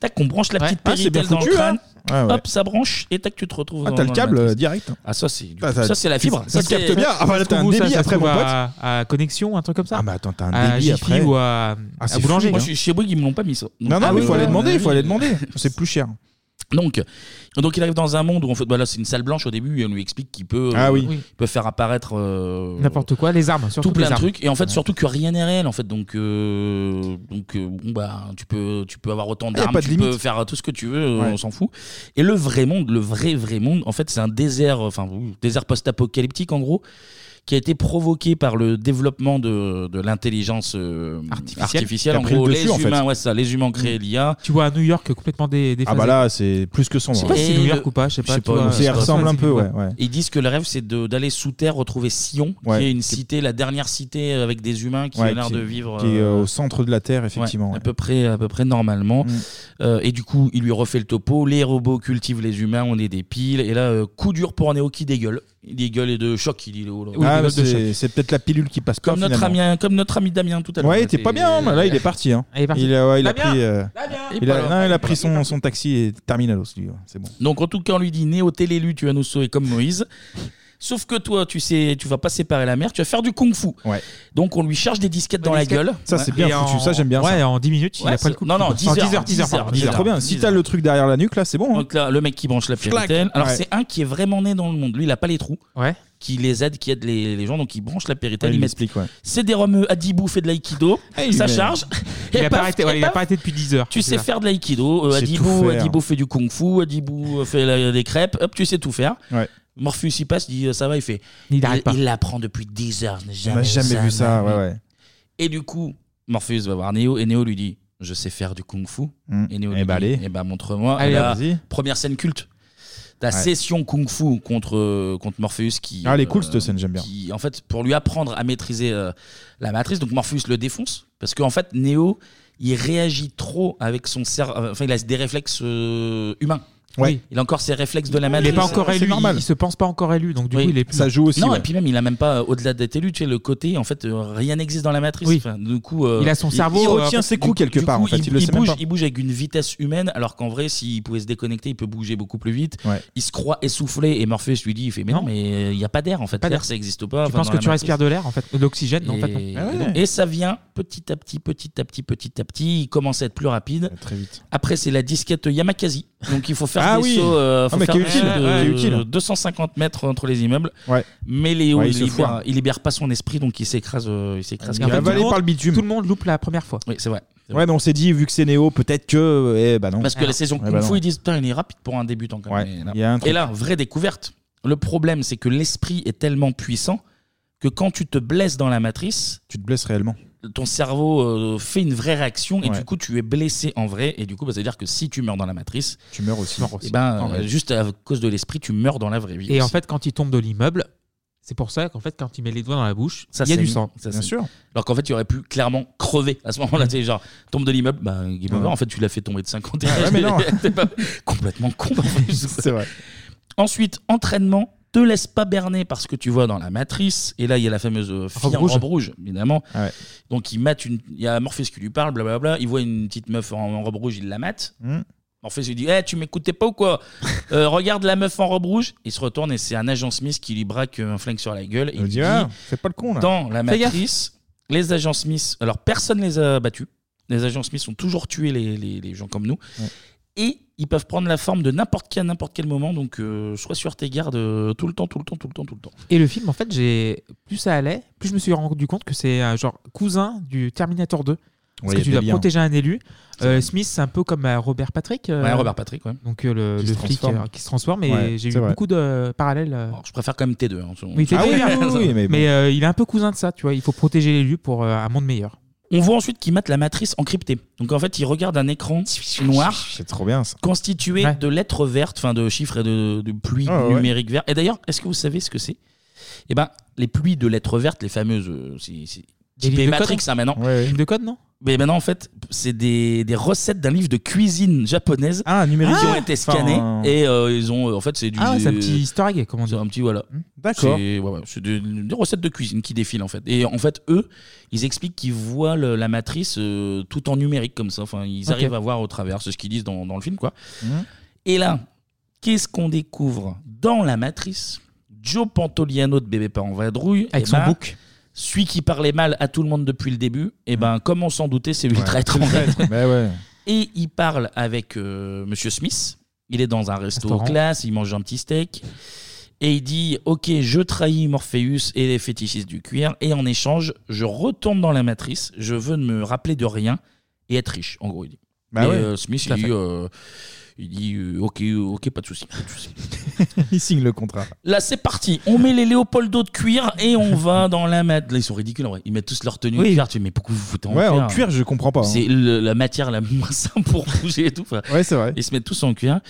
Speaker 1: Tac, on branche la petite
Speaker 4: Ah, c'est bien
Speaker 1: péritelle dans le
Speaker 4: foutu,
Speaker 1: crâne.
Speaker 4: hein. Ouais, ouais.
Speaker 1: Hop, ça branche et tac, tu te retrouves.
Speaker 4: Ah,
Speaker 1: dans-
Speaker 4: t'as le
Speaker 1: dans la
Speaker 4: câble
Speaker 1: matrice.
Speaker 4: euh, direct.
Speaker 1: Ah, ça, c'est du
Speaker 4: Ah,
Speaker 1: coup,
Speaker 4: ça-
Speaker 1: ça, c'est la fibre.
Speaker 4: Ça,
Speaker 1: Ça,
Speaker 4: capte
Speaker 1: c'est-
Speaker 4: bien. Ah, bah là,
Speaker 8: Ça se
Speaker 4: t'as un
Speaker 8: trouve où, ça
Speaker 4: débit
Speaker 8: Ça se
Speaker 4: après, mon
Speaker 8: trouve
Speaker 4: pote.
Speaker 8: à, à Connexion, un truc comme ça
Speaker 4: Ah, mais attends, t'as un
Speaker 8: À
Speaker 4: débit
Speaker 8: Jiffy
Speaker 4: après.
Speaker 8: ou à,
Speaker 4: Ah,
Speaker 8: à
Speaker 4: c'est
Speaker 8: Boulanger.
Speaker 4: fou, hein.
Speaker 1: Moi, je suis chez Bouygues, ils me l'ont pas mis ça. Donc-
Speaker 4: Non, non,
Speaker 1: Ah
Speaker 4: mais
Speaker 1: oui,
Speaker 4: il faut aller
Speaker 1: ouais,
Speaker 4: demander, il faut
Speaker 1: ouais,
Speaker 4: aller
Speaker 1: ouais.
Speaker 4: demander. C'est plus cher.
Speaker 1: Donc, donc il arrive dans un monde où en fait, bah là, c'est une salle blanche au début et on lui explique qu'il peut, euh,
Speaker 4: Ah oui.
Speaker 1: il peut faire apparaître euh,
Speaker 8: N'importe quoi, les armes, surtout
Speaker 1: tout plein
Speaker 8: les
Speaker 1: de
Speaker 8: armes.
Speaker 1: trucs et en fait
Speaker 8: Ouais.
Speaker 1: surtout que rien n'est réel en fait donc euh, donc euh, bon bah tu peux tu peux avoir autant
Speaker 4: Eh, y a
Speaker 1: d'armes
Speaker 4: pas de
Speaker 1: tu peux
Speaker 4: limite.
Speaker 1: faire tout ce que tu veux
Speaker 4: Ouais.
Speaker 1: on s'en fout et le vrai monde le vrai vrai monde en fait c'est un désert enfin ouh, désert post-apocalyptique en gros qui a été provoqué par le développement de, de l'intelligence euh, artificielle,
Speaker 4: Qui a
Speaker 1: en
Speaker 4: pris
Speaker 1: gros
Speaker 4: le dessus,
Speaker 1: les
Speaker 4: en fait. Mm.
Speaker 1: humains ouais ça les humains ont créé l'IA
Speaker 8: Tu vois à New York complètement dé-
Speaker 4: Ah,
Speaker 8: déphasé.
Speaker 4: bah là, c'est plus que sombre.
Speaker 8: Je sais pas si New York ou pas, je sais pas, tu vois,
Speaker 4: Ça y
Speaker 8: je sais pas.
Speaker 4: ressemble un peu, ouais. ouais.
Speaker 1: Ils disent que le rêve, c'est de- d'aller sous terre retrouver Sion,
Speaker 4: Ouais.
Speaker 1: qui est une cité, la dernière cité avec des humains qui
Speaker 4: Ouais,
Speaker 1: a l'air
Speaker 4: qui-
Speaker 1: de vivre.
Speaker 4: Qui est
Speaker 1: euh,
Speaker 4: euh, Mm. au centre de la Terre, effectivement.
Speaker 1: ouais,
Speaker 4: ouais.
Speaker 1: à peu près, à peu près normalement. Euh, et du coup, il lui refait le topo. Les robots cultivent les humains, on est des piles. Et là, euh, coup dur pour Neo qui dégueule. Il dégueule et de choc, il est au- au-
Speaker 4: Ah, mais
Speaker 1: au- de choc.
Speaker 4: c'est c'est peut-être la pilule qui passe pas.
Speaker 1: Comme notre, ami,
Speaker 4: finalement.
Speaker 1: comme notre ami Damien tout à l'heure.
Speaker 4: Ouais, il était pas bien, mais là, il est parti. hein.
Speaker 1: euh, Ah, Il est parti.
Speaker 4: Il a ouais, il a
Speaker 1: Damien
Speaker 4: pris. euh,
Speaker 1: Il est
Speaker 4: Il
Speaker 1: pas
Speaker 4: a
Speaker 1: là.
Speaker 4: non, il a pris son son taxi et terminalos, lui. ouais, C'est bon.
Speaker 1: Donc en tout cas, on lui dit Néo, t'es l'élu, tu vas nous sauver comme Moïse. Sauf que toi, tu sais, tu vas pas séparer la mer, tu vas faire du kung-fu. Donc on lui charge des disquettes dans la gueule.
Speaker 4: Ça, c'est bien
Speaker 8: Et
Speaker 4: foutu.
Speaker 8: en-
Speaker 4: Ça, j'aime bien
Speaker 8: Ouais,
Speaker 4: ça.
Speaker 8: en 10 minutes, il
Speaker 1: Ouais,
Speaker 8: a pris le
Speaker 1: c'est-
Speaker 8: coup.
Speaker 1: non, non,
Speaker 8: En
Speaker 1: 10 heures,
Speaker 8: 10 heures, 10 heures,
Speaker 1: heures,
Speaker 8: pardon.
Speaker 1: dix
Speaker 4: C'est
Speaker 1: heures.
Speaker 4: trop bien. Si t'as le truc derrière la nuque, là, c'est bon. hein.
Speaker 1: Donc là, le mec qui branche la
Speaker 4: Schlack.
Speaker 1: péritelle. Alors
Speaker 4: Ouais.
Speaker 1: c'est un qui est vraiment né dans le monde. Lui, il a pas les trous.
Speaker 8: Ouais.
Speaker 1: Qui les aide, qui aide les, les gens. Donc il branche la péritelle.
Speaker 4: Ouais, il
Speaker 1: met-
Speaker 4: l'explique, ouais.
Speaker 1: C'est des romeux Adibou fait de l'aïkido.
Speaker 4: Ah, il
Speaker 1: ça
Speaker 4: met-
Speaker 1: charge.
Speaker 8: Il
Speaker 1: Et
Speaker 8: a pas
Speaker 1: paf,
Speaker 8: arrêté,
Speaker 1: et
Speaker 8: ouais, il a
Speaker 1: paf.
Speaker 8: pas arrêté depuis 10 heures.
Speaker 1: Tu sais faire de l'aïkido, euh,
Speaker 8: C'est tout
Speaker 1: Adibou,
Speaker 8: faire.
Speaker 1: Adibou fait du kung-fu, Adibou euh, fait la- des crêpes, hop, tu sais tout faire.
Speaker 4: Ouais.
Speaker 1: Morpheus il passe, il dit euh, ça va, il fait.
Speaker 8: Il n'arrête pas.
Speaker 1: Il l'apprend depuis 10 heures. je n'ai
Speaker 4: On n'a jamais vu ça, ouais,
Speaker 1: jamais.
Speaker 4: ouais.
Speaker 1: Et du coup, Morpheus va voir Neo et Neo lui dit Je sais faire du kung-fu.
Speaker 4: Mm.
Speaker 1: Et Neo
Speaker 4: Eh
Speaker 1: lui
Speaker 4: bah,
Speaker 1: dit
Speaker 4: allez.
Speaker 1: Eh bah, montre-moi.
Speaker 4: Allez,
Speaker 1: Et là,
Speaker 4: vas-y.
Speaker 1: Première scène culte. La
Speaker 4: Ouais.
Speaker 1: session kung-fu contre, euh, contre Morpheus qui.
Speaker 4: Ah, elle est
Speaker 1: euh,
Speaker 4: cool, cette scène, j'aime bien.
Speaker 1: qui, en fait, pour lui apprendre à maîtriser euh, la matrice, donc Morpheus le défonce. Parce qu'en fait, Neo, il réagit trop avec son cerveau. Enfin, il a des réflexes euh, humains.
Speaker 4: Ouais.
Speaker 1: Oui. Il a encore ses réflexes de la
Speaker 8: Il
Speaker 1: matrice.
Speaker 8: n'est pas encore élu. Il, il se pense pas encore élu, donc du
Speaker 1: Oui.
Speaker 8: coup, il est plus.
Speaker 1: Non, et puis même, il a même pas, euh, au-delà d'être élu, tu sais, le côté, en fait, euh, rien n'existe dans la matrice.
Speaker 8: Oui.
Speaker 1: Enfin, du coup, euh,
Speaker 8: Il a son cerveau,
Speaker 1: il
Speaker 8: euh,
Speaker 1: retient
Speaker 8: en fait,
Speaker 1: ses coups
Speaker 8: du-
Speaker 1: quelque
Speaker 8: du
Speaker 1: part,
Speaker 8: coup,
Speaker 1: en fait.
Speaker 8: il-
Speaker 1: Il, le
Speaker 8: il
Speaker 1: sait même
Speaker 8: bouge-
Speaker 1: pas. il bouge avec une vitesse humaine, alors qu'en vrai, s'il pouvait se déconnecter, il peut bouger beaucoup plus vite.
Speaker 4: Ouais.
Speaker 1: Il se croit essoufflé, et Morpheus lui dit, il fait, mais non, mais il n'y a pas d'air, en fait.
Speaker 8: Pas
Speaker 1: L'air,
Speaker 8: d'air.
Speaker 1: ça n'existe pas.
Speaker 8: Tu
Speaker 1: enfin,
Speaker 8: penses
Speaker 1: dans
Speaker 8: que
Speaker 1: la
Speaker 8: tu respires
Speaker 1: matrice.
Speaker 8: de l'air, en fait, de l'oxygène, non, en fait, non.
Speaker 1: Et,
Speaker 8: Ah ouais.
Speaker 1: et donc- et ça vient petit à petit, petit à petit, petit à petit. Il commence à être plus rapide.
Speaker 4: Très vite.
Speaker 1: Après, c'est la disquette Yamakasi. Donc, il faut faire
Speaker 4: Ah
Speaker 1: des
Speaker 4: oui.
Speaker 1: sauts. euh,
Speaker 4: Ah,
Speaker 1: faut
Speaker 4: mais
Speaker 1: faire
Speaker 4: qui est
Speaker 1: des
Speaker 4: utile,
Speaker 1: sauts de-
Speaker 4: qui est utile.
Speaker 1: 250 mètres entre les immeubles.
Speaker 4: Ouais.
Speaker 1: Mais Léo,
Speaker 4: Ouais, il
Speaker 1: il,
Speaker 4: se
Speaker 1: libère,
Speaker 4: foire.
Speaker 1: il libère pas son esprit, donc il s'écrase. euh, Il s'écrase.
Speaker 8: Et en fait, tout
Speaker 1: carrément.
Speaker 8: monde- Tout le monde loupe la première fois.
Speaker 1: Oui, c'est vrai.
Speaker 4: Ouais, mais on s'est dit, vu que c'est Néo, peut-être que. Eh bah non.
Speaker 8: Ah
Speaker 1: Parce que la saison
Speaker 4: Eh
Speaker 1: Kung
Speaker 4: bah
Speaker 1: Fu,
Speaker 4: non.
Speaker 1: ils disent putain, il est rapide pour un débutant quand même.
Speaker 4: Ouais,
Speaker 1: Et là-
Speaker 4: il y a un truc.
Speaker 1: Et là, vraie découverte. Le problème, c'est que l'esprit est tellement puissant que quand tu te blesses dans la matrice,
Speaker 4: Tu te blesses réellement.
Speaker 1: ton cerveau euh, fait une vraie réaction et
Speaker 4: Ouais.
Speaker 1: du coup tu es blessé en vrai et du coup bah, ça veut dire que si tu meurs dans la matrice
Speaker 4: tu meurs aussi,
Speaker 1: Et ben,
Speaker 8: En vrai.
Speaker 1: euh, juste à cause de l'esprit tu meurs dans la vraie vie
Speaker 8: Et en
Speaker 1: aussi.
Speaker 8: fait, quand il tombe de l'immeuble, c'est pour ça qu'en fait, quand il met les doigts dans la bouche,
Speaker 1: Ça,
Speaker 8: il y a
Speaker 1: c'est
Speaker 8: du
Speaker 1: une-
Speaker 8: sang.
Speaker 1: ça, c'est- alors qu'en fait tu aurais pu clairement crever à ce moment là tu sais genre tombe de l'immeuble bah game over.
Speaker 4: Mm. Ouais.
Speaker 1: en fait tu l'as fait tomber de 50
Speaker 4: Ah ouais, mais non.
Speaker 1: T'es pas- complètement con
Speaker 4: c'est vrai
Speaker 1: ensuite entraînement te laisse pas berner parce que tu vois dans la matrice et là il y a la fameuse euh,
Speaker 4: Robe
Speaker 1: fille en
Speaker 4: rouge. Ah
Speaker 1: robe rouge évidemment donc il mate une il y a Morpheus qui lui parle blablabla il voit une petite meuf en, en robe rouge il la mate
Speaker 4: Hmm.
Speaker 1: Morpheus lui dit Eh, tu m'écoutais pas ou quoi Euh, Regarde la meuf en robe rouge. Il se retourne et c'est un agent Smith qui lui braque un flingue sur la gueule. Il
Speaker 4: Il dit, ah, fais pas le con, là.
Speaker 1: Dans la
Speaker 4: Fais gaffe.
Speaker 1: matrice, les agents Smith. Alors personne les a battus. Les agents Smith ont toujours tué les, les- les gens comme nous. Et ils peuvent prendre la forme de n'importe qui à n'importe quel moment. Donc euh, sois sur tes gardes euh, tout le temps, tout le temps, tout le temps, tout le temps.
Speaker 8: Et le film, en fait, j'ai plus ça allait, plus je me suis rendu compte que c'est euh, genre cousin du Terminator 2. Parce
Speaker 1: Ouais,
Speaker 8: que
Speaker 1: il y a
Speaker 8: tu
Speaker 1: des
Speaker 8: dois
Speaker 1: liens.
Speaker 8: protéger un élu. Euh, Smith, c'est un peu comme euh, Robert Patrick. euh,
Speaker 1: Ouais, Robert Patrick, ouais.
Speaker 8: Donc euh, le,
Speaker 1: Qui
Speaker 8: le
Speaker 1: se
Speaker 8: flic
Speaker 1: transforme.
Speaker 8: euh, qui se transforme. Et
Speaker 1: Ouais,
Speaker 8: j'ai eu
Speaker 1: c'est vrai.
Speaker 8: beaucoup de euh, parallèles. euh.
Speaker 1: Je préfère quand même T2. hein.
Speaker 8: Oui, t'es
Speaker 4: Ah
Speaker 1: oui,
Speaker 8: bien,
Speaker 1: oui, oui, oui,
Speaker 8: mais
Speaker 1: mais bon.
Speaker 8: euh, il est un peu cousin de ça, tu vois. Il faut protéger l'élu pour euh, un monde meilleur.
Speaker 1: On voit ensuite qu'ils mettent la matrice encryptée. Donc en fait, ils regardent un écran noir.
Speaker 4: C'est trop bien ça.
Speaker 1: Constitué de lettres vertes, enfin de chiffres et de, de pluies
Speaker 4: Ah ouais.
Speaker 1: numériques vertes. Et d'ailleurs, est-ce que vous savez ce que c'est Eh ben, les pluies de lettres vertes, les fameuses. euh, C'est c'est
Speaker 8: Des
Speaker 1: typé
Speaker 8: lignes de
Speaker 1: Matrix,
Speaker 8: code
Speaker 1: ça maintenant.
Speaker 8: de code, non
Speaker 1: Mais maintenant, en fait, c'est des, des recettes d'un livre de cuisine japonaise qui ont
Speaker 8: Ah
Speaker 1: été scannées.
Speaker 8: Enfin,
Speaker 1: Et euh, ils ont. euh, En fait, c'est du.
Speaker 8: Ah ouais, c'est un petit easter egg, comment
Speaker 1: dire Un petit, voilà.
Speaker 4: D'accord.
Speaker 1: C'est ouais, ouais, c'est des, des recettes de cuisine qui défilent, en fait. Et en fait, eux, ils expliquent qu'ils voient le- la matrice euh, tout en numérique, comme ça. Enfin, ils
Speaker 4: Ok.
Speaker 1: arrivent à voir au travers. C'est ce qu'ils disent dans, dans le film, quoi.
Speaker 4: Mhm.
Speaker 1: Et là, qu'est-ce qu'on découvre dans la matrice Joe Pantoliano de Bébé Pas en Vadrouille.
Speaker 8: Avec
Speaker 1: eh
Speaker 8: son
Speaker 1: ben,
Speaker 8: bouc.
Speaker 1: Celui qui parlait mal à tout le monde depuis le début, et ben, comme on s'en doutait, c'est lui le
Speaker 4: Mm. Ouais.
Speaker 1: traître. en
Speaker 4: C'est le
Speaker 1: fait.
Speaker 4: traître, mais ouais.
Speaker 1: Et il parle avec euh, Monsieur Smith. Il est dans un resto
Speaker 4: Restaurant.
Speaker 1: classe, il mange un petit steak. Et il dit Ok, je trahis Morpheus et les fétichistes du cuir. Et en échange, je retourne dans la matrice. Je veux ne me rappeler de rien et être riche, en gros. Il dit.
Speaker 4: Bah
Speaker 1: Et,
Speaker 4: ouais,
Speaker 1: euh, Smith,
Speaker 4: tout
Speaker 1: il
Speaker 4: à
Speaker 1: dit,
Speaker 4: fait.
Speaker 1: euh, il dit euh, Ok, ok, pas de souci. Pas de souci.
Speaker 4: Il signe le contrat.
Speaker 1: Là, c'est parti. On met les Léopoldo de cuir et on va dans la mat. Là, ils sont ridicules en vrai. Ils mettent tous leur tenue
Speaker 4: Oui.
Speaker 1: de cuir. Tu dis, mais pourquoi vous vous foutez en
Speaker 4: Ouais,
Speaker 1: cuir
Speaker 4: en cuir, je comprends pas, hein.
Speaker 1: C'est le- la matière la moins simple pour bouger et tout. Enfin, Ils se mettent tous en cuir.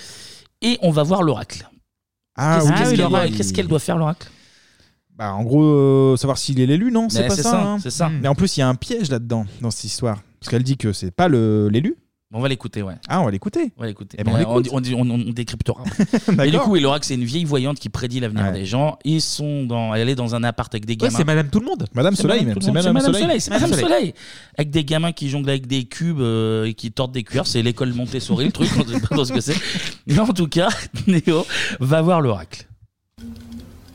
Speaker 1: Et on va voir l'oracle.
Speaker 4: Ah,
Speaker 1: Qu'est-ce
Speaker 4: oui.
Speaker 1: qu'est-ce
Speaker 4: Ah, oui,
Speaker 1: qu'elle doit-
Speaker 4: l'oracle.
Speaker 1: qu'est-ce qu'elle doit faire, l'oracle
Speaker 4: Bah, en gros, euh, savoir s'il est l'élu, non C'est
Speaker 1: Mais
Speaker 4: pas
Speaker 1: c'est
Speaker 4: ça.
Speaker 1: ça,
Speaker 4: hein
Speaker 1: c'est ça.
Speaker 4: Mais en plus, il y a un piège là-dedans, dans cette histoire. Parce qu'elle dit que c'est pas le- l'élu.
Speaker 1: On va l'écouter, ouais.
Speaker 4: Ah, on va l'écouter.
Speaker 1: On va l'écouter.
Speaker 4: Eh ben, on
Speaker 1: Mais
Speaker 4: l'écoute.
Speaker 1: on, on, on- on décryptera. et du coup, et l'oracle, c'est une vieille voyante qui prédit l'avenir des gens. Ils sont dans, elle est dans un appart avec des gamins.
Speaker 8: c'est Madame Tout le Monde.
Speaker 4: Madame Soleil, même.
Speaker 1: Tout le
Speaker 4: C'est
Speaker 1: monde.
Speaker 4: Madame Soleil.
Speaker 1: C'est
Speaker 4: Madame
Speaker 1: Madame Soleil.
Speaker 4: Soleil.
Speaker 1: Avec des gamins qui jonglent avec des cubes euh, et qui tordent des cuirs. C'est l'école Montessori, le truc. On sait pas trop ce que c'est. Mais en tout cas, Néo va voir l'oracle.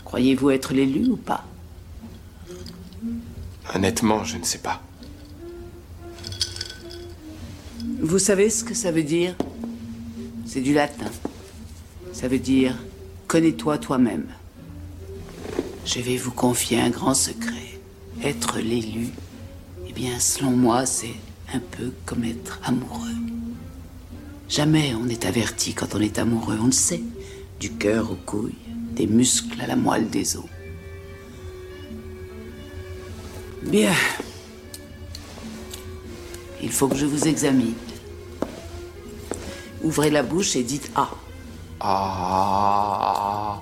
Speaker 7: Croyez-vous être l'élu ou pas
Speaker 9: Honnêtement, je ne sais pas.
Speaker 7: Vous savez ce que ça veut dire C'est du latin. Ça veut dire connais-toi toi-même. Je vais vous confier un grand secret. Être l'élu, eh bien, selon moi, c'est
Speaker 11: un peu comme être amoureux. Jamais on n'est averti quand on est amoureux, on le sait. Du cœur aux couilles, des muscles à la moelle des os. Bien. Il faut que je vous examine. Ouvrez la bouche et dites Ah. Ah.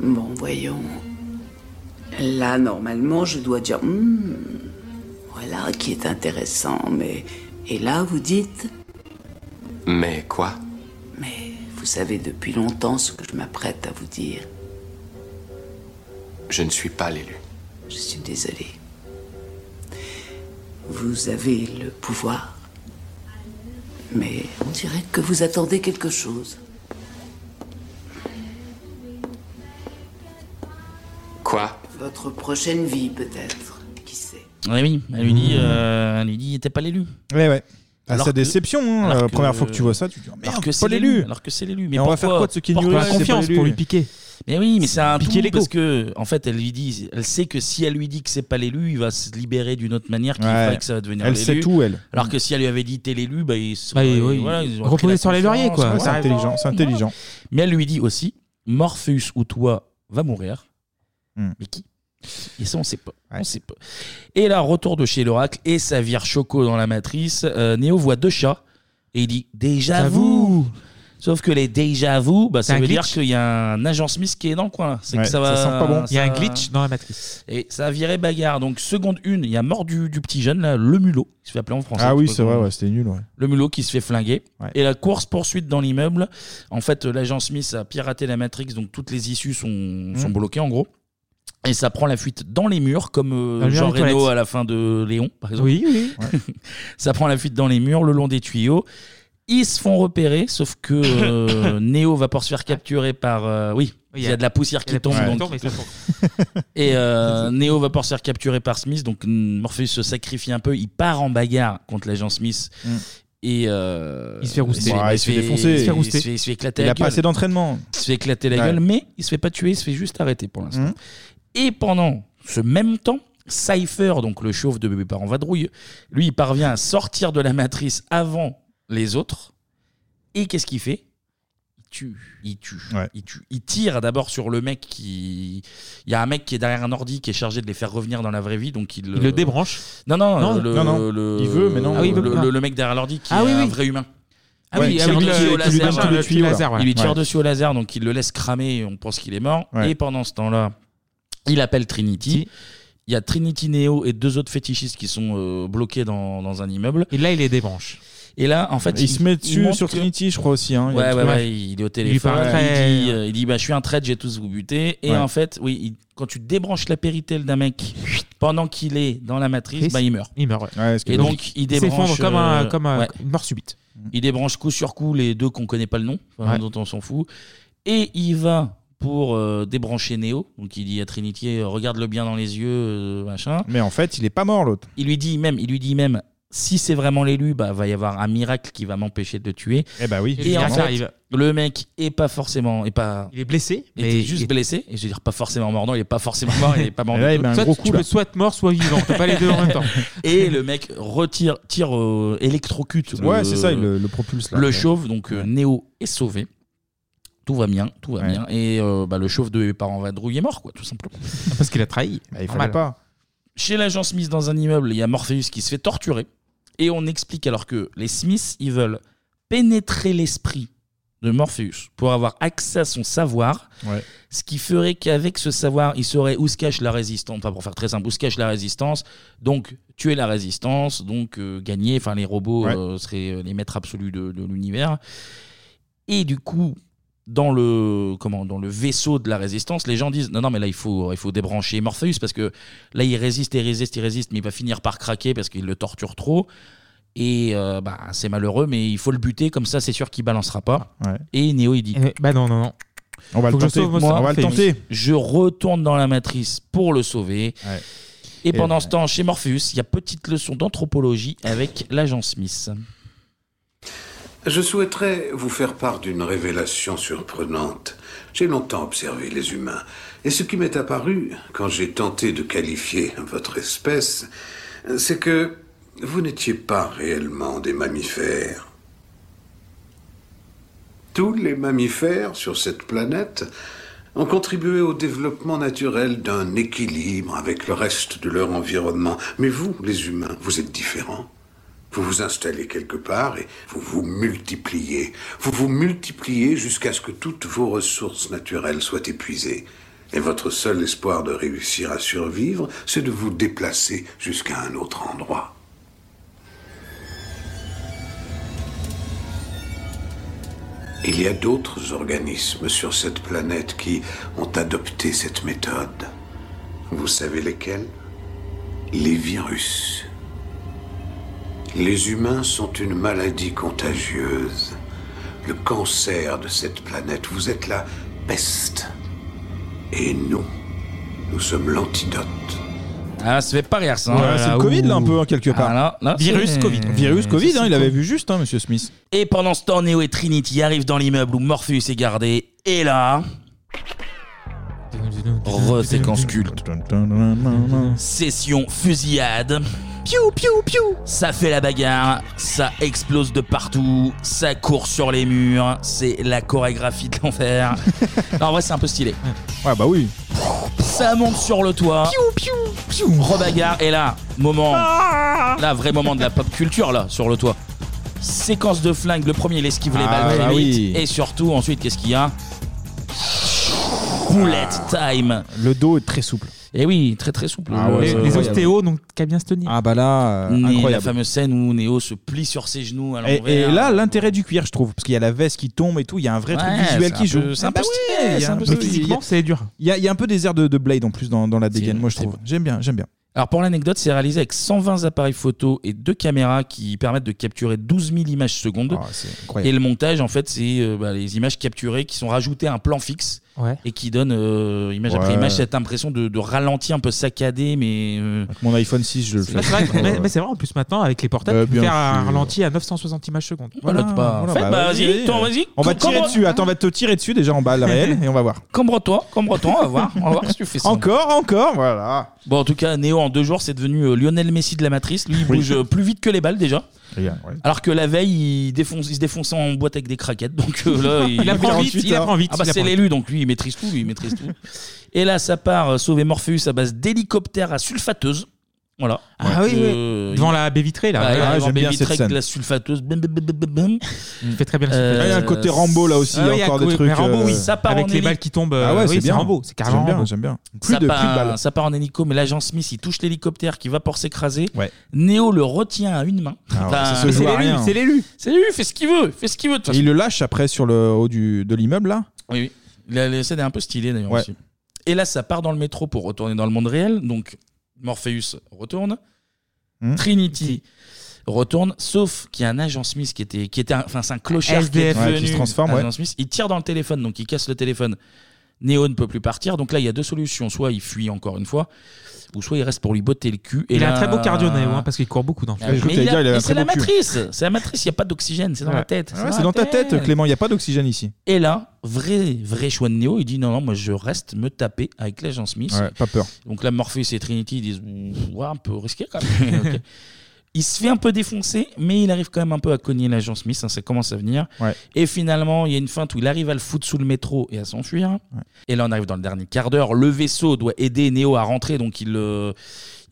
Speaker 11: Bon, voyons. Là, normalement, je dois dire Hmm, Voilà qui est intéressant, mais. Et là, vous dites
Speaker 9: Mais quoi
Speaker 11: Mais vous savez depuis longtemps ce que je m'apprête à vous dire.
Speaker 9: Je ne suis pas l'élu.
Speaker 11: Je suis désolé. Vous avez le pouvoir. Mais on dirait que vous attendez quelque chose.
Speaker 9: Quoi
Speaker 11: Votre prochaine vie, peut-être. Qui sait
Speaker 1: Ouais, Eh oui, elle lui dit, euh, elle lui dit, t'es pas l'élu.
Speaker 4: Ouais, ouais. Ah,
Speaker 1: Alors
Speaker 4: sa
Speaker 1: que-
Speaker 4: déception, hein,
Speaker 1: alors
Speaker 4: la
Speaker 1: que-
Speaker 4: première fois que tu vois ça, tu te dis oh,
Speaker 1: alors
Speaker 4: Merde,
Speaker 1: que
Speaker 4: pas
Speaker 1: c'est
Speaker 4: l'élu.
Speaker 1: Alors que c'est l'élu.
Speaker 4: Et on va faire quoi de ce Kenny Reeves, c'est pas l'élu
Speaker 1: piquer Mais oui, mais c'est un
Speaker 4: Piquer
Speaker 1: piquer
Speaker 4: l'ego.
Speaker 1: parce que en fait, elle lui dit, elle sait que si elle lui dit que c'est pas l'élu, il va se libérer d'une autre manière qui
Speaker 4: Ouais.
Speaker 1: ferait que ça va devenir
Speaker 4: Elle
Speaker 1: l'élu.
Speaker 4: sait tout, elle.
Speaker 1: Alors que si elle lui avait dit t'es l'élu, bah ils
Speaker 8: Bah,
Speaker 1: auraient-
Speaker 8: oui,
Speaker 1: voilà, ils auraient pris
Speaker 8: reposer
Speaker 1: la
Speaker 8: sur les lauriers, quoi.
Speaker 1: confiance,
Speaker 8: Ouais,
Speaker 1: voilà.
Speaker 8: c'est intelligent, c'est intelligent.
Speaker 1: Mais elle lui dit aussi, Morpheus ou toi va mourir.
Speaker 8: Hmm.
Speaker 1: Mais qui et ça, on sait pas. On sait pas. Et là, retour de chez l'oracle et ça vire Choco dans la matrice. Euh, Néo voit deux chats et il dit Déjà vous Sauf que les déjà vous, bah,
Speaker 8: C'est
Speaker 1: ça
Speaker 8: un
Speaker 1: veut
Speaker 8: glitch.
Speaker 1: dire qu'il y a un agent Smith qui est dans le coin. là. C'est
Speaker 8: Ouais,
Speaker 1: que ça
Speaker 8: ça
Speaker 1: va.
Speaker 8: sent pas bon. Il y a un
Speaker 1: ça-
Speaker 8: glitch dans la matrice.
Speaker 1: Et ça a viré bagarre. Donc, seconde une, il y a mort du, du petit jeune, là, le mulot, qui se fait appeler en français.
Speaker 4: Ah oui,
Speaker 1: Je sais pas
Speaker 4: c'est vrai,
Speaker 1: comment-
Speaker 4: ouais, c'était nul. Ouais.
Speaker 1: le mulot qui se fait flinguer. Et la course poursuite dans l'immeuble. En fait, euh, l'agent Smith a piraté la Matrix, donc toutes les issues sont,
Speaker 4: Mmh.
Speaker 1: sont bloquées en gros. Et ça prend la fuite dans les murs, comme euh,
Speaker 8: Dans les murs
Speaker 1: Jean
Speaker 8: des
Speaker 1: Reno
Speaker 8: toilettes.
Speaker 1: à la fin de Léon, par exemple.
Speaker 8: Oui, oui.
Speaker 1: ça prend la fuite dans les murs, le long des tuyaux. Ils se font repérer, sauf que euh, Neo va pour se faire capturer par. euh, oui, il y a de la poussière
Speaker 8: Il y a
Speaker 1: qui
Speaker 8: la poussière qui
Speaker 1: tombe. donc-
Speaker 8: tombe et ça tombe.
Speaker 1: et euh, Neo va pas se faire capturer par Smith, donc mm, Morpheus se sacrifie un peu, il part en bagarre contre l'agent Smith.
Speaker 4: Mm.
Speaker 1: Et euh,
Speaker 4: Il se fait rouster.
Speaker 1: et
Speaker 4: Ouais, il se fait défoncer.
Speaker 1: Il se fait,
Speaker 4: Il se fait
Speaker 1: il se fait- il se fait éclater
Speaker 4: Il
Speaker 1: la
Speaker 4: a pas
Speaker 1: gueule.
Speaker 4: assez d'entraînement.
Speaker 1: Il se fait éclater la
Speaker 4: Ouais. Mm.
Speaker 1: gueule, mais il se fait pas tuer, il se fait juste arrêter pour l'instant. Et pendant ce même temps, Cypher, donc le chauve de Bébé Parent Vadrouille, lui, il parvient à sortir de la matrice avant les autres. Et qu'est-ce qu'il fait il tue, il tue, il tue. Il tire d'abord sur le mec qui. Il y a un mec qui est derrière un ordi qui est chargé de les faire revenir dans la vraie vie, donc il.
Speaker 8: Il le débranche
Speaker 1: Non, non,
Speaker 8: Non,
Speaker 1: le,
Speaker 8: non, non.
Speaker 1: le-
Speaker 8: Il veut, mais non. Ah oui, il veut
Speaker 1: le,
Speaker 8: pas.
Speaker 1: le- le mec derrière l'ordi qui
Speaker 8: Ah
Speaker 1: est
Speaker 8: oui,
Speaker 1: un
Speaker 8: oui.
Speaker 1: vrai humain.
Speaker 8: Ah oui,
Speaker 1: Il
Speaker 8: avec
Speaker 1: tire
Speaker 8: le-
Speaker 1: du tuyau
Speaker 8: qui lui donne
Speaker 1: laser,
Speaker 8: tous les
Speaker 1: le
Speaker 8: tuyaux,
Speaker 1: laser,
Speaker 8: là.
Speaker 1: voilà. Il lui tire
Speaker 8: Ouais.
Speaker 1: dessus au laser, donc il le laisse cramer, on pense qu'il est mort.
Speaker 8: Ouais.
Speaker 1: Et pendant ce temps-là, il appelle Trinity. Il y a Trinity Neo et deux autres fétichistes qui sont euh, bloqués dans, dans un immeuble. Et là, il les débranche. Et là, en fait,
Speaker 4: il se met dessus
Speaker 1: montre
Speaker 4: sur
Speaker 1: que-
Speaker 4: Trinity, je crois aussi. Hein, il y a
Speaker 1: Ouais,
Speaker 4: un
Speaker 1: ouais,
Speaker 4: truc.
Speaker 1: ouais, il est au téléphone. Il, dit, euh, il dit, bah, Je suis un trade, j'ai tous vous buté. Et
Speaker 4: Ouais.
Speaker 1: en fait, oui, il- quand tu débranches la péritaile d'un mec pendant qu'il est dans la matrice, bah, il meurt.
Speaker 8: Il meurt. ouais.
Speaker 1: et donc, il débranche.
Speaker 8: s'effondre comme, un,
Speaker 1: euh,
Speaker 8: comme un-
Speaker 1: ouais.
Speaker 8: une mort subite.
Speaker 1: Il débranche coup sur coup les deux qu'on connaît pas le nom, enfin,
Speaker 8: Ouais.
Speaker 1: dont on s'en fout. Et il va pour euh, débrancher Neo. Donc il dit à Trinity, euh, regarde-le bien dans les yeux, euh, machin.
Speaker 4: Mais en fait, il est pas mort l'autre.
Speaker 1: Il lui dit même, il lui dit même, si c'est vraiment l'élu, bah va y avoir un miracle qui va m'empêcher de le tuer.
Speaker 4: Eh bah oui.
Speaker 1: Et,
Speaker 4: évidemment.
Speaker 1: en fait, le mec est pas forcément, est pas.
Speaker 8: Il est blessé, mais
Speaker 1: il est
Speaker 8: il-
Speaker 1: juste blessé. Et je veux dire pas forcément mort. Non, il est pas forcément mort. il est pas
Speaker 4: Eh
Speaker 1: mort.
Speaker 8: Et là,
Speaker 1: du
Speaker 8: il
Speaker 1: tout.
Speaker 8: met un Soit gros tu coup, peux là. soit être mort, soit vivant. T'as pas les deux en même temps.
Speaker 1: Et le mec retire, tire, euh, électrocute. le-
Speaker 4: Ouais, c'est ça, il le- le propulse, là.
Speaker 1: Le
Speaker 4: Ouais.
Speaker 1: chauve, donc euh, Néo est sauvé. Tout va bien, tout va
Speaker 4: Ouais.
Speaker 1: bien. Et euh, bah, le chauve de mes parents vadrouille est mort, quoi, tout simplement.
Speaker 8: Parce qu'il a trahi.
Speaker 4: Bah, il fallait pas.
Speaker 1: Chez l'agent Smith, dans un immeuble, il y a Morpheus qui se fait torturer. Et on explique alors que les Smiths, ils veulent pénétrer l'esprit de Morpheus pour avoir accès à son savoir.
Speaker 4: Ouais.
Speaker 1: Ce qui ferait qu'avec ce savoir, il saurait où se cache la résistance. Enfin, pour faire très simple, où se cache la résistance. Donc, tuer la résistance, donc euh, gagner. Enfin, les robots
Speaker 4: Ouais.
Speaker 1: euh, seraient euh, les maîtres absolus de, de l'univers. Et du coup, dans le, comment, dans le vaisseau de la résistance, les gens disent non, non, mais là, il faut, il faut débrancher Morpheus parce que là, il résiste et résiste, il résiste, mais il va finir par craquer parce qu'il le torture trop. Et euh, bah, c'est malheureux, mais il faut le buter, comme ça, c'est sûr qu'il balancera pas.
Speaker 4: Ouais.
Speaker 1: Et Neo, il dit
Speaker 8: Bah non, non, non.
Speaker 4: On va
Speaker 1: Faut
Speaker 4: le
Speaker 1: que je
Speaker 4: tenter.
Speaker 1: sauve mon
Speaker 4: Moi, on va le
Speaker 1: Morpheus.
Speaker 4: tenter.
Speaker 1: Je retourne dans la matrice pour le sauver. Et,
Speaker 4: Et
Speaker 1: pendant
Speaker 4: ouais.
Speaker 1: ce temps, chez Morpheus, il y a petite leçon d'anthropologie avec l'agent Smith.
Speaker 12: Je souhaiterais vous faire part d'une révélation surprenante. J'ai longtemps observé les humains, et ce qui m'est apparu, quand j'ai tenté de qualifier votre espèce, c'est que vous n'étiez pas réellement des mammifères. Tous les mammifères sur cette planète ont contribué au développement naturel d'un équilibre avec le reste de leur environnement. Mais vous, les humains, vous êtes différents. Vous vous installez quelque part et vous vous multipliez. Vous vous multipliez jusqu'à ce que toutes vos ressources naturelles soient épuisées. Et votre seul espoir de réussir à survivre, c'est de vous déplacer jusqu'à un autre endroit. Il y a d'autres organismes sur cette planète qui ont adopté cette méthode. Vous savez lesquels Les virus. Les humains sont une maladie contagieuse, le cancer de cette planète. Vous êtes la peste. Et nous, nous sommes l'antidote.
Speaker 1: Ah, ça fait pas rire ça. hein.
Speaker 4: Ouais, c'est le
Speaker 1: Ouh.
Speaker 4: Covid là un peu hein, quelque part.
Speaker 1: Ah, là, là, c'est-
Speaker 4: Virus
Speaker 1: c'est-
Speaker 4: Covid, hein,
Speaker 1: c'est
Speaker 4: il avait
Speaker 1: fou.
Speaker 4: vu juste, hein, Monsieur Smith.
Speaker 1: Et pendant ce temps, Neo et Trinity arrivent dans l'immeuble où Morpheus est gardé. Et là. Re-séquence culte. Session fusillade. Piou, piou, piou. Ça fait la bagarre, ça explose de partout, ça court sur les murs, c'est la chorégraphie de l'enfer. Non, en vrai, c'est un peu stylé.
Speaker 4: Ouais, bah oui.
Speaker 1: Ça monte sur le toit. Piou, Ah. piou, piou. Rebagarre. Et là, moment. Là, vrai moment de la pop culture, là, sur le toit. Séquence de flingue. Le premier, il esquive les
Speaker 4: Ah,
Speaker 1: balles très
Speaker 4: bah
Speaker 1: vite.
Speaker 4: oui.
Speaker 1: Et surtout, ensuite, qu'est-ce qu'il y a Bullet time.
Speaker 4: Le dos est très souple.
Speaker 1: Et oui, très très souple.
Speaker 4: Ah ouais,
Speaker 1: Les-
Speaker 4: c'est
Speaker 1: les
Speaker 4: incroyable.
Speaker 1: ostéos,
Speaker 8: donc qu'à bien se tenir.
Speaker 4: Ah bah là, euh,
Speaker 1: Né- la
Speaker 4: incroyable.
Speaker 1: fameuse scène où Neo se plie sur ses genoux à
Speaker 4: Et,
Speaker 1: l'envers.
Speaker 4: et là, l'intérêt du cuir, je trouve, parce qu'il y a la veste qui tombe et tout, il y a un vrai
Speaker 1: Ouais,
Speaker 4: truc visuel
Speaker 1: c'est
Speaker 4: qui
Speaker 1: un
Speaker 4: joue.
Speaker 1: peu- c'est un
Speaker 4: Ah bah
Speaker 1: peu
Speaker 4: ouais,
Speaker 1: stylé,
Speaker 4: c'est un peu
Speaker 1: mais
Speaker 4: stylé.
Speaker 1: physiquement, c'est
Speaker 8: dur.
Speaker 4: Il y, a- il y a un peu des airs de, de Blade en plus dans, dans la dégaine, moi je trouve. J'aime bien, j'aime bien.
Speaker 1: Alors pour l'anecdote, c'est réalisé avec 120 appareils photo et deux caméras qui permettent de capturer 12 000 images secondes.
Speaker 4: Ah, incroyable.
Speaker 1: et le montage, en fait, c'est euh, bah, les images capturées qui sont rajoutées à un plan fixe
Speaker 8: Ouais.
Speaker 1: et qui donnent euh, image après
Speaker 4: Ouais.
Speaker 1: image cette impression de, de ralenti un peu saccadé, mais euh,
Speaker 4: Mon iPhone 6, je le fais.
Speaker 8: Là, Bah, c'est vrai que- mais, mais c'est vrai, en plus maintenant, avec les portables,
Speaker 4: Euh,
Speaker 8: tu peux
Speaker 4: bien
Speaker 8: faire un
Speaker 4: sûr.
Speaker 8: ralenti à 960 images secondes.
Speaker 1: Voilà, t'es pas- Faites, bah, vas-y, toi, vas-y.
Speaker 4: On va te tirer
Speaker 1: Comment-
Speaker 4: dessus. Attends, on va te tirer dessus déjà en bas, la réelle, et on va voir.
Speaker 1: cambre-toi, cambre-toi, on va voir, on va voir si tu fais ça.
Speaker 4: Encore, encore, voilà.
Speaker 1: Bon, en tout cas, Néo en deux jours, c'est devenu euh, Lionel Messi de la matrice. Lui, il bouge euh, plus vite que les balles déjà.
Speaker 4: Eh
Speaker 1: Alors que la veille, il, défonce, il se défonçait en boîte avec des craquettes. Donc euh, là, il,
Speaker 8: Il apprend vite, il apprend vite,
Speaker 1: Ah bah,
Speaker 8: il
Speaker 1: c'est
Speaker 8: apprend
Speaker 1: l'élu, donc lui, il maîtrise tout. Lui, il maîtrise tout. Et là, ça part euh, sauver Morpheus à base d'hélicoptère à sulfateuse. Voilà.
Speaker 8: Ah oui, oui. Devant la baie vitrée, là.
Speaker 1: Bah,
Speaker 8: Ah,
Speaker 1: il y a
Speaker 8: j'aime
Speaker 1: devant la baie
Speaker 8: bien
Speaker 1: vitrée
Speaker 8: cette
Speaker 1: avec
Speaker 8: scène.
Speaker 1: la sulfateuse. Bum, bum, bum, bum, bum.
Speaker 8: Il fait très bien. le
Speaker 1: Euh,
Speaker 8: super.
Speaker 1: Ah, il y a un côté Rambo, là aussi, il y a
Speaker 8: oui, il y a-
Speaker 1: encore des
Speaker 8: oui,
Speaker 1: trucs,
Speaker 8: mais Rambo,
Speaker 1: euh,
Speaker 8: oui,
Speaker 1: ça part en
Speaker 8: avec les
Speaker 1: hélico.
Speaker 8: balles qui tombent.
Speaker 4: Ah
Speaker 8: euh,
Speaker 4: ouais,
Speaker 8: oui,
Speaker 4: c'est bien.
Speaker 8: Rambo, c'est carrément.
Speaker 4: J'aime bien,
Speaker 8: Rambo.
Speaker 4: j'aime bien.
Speaker 1: ça, part, ça part en hélico, mais l'agent Smith il touche l'hélicoptère qui va pour s'écraser.
Speaker 4: Ouais.
Speaker 1: Néo le retient à une main.
Speaker 4: Ah ouais,
Speaker 1: Enfin,
Speaker 4: ça se joue à rien.
Speaker 1: C'est l'élu, c'est l'élu, fait ce qu'il veut, fait ce qu'il veut. de toute
Speaker 4: Et il le lâche après sur le haut du, de l'immeuble là
Speaker 1: Oui, oui. La, la scène est un peu stylée d'ailleurs
Speaker 4: Ouais.
Speaker 1: aussi. Et là, ça part dans le métro pour retourner dans le monde réel. Donc, Morpheus retourne.
Speaker 4: Hmm.
Speaker 1: Trinity retourne. Sauf qu'il y a un agent Smith qui était. Qui était un- enfin, c'est un clochard
Speaker 4: SDF.
Speaker 1: qui est
Speaker 4: Ouais, qui
Speaker 1: devenu
Speaker 4: se transforme, ouais.
Speaker 1: agent Smith. Il tire dans le téléphone, donc il casse le téléphone. Neo ne peut plus partir. Donc là, il y a deux solutions. Soit il fuit encore une fois, ou soit il reste pour lui botter le cul. Et
Speaker 8: Il a
Speaker 1: là-
Speaker 8: un très beau cardio, Neo, hein, parce qu'il court beaucoup dans le
Speaker 1: Ah,
Speaker 8: film.
Speaker 1: mais
Speaker 8: Je crois que
Speaker 1: il
Speaker 8: t'allais dire,
Speaker 1: a-
Speaker 8: il avait
Speaker 1: mais
Speaker 8: un
Speaker 1: c'est
Speaker 8: très
Speaker 1: la
Speaker 8: beau cul.
Speaker 1: matrice. C'est la matrice. Il n'y a pas d'oxygène. C'est dans la
Speaker 4: Ouais.
Speaker 1: tête.
Speaker 4: Ah ouais, c'est dans ta tête, Clément. Il n'y a pas d'oxygène ici.
Speaker 1: Et là, vrai, vrai choix de Néo, il dit non, non, moi je reste me taper avec l'agent Smith.
Speaker 4: Ouais, pas peur.
Speaker 1: Donc là, Morpheus et Trinity ils disent mm, ouais, un peu risqué quand même. Ok. Il se fait un peu défoncer, mais il arrive quand même un peu à cogner l'agent Smith, hein, ça commence à venir.
Speaker 4: Ouais.
Speaker 1: Et finalement, il y a une feinte où il arrive à le foutre sous le métro et à s'enfuir. Et là, on arrive dans le dernier quart d'heure. Le vaisseau doit aider Neo à rentrer, donc il, le-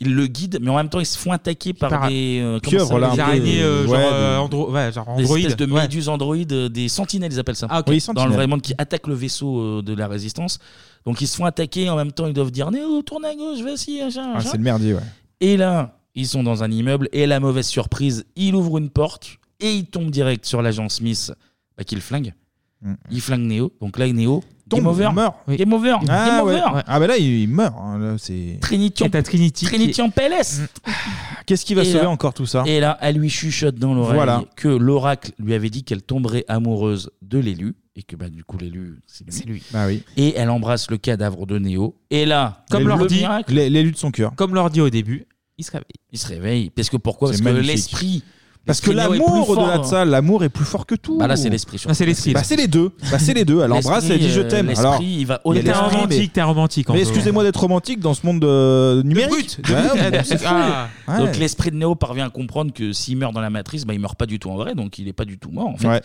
Speaker 1: il le guide, mais en même temps, ils se font attaquer par,
Speaker 8: Par-
Speaker 1: des euh, comment
Speaker 8: Pieuvres,
Speaker 1: ça s'appelle
Speaker 8: là, un
Speaker 1: Des
Speaker 8: peu,
Speaker 1: araignées,
Speaker 8: euh,
Speaker 1: euh,
Speaker 8: ouais,
Speaker 1: genre,
Speaker 8: de-
Speaker 1: euh,
Speaker 8: ouais, genre
Speaker 1: des
Speaker 8: androïdes.
Speaker 1: espèces de
Speaker 8: Ouais.
Speaker 1: méduses androïdes, euh, des sentinelles, ils appellent ça.
Speaker 8: Ah, ok. Oui,
Speaker 1: dans le
Speaker 8: sentinelles.
Speaker 1: vrai monde qui attaquent le vaisseau euh, de la résistance. Donc ils se font attaquer, en même temps, ils doivent dire Néo, tourne à gauche, vas-y, machin,
Speaker 4: Ah,
Speaker 1: machin.
Speaker 4: c'est le merdier, ouais.
Speaker 1: Et là, ils sont dans un immeuble et la mauvaise surprise, il ouvre une porte et il tombe direct sur l'agent Smith bah, qui le flingue.
Speaker 4: Mm.
Speaker 1: Il flingue Neo. Donc là, Neo,
Speaker 4: Tombe,
Speaker 1: game over.
Speaker 4: meurt.
Speaker 1: Game over.
Speaker 4: Ah,
Speaker 1: game
Speaker 4: ouais.
Speaker 1: over.
Speaker 4: Ouais. ah bah là, il il meurt. hein, là, c'est-
Speaker 1: Trinity en,
Speaker 8: Trinity,
Speaker 4: qui-
Speaker 1: en PLS.
Speaker 4: Qu'est-ce qui va
Speaker 1: Et
Speaker 4: sauver
Speaker 1: là-
Speaker 4: encore tout ça
Speaker 1: Et là, elle lui chuchote dans l'oreille
Speaker 4: Voilà.
Speaker 1: que l'oracle lui avait dit qu'elle tomberait amoureuse de l'élu et que bah, du coup, l'élu, c'est lui.
Speaker 4: Bah oui.
Speaker 1: Et elle embrasse le cadavre de Néo. Et là, comme
Speaker 4: L'élu-
Speaker 1: leur dit,
Speaker 4: l'é- L'élu de son cœur.
Speaker 8: Comme l'ordi au début, il se réveille.
Speaker 1: Il se réveille. Parce que pourquoi
Speaker 4: C'est
Speaker 1: Parce que
Speaker 4: magnifique.
Speaker 1: l'esprit
Speaker 4: Parce que
Speaker 1: L'esprit néo est
Speaker 4: l'amour
Speaker 1: plus fort,
Speaker 4: au-delà de ça, l'amour est plus fort que tout.
Speaker 1: Bah là, c'est l'esprit, surtout. Oh. Bah, c'est l'esprit.
Speaker 4: Bah, c'est les deux. Bah, c'est les deux. Elle
Speaker 1: L'esprit,
Speaker 4: embrasse, elle dit je
Speaker 1: euh,
Speaker 4: t'aime.
Speaker 1: l'esprit,
Speaker 4: Alors,
Speaker 1: il va
Speaker 4: il y a
Speaker 1: au-delà. T'es un
Speaker 4: l'esprit,
Speaker 1: romantique,
Speaker 4: mais-
Speaker 1: t'es un romantique, en
Speaker 4: Mais
Speaker 1: vrai.
Speaker 4: excusez-moi d'être romantique dans ce monde euh, numérique.
Speaker 1: De
Speaker 4: Ouais,
Speaker 1: but.
Speaker 4: mais c'est fou.
Speaker 1: Ah.
Speaker 4: Ouais.
Speaker 1: Donc l'esprit de Néo parvient à comprendre que s'il meurt dans la matrice, bah, il meurt pas du tout en vrai, donc il est pas du tout mort en fait.
Speaker 4: Ouais.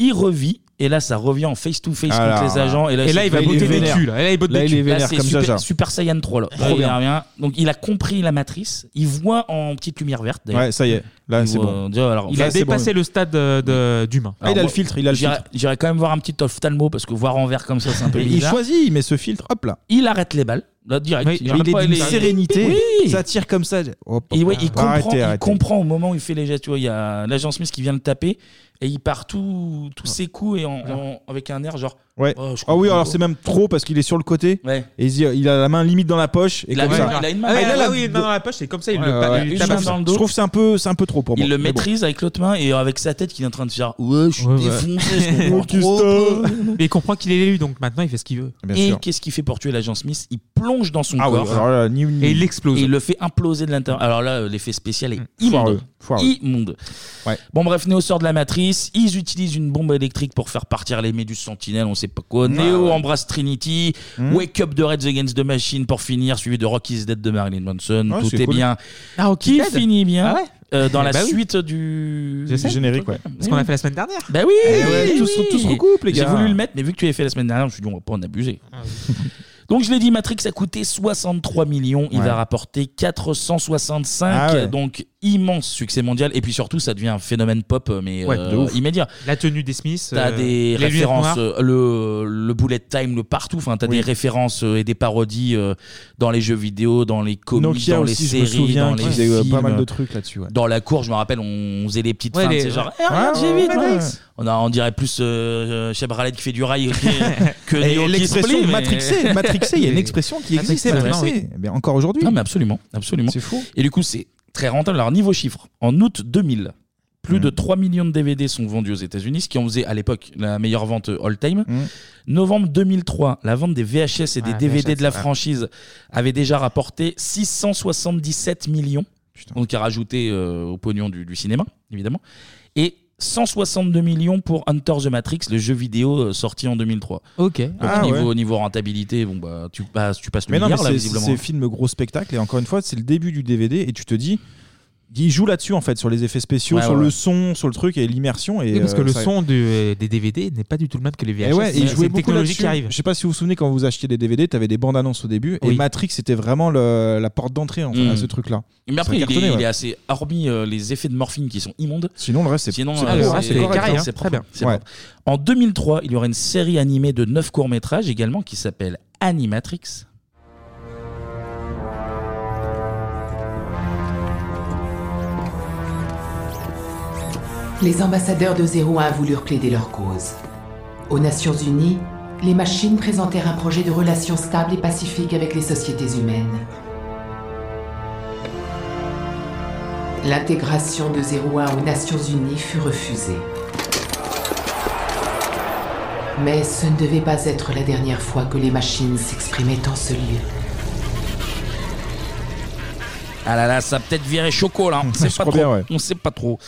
Speaker 1: Il revit et là ça revient en face to face
Speaker 4: Ah
Speaker 1: contre
Speaker 4: là.
Speaker 1: les agents et là,
Speaker 4: Et là,
Speaker 1: c'est-
Speaker 4: il va botter
Speaker 1: est
Speaker 4: des
Speaker 1: vénère.
Speaker 4: culs, là. Et là, il botte des
Speaker 1: est
Speaker 4: culs.
Speaker 1: vénère
Speaker 4: Là, c'est
Speaker 1: comme
Speaker 4: super-
Speaker 1: Jaja. Super Saiyan 3 là.
Speaker 4: Trop
Speaker 1: Il
Speaker 4: bien.
Speaker 1: revient. Donc il a compris la matrice, il voit en petite lumière verte d'ailleurs.
Speaker 4: Ouais, ça y est. Là,
Speaker 1: Il
Speaker 4: c'est
Speaker 1: voit-
Speaker 4: bon.
Speaker 1: déjà, alors,
Speaker 8: Il a
Speaker 1: là, c'est
Speaker 8: dépassé
Speaker 1: bon.
Speaker 8: le stade euh, de- d'humain.
Speaker 4: Ah, il a le filtre, il a le
Speaker 1: J'irai-
Speaker 4: filtre.
Speaker 1: J'irai quand même voir un petit ophtalmo parce que voir en vert comme ça c'est un peu
Speaker 4: Et il
Speaker 1: bizarre.
Speaker 4: choisit, il met ce filtre, hop là.
Speaker 1: Il arrête les balles. Là, direct.
Speaker 4: Oui,
Speaker 1: Il
Speaker 4: mais
Speaker 1: arrête
Speaker 4: il est
Speaker 1: pas
Speaker 4: d'une
Speaker 1: les-
Speaker 4: sérénité.
Speaker 1: Oui.
Speaker 4: Ça tire comme ça. Hop,
Speaker 1: Et ouais,
Speaker 4: hop.
Speaker 1: il, comprend,
Speaker 4: Bah, Arrêtez,
Speaker 1: il
Speaker 4: arrêtez.
Speaker 1: comprend au moment où il fait les gestes. Tu vois, il y a l'agent Smith qui vient le taper et il part tout- tous ses coups et en- en- avec un air genre.
Speaker 4: Ouais.
Speaker 1: Oh, je
Speaker 4: ah oui,
Speaker 1: comprends
Speaker 4: alors
Speaker 1: pas.
Speaker 4: c'est même trop parce qu'il est sur le côté.
Speaker 1: Ouais.
Speaker 4: Et il, se dit- il a la main limite dans la poche. Et
Speaker 1: Il a
Speaker 4: comme
Speaker 1: une
Speaker 4: ça.
Speaker 1: main- il a une main-
Speaker 4: Ah,
Speaker 1: Ah,
Speaker 4: a
Speaker 1: ah
Speaker 4: la-
Speaker 1: oui,
Speaker 8: non, dans la poche, c'est comme ça, il
Speaker 4: Ouais,
Speaker 8: le
Speaker 4: ouais,
Speaker 8: bat-
Speaker 4: ouais.
Speaker 8: il
Speaker 4: Je
Speaker 8: tape
Speaker 4: trouve-
Speaker 8: dans le
Speaker 4: Je
Speaker 8: dos.
Speaker 4: trouve que c'est un peu, c'est un peu trop pour moi.
Speaker 1: Il le
Speaker 4: Mais bon.
Speaker 1: maîtrise avec l'autre main et avec sa tête qu'il est en train de faire Ouais, je suis
Speaker 4: Ouais, ouais.
Speaker 1: défoncé. je comprends
Speaker 4: Oh, qu'est-ce
Speaker 1: trop
Speaker 4: que
Speaker 1: peu.
Speaker 8: Mais il comprend qu'il est l'élu, donc maintenant il fait ce qu'il veut.
Speaker 4: Bien
Speaker 1: et
Speaker 4: sûr.
Speaker 1: qu'est-ce qu'il fait pour tuer l'agent Smith Il plonge dans son
Speaker 4: Ah oui,
Speaker 1: corps
Speaker 4: alors là, ni- ni-
Speaker 1: et il explose. il le fait imploser de l'intérieur. Alors là, euh, l'effet spécial est immonde.
Speaker 4: Foireux, foireux.
Speaker 1: Immonde. Bon, bref, Neo sort de la matrice. Ils utilisent une bombe électrique pour faire partir les méduses sentinelles, on sait pas
Speaker 4: Ouais,
Speaker 1: quoi. Neo
Speaker 4: Ah ouais.
Speaker 1: embrasse Trinity.
Speaker 4: Mm.
Speaker 1: Wake up de Reds Against the Machine pour finir, suivi de Rocky's Dead de Marilyn Manson.
Speaker 4: Ouais,
Speaker 1: Tout
Speaker 4: c'est
Speaker 1: est
Speaker 4: cool.
Speaker 1: bien.
Speaker 8: Ah, ok,
Speaker 1: Qui
Speaker 8: Dead.
Speaker 1: finit bien
Speaker 8: Ah ouais
Speaker 1: euh, dans
Speaker 8: Eh
Speaker 1: la
Speaker 8: bah oui.
Speaker 1: suite du
Speaker 8: Je sais.
Speaker 4: Générique, ouais.
Speaker 8: Ce qu'on a fait la semaine dernière.
Speaker 1: ben oui,
Speaker 8: Eh ouais,
Speaker 1: eh
Speaker 8: tous-
Speaker 1: oui.
Speaker 8: tous recoupent, les gars.
Speaker 1: J'ai voulu le mettre, mais vu que tu l'avais fait la semaine dernière, je me suis dit, on va pas en abuser.
Speaker 8: Ah
Speaker 1: Donc je l'ai dit, Matrix a coûté 63 millions, il
Speaker 4: Ouais.
Speaker 1: va rapporter 465,
Speaker 4: Ah ouais.
Speaker 1: donc immense succès mondial, et puis surtout ça devient un phénomène pop, mais
Speaker 8: Ouais,
Speaker 1: euh,
Speaker 8: de ouf.
Speaker 1: immédiat.
Speaker 8: La tenue des Smiths.
Speaker 1: T'as
Speaker 8: euh,
Speaker 1: des
Speaker 8: les lunettes
Speaker 1: références,
Speaker 8: noires.
Speaker 1: euh, le, le bullet time, le partout. Enfin, t'as
Speaker 8: Oui.
Speaker 1: des références euh, et des parodies euh, dans les jeux vidéo, dans les comics,
Speaker 4: Nokia
Speaker 1: dans les
Speaker 4: aussi, je me
Speaker 1: séries,
Speaker 4: souviens
Speaker 1: dans les
Speaker 4: qu'ils faisaient, euh,
Speaker 1: films.
Speaker 4: pas mal de trucs là-dessus, ouais.
Speaker 1: Dans la cour, je me rappelle, on faisait les petites
Speaker 4: Ouais,
Speaker 1: fins,
Speaker 4: les-
Speaker 1: c'est genre,
Speaker 4: ouais.
Speaker 1: Eh, regarde,
Speaker 4: Ouais,
Speaker 1: j'ai
Speaker 4: ouais,
Speaker 1: vite.
Speaker 4: Matrix.
Speaker 1: ouais. On, a, on dirait plus euh, Cheb Raled qui fait du rail que- que
Speaker 4: Et
Speaker 1: Neo qui se
Speaker 4: l'expression
Speaker 1: plie, mais-
Speaker 4: matrixé, matrixé, il y a une expression qui existe.
Speaker 1: Matrixé,
Speaker 4: matrixé.
Speaker 1: maintenant, oui.
Speaker 4: Eh bien, encore aujourd'hui.
Speaker 1: Non, mais absolument, absolument.
Speaker 4: C'est fou.
Speaker 1: Et du coup, c'est très rentable. Alors, niveau chiffres, en août 2000,
Speaker 4: Hmm.
Speaker 1: plus de 3 millions de DVD sont vendus aux États-Unis, ce qui en faisait à l'époque la meilleure vente all-time.
Speaker 4: Mmh.
Speaker 1: Novembre 2003, la vente des VHS et des
Speaker 4: Ouais,
Speaker 1: DVD
Speaker 4: VHS,
Speaker 1: de la
Speaker 4: ouais.
Speaker 1: franchise avait déjà rapporté 677 millions, donc à rajouter euh, au pognon du, du cinéma, évidemment. Et 162 millions pour Hunter the Matrix, le jeu vidéo euh, sorti en 2003.
Speaker 8: Ok.
Speaker 1: Donc,
Speaker 4: Ah,
Speaker 1: niveau,
Speaker 4: ouais.
Speaker 1: niveau rentabilité, bon bah tu passes, tu passes le
Speaker 4: Mais non, mais
Speaker 1: milliard là
Speaker 4: c'est
Speaker 1: visiblement. hein.
Speaker 4: c'est film gros spectacle. Et encore une fois, c'est le début du DVD. Et tu te dis, il joue là-dessus en fait, sur les effets spéciaux,
Speaker 8: Ouais,
Speaker 4: sur
Speaker 8: ouais,
Speaker 4: le
Speaker 8: ouais.
Speaker 4: son, sur le truc et l'immersion. Et
Speaker 8: Oui, parce que
Speaker 4: euh,
Speaker 8: le
Speaker 4: ça-
Speaker 8: son du- des DVD n'est pas du tout le même que les VHS.
Speaker 4: Et ouais, et il
Speaker 8: C'est
Speaker 4: jouait
Speaker 8: une
Speaker 4: beaucoup
Speaker 8: technologie
Speaker 4: là-dessus.
Speaker 8: qui arrive.
Speaker 4: Je sais pas si vous vous souvenez quand vous achetiez des DVD, t'avais des bandes annonces au début et
Speaker 1: Oui.
Speaker 4: Matrix c'était vraiment le- la porte d'entrée en fait,
Speaker 1: Mm.
Speaker 4: à ce truc-là.
Speaker 1: Mais après,
Speaker 4: Ça
Speaker 1: il,
Speaker 4: cartonnait,
Speaker 1: est,
Speaker 4: ouais.
Speaker 1: il est assez. Hormis euh, les effets de morphine qui sont immondes.
Speaker 4: Sinon, le reste, c'est-
Speaker 1: Sinon,
Speaker 4: c'est
Speaker 1: euh,
Speaker 4: propre, c'est correct,
Speaker 1: carré,
Speaker 4: hein.
Speaker 1: hein,
Speaker 4: Très
Speaker 1: c'est propre,
Speaker 4: bien.
Speaker 1: c'est
Speaker 4: Ouais.
Speaker 1: propre. En 2003, il y aura une série animée de 9 courts-métrages également qui s'appelle Animatrix.
Speaker 13: Les ambassadeurs de 01 voulurent plaider leur cause. Aux Nations Unies, les machines présentèrent un projet de relations stables et pacifiques avec les sociétés humaines. L'intégration de 01 aux Nations Unies fut refusée. Mais ce ne devait pas être la dernière fois que les machines s'exprimaient en ce lieu.
Speaker 1: Ah là là, ça a peut-être viré choco là. On sait
Speaker 4: Je
Speaker 1: pas
Speaker 4: crois
Speaker 1: trop.
Speaker 4: bien, ouais.
Speaker 1: On sait pas trop.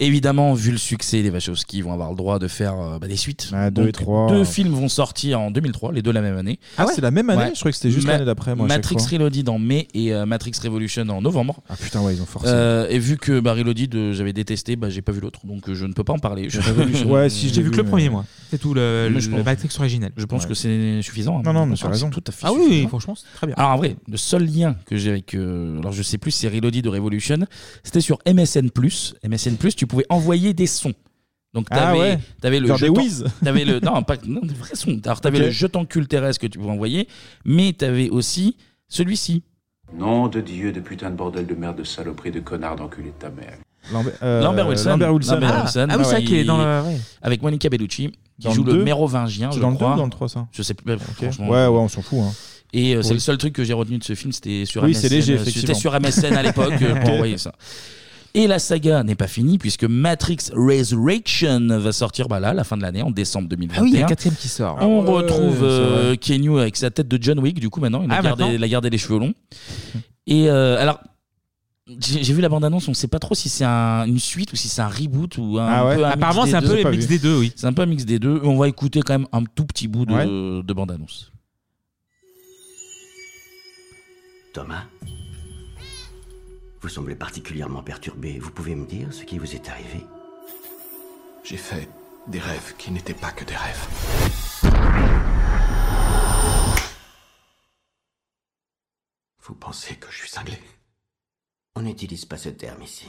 Speaker 1: Évidemment, vu le succès, les Wachowski vont avoir le droit de faire euh, bah, des suites.
Speaker 4: deux
Speaker 1: Donc,
Speaker 4: et trois.
Speaker 1: Deux films vont sortir en 2003, les deux la même année.
Speaker 4: Ah ouais c'est la même année Je croyais que c'était juste l'année d'après, moi, à chaque
Speaker 1: Matrix
Speaker 4: fois.
Speaker 1: Reloaded en mai et euh, Matrix Revolution en novembre.
Speaker 4: Ah putain, ouais, ils ont forcé.
Speaker 1: Euh, et vu que Barry Lodi de- j'avais détesté, bah, j'ai pas vu l'autre, donc euh, je ne peux pas en parler. Je-
Speaker 4: Ouais, si, je
Speaker 8: J'ai
Speaker 4: l'ai
Speaker 8: vu
Speaker 4: vu,
Speaker 8: que le
Speaker 4: mais-
Speaker 8: premier, moi. C'est tout le,
Speaker 1: Mais
Speaker 8: le-
Speaker 1: je
Speaker 8: le
Speaker 1: pense-
Speaker 8: Matrix originel.
Speaker 1: Je pense que c'est suffisant. hein.
Speaker 8: Non, non, mais
Speaker 1: Ah,
Speaker 8: tu as raison.
Speaker 1: c'est Tout à fait
Speaker 8: Ah oui,
Speaker 1: suffisant.
Speaker 8: oui, franchement, c'est très bien.
Speaker 1: Alors, en vrai, le seul lien que j'ai avec. euh, alors, je sais plus si c'est Reloaded de Revolution, c'était sur MSN. MSN, tu pouvais envoyer des sons. Donc,
Speaker 4: Ah
Speaker 1: t'avais
Speaker 4: ouais.
Speaker 1: t'avais le.
Speaker 4: Genre des
Speaker 1: jeton-
Speaker 4: whiz.
Speaker 1: t'avais le Non, pas. Non, des vrais sons. Alors, t'avais
Speaker 4: Ok.
Speaker 1: le jeton cul terrestre que tu pouvais envoyer, mais t'avais aussi celui-ci.
Speaker 14: Nom de Dieu, de putain de bordel de merde, de saloperie, de connard, d'enculé de ta mère.
Speaker 4: Lambert, euh,
Speaker 1: Lambert Wilson.
Speaker 4: Lambert Wilson.
Speaker 1: Lambert
Speaker 4: Ah.
Speaker 1: Wilson.
Speaker 4: Ah oui, c'est vrai qu'il est dans le- ouais.
Speaker 1: Avec Monica Bellucci, qui
Speaker 4: Dans
Speaker 1: joue
Speaker 4: le
Speaker 1: le,
Speaker 4: deux
Speaker 1: mérovingien,
Speaker 4: C'est
Speaker 1: je
Speaker 4: dans le deux
Speaker 1: crois.
Speaker 4: ou dans le trois, ça
Speaker 1: Je sais plus. franchement.
Speaker 4: Ouais, ouais, on s'en fout, hein.
Speaker 1: Et euh, c'est
Speaker 4: Oui.
Speaker 1: le seul truc que j'ai retenu de ce film, c'était sur
Speaker 4: Oui,
Speaker 1: MSN.
Speaker 4: c'est léger,
Speaker 1: euh,
Speaker 4: effectivement.
Speaker 1: C'était sur MSN à l'époque euh, pour
Speaker 4: Ok.
Speaker 1: envoyer ça. Et la saga n'est pas finie puisque Matrix Resurrection va sortir bah là, à la fin de l'année, en décembre 2021.
Speaker 8: Ah oui, il y a un quatrième qui sort.
Speaker 1: On
Speaker 8: Ah ouais,
Speaker 1: retrouve
Speaker 8: c'est
Speaker 1: euh,
Speaker 8: vrai.
Speaker 1: Keanu avec sa tête de John Wick, du coup, maintenant. Il a,
Speaker 8: Ah,
Speaker 1: gardé,
Speaker 8: maintenant
Speaker 1: il a gardé les cheveux longs. Et euh, alors, J'ai j'ai vu la bande-annonce, on ne sait pas trop si c'est un- une suite ou si c'est un reboot ou un
Speaker 8: Ah ouais.
Speaker 1: peu un
Speaker 8: Apparemment,
Speaker 1: mix
Speaker 8: c'est un
Speaker 1: des
Speaker 8: peu
Speaker 1: deux.
Speaker 8: le mix des deux, oui.
Speaker 1: C'est un peu un mix des deux. On va écouter quand même un tout petit bout de,
Speaker 3: Ouais.
Speaker 1: de bande-annonce.
Speaker 3: Thomas Vous semblez particulièrement perturbé. Vous pouvez me dire ce qui vous est arrivé
Speaker 34: J'ai fait des rêves qui n'étaient pas que des rêves.
Speaker 3: Vous pensez que je suis cinglé On n'utilise pas ce terme ici.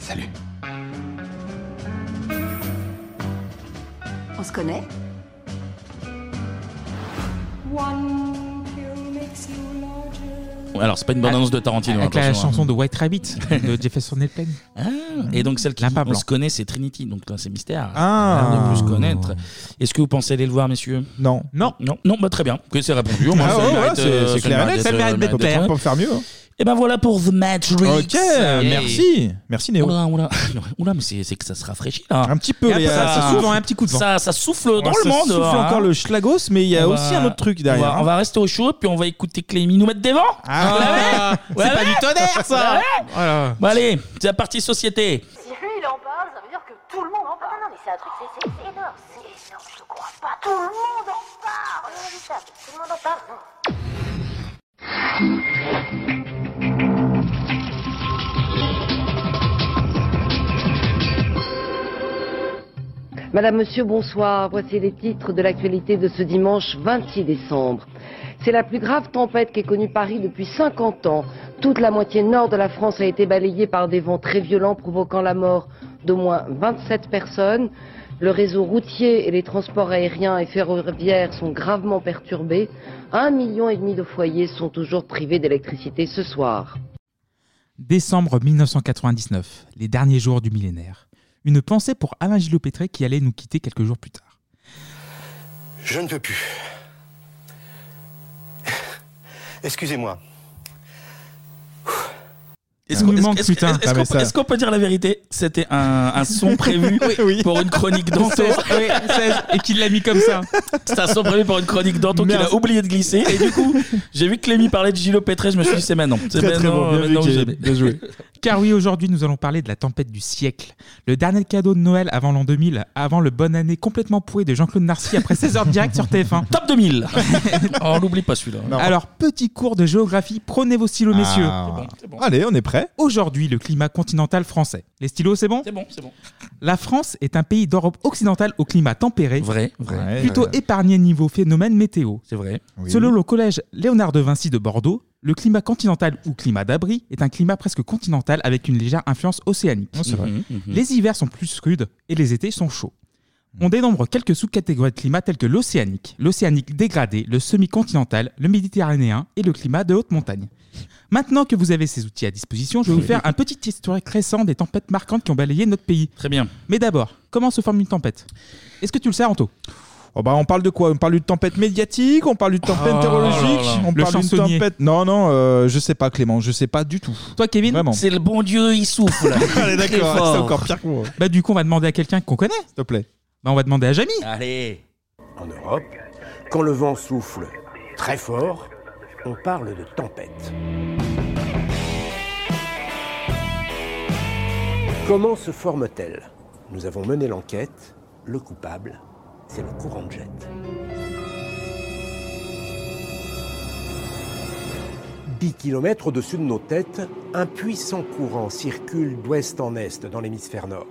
Speaker 34: Salut.
Speaker 7: On se connaît
Speaker 1: Alors, c'est pas Ah, une bande-annonce de Tarantino.
Speaker 8: Avec la
Speaker 1: attention, hein. Ah,
Speaker 8: chanson de White Rabbit de Jefferson Airplane.
Speaker 1: Et donc celle qui on
Speaker 8: blanc.
Speaker 1: se connaît, c'est Trinity, donc là c'est mystère.
Speaker 8: Ah.
Speaker 1: On ne plus se connaître. Est-ce que vous pensez aller le voir, messieurs
Speaker 4: Non.
Speaker 1: Non. Non, non bah, très bien. Que c'est répondu. au moins,
Speaker 4: Ah
Speaker 1: ça
Speaker 4: ouais,
Speaker 1: mérite,
Speaker 4: ouais, c'est-
Speaker 1: euh,
Speaker 4: c'est
Speaker 1: ça
Speaker 4: clair et
Speaker 1: mérite
Speaker 4: net, ça
Speaker 1: d'être-
Speaker 4: mérite d'être
Speaker 1: d'être
Speaker 4: clair.
Speaker 1: fait.
Speaker 4: Pas faire mieux, hein.
Speaker 1: Et ben voilà pour The Match Reeks.
Speaker 4: Ok, merci. Merci, Néo.
Speaker 1: Oula, oula. Oula, mais c'est c'est que ça se rafraîchit là.
Speaker 4: Un petit peu,
Speaker 1: Et
Speaker 4: mais,
Speaker 1: après,
Speaker 4: euh, ça souffle, hein, un petit coup de vent.
Speaker 1: Ça, ça souffle
Speaker 4: Ouais,
Speaker 1: drôlement.
Speaker 4: ça souffle
Speaker 1: dehors, hein.
Speaker 4: encore le schlagos, mais il y a
Speaker 1: On va-
Speaker 4: aussi un autre truc derrière. hein.
Speaker 1: On va, on va rester au chaud, puis on va écouter Clémy nous mettre des vents. Vous l'avez Vous
Speaker 4: Ah, c'est pas
Speaker 1: l'avez
Speaker 4: du tonnerre, ça.
Speaker 1: Vous l'avez Bon, allez, c'est la partie société.
Speaker 15: Si lui il en parle, ça veut dire que tout le monde en parle. Ah Non, non, mais c'est un truc, c'est c'est énorme, c'est énorme, je te crois pas. Tout le monde en parle. Non, mais ça, Tout le monde en parle. non.
Speaker 38: Madame, Monsieur, bonsoir. Voici les titres de l'actualité de ce dimanche 26 décembre. C'est la plus grave tempête qu'ait connue Paris depuis 50 ans. Toute la moitié nord de la France a été balayée par des vents très violents provoquant la mort d'au moins 27 personnes. Le réseau routier et les transports aériens et ferroviaires sont gravement perturbés. Un million et demi de foyers sont toujours privés d'électricité ce soir.
Speaker 8: Décembre 1999, les derniers jours du millénaire. Une pensée pour Alain Gilopétré qui allait nous quitter quelques jours plus tard.
Speaker 31: Je ne peux plus. Excusez-moi.
Speaker 1: Est-ce qu'on est-ce- est-ce- est-ce-
Speaker 4: Ah,
Speaker 1: est-ce qu'on- est-ce qu'on peut dire la vérité C'était un, un son prévu pour une chronique d'Anto.
Speaker 8: Oui, et qu'il l'a mis comme ça.
Speaker 1: C'est un son prévu pour une chronique d'Anto qu'il a oublié de glisser. Et du coup, j'ai vu que Clémy parlait de Gilles Pétré, je me suis dit c'est maintenant. C'est
Speaker 8: Très, très
Speaker 1: maintenant,
Speaker 8: bon, bien vu,
Speaker 1: maintenant ou
Speaker 8: Kevin.
Speaker 1: jamais.
Speaker 8: Bien joué. Car oui, aujourd'hui, nous allons parler de la tempête du siècle. Le dernier cadeau de Noël avant l'an 2000, avant le bonne année complètement pourri de Jean-Claude Narcy après 16h direct sur TF1.
Speaker 1: Top 2000 On l'oublie pas celui-là.
Speaker 8: Alors, petit cours de géographie, prenez vos stylos,
Speaker 1: Ah.
Speaker 8: messieurs.
Speaker 1: C'est bon, c'est bon.
Speaker 4: Allez, on est prêt.
Speaker 8: Aujourd'hui, le climat continental français. Les stylos, c'est bon
Speaker 1: C'est bon, c'est bon.
Speaker 8: La France est un pays d'Europe occidentale au climat tempéré.
Speaker 1: Vrai, vrai.
Speaker 8: Plutôt
Speaker 1: Ouais.
Speaker 8: épargné niveau phénomène météo.
Speaker 1: C'est vrai. Oui.
Speaker 8: Selon le collège Léonard de Vinci de Bordeaux, le climat continental ou climat d'abri est un climat presque continental avec une légère influence océanique.
Speaker 1: Oh, c'est vrai. Mhm, mhm.
Speaker 8: Les hivers sont plus rudes et les étés sont chauds. On dénombre quelques sous-catégories de climat telles que l'océanique, l'océanique dégradé, le semi-continental, le méditerranéen et le climat de haute montagne. Maintenant que vous avez ces outils à disposition, je vais vous faire un petit historique récent des tempêtes marquantes qui ont balayé notre pays.
Speaker 1: Très bien.
Speaker 8: Mais d'abord, comment se forme une tempête Est-ce que tu le sais, Anto
Speaker 4: Oh bah on parle de quoi On parle d'une tempête médiatique, on parle d'une tempête
Speaker 8: Oh
Speaker 4: météorologique,
Speaker 8: là là.
Speaker 4: on
Speaker 8: Le
Speaker 4: parle d'une
Speaker 8: chansonnier.
Speaker 4: tempête. Non, non, euh, je sais pas, Clément, je sais pas du tout.
Speaker 8: Toi, Kevin
Speaker 4: Vraiment.
Speaker 1: C'est le bon Dieu, il souffle.
Speaker 4: Allez, d'accord, c'est encore pire que moi.
Speaker 8: Bah, du coup, on va demander à quelqu'un qu'on connaît. S'il
Speaker 4: te plaît.
Speaker 8: Bah, on va demander à Jamy.
Speaker 1: Allez.
Speaker 31: En Europe, quand le vent souffle très fort, on parle de tempête. Comment se forme-t-elle Nous avons mené l'enquête. Le coupable, c'est le courant de jet. Dix kilomètres au-dessus de nos têtes, un puissant courant circule d'ouest en est dans l'hémisphère nord.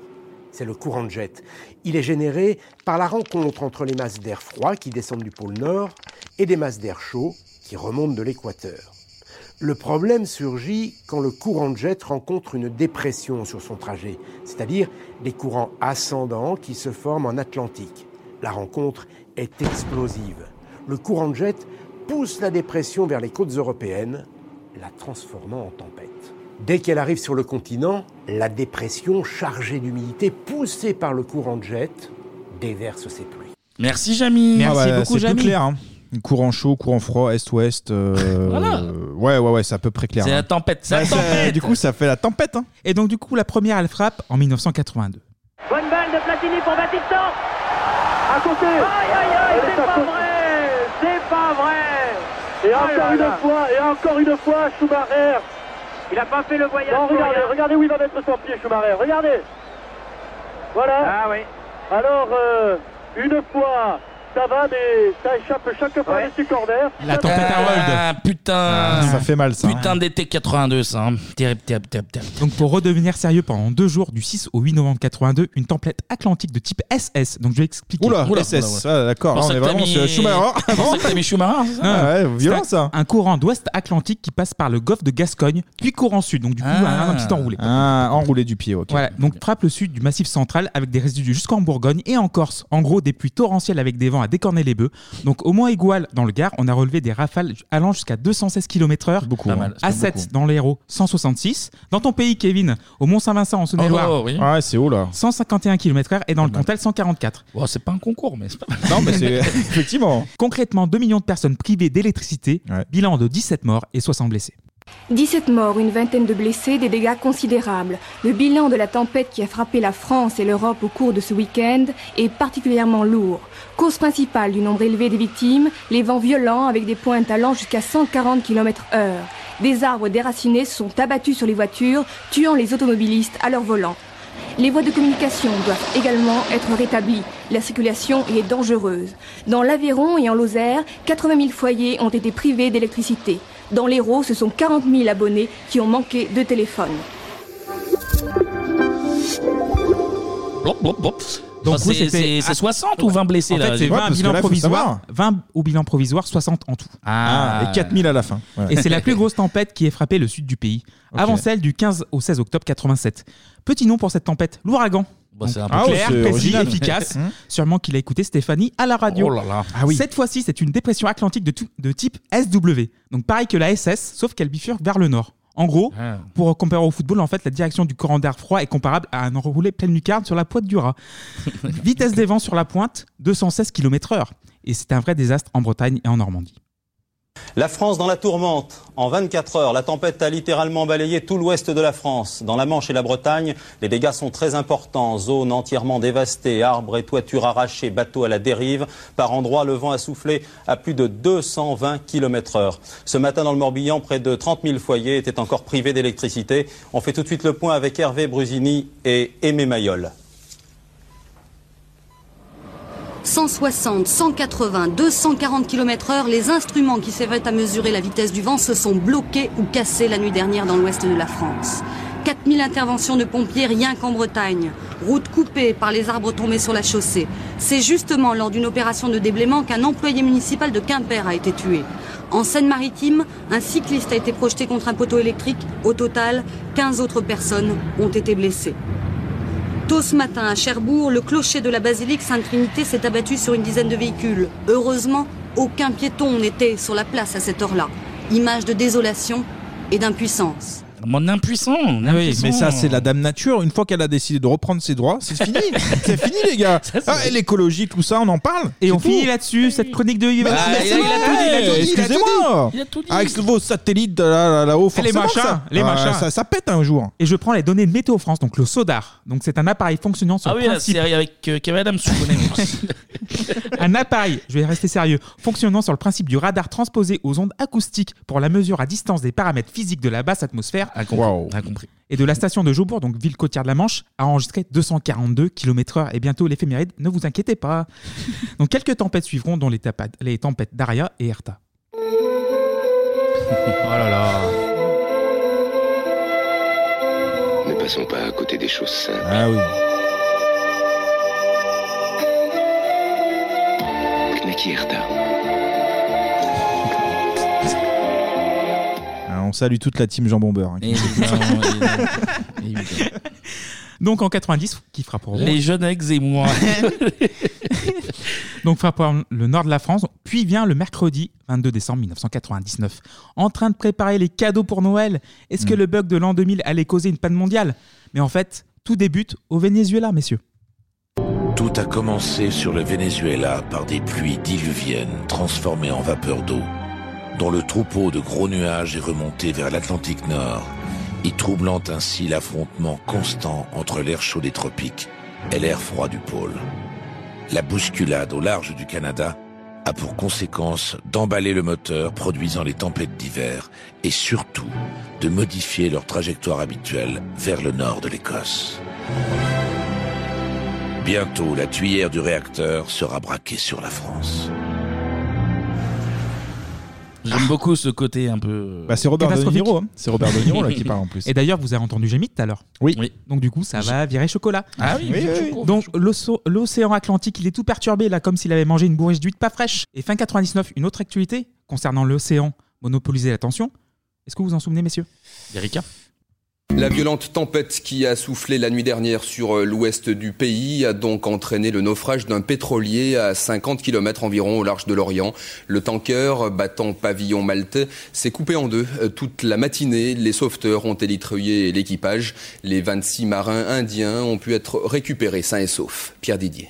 Speaker 31: C'est le courant de jet. Il est généré par la rencontre entre les masses d'air froid qui descendent du pôle nord et des masses d'air chaud qui remontent de l'équateur. Le problème surgit quand le courant de jet rencontre une dépression sur son trajet, c'est-à-dire des courants ascendants qui se forment en Atlantique. La rencontre est explosive. Le courant de jet pousse la dépression vers les côtes européennes, la transformant en tempête. Dès qu'elle arrive sur le continent, la dépression chargée d'humidité poussée par le courant de jet déverse ses pluies.
Speaker 1: Merci Jamy.
Speaker 4: Ah bah, Ah c'est plus clair, hein. Courant chaud, courant froid, est-ouest. euh,
Speaker 8: Voilà.
Speaker 4: Ouais, ouais, ouais, c'est à peu près clair.
Speaker 8: C'est
Speaker 4: hein.
Speaker 8: la tempête, c'est la
Speaker 4: Ouais,
Speaker 8: tempête.
Speaker 4: Du coup, ça fait la tempête. Hein.
Speaker 8: Et donc, du coup, la première, elle frappe en 1982.
Speaker 27: Bonne balle de Platini pour Batista. À côté. Aïe aïe aïe, c'est pas vrai, c'est pas vrai. Ah
Speaker 10: Et encore une fois, et encore une fois, Schumacher.
Speaker 27: Il a pas fait le voyage.
Speaker 10: Non,
Speaker 27: pour
Speaker 10: regardez,
Speaker 27: rien.
Speaker 10: regardez où il va mettre son pied, Schumacher. Regardez. Voilà.
Speaker 27: Ah oui.
Speaker 10: Alors, euh, une fois, ça va, mais ça échappe chaque fois à des corners.
Speaker 1: La tempête Harold. Ah, putain.
Speaker 4: Ah, ça fait mal ça.
Speaker 1: Putain d'été 82 ça. hein. Terrible, terrible, terrible, terrible.
Speaker 8: Donc pour redevenir sérieux pendant deux jours, du 6 au 8 novembre 82, une tempête atlantique de type SS. Donc je vais expliquer.
Speaker 4: Oula, SS, ah, d'accord,
Speaker 8: Pour
Speaker 4: là, on
Speaker 8: ça
Speaker 4: est
Speaker 8: que t'as
Speaker 4: vraiment
Speaker 8: mis-
Speaker 4: sur Schumacher. hein,
Speaker 8: C'est pour ça que t'as mis Schumacher, hein, c'est ça
Speaker 4: Ah ouais,
Speaker 8: C'est
Speaker 4: violent
Speaker 8: un-
Speaker 4: ça.
Speaker 8: Un courant d'ouest atlantique qui passe par le golfe de Gascogne, puis courant sud. Donc du coup,
Speaker 4: Ah.
Speaker 8: un, un petit enroulé.
Speaker 4: Ah, enroulé du pied, ok.
Speaker 8: Voilà, donc frappe le sud du massif central avec des résidus jusqu'en Bourgogne et en Corse. En gros, des pluies torrentielles avec des vents à décorner les bœufs. Donc au moins igual dans le Gard, on a relevé des rafales allant jusqu'à 216 km/h. Beaucoup.
Speaker 4: Pas hein. mal, c'est
Speaker 8: À
Speaker 4: pas
Speaker 8: 7
Speaker 4: beaucoup.
Speaker 8: dans l'Hérault, 166. Dans ton pays, Kevin, au Mont-Saint-Vincent
Speaker 4: Oh,
Speaker 8: en Saône-et-Loire,
Speaker 4: Ouais, c'est haut là.
Speaker 8: 151 km/h et dans le Cantal 144.
Speaker 1: Ah bah. c'est pas un concours, mais c'est pas
Speaker 4: Non, mais c'est. Effectivement.
Speaker 8: Concrètement, 2 millions de personnes privées d'électricité, bilan de 17 morts et 60 blessés.
Speaker 32: 17 morts, une vingtaine de blessés, des dégâts considérables. Le bilan de la tempête qui a frappé la France et l'Europe au cours de ce week-end est particulièrement lourd. Cause principale du nombre élevé des victimes, les vents violents avec des pointes allant jusqu'à 140 km heure. Des arbres déracinés se sont abattus sur les voitures, tuant les automobilistes à leur volant. Les voies de communication doivent également être rétablies. La circulation y est dangereuse. Dans l'Aveyron et en Lozère, 80 000 foyers ont été privés d'électricité. Dans l'Hérault, ce sont 40 000 abonnés qui ont manqué de téléphone.
Speaker 1: Blop, blop, blop.
Speaker 8: Donc,
Speaker 1: Enfin,
Speaker 8: oui,
Speaker 1: Bah, c'est-
Speaker 8: c'était-
Speaker 1: c'est c'est 60 ou 20 blessés
Speaker 8: En
Speaker 1: là
Speaker 8: fait, c'est
Speaker 1: j'ai-
Speaker 8: 20 bilan provisoire, 20 au bilan provisoire, 60 en tout.
Speaker 4: Ah, et 4000 à la fin. Ouais.
Speaker 8: Et c'est la plus grosse tempête qui ait frappé le sud du pays, avant celle du 15 au 16 octobre 87. Petit nom pour cette tempête, l'ouragan.
Speaker 1: Bah,
Speaker 8: Donc,
Speaker 1: c'est un peu
Speaker 8: clair,
Speaker 1: clair, c'est
Speaker 8: précis,
Speaker 1: original. Hein
Speaker 8: efficace. Sûrement qu'il a écouté Stéphanie à la radio.
Speaker 1: Oh là là.
Speaker 8: Cette fois-ci, c'est une dépression atlantique de, tout- de type SW. Donc pareil que la SS, sauf qu'elle bifurque vers le nord. En gros,
Speaker 1: Ah.
Speaker 8: pour comparer au football, en fait, la direction du courant d'air froid est comparable à un enroulé pleine lucarne sur la pointe du rat. Vitesse des vents sur la pointe, 216 km/h. Et c'est un vrai désastre en Bretagne et en Normandie.
Speaker 33: La France dans la tourmente. En 24 heures, la tempête a littéralement balayé tout l'ouest de la France. Dans la Manche et la Bretagne, les dégâts sont très importants. Zones entièrement dévastées, arbres et toitures arrachées, bateaux à la dérive. Par endroits, le vent a soufflé à plus de 220 km heure. Ce matin, dans le Morbihan, près de 30 000 foyers étaient encore privés d'électricité. On fait tout de suite le point avec Hervé Brusini et Aimé Mayol.
Speaker 23: 160, 180, 240 km heure, les instruments qui servaient à mesurer la vitesse du vent se sont bloqués ou cassés la nuit dernière dans l'ouest de la France. 4000 interventions de pompiers rien qu'en Bretagne. Routes coupées par les arbres tombés sur la chaussée. C'est justement lors d'une opération de déblaiement qu'un employé municipal de Quimper a été tué. En Seine-Maritime, un cycliste a été projeté contre un poteau électrique. Au total, 15 autres personnes ont été blessées. Tôt ce matin à Cherbourg, le clocher de la basilique Sainte-Trinité s'est abattu sur une dizaine de véhicules. Heureusement, aucun piéton n'était sur la place à cette heure-là. Image de désolation et d'impuissance.
Speaker 1: Mon impuissant.
Speaker 4: Ah oui, mais ça,
Speaker 1: impuissant.
Speaker 4: c'est la dame nature. Une fois qu'elle a décidé de reprendre ses droits, c'est fini. c'est fini, les gars. Ah, et l'écologie, tout ça, on en parle.
Speaker 8: Et on
Speaker 4: C'est
Speaker 8: finit
Speaker 4: tout.
Speaker 8: là-dessus, cette chronique de
Speaker 4: Mais non,
Speaker 8: Ah,
Speaker 4: mais
Speaker 8: il a-
Speaker 4: c'est
Speaker 8: il a tout dit, il a tout dit, il a
Speaker 4: vrai,
Speaker 8: tout dit.
Speaker 4: Excusez-moi.
Speaker 8: Il a tout dit.
Speaker 4: Avec vos satellites là- là- là-haut,
Speaker 8: Et les
Speaker 4: forcément,
Speaker 8: machins,
Speaker 4: ça-
Speaker 8: les
Speaker 4: Ah,
Speaker 8: machins.
Speaker 4: ça- ça pète un jour.
Speaker 8: Et je prends les données de Météo France, donc le SODAR. Donc c'est un appareil fonctionnant sur
Speaker 1: Ah oui, la
Speaker 8: principe-
Speaker 1: série avec euh, Kevin Adams, vous connaissez.
Speaker 8: un appareil, je vais rester sérieux, fonctionnant sur le principe du radar transposé aux ondes acoustiques pour la mesure à distance des paramètres physiques de la basse atmosphère. Et de la station de Jobourg, donc ville côtière de la Manche, a enregistré 242 km/h et bientôt l'éphéméride, ne vous inquiétez pas. donc quelques tempêtes suivront, dont les, tapa- les tempêtes d'Aria et Erta.
Speaker 39: Oh là là.
Speaker 34: Ne passons pas à côté des choses simples.
Speaker 4: Ah oui. Ah, On salue toute la team Jean Bomber. hein, qui-
Speaker 8: Eh
Speaker 1: Eh,
Speaker 8: Donc en 90, qui frapperont
Speaker 1: Les jeunes ex et moi.
Speaker 8: Donc frappant le nord de la France, puis vient le mercredi 22 décembre 1999. En train de préparer les cadeaux pour Noël, est-ce
Speaker 1: Hmm.
Speaker 8: que le bug de l'an 2000 allait causer une panne mondiale Mais en fait, tout débute au Venezuela, messieurs.
Speaker 6: Tout
Speaker 2: Tout a commencé sur le Venezuela par des pluies diluviennes transformées en vapeur d'eau, dont le troupeau de gros nuages est remonté vers l'Atlantique Nord, y troublant ainsi l'affrontement constant entre l'air chaud des tropiques et l'air froid du pôle. La bousculade au large du Canada a pour conséquence d'emballer le moteur produisant les tempêtes d'hiver et surtout de modifier leur trajectoire habituelle vers le nord de l'Écosse. Bientôt, la tuyère du réacteur sera braquée sur la France.
Speaker 1: J'aime beaucoup ce côté un peu. euh,
Speaker 4: Bah, c'est Robert De
Speaker 8: Catastrophique.
Speaker 4: Niro, hein. C'est Robert De Niro là qui parle en plus.
Speaker 8: Et d'ailleurs, vous avez entendu Gémit tout à l'heure.
Speaker 4: Oui.
Speaker 8: Donc du coup, ça va virer chocolat.
Speaker 4: Ah oui, oui, oui, oui.
Speaker 8: Donc l'osso- l'océan Atlantique, il est tout perturbé là, comme s'il avait mangé une bourriche d'huile pas fraîche. Et fin 99, une autre actualité concernant l'océan monopolisait l'attention. Est-ce que vous vous en souvenez, messieurs
Speaker 1: Erika
Speaker 5: La violente tempête qui a soufflé la nuit dernière sur euh, l'ouest du pays a donc entraîné le naufrage d'un pétrolier à 50 km environ au large de l'Orient. Le tanker, euh, battant pavillon maltais, s'est coupé en deux. Euh, Toute la matinée, les sauveteurs ont élitrué l'équipage. Les 26 marins indiens ont pu être récupérés sains et saufs. Pierre Didier.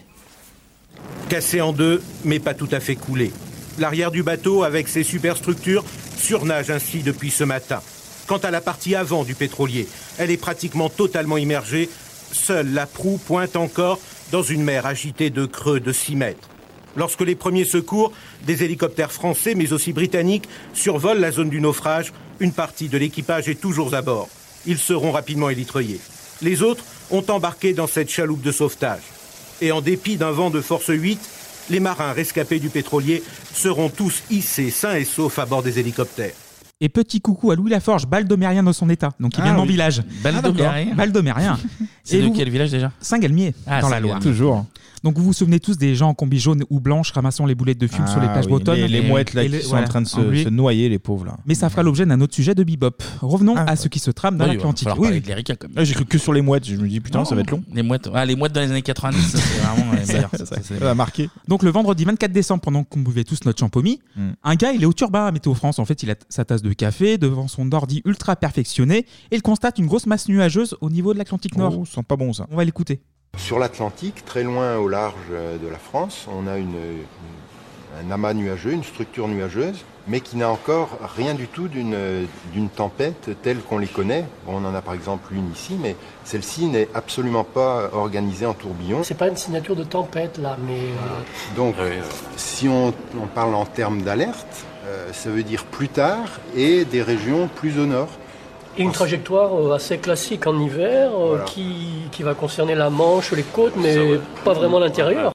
Speaker 35: Cassé en deux, mais pas tout à fait coulé. L'arrière du bateau, avec ses superstructures, surnage ainsi depuis ce matin. Quant à la partie avant du pétrolier, elle est pratiquement totalement immergée. Seule la proue pointe encore dans une mer agitée de creux de 6 mètres. Lorsque les premiers secours, des hélicoptères français mais aussi britanniques, survolent la zone du naufrage, une partie de l'équipage est toujours à bord. Ils seront rapidement élitreillés. Les autres ont embarqué dans cette chaloupe de sauvetage et en dépit d'un vent de force 8, les marins rescapés du pétrolier seront tous hissés sains et saufs à bord des hélicoptères.
Speaker 8: Et petit coucou à Louis Laforge, baldomérien dans son état. Donc il
Speaker 35: Ah
Speaker 8: vient en
Speaker 35: oui.
Speaker 8: village.
Speaker 1: Baldomérien.
Speaker 8: D'accord. Baldomérien.
Speaker 1: C'est de quel village déjà
Speaker 8: Saint-Galmier,
Speaker 1: Ah,
Speaker 8: dans la
Speaker 1: Saint-Galmier.
Speaker 8: Loire.
Speaker 1: Toujours.
Speaker 8: Donc vous vous souvenez tous des gens en combi jaune ou blanche ramassant les boulettes de fume
Speaker 4: Ah
Speaker 8: sur les plages
Speaker 4: oui,
Speaker 8: bretonnes.
Speaker 4: Les, les mouettes là
Speaker 8: Et
Speaker 4: qui
Speaker 8: le-
Speaker 4: sont en
Speaker 8: voilà,
Speaker 4: train de se,
Speaker 8: engluées.
Speaker 4: se noyer, les pauvres là. Ah,
Speaker 8: Mais ça fera l'objet d'un autre sujet de bebop. Revenons à ce qui se trame dans
Speaker 1: Oui, il va
Speaker 8: l'Atlantique.
Speaker 1: falloir parler de l'Erika, quand même.
Speaker 4: Là, Ah, j'ai cru que sur les mouettes, je me dis putain,
Speaker 8: Non.
Speaker 4: ça va être long.
Speaker 1: Les mouettes, ah, les mouettes dans les années 90, ça, c'est vraiment les
Speaker 8: Ça,
Speaker 1: meilleurs.
Speaker 8: ça,
Speaker 1: c'est-
Speaker 4: Ça va marquer.
Speaker 8: Donc le vendredi 24 décembre, pendant qu'on buvait tous notre champomis,
Speaker 4: Mm.
Speaker 8: un gars, il est au turbin à Météo France. En fait, il a t- sa tasse de café devant son ordi ultra perfectionné et il constate une grosse masse nuageuse au niveau de l'Atlantique Nord.
Speaker 4: Oh, sent pas bon ça.
Speaker 8: On va l'écouter.
Speaker 36: Sur l'Atlantique, très loin au large euh, de la France, on a une- une- un amas nuageux, une structure nuageuse, mais qui n'a encore rien du tout d'une euh, d'une tempête telle qu'on les connaît. Bon, on en a par exemple une ici, mais celle-ci n'est absolument pas organisée en tourbillon.
Speaker 39: C'est pas une signature de tempête là, mais euh,
Speaker 36: Donc, si on, on parle en termes d'alerte, euh, ça veut dire plus tard et des régions plus au nord.
Speaker 39: une trajectoire euh, assez classique en hiver euh,
Speaker 36: Voilà.
Speaker 39: qui, qui va concerner la Manche, les côtes, mais pas vraiment l'intérieur.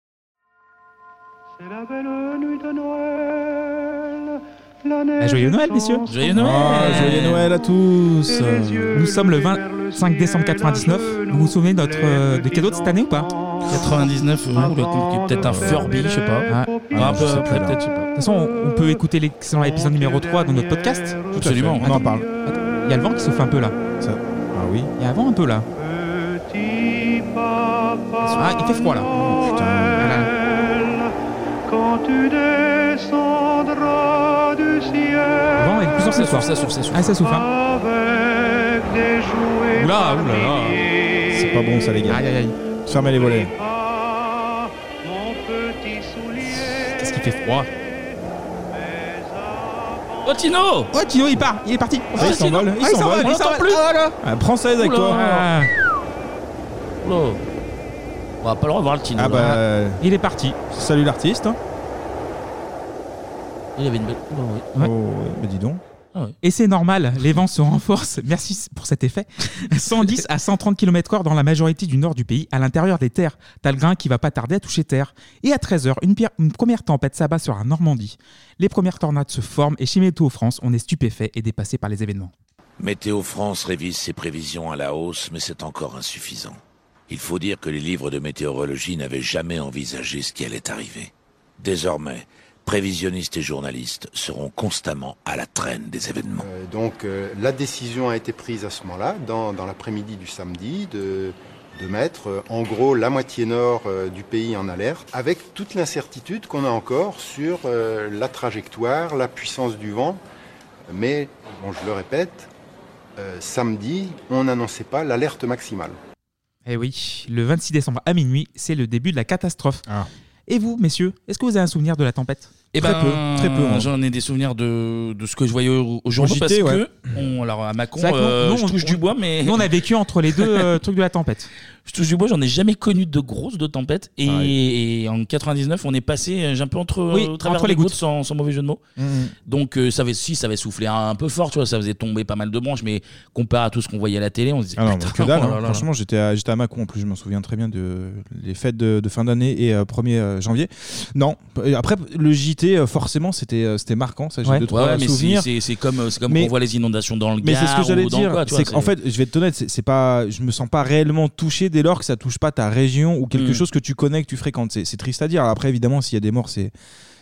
Speaker 8: joyeux Noël, messieurs
Speaker 1: Euh, Joyeux Noël
Speaker 4: Euh, Ah, joyeux Noël à tous
Speaker 8: Nous sommes le 25 décembre 99. Vous vous souvenez de notre, euh, des cadeaux de cette année ou pas
Speaker 1: 99, euh, peut-être un Furby, je sais pas.
Speaker 8: Ah, ah,
Speaker 1: Ah, je
Speaker 8: je
Speaker 1: sais
Speaker 8: sais
Speaker 1: plus,
Speaker 8: pas,
Speaker 1: là.
Speaker 8: peut-être, je sais pas. De toute façon, on on peut écouter l'excellent épisode numéro 3 dans notre podcast.
Speaker 4: Absolument, on en parle.
Speaker 8: Il y a le vent qui souffle un peu là.
Speaker 4: Ah oui.
Speaker 8: Il y a un vent un peu là. Ah, il fait froid là.
Speaker 27: Quand tu descendras du ciel.
Speaker 8: Le vent est de plus en plus fort. Ça souffle, ça souffle. Ah, ça souffle. hein. Oula, oula.
Speaker 4: C'est pas bon ça, les gars.
Speaker 8: Aïe, aïe, aïe.
Speaker 4: Fermez les volets.
Speaker 8: Qu'est-ce qu'il fait froid
Speaker 1: Oh Tino
Speaker 8: Oh Tino, il part, il est parti.
Speaker 4: Ah, il s'envole, il
Speaker 8: Ah, il
Speaker 4: s'envole.
Speaker 8: s'envole,
Speaker 4: On
Speaker 8: il
Speaker 4: l'entend
Speaker 8: s'envole.
Speaker 4: plus.
Speaker 8: Ah, là.
Speaker 4: Ah, prends ça avec
Speaker 8: Oula.
Speaker 4: toi.
Speaker 8: Ah.
Speaker 1: Non. On va pas le revoir le Tino.
Speaker 4: Ah
Speaker 1: là.
Speaker 4: bah.
Speaker 8: Il est parti.
Speaker 4: Salut l'artiste. hein.
Speaker 1: Il
Speaker 8: Bah,
Speaker 1: avait une belle. Oh, oui.
Speaker 4: Oh, mais dis donc.
Speaker 1: Ah
Speaker 8: Et c'est normal, les vents se renforcent, merci pour cet effet, 110 à 130 km/h dans la majorité du nord du pays, à l'intérieur des terres. T'as le grain qui va pas tarder à toucher terre. Et à 13h, une, pierre- une première tempête s'abat sur la Normandie. Les premières tornades se forment et chez Météo France, on est stupéfait et dépassé par les événements.
Speaker 2: Météo France révise ses prévisions à la hausse, mais c'est encore insuffisant. Il faut dire que les livres de météorologie n'avaient jamais envisagé ce qui allait arriver. Désormais, prévisionnistes et journalistes seront constamment à la traîne des événements.
Speaker 36: Euh, donc euh, la décision a été prise à ce moment-là, dans, dans l'après-midi du samedi, de, de mettre euh, en gros la moitié nord euh, du pays en alerte, avec toute l'incertitude qu'on a encore sur euh, la trajectoire, la puissance du vent. Mais, bon, je le répète, euh, samedi, on n'annonçait pas l'alerte maximale.
Speaker 8: Eh oui, le 26 décembre à minuit, c'est le début de la catastrophe. Et vous, messieurs, est-ce que vous avez un souvenir de la tempête
Speaker 1: Eh
Speaker 8: Ah. Très
Speaker 1: ben,
Speaker 8: peu, très peu. hein.
Speaker 1: J'en ai des souvenirs de, de ce que je voyais au- aujourd'hui
Speaker 8: En
Speaker 1: parce
Speaker 8: JT,
Speaker 1: que,
Speaker 8: ouais.
Speaker 1: on- alors à Macon,
Speaker 8: C'est vrai que nous-
Speaker 1: euh,
Speaker 8: nous,
Speaker 1: je
Speaker 8: on-
Speaker 1: touche du bois, mais
Speaker 8: Nous, on a vécu entre les deux euh, trucs de la tempête.
Speaker 1: je touche du bois, j'en ai jamais connu de grosses de tempête. Et, et en 99, on est passé, euh, j'ai un peu entre,
Speaker 8: Oui,
Speaker 1: au travers
Speaker 8: entre
Speaker 1: des
Speaker 8: les
Speaker 1: gouttes,
Speaker 8: gouttes.
Speaker 1: sans, sans mauvais jeu de mots. Donc euh, ça avait, si, ça avait soufflé un, un peu fort, tu vois, ça faisait tomber pas mal de branches, mais comparé à tout ce qu'on voyait à la télé, on se disait
Speaker 4: Ah non,
Speaker 1: putain,
Speaker 4: que dalle,
Speaker 1: oh
Speaker 4: hein.
Speaker 1: là là.
Speaker 4: Franchement, j'étais à, j'étais à Macon en plus, je m'en souviens très bien de les fêtes de, de fin d'année et euh, 1er euh, janvier. Non, Et après le JT, euh, forcément, c'était euh, c'était marquant, ça j'ai
Speaker 1: Ouais.
Speaker 4: deux, trois
Speaker 1: Ouais, mais c'est-
Speaker 4: souvenirs.
Speaker 1: c'est- c'est comme, euh, c'est comme
Speaker 4: Mais-
Speaker 1: quand on voit les inondations dans le
Speaker 4: Mais c'est ce
Speaker 1: Gard
Speaker 4: que j'allais
Speaker 1: ou dans
Speaker 4: dire.
Speaker 1: quoi, tu vois,
Speaker 4: c'est en fait, je vais être honnête, c'est c'est pas, je me sens pas réellement touché dès lors que ça touche pas ta région ou quelque
Speaker 1: Mm.
Speaker 4: chose que tu connais, que tu fréquentes. C'est c'est triste à dire. Après, évidemment, s'il y a des morts, c'est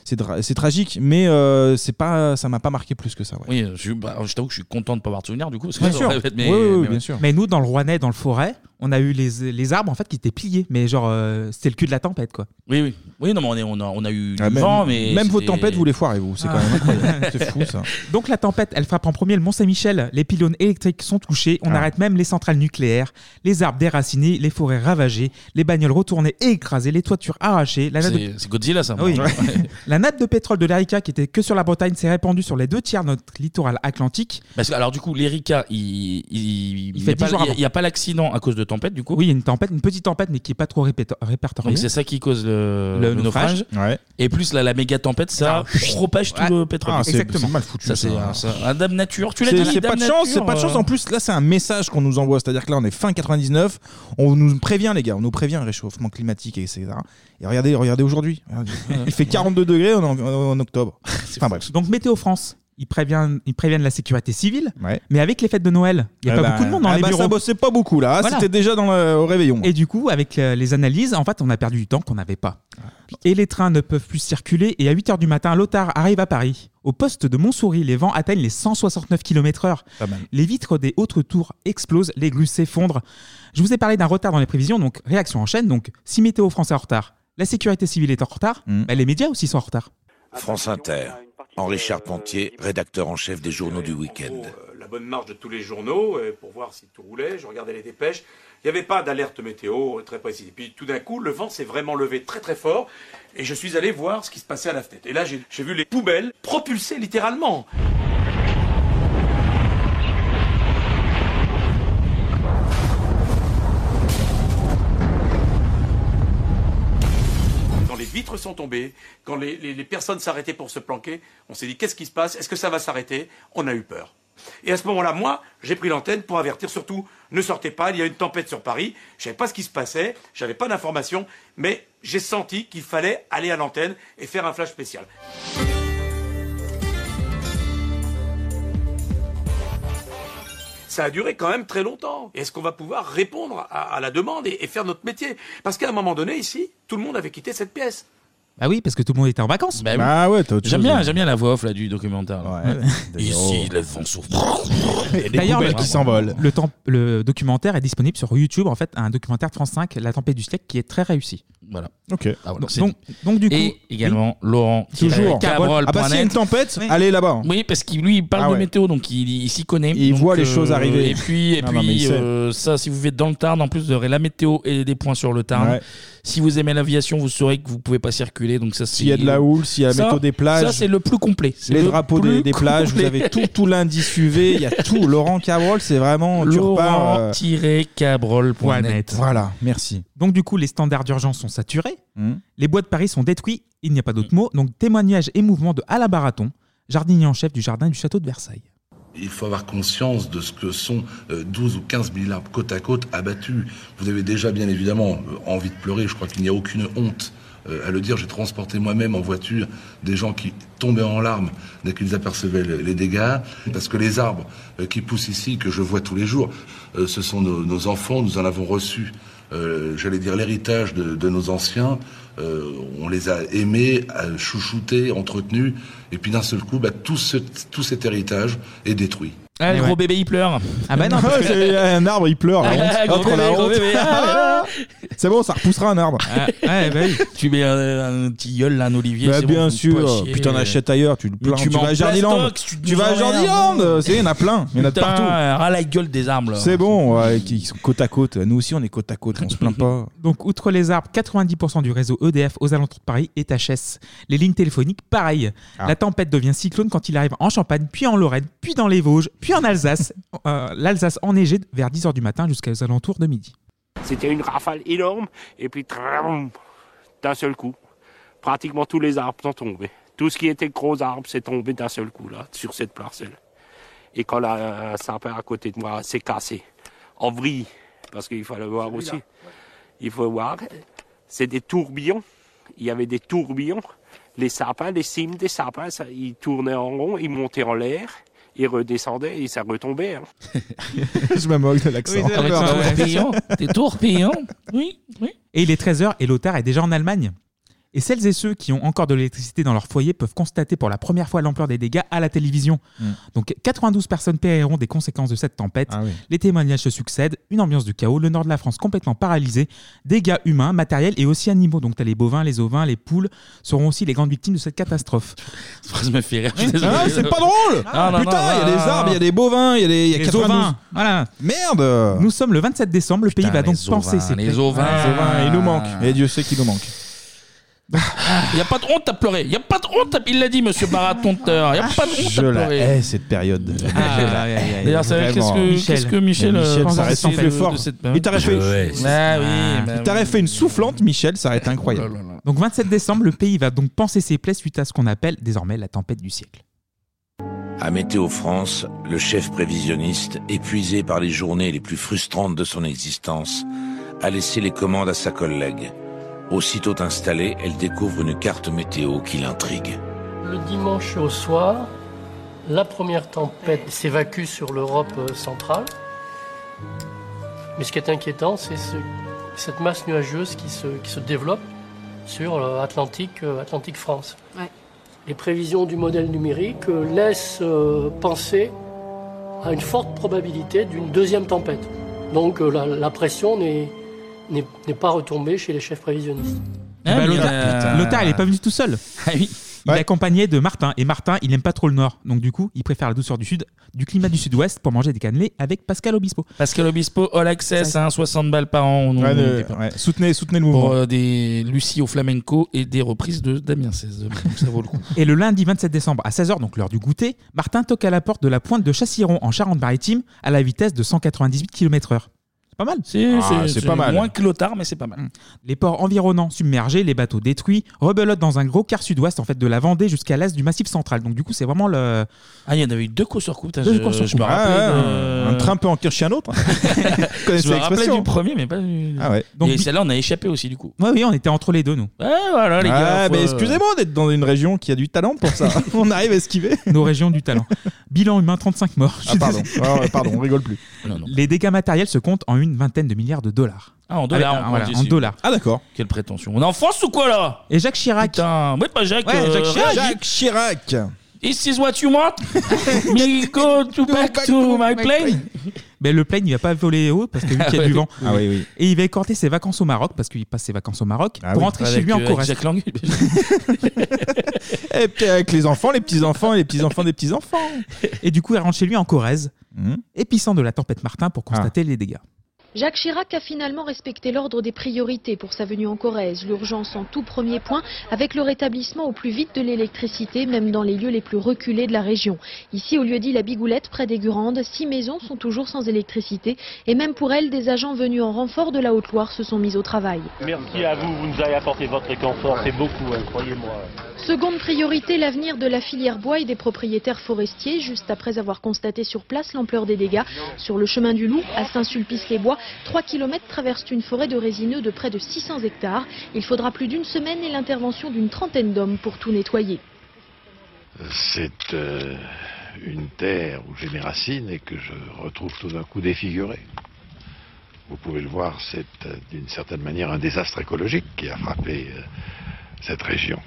Speaker 4: c'est dra- c'est tragique, mais euh, c'est pas, ça m'a pas marqué plus que ça. ouais.
Speaker 1: Oui, je, bah, je t'avoue que je suis content de pas avoir de souvenir du coup. parce que
Speaker 4: Bien
Speaker 1: ça
Speaker 4: sûr.
Speaker 1: aurait pu être mes-
Speaker 4: Oui, oui, oui,
Speaker 1: mes-
Speaker 4: bien sûr.
Speaker 8: Mais nous, dans le Rouennais, dans le forêt, on a eu les, les arbres en fait qui étaient pliés. Mais genre, euh, c'était le cul de la tempête, quoi.
Speaker 1: Oui, oui. Oui, non, mais on, est, on, a, on a eu du
Speaker 4: Ah, même-
Speaker 1: vent, mais.
Speaker 4: même vos
Speaker 1: c'était- Ah.
Speaker 4: tempêtes, vous les foirez, vous. C'est quand même incroyable. C'est fou, ça.
Speaker 8: Ah. Donc la tempête, elle frappe en premier le Mont-Saint-Michel. Les pylônes électriques sont touchés. On
Speaker 4: Ah.
Speaker 8: arrête même les centrales nucléaires, les arbres déracinés, les forêts ravagées, les bagnoles retournées et écrasées, les toitures arrachées. La nappe de-
Speaker 1: C'est c'est Godzilla, ça.
Speaker 8: Ah oui.
Speaker 1: moi.
Speaker 8: la nappe de pétrole de l'Arica, qui était que sur la Bretagne, s'est répandue sur les deux tiers de notre littoral atlantique.
Speaker 1: Parce que, alors, du coup, l'Erika, il. Il, il
Speaker 8: fait
Speaker 1: y a
Speaker 8: dix
Speaker 1: pas-
Speaker 8: jours
Speaker 1: il y a-
Speaker 8: avant.
Speaker 1: il y a, pas l'accident à cause de tempête, du coup.
Speaker 8: Oui, il y a une tempête, une petite tempête, mais qui est pas trop répéto- répertoriée.
Speaker 1: Donc, c'est ça qui cause le,
Speaker 8: Le
Speaker 1: le naufrage. Et plus, là, la méga tempête, ça propage tout le pétrole.
Speaker 4: Ah, c'est- c'est mal foutu,
Speaker 1: Ça, c'est
Speaker 4: ça.
Speaker 1: un, ça- un dame nature. Tu l'as
Speaker 4: C'est
Speaker 1: dit,
Speaker 4: c'est
Speaker 1: dame
Speaker 4: pas de chance,
Speaker 1: nature,
Speaker 4: c'est pas de chance.
Speaker 1: euh.
Speaker 4: En plus, là, c'est un message qu'on nous envoie. C'est-à-dire que là, on est fin 99, on nous prévient, les gars, on nous prévient réchauffement climatique, etc. Et regardez, regardez aujourd'hui. Regardez. Il fait 42 degrés en, en- en octobre. Enfin bref.
Speaker 8: Donc Météo France, ils préviennent, ils préviennent la sécurité civile, mais avec les fêtes de Noël, il n'y a
Speaker 4: Ah
Speaker 8: pas
Speaker 4: bah,
Speaker 8: beaucoup de monde dans
Speaker 4: ah
Speaker 8: les
Speaker 4: bah,
Speaker 8: bureaux.
Speaker 4: Ça bossait pas beaucoup là, Ah,
Speaker 8: Voilà.
Speaker 4: c'était déjà dans le, au réveillon.
Speaker 8: Et du coup, avec euh, les analyses, en fait, on a perdu du temps qu'on n'avait pas. Et les trains ne peuvent plus circuler. Et à 8h du matin, l'Otard arrive à Paris. Au poste de Montsouris, les vents atteignent les 169 km/h.
Speaker 4: Pas mal.
Speaker 8: Les vitres des autres tours explosent, les grues s'effondrent. Je vous ai parlé d'un retard dans les prévisions, donc réaction en chaîne. Donc, si Météo France est en retard, la sécurité civile est en retard,
Speaker 1: Mm.
Speaker 8: bah, les médias aussi sont en retard.
Speaker 2: France Inter, Henri Charpentier, rédacteur en chef des journaux du week-end.
Speaker 9: euh, la bonne marge de tous les journaux euh, pour voir si tout roulait. Je regardais les dépêches. Il n'y avait pas d'alerte météo euh, très précise. Et puis tout d'un coup, le vent s'est vraiment levé très très fort et je suis allé voir ce qui se passait à la fenêtre. Et là, j'ai j'ai vu les poubelles propulsées littéralement. Quand les vitres sont tombées, quand les, les- les personnes s'arrêtaient pour se planquer, on s'est dit qu'est-ce qui se passe Est-ce que ça va s'arrêter On a eu peur. Et à ce moment-là, moi, j'ai pris l'antenne pour avertir surtout, ne sortez pas, il y a une tempête sur Paris, je savais pas ce qui se passait, j'avais pas d'informations, mais j'ai senti qu'il fallait aller à l'antenne et faire un flash spécial. ça a duré quand même très longtemps. Est-ce qu'on va pouvoir répondre à, à la demande et, et faire notre métier Parce qu'à un moment donné, ici, tout le monde avait quitté cette pièce.
Speaker 8: Bah oui, parce que tout le monde était en vacances.
Speaker 1: Bah oui. j'aime bien, j'aime bien la voix off là, du documentaire. là. Ici, le vent souffle. Il y a des
Speaker 8: D'ailleurs,
Speaker 1: poubelles
Speaker 8: le-
Speaker 1: qui s'envolent.
Speaker 8: Le, temp- le documentaire est disponible sur YouTube, en fait, un documentaire de France 5, La tempête du siècle, qui est très réussi.
Speaker 1: Voilà.
Speaker 4: Ok.
Speaker 8: donc, donc, donc, du coup.
Speaker 1: Et également Laurent qui
Speaker 4: Toujours.
Speaker 1: est Cabrol.
Speaker 4: Ah bah, s'il y a une tempête,
Speaker 1: Oui.
Speaker 4: allez là-bas.
Speaker 1: Oui, parce qu'il lui il parle
Speaker 4: Ah
Speaker 1: de
Speaker 4: ouais.
Speaker 1: météo, donc il, il s'y connaît.
Speaker 4: Il
Speaker 1: Donc, euh,
Speaker 4: voit les choses arriver.
Speaker 1: Et puis, et
Speaker 4: Ah
Speaker 1: puis
Speaker 4: non, mais il sait.
Speaker 1: euh, ça, si vous êtes dans le Tarn, en plus de la météo et des points sur le Tarn.
Speaker 4: Ouais.
Speaker 1: Si vous aimez l'aviation, vous saurez que vous pouvez pas circuler. Donc ça, c'est-
Speaker 4: S'il y a de la houle, s'il y a la
Speaker 1: Ça,
Speaker 4: météo des plages.
Speaker 1: ça c'est le plus complet. C'est
Speaker 4: Les
Speaker 1: le
Speaker 4: drapeaux des,
Speaker 1: plus
Speaker 4: des plages, vous
Speaker 1: complet.
Speaker 4: avez tout, tout l'indice UV, il y a tout. Laurent Cabrol, c'est vraiment. tu repars, euh,
Speaker 1: Laurent-cabrol.net.
Speaker 4: Voilà, merci. Hmm.
Speaker 8: Donc du coup, les standards d'urgence sont saturés, les bois de Paris sont détruits, il n'y a pas d'autre mot, donc témoignage et mouvement de Alain Baraton, jardinier en chef du jardin du château de Versailles.
Speaker 11: Il faut avoir conscience de ce que sont euh, 12 ou 15 000 arbres côte à côte abattus. Vous avez déjà, bien évidemment, euh, envie de pleurer. Je crois qu'il n'y a aucune honte euh, à le dire. J'ai transporté moi-même en voiture des gens qui tombaient en larmes dès qu'ils apercevaient le- les dégâts. Parce que les arbres euh, qui poussent ici, que je vois tous les jours, euh, ce sont nos, nos enfants. Nous en avons reçu, euh, j'allais dire, l'héritage de, de nos anciens.
Speaker 40: euh, on les a aimés, euh, chouchoutés, entretenus, et puis d'un seul coup, bah, tout, ce- tout cet héritage est détruit.
Speaker 1: Ah, le
Speaker 4: Eh
Speaker 40: Ouais.
Speaker 1: gros bébé, il pleure.
Speaker 40: Ah bah non, parce que-
Speaker 4: Il y a un arbre, il pleure. la
Speaker 1: Ah,
Speaker 4: honte.
Speaker 1: gros
Speaker 4: Hop, on a
Speaker 1: bébé,
Speaker 4: la
Speaker 1: gros
Speaker 4: honte.
Speaker 1: bébé. Ah, bah
Speaker 4: C'est bon, ça repoussera un arbre.
Speaker 1: eh, ben Tu mets un, un petit gueule, là, un olivier.
Speaker 4: Bah,
Speaker 1: c'est
Speaker 4: bien
Speaker 1: bon, faut pas
Speaker 4: sûr.
Speaker 1: chier.
Speaker 4: Puis t'en achètes ailleurs, tu le
Speaker 1: Mais
Speaker 4: plains. Tu,
Speaker 1: m'en
Speaker 4: vas à Jardiland.
Speaker 1: plastocs,
Speaker 4: Tu,
Speaker 1: nous
Speaker 4: vas à
Speaker 1: emmerdes.
Speaker 4: Jardiland. C'est, il y en a plein. Il y en a de
Speaker 1: Putain,
Speaker 4: partout.
Speaker 1: Ras la gueule des arbres. là.
Speaker 4: C'est bon, ouais, qui- ils sont côte à côte. Nous aussi, on est côte à côte, on se plaint pas.
Speaker 8: Donc, outre les arbres, 90% du réseau EDF aux alentours de Paris est HS. Les lignes téléphoniques, pareil.
Speaker 4: Ah.
Speaker 8: La tempête devient cyclone quand il arrive en Champagne, puis en Lorraine, puis dans les Vosges, puis en Alsace. Euh, L'Alsace enneigée vers 10h du matin jusqu'aux alentours de midi.
Speaker 41: C'était une rafale énorme, et puis tram, d'un seul coup, pratiquement tous les arbres sont tombés. Tout ce qui était gros arbre s'est tombé d'un seul coup, là, sur cette parcelle. Et quand la un sapin à côté de moi s'est cassé, en vrille, parce qu'il fallait voir aussi, il faut voir, c'est des tourbillons. Il y avait des tourbillons. Les sapins, les cimes des sapins, ça, ils tournaient en rond, ils montaient en l'air, ils redescendaient et ça retombait. hein.
Speaker 4: Je me moque de l'accent.
Speaker 1: Ah,
Speaker 8: Oui, c'est l'accent, ouais.
Speaker 1: Des tourbillons. Oui, oui.
Speaker 8: Et il est 13h et l'otard est déjà en Allemagne. Et celles et ceux qui ont encore de l'électricité dans leur foyer peuvent constater pour la première fois l'ampleur des dégâts à la télévision. Donc 92 personnes paieront des conséquences de cette tempête.
Speaker 4: Ah
Speaker 8: Les témoignages se succèdent, une ambiance du chaos, le nord de la France complètement paralysé, dégâts humains, matériels et aussi animaux. Donc t'as les bovins, les ovins, les poules seront aussi les grandes victimes de cette catastrophe.
Speaker 1: Ça me fait rire. je suis désolé.
Speaker 4: Ah, c'est pas drôle
Speaker 1: Ah, non,
Speaker 4: Putain, il y
Speaker 1: non,
Speaker 4: a
Speaker 1: non,
Speaker 4: des
Speaker 1: non,
Speaker 4: arbres,
Speaker 1: non.
Speaker 4: il y a des bovins, il y a des. il y a
Speaker 8: les
Speaker 4: 92.
Speaker 8: ovins, voilà.
Speaker 4: Merde
Speaker 8: Nous sommes le 27 décembre, le pays va donc penser. ses Ah, pré-
Speaker 1: les ovins.
Speaker 8: Ouais, les ovins,
Speaker 4: Il nous manque. Et Dieu sait qu'il nous manque.
Speaker 1: Il n'y a pas de honte à pleurer. Il n'y a pas de honte à... Il l'a dit, monsieur Baratonteur. Il n'y a pas de honte
Speaker 4: Je
Speaker 1: à
Speaker 4: la
Speaker 1: pleurer.
Speaker 4: hais cette période.
Speaker 1: Ah,
Speaker 4: Je la
Speaker 1: aïe,
Speaker 4: hais.
Speaker 1: aïe, aïe. D'ailleurs, c'est vrai,
Speaker 4: Vraiment.
Speaker 1: qu'est-ce que- qu'est-ce que Michel,
Speaker 4: Mais
Speaker 1: euh, pense
Speaker 4: ça
Speaker 1: à
Speaker 4: reste
Speaker 1: cette-
Speaker 4: fait
Speaker 1: de-
Speaker 4: fort.
Speaker 1: de cette-
Speaker 4: Il t'aurait fait.
Speaker 1: Je hais. Ah oui, Oh bah
Speaker 4: Il t'aurait fait une soufflante, Michel, ça aurait été incroyable.
Speaker 8: Donc 27 décembre, le pays va donc penser ses plaies suite à ce qu'on appelle désormais la tempête du siècle.
Speaker 2: À Météo France, le chef prévisionniste, épuisé par les journées les plus frustrantes de son existence, a laissé les commandes à sa collègue. Aussitôt installée, elle découvre une carte météo qui l'intrigue.
Speaker 39: Le dimanche au soir, la première tempête s'évacue sur l'Europe euh, centrale. Mais ce qui est inquiétant, c'est ce- cette masse nuageuse qui se, qui se développe sur l'Atlantique Atlantique euh, France. Les prévisions du modèle numérique euh, laissent euh, penser à une forte probabilité d'une deuxième tempête. Donc euh, la, la pression n'est n'est- n'est pas retombée chez les chefs prévisionnistes.
Speaker 8: Bah, L'otard, l'otard, il est pas venu tout seul.
Speaker 1: Ah
Speaker 8: Il est accompagné de Martin. Et Martin, il aime pas trop le nord. Donc, du coup, il préfère la douceur du sud, du climat du sud-ouest pour manger des cannelés avec Pascal Obispo.
Speaker 1: Pascal Obispo, All Access, hein, 60 balles par an. on-
Speaker 4: Ouais,
Speaker 1: on-
Speaker 4: le-
Speaker 1: on-
Speaker 4: ouais. Soutenez, soutenez le mouvement.
Speaker 1: Pour euh, des Lucie au flamenco et des reprises de Damien 16. Donc ça vaut le coup.
Speaker 8: Et le lundi 27 décembre à 16h, donc l'heure du goûter, Martin toque à la porte de la pointe de Chassiron en Charente-Maritime à la vitesse de 198 km/h. C'est pas mal.
Speaker 1: C'est- Ah, c'est- c'est Moins que l'otard, mais c'est pas mal.
Speaker 8: Mm. Les ports environnants submergés, les bateaux détruits, rebelote dans un gros quart sud-ouest en fait de la Vendée jusqu'à l'est du massif central. Donc du coup, c'est vraiment le.
Speaker 1: Ah, il y en avait eu deux coups sur coup. putain, je-
Speaker 8: Deux cours sur
Speaker 1: je
Speaker 8: coup.
Speaker 1: me rappelle
Speaker 8: Ah,
Speaker 4: Un
Speaker 1: de-
Speaker 4: train peut en tirer chez un
Speaker 8: hein.
Speaker 4: autre. Vous connaissez
Speaker 1: Je me rappelais
Speaker 4: l'expression
Speaker 1: du premier, mais pas du.
Speaker 4: Ah ouais. Donc,
Speaker 1: Donc, et
Speaker 4: bi-
Speaker 1: celle-là, on a échappé aussi, du coup.
Speaker 8: Ouais, oui, on était entre les deux, nous.
Speaker 1: Ouais, voilà, les gars.
Speaker 4: Ah,
Speaker 1: faut- euh,
Speaker 4: mais excusez-moi d'être dans une région qui a du talent pour ça. on arrive à esquiver.
Speaker 8: Nos régions du talent. Bilan humain 35 morts.
Speaker 4: Ah, pardon. Ah, ouais, pardon, on rigole plus.
Speaker 8: Les dégâts matériels se comptent en une vingtaine de milliards de dollars.
Speaker 1: Ah, en dollars,
Speaker 8: Avec-
Speaker 1: on
Speaker 8: voilà,
Speaker 1: dit
Speaker 8: en
Speaker 1: ici.
Speaker 8: dollars.
Speaker 4: Ah d'accord.
Speaker 1: Quelle prétention. On est en France ou quoi, là
Speaker 8: Et Jacques Chirac.
Speaker 1: Putain, ouais, pas Jacques.
Speaker 8: Ouais,
Speaker 1: euh,
Speaker 8: Jacques Chirac.
Speaker 1: Jacques.
Speaker 4: Chirac.
Speaker 1: This is what you want Me go to back, to, my plane
Speaker 8: Mais Ben, le plane, il va pas voler haut parce que vu qu'il y a
Speaker 1: Ah
Speaker 8: du
Speaker 1: oui.
Speaker 8: vent.
Speaker 1: Ah oui, oui.
Speaker 8: Et il va écorter ses vacances au Maroc parce qu'il passe ses vacances au Maroc pour
Speaker 4: oui.
Speaker 8: rentrer chez
Speaker 4: Avec,
Speaker 8: lui en
Speaker 4: euh,
Speaker 8: Corrèze.
Speaker 4: Jacques Et puis avec les enfants, les petits-enfants et les petits-enfants des petits-enfants. Hmm.
Speaker 8: Et du coup, il rentre chez lui en Corrèze, épissant de la tempête Martin pour
Speaker 4: Ah.
Speaker 8: constater les dégâts.
Speaker 19: Jacques Chirac a finalement respecté l'ordre des priorités pour sa venue en Corrèze. L'urgence en tout premier point, avec le rétablissement au plus vite de l'électricité, même dans les lieux les plus reculés de la région. Ici, au lieu-dit La Bigoulette, près des Gurandes, six maisons sont toujours sans électricité. Et même pour elles, des agents venus en renfort de la Haute-Loire se sont mis au travail.
Speaker 39: Merci à vous, vous nous avez apporté votre réconfort, c'est beaucoup, hein, croyez-moi.
Speaker 19: Seconde priorité, l'avenir de la filière bois et des propriétaires forestiers. Juste après avoir constaté sur place l'ampleur des dégâts, sur le chemin du Loup à Saint-Sulpice-les-Bois, 3 km traversent une forêt de résineux de près de 600 hectares. Il faudra plus d'une semaine et l'intervention d'une trentaine d'hommes pour tout nettoyer.
Speaker 42: C'est euh, une terre où j'ai mes racines et que je retrouve tout d'un coup défigurée.
Speaker 12: vous pouvez le voir, c'est euh, d'une certaine manière un désastre écologique qui a frappé euh, cette région,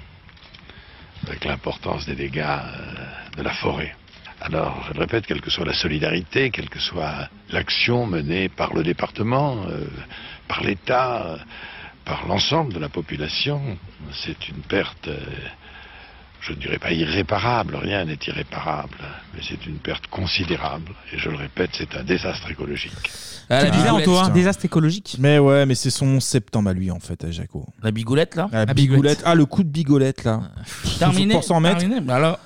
Speaker 12: avec l'importance des dégâts euh, de la forêt. Alors, je le répète, quelle que soit la solidarité, quelle que soit l'action menée par le département, euh, par l'État, euh, par l'ensemble de la population, c'est une perte, euh, je ne dirais pas irréparable, rien n'est irréparable, mais c'est une perte considérable, et je le répète, c'est un désastre écologique.
Speaker 8: Ah, la bizarre, Antoine, un désastre écologique.
Speaker 4: Mais ouais, mais c'est son septembre à lui, en fait, à Jaco.
Speaker 1: La bigoulette, là Euh,
Speaker 4: La bigoulette. Ah, le coup de bigoulette, là.
Speaker 1: Terminé.
Speaker 4: Pour s'en mettre.
Speaker 1: terminé. Bah alors,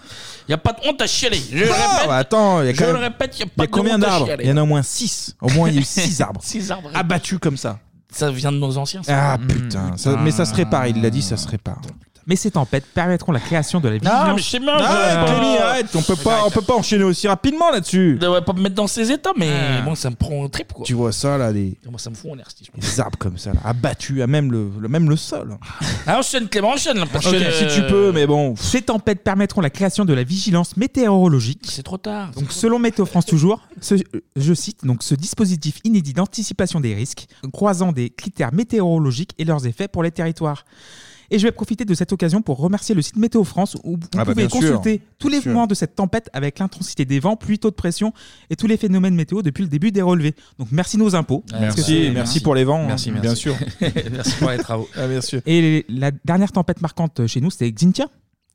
Speaker 1: il n'y a pas de honte à chialer. Je le
Speaker 4: Ah,
Speaker 1: répète.
Speaker 4: bah attends, il y a
Speaker 1: je
Speaker 4: quand même-
Speaker 1: le répète, il n'y a
Speaker 4: Il y
Speaker 1: pas
Speaker 4: a
Speaker 1: de
Speaker 4: combien
Speaker 1: honte à
Speaker 4: d'arbres
Speaker 1: chialer.
Speaker 4: Il y en a au moins 6. Au moins, il y a eu 6 arbres.
Speaker 1: Six arbres.
Speaker 4: Abattus comme ça.
Speaker 1: Ça vient de nos anciens.
Speaker 4: Ah putain, ça- mais ça se répare, il l'a dit, ça Ah, se répare.
Speaker 8: Mais ces tempêtes permettront la création de la vision.
Speaker 1: Non, mais c'est bien.
Speaker 4: Arrête, Clémy, arrête, on peut pas, on peut pas enchaîner aussi rapidement là-dessus.
Speaker 1: bah, On va pas me mettre dans ces états, mais
Speaker 4: Ah.
Speaker 1: moi, ça me prend un trip, quoi.
Speaker 4: Tu vois ça là, des,
Speaker 1: Moi, ça me fout en l'air, cette
Speaker 4: des arbres comme ça, là, abattus à même le, le- même le sol. Ah,
Speaker 1: Ah, enchaîne, Clément, enchaîne. là, parce
Speaker 8: Ok,
Speaker 1: que-
Speaker 8: si tu peux, mais bon. Ces tempêtes permettront la création de la vigilance météorologique.
Speaker 1: C'est trop tard.
Speaker 8: Donc, selon Météo France toujours, ce- euh, je cite donc ce dispositif inédit d'anticipation des risques, croisant des critères météorologiques et leurs effets pour les territoires. Et je vais profiter de cette occasion pour remercier le site Météo France où vous
Speaker 4: Ah bah,
Speaker 8: pouvez
Speaker 4: bien sûr.
Speaker 8: consulter tous les
Speaker 4: Bien sûr.
Speaker 8: moments de cette tempête avec l'intensité des vents, pluie, taux de pression et tous les phénomènes météo depuis le début des relevés. Donc merci nos impôts.
Speaker 4: Ah, merci,
Speaker 8: Parce que c'est-
Speaker 4: merci pour les vents, hein, bien sûr.
Speaker 1: merci pour les travaux.
Speaker 4: Ah, bien sûr.
Speaker 8: Et la dernière tempête marquante euh, chez nous, c'était Xintia.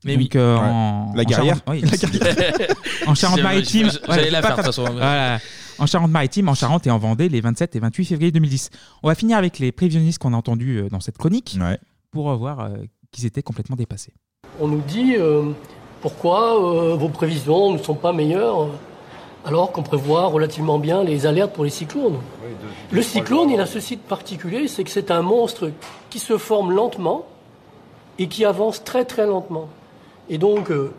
Speaker 1: Mais
Speaker 8: Donc,
Speaker 1: oui.
Speaker 8: euh,
Speaker 1: Ouais.
Speaker 8: en,
Speaker 1: La
Speaker 8: en
Speaker 1: guerrière.
Speaker 8: Charente- oui,
Speaker 1: La
Speaker 8: c'est-
Speaker 1: guerrière.
Speaker 8: en Charente-Maritime.
Speaker 1: J'allais- j'allais la faire, de toute façon.
Speaker 8: Voilà. En Charente-Maritime, en Charente et en Vendée, les 27 et 28 février 2010. On va finir avec les prévisionnistes qu'on a entendus euh, dans cette chronique pour euh, voir euh, qu'ils étaient complètement dépassés.
Speaker 39: On nous dit euh, pourquoi euh, vos prévisions ne sont pas meilleures euh, alors qu'on prévoit relativement bien les alertes pour les cyclones. Le cyclone, il a ceci de particulier, c'est que c'est un monstre qui se forme lentement et qui avance très très lentement. Et donc, euh,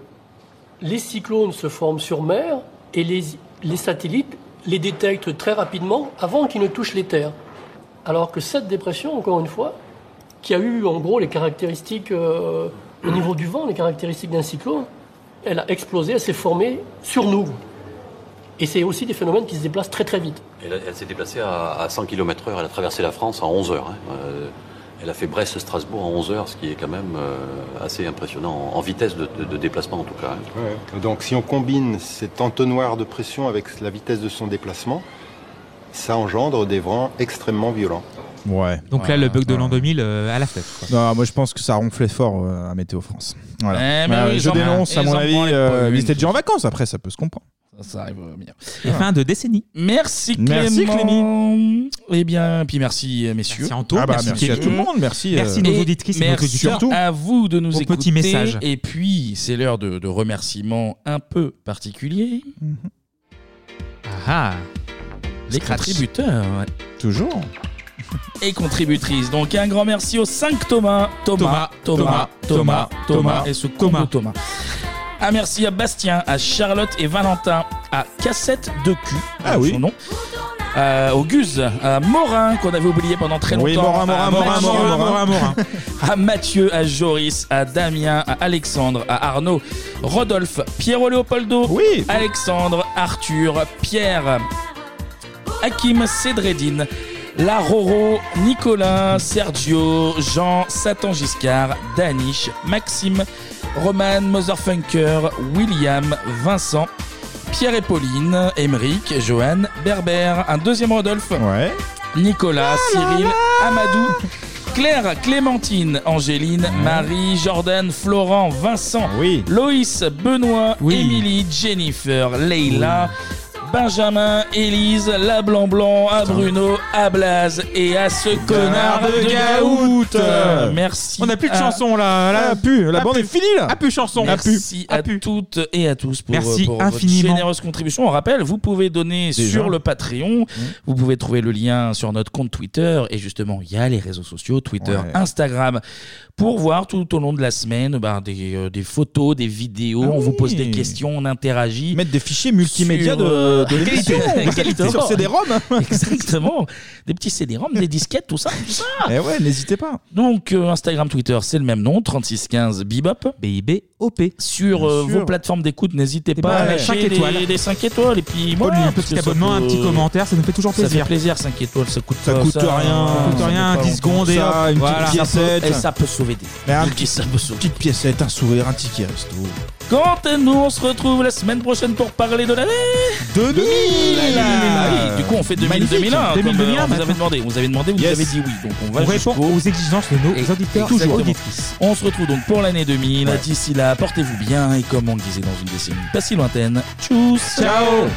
Speaker 39: les cyclones se forment sur mer et les, les satellites les détectent très rapidement avant qu'ils ne touchent les terres. Alors que cette dépression, encore une fois, qui a eu en gros les caractéristiques euh, au niveau du vent, les caractéristiques d'un cyclone, elle a explosé, elle s'est formée sur nous. Et c'est aussi des phénomènes qui se déplacent très très vite.
Speaker 13: Elle, elle s'est déplacée à, à 100 km/h, elle a traversé la France en 11 heures. hein. Euh, elle a fait Brest-Strasbourg en 11 heures, ce qui est quand même euh, assez impressionnant, en, en vitesse de, de- de déplacement en tout cas. hein.
Speaker 36: Ouais. Donc si on combine cet entonnoir de pression avec la vitesse de son déplacement, ça engendre des vents extrêmement violents.
Speaker 4: Ouais.
Speaker 8: Donc là, le bug de l'an 2000 euh, à la fête. quoi.
Speaker 4: Non, moi je pense que ça ronflait fort euh, à Météo France. Voilà.
Speaker 8: Eh, mais
Speaker 4: Bah,
Speaker 8: oui, ils
Speaker 4: je
Speaker 8: en-
Speaker 4: dénonce, à
Speaker 8: ils
Speaker 4: mon
Speaker 8: en
Speaker 4: avis,
Speaker 8: branlaient
Speaker 4: euh,
Speaker 8: pas,
Speaker 4: mais
Speaker 8: oui.
Speaker 4: c'était déjà en vacances après, ça peut se comprendre.
Speaker 1: Ça, ça arrive euh, bien.
Speaker 8: Et fin de décennie.
Speaker 1: Merci Clément.
Speaker 4: Merci,
Speaker 1: Eh bien, puis merci euh, messieurs.
Speaker 8: Merci Antoine, Ah bah, merci merci Clément. à tout le monde, merci, Merci euh, nos
Speaker 1: Et
Speaker 8: auditrices et nos
Speaker 1: merci
Speaker 8: auditeurs.
Speaker 1: surtout à vous de nous
Speaker 8: Vos
Speaker 1: écouter.
Speaker 8: petits messages.
Speaker 1: Et puis, c'est l'heure de, de remerciements un peu particuliers.
Speaker 8: Mm-hmm. Ah,
Speaker 1: les contributeurs.
Speaker 4: Toujours.
Speaker 1: Et contributrices. Donc, un grand merci aux 5 Thomas. Thomas, Thomas, Thomas, Thomas, Thomas, et ce Thomas. Thomas. Un Ah, merci à Bastien, à Charlotte et Valentin, à Cassette de cul, ah oui. son nom. Euh, au Guz, à Morin, qu'on avait oublié pendant très longtemps.
Speaker 4: Oui, Morin, Morin,
Speaker 1: à
Speaker 4: Morin,
Speaker 1: Mathieu,
Speaker 4: Morin, Morin, Morin.
Speaker 1: à Mathieu, à Joris, à Damien, à Alexandre, à Arnaud, Rodolphe, Piero Leopoldo, Alexandre, Arthur, Pierre, Hakim Cédredine, Laroro, Nicolas, Sergio, Jean, Satan Giscard, Danish, Maxime, Roman, Motherfunker, William, Vincent, Pierre et Pauline, Émeric, Johan, Berber, un deuxième Rodolphe, Nicolas, Cyril, Amadou, Claire, Clémentine, Angéline,
Speaker 8: Mmh.
Speaker 1: Marie, Jordan, Florent, Vincent, Loïs, Benoît, Émilie, Jennifer, Leila, Benjamin, Élise, La Blanc Blanc, à Bruno, à Blaze et à ce connard de, Gaout. euh, Merci.
Speaker 8: On n'a plus de
Speaker 1: à-
Speaker 8: chansons là. là.
Speaker 1: Ah, pu, la
Speaker 8: Ah,
Speaker 1: bande
Speaker 8: pu.
Speaker 1: est finie, là.
Speaker 8: Ah, plus chansons.
Speaker 1: Merci à toutes et à tous pour,
Speaker 8: Merci
Speaker 1: euh, pour votre
Speaker 8: infiniment.
Speaker 1: généreuse contribution. On rappelle, vous pouvez donner
Speaker 8: Déjà.
Speaker 1: sur le Patreon.
Speaker 4: Mmh.
Speaker 1: Vous pouvez trouver le lien sur notre compte Twitter. Et justement, il y a les réseaux sociaux, Twitter,
Speaker 8: Ouais.
Speaker 1: Instagram, pour voir tout au long de la semaine bah, des, euh, des photos, des vidéos.
Speaker 4: Ah
Speaker 1: on vous
Speaker 4: oui.
Speaker 1: pose des questions, on interagit. euh, Mettre
Speaker 4: des fichiers multimédia de- de l'émission. Sur CD-ROM.
Speaker 1: hein. Exactement. Des petits CD-ROM, des disquettes, tout ça. Tout ça.
Speaker 4: Eh ouais, n'hésitez pas.
Speaker 1: Donc euh, Instagram, Twitter, c'est le même nom, 3615 Bibop.
Speaker 8: b OP.
Speaker 1: Sur euh, vos plateformes d'écoute, n'hésitez
Speaker 4: Eh
Speaker 1: pas
Speaker 4: ben,
Speaker 1: à lâcher
Speaker 8: Eh ben, cinq
Speaker 1: des-
Speaker 8: étoiles.
Speaker 1: des 5 étoiles et puis
Speaker 8: Paul,
Speaker 1: voilà,
Speaker 8: un
Speaker 1: parce
Speaker 8: petit
Speaker 1: que ça
Speaker 8: abonnement, un
Speaker 1: peut-
Speaker 8: petit commentaire, ça nous fait toujours
Speaker 1: Ça
Speaker 8: plaisir.
Speaker 1: fait plaisir 5 étoiles, ça coûte
Speaker 8: Ça
Speaker 1: pas-
Speaker 8: coûte rien,
Speaker 1: ça
Speaker 8: coûte rien,
Speaker 1: pas
Speaker 8: 10
Speaker 1: longtemps.
Speaker 8: secondes et hop,
Speaker 1: ça, une
Speaker 8: voilà.
Speaker 1: petite piécette.
Speaker 8: Ça peut-
Speaker 1: Et ça peut sauver des.
Speaker 4: Mais un
Speaker 1: Je dis ça peut sauver.
Speaker 4: Petite piécette, un sourire, un ticket resto.
Speaker 1: Quant à nous, on se retrouve la semaine prochaine pour parler de l'année
Speaker 4: 2000
Speaker 1: Ah oui, Du coup, on fait 2000,
Speaker 8: Magnifique.
Speaker 1: 2001.
Speaker 8: 2000,
Speaker 1: comme,
Speaker 8: 2001,
Speaker 1: euh, on vous
Speaker 8: maintenant.
Speaker 1: avez demandé, on vous avez demandé, vous
Speaker 8: Yes.
Speaker 1: avez dit oui. Donc on va
Speaker 8: On
Speaker 1: jusqu'au-
Speaker 8: répond aux exigences de nos auditeurs et
Speaker 1: Exactement.
Speaker 8: auditrices.
Speaker 1: On se retrouve donc pour l'année 2000. D'ici là, portez-vous bien et comme on le disait dans une décennie pas si lointaine, tchuss
Speaker 8: Ciao.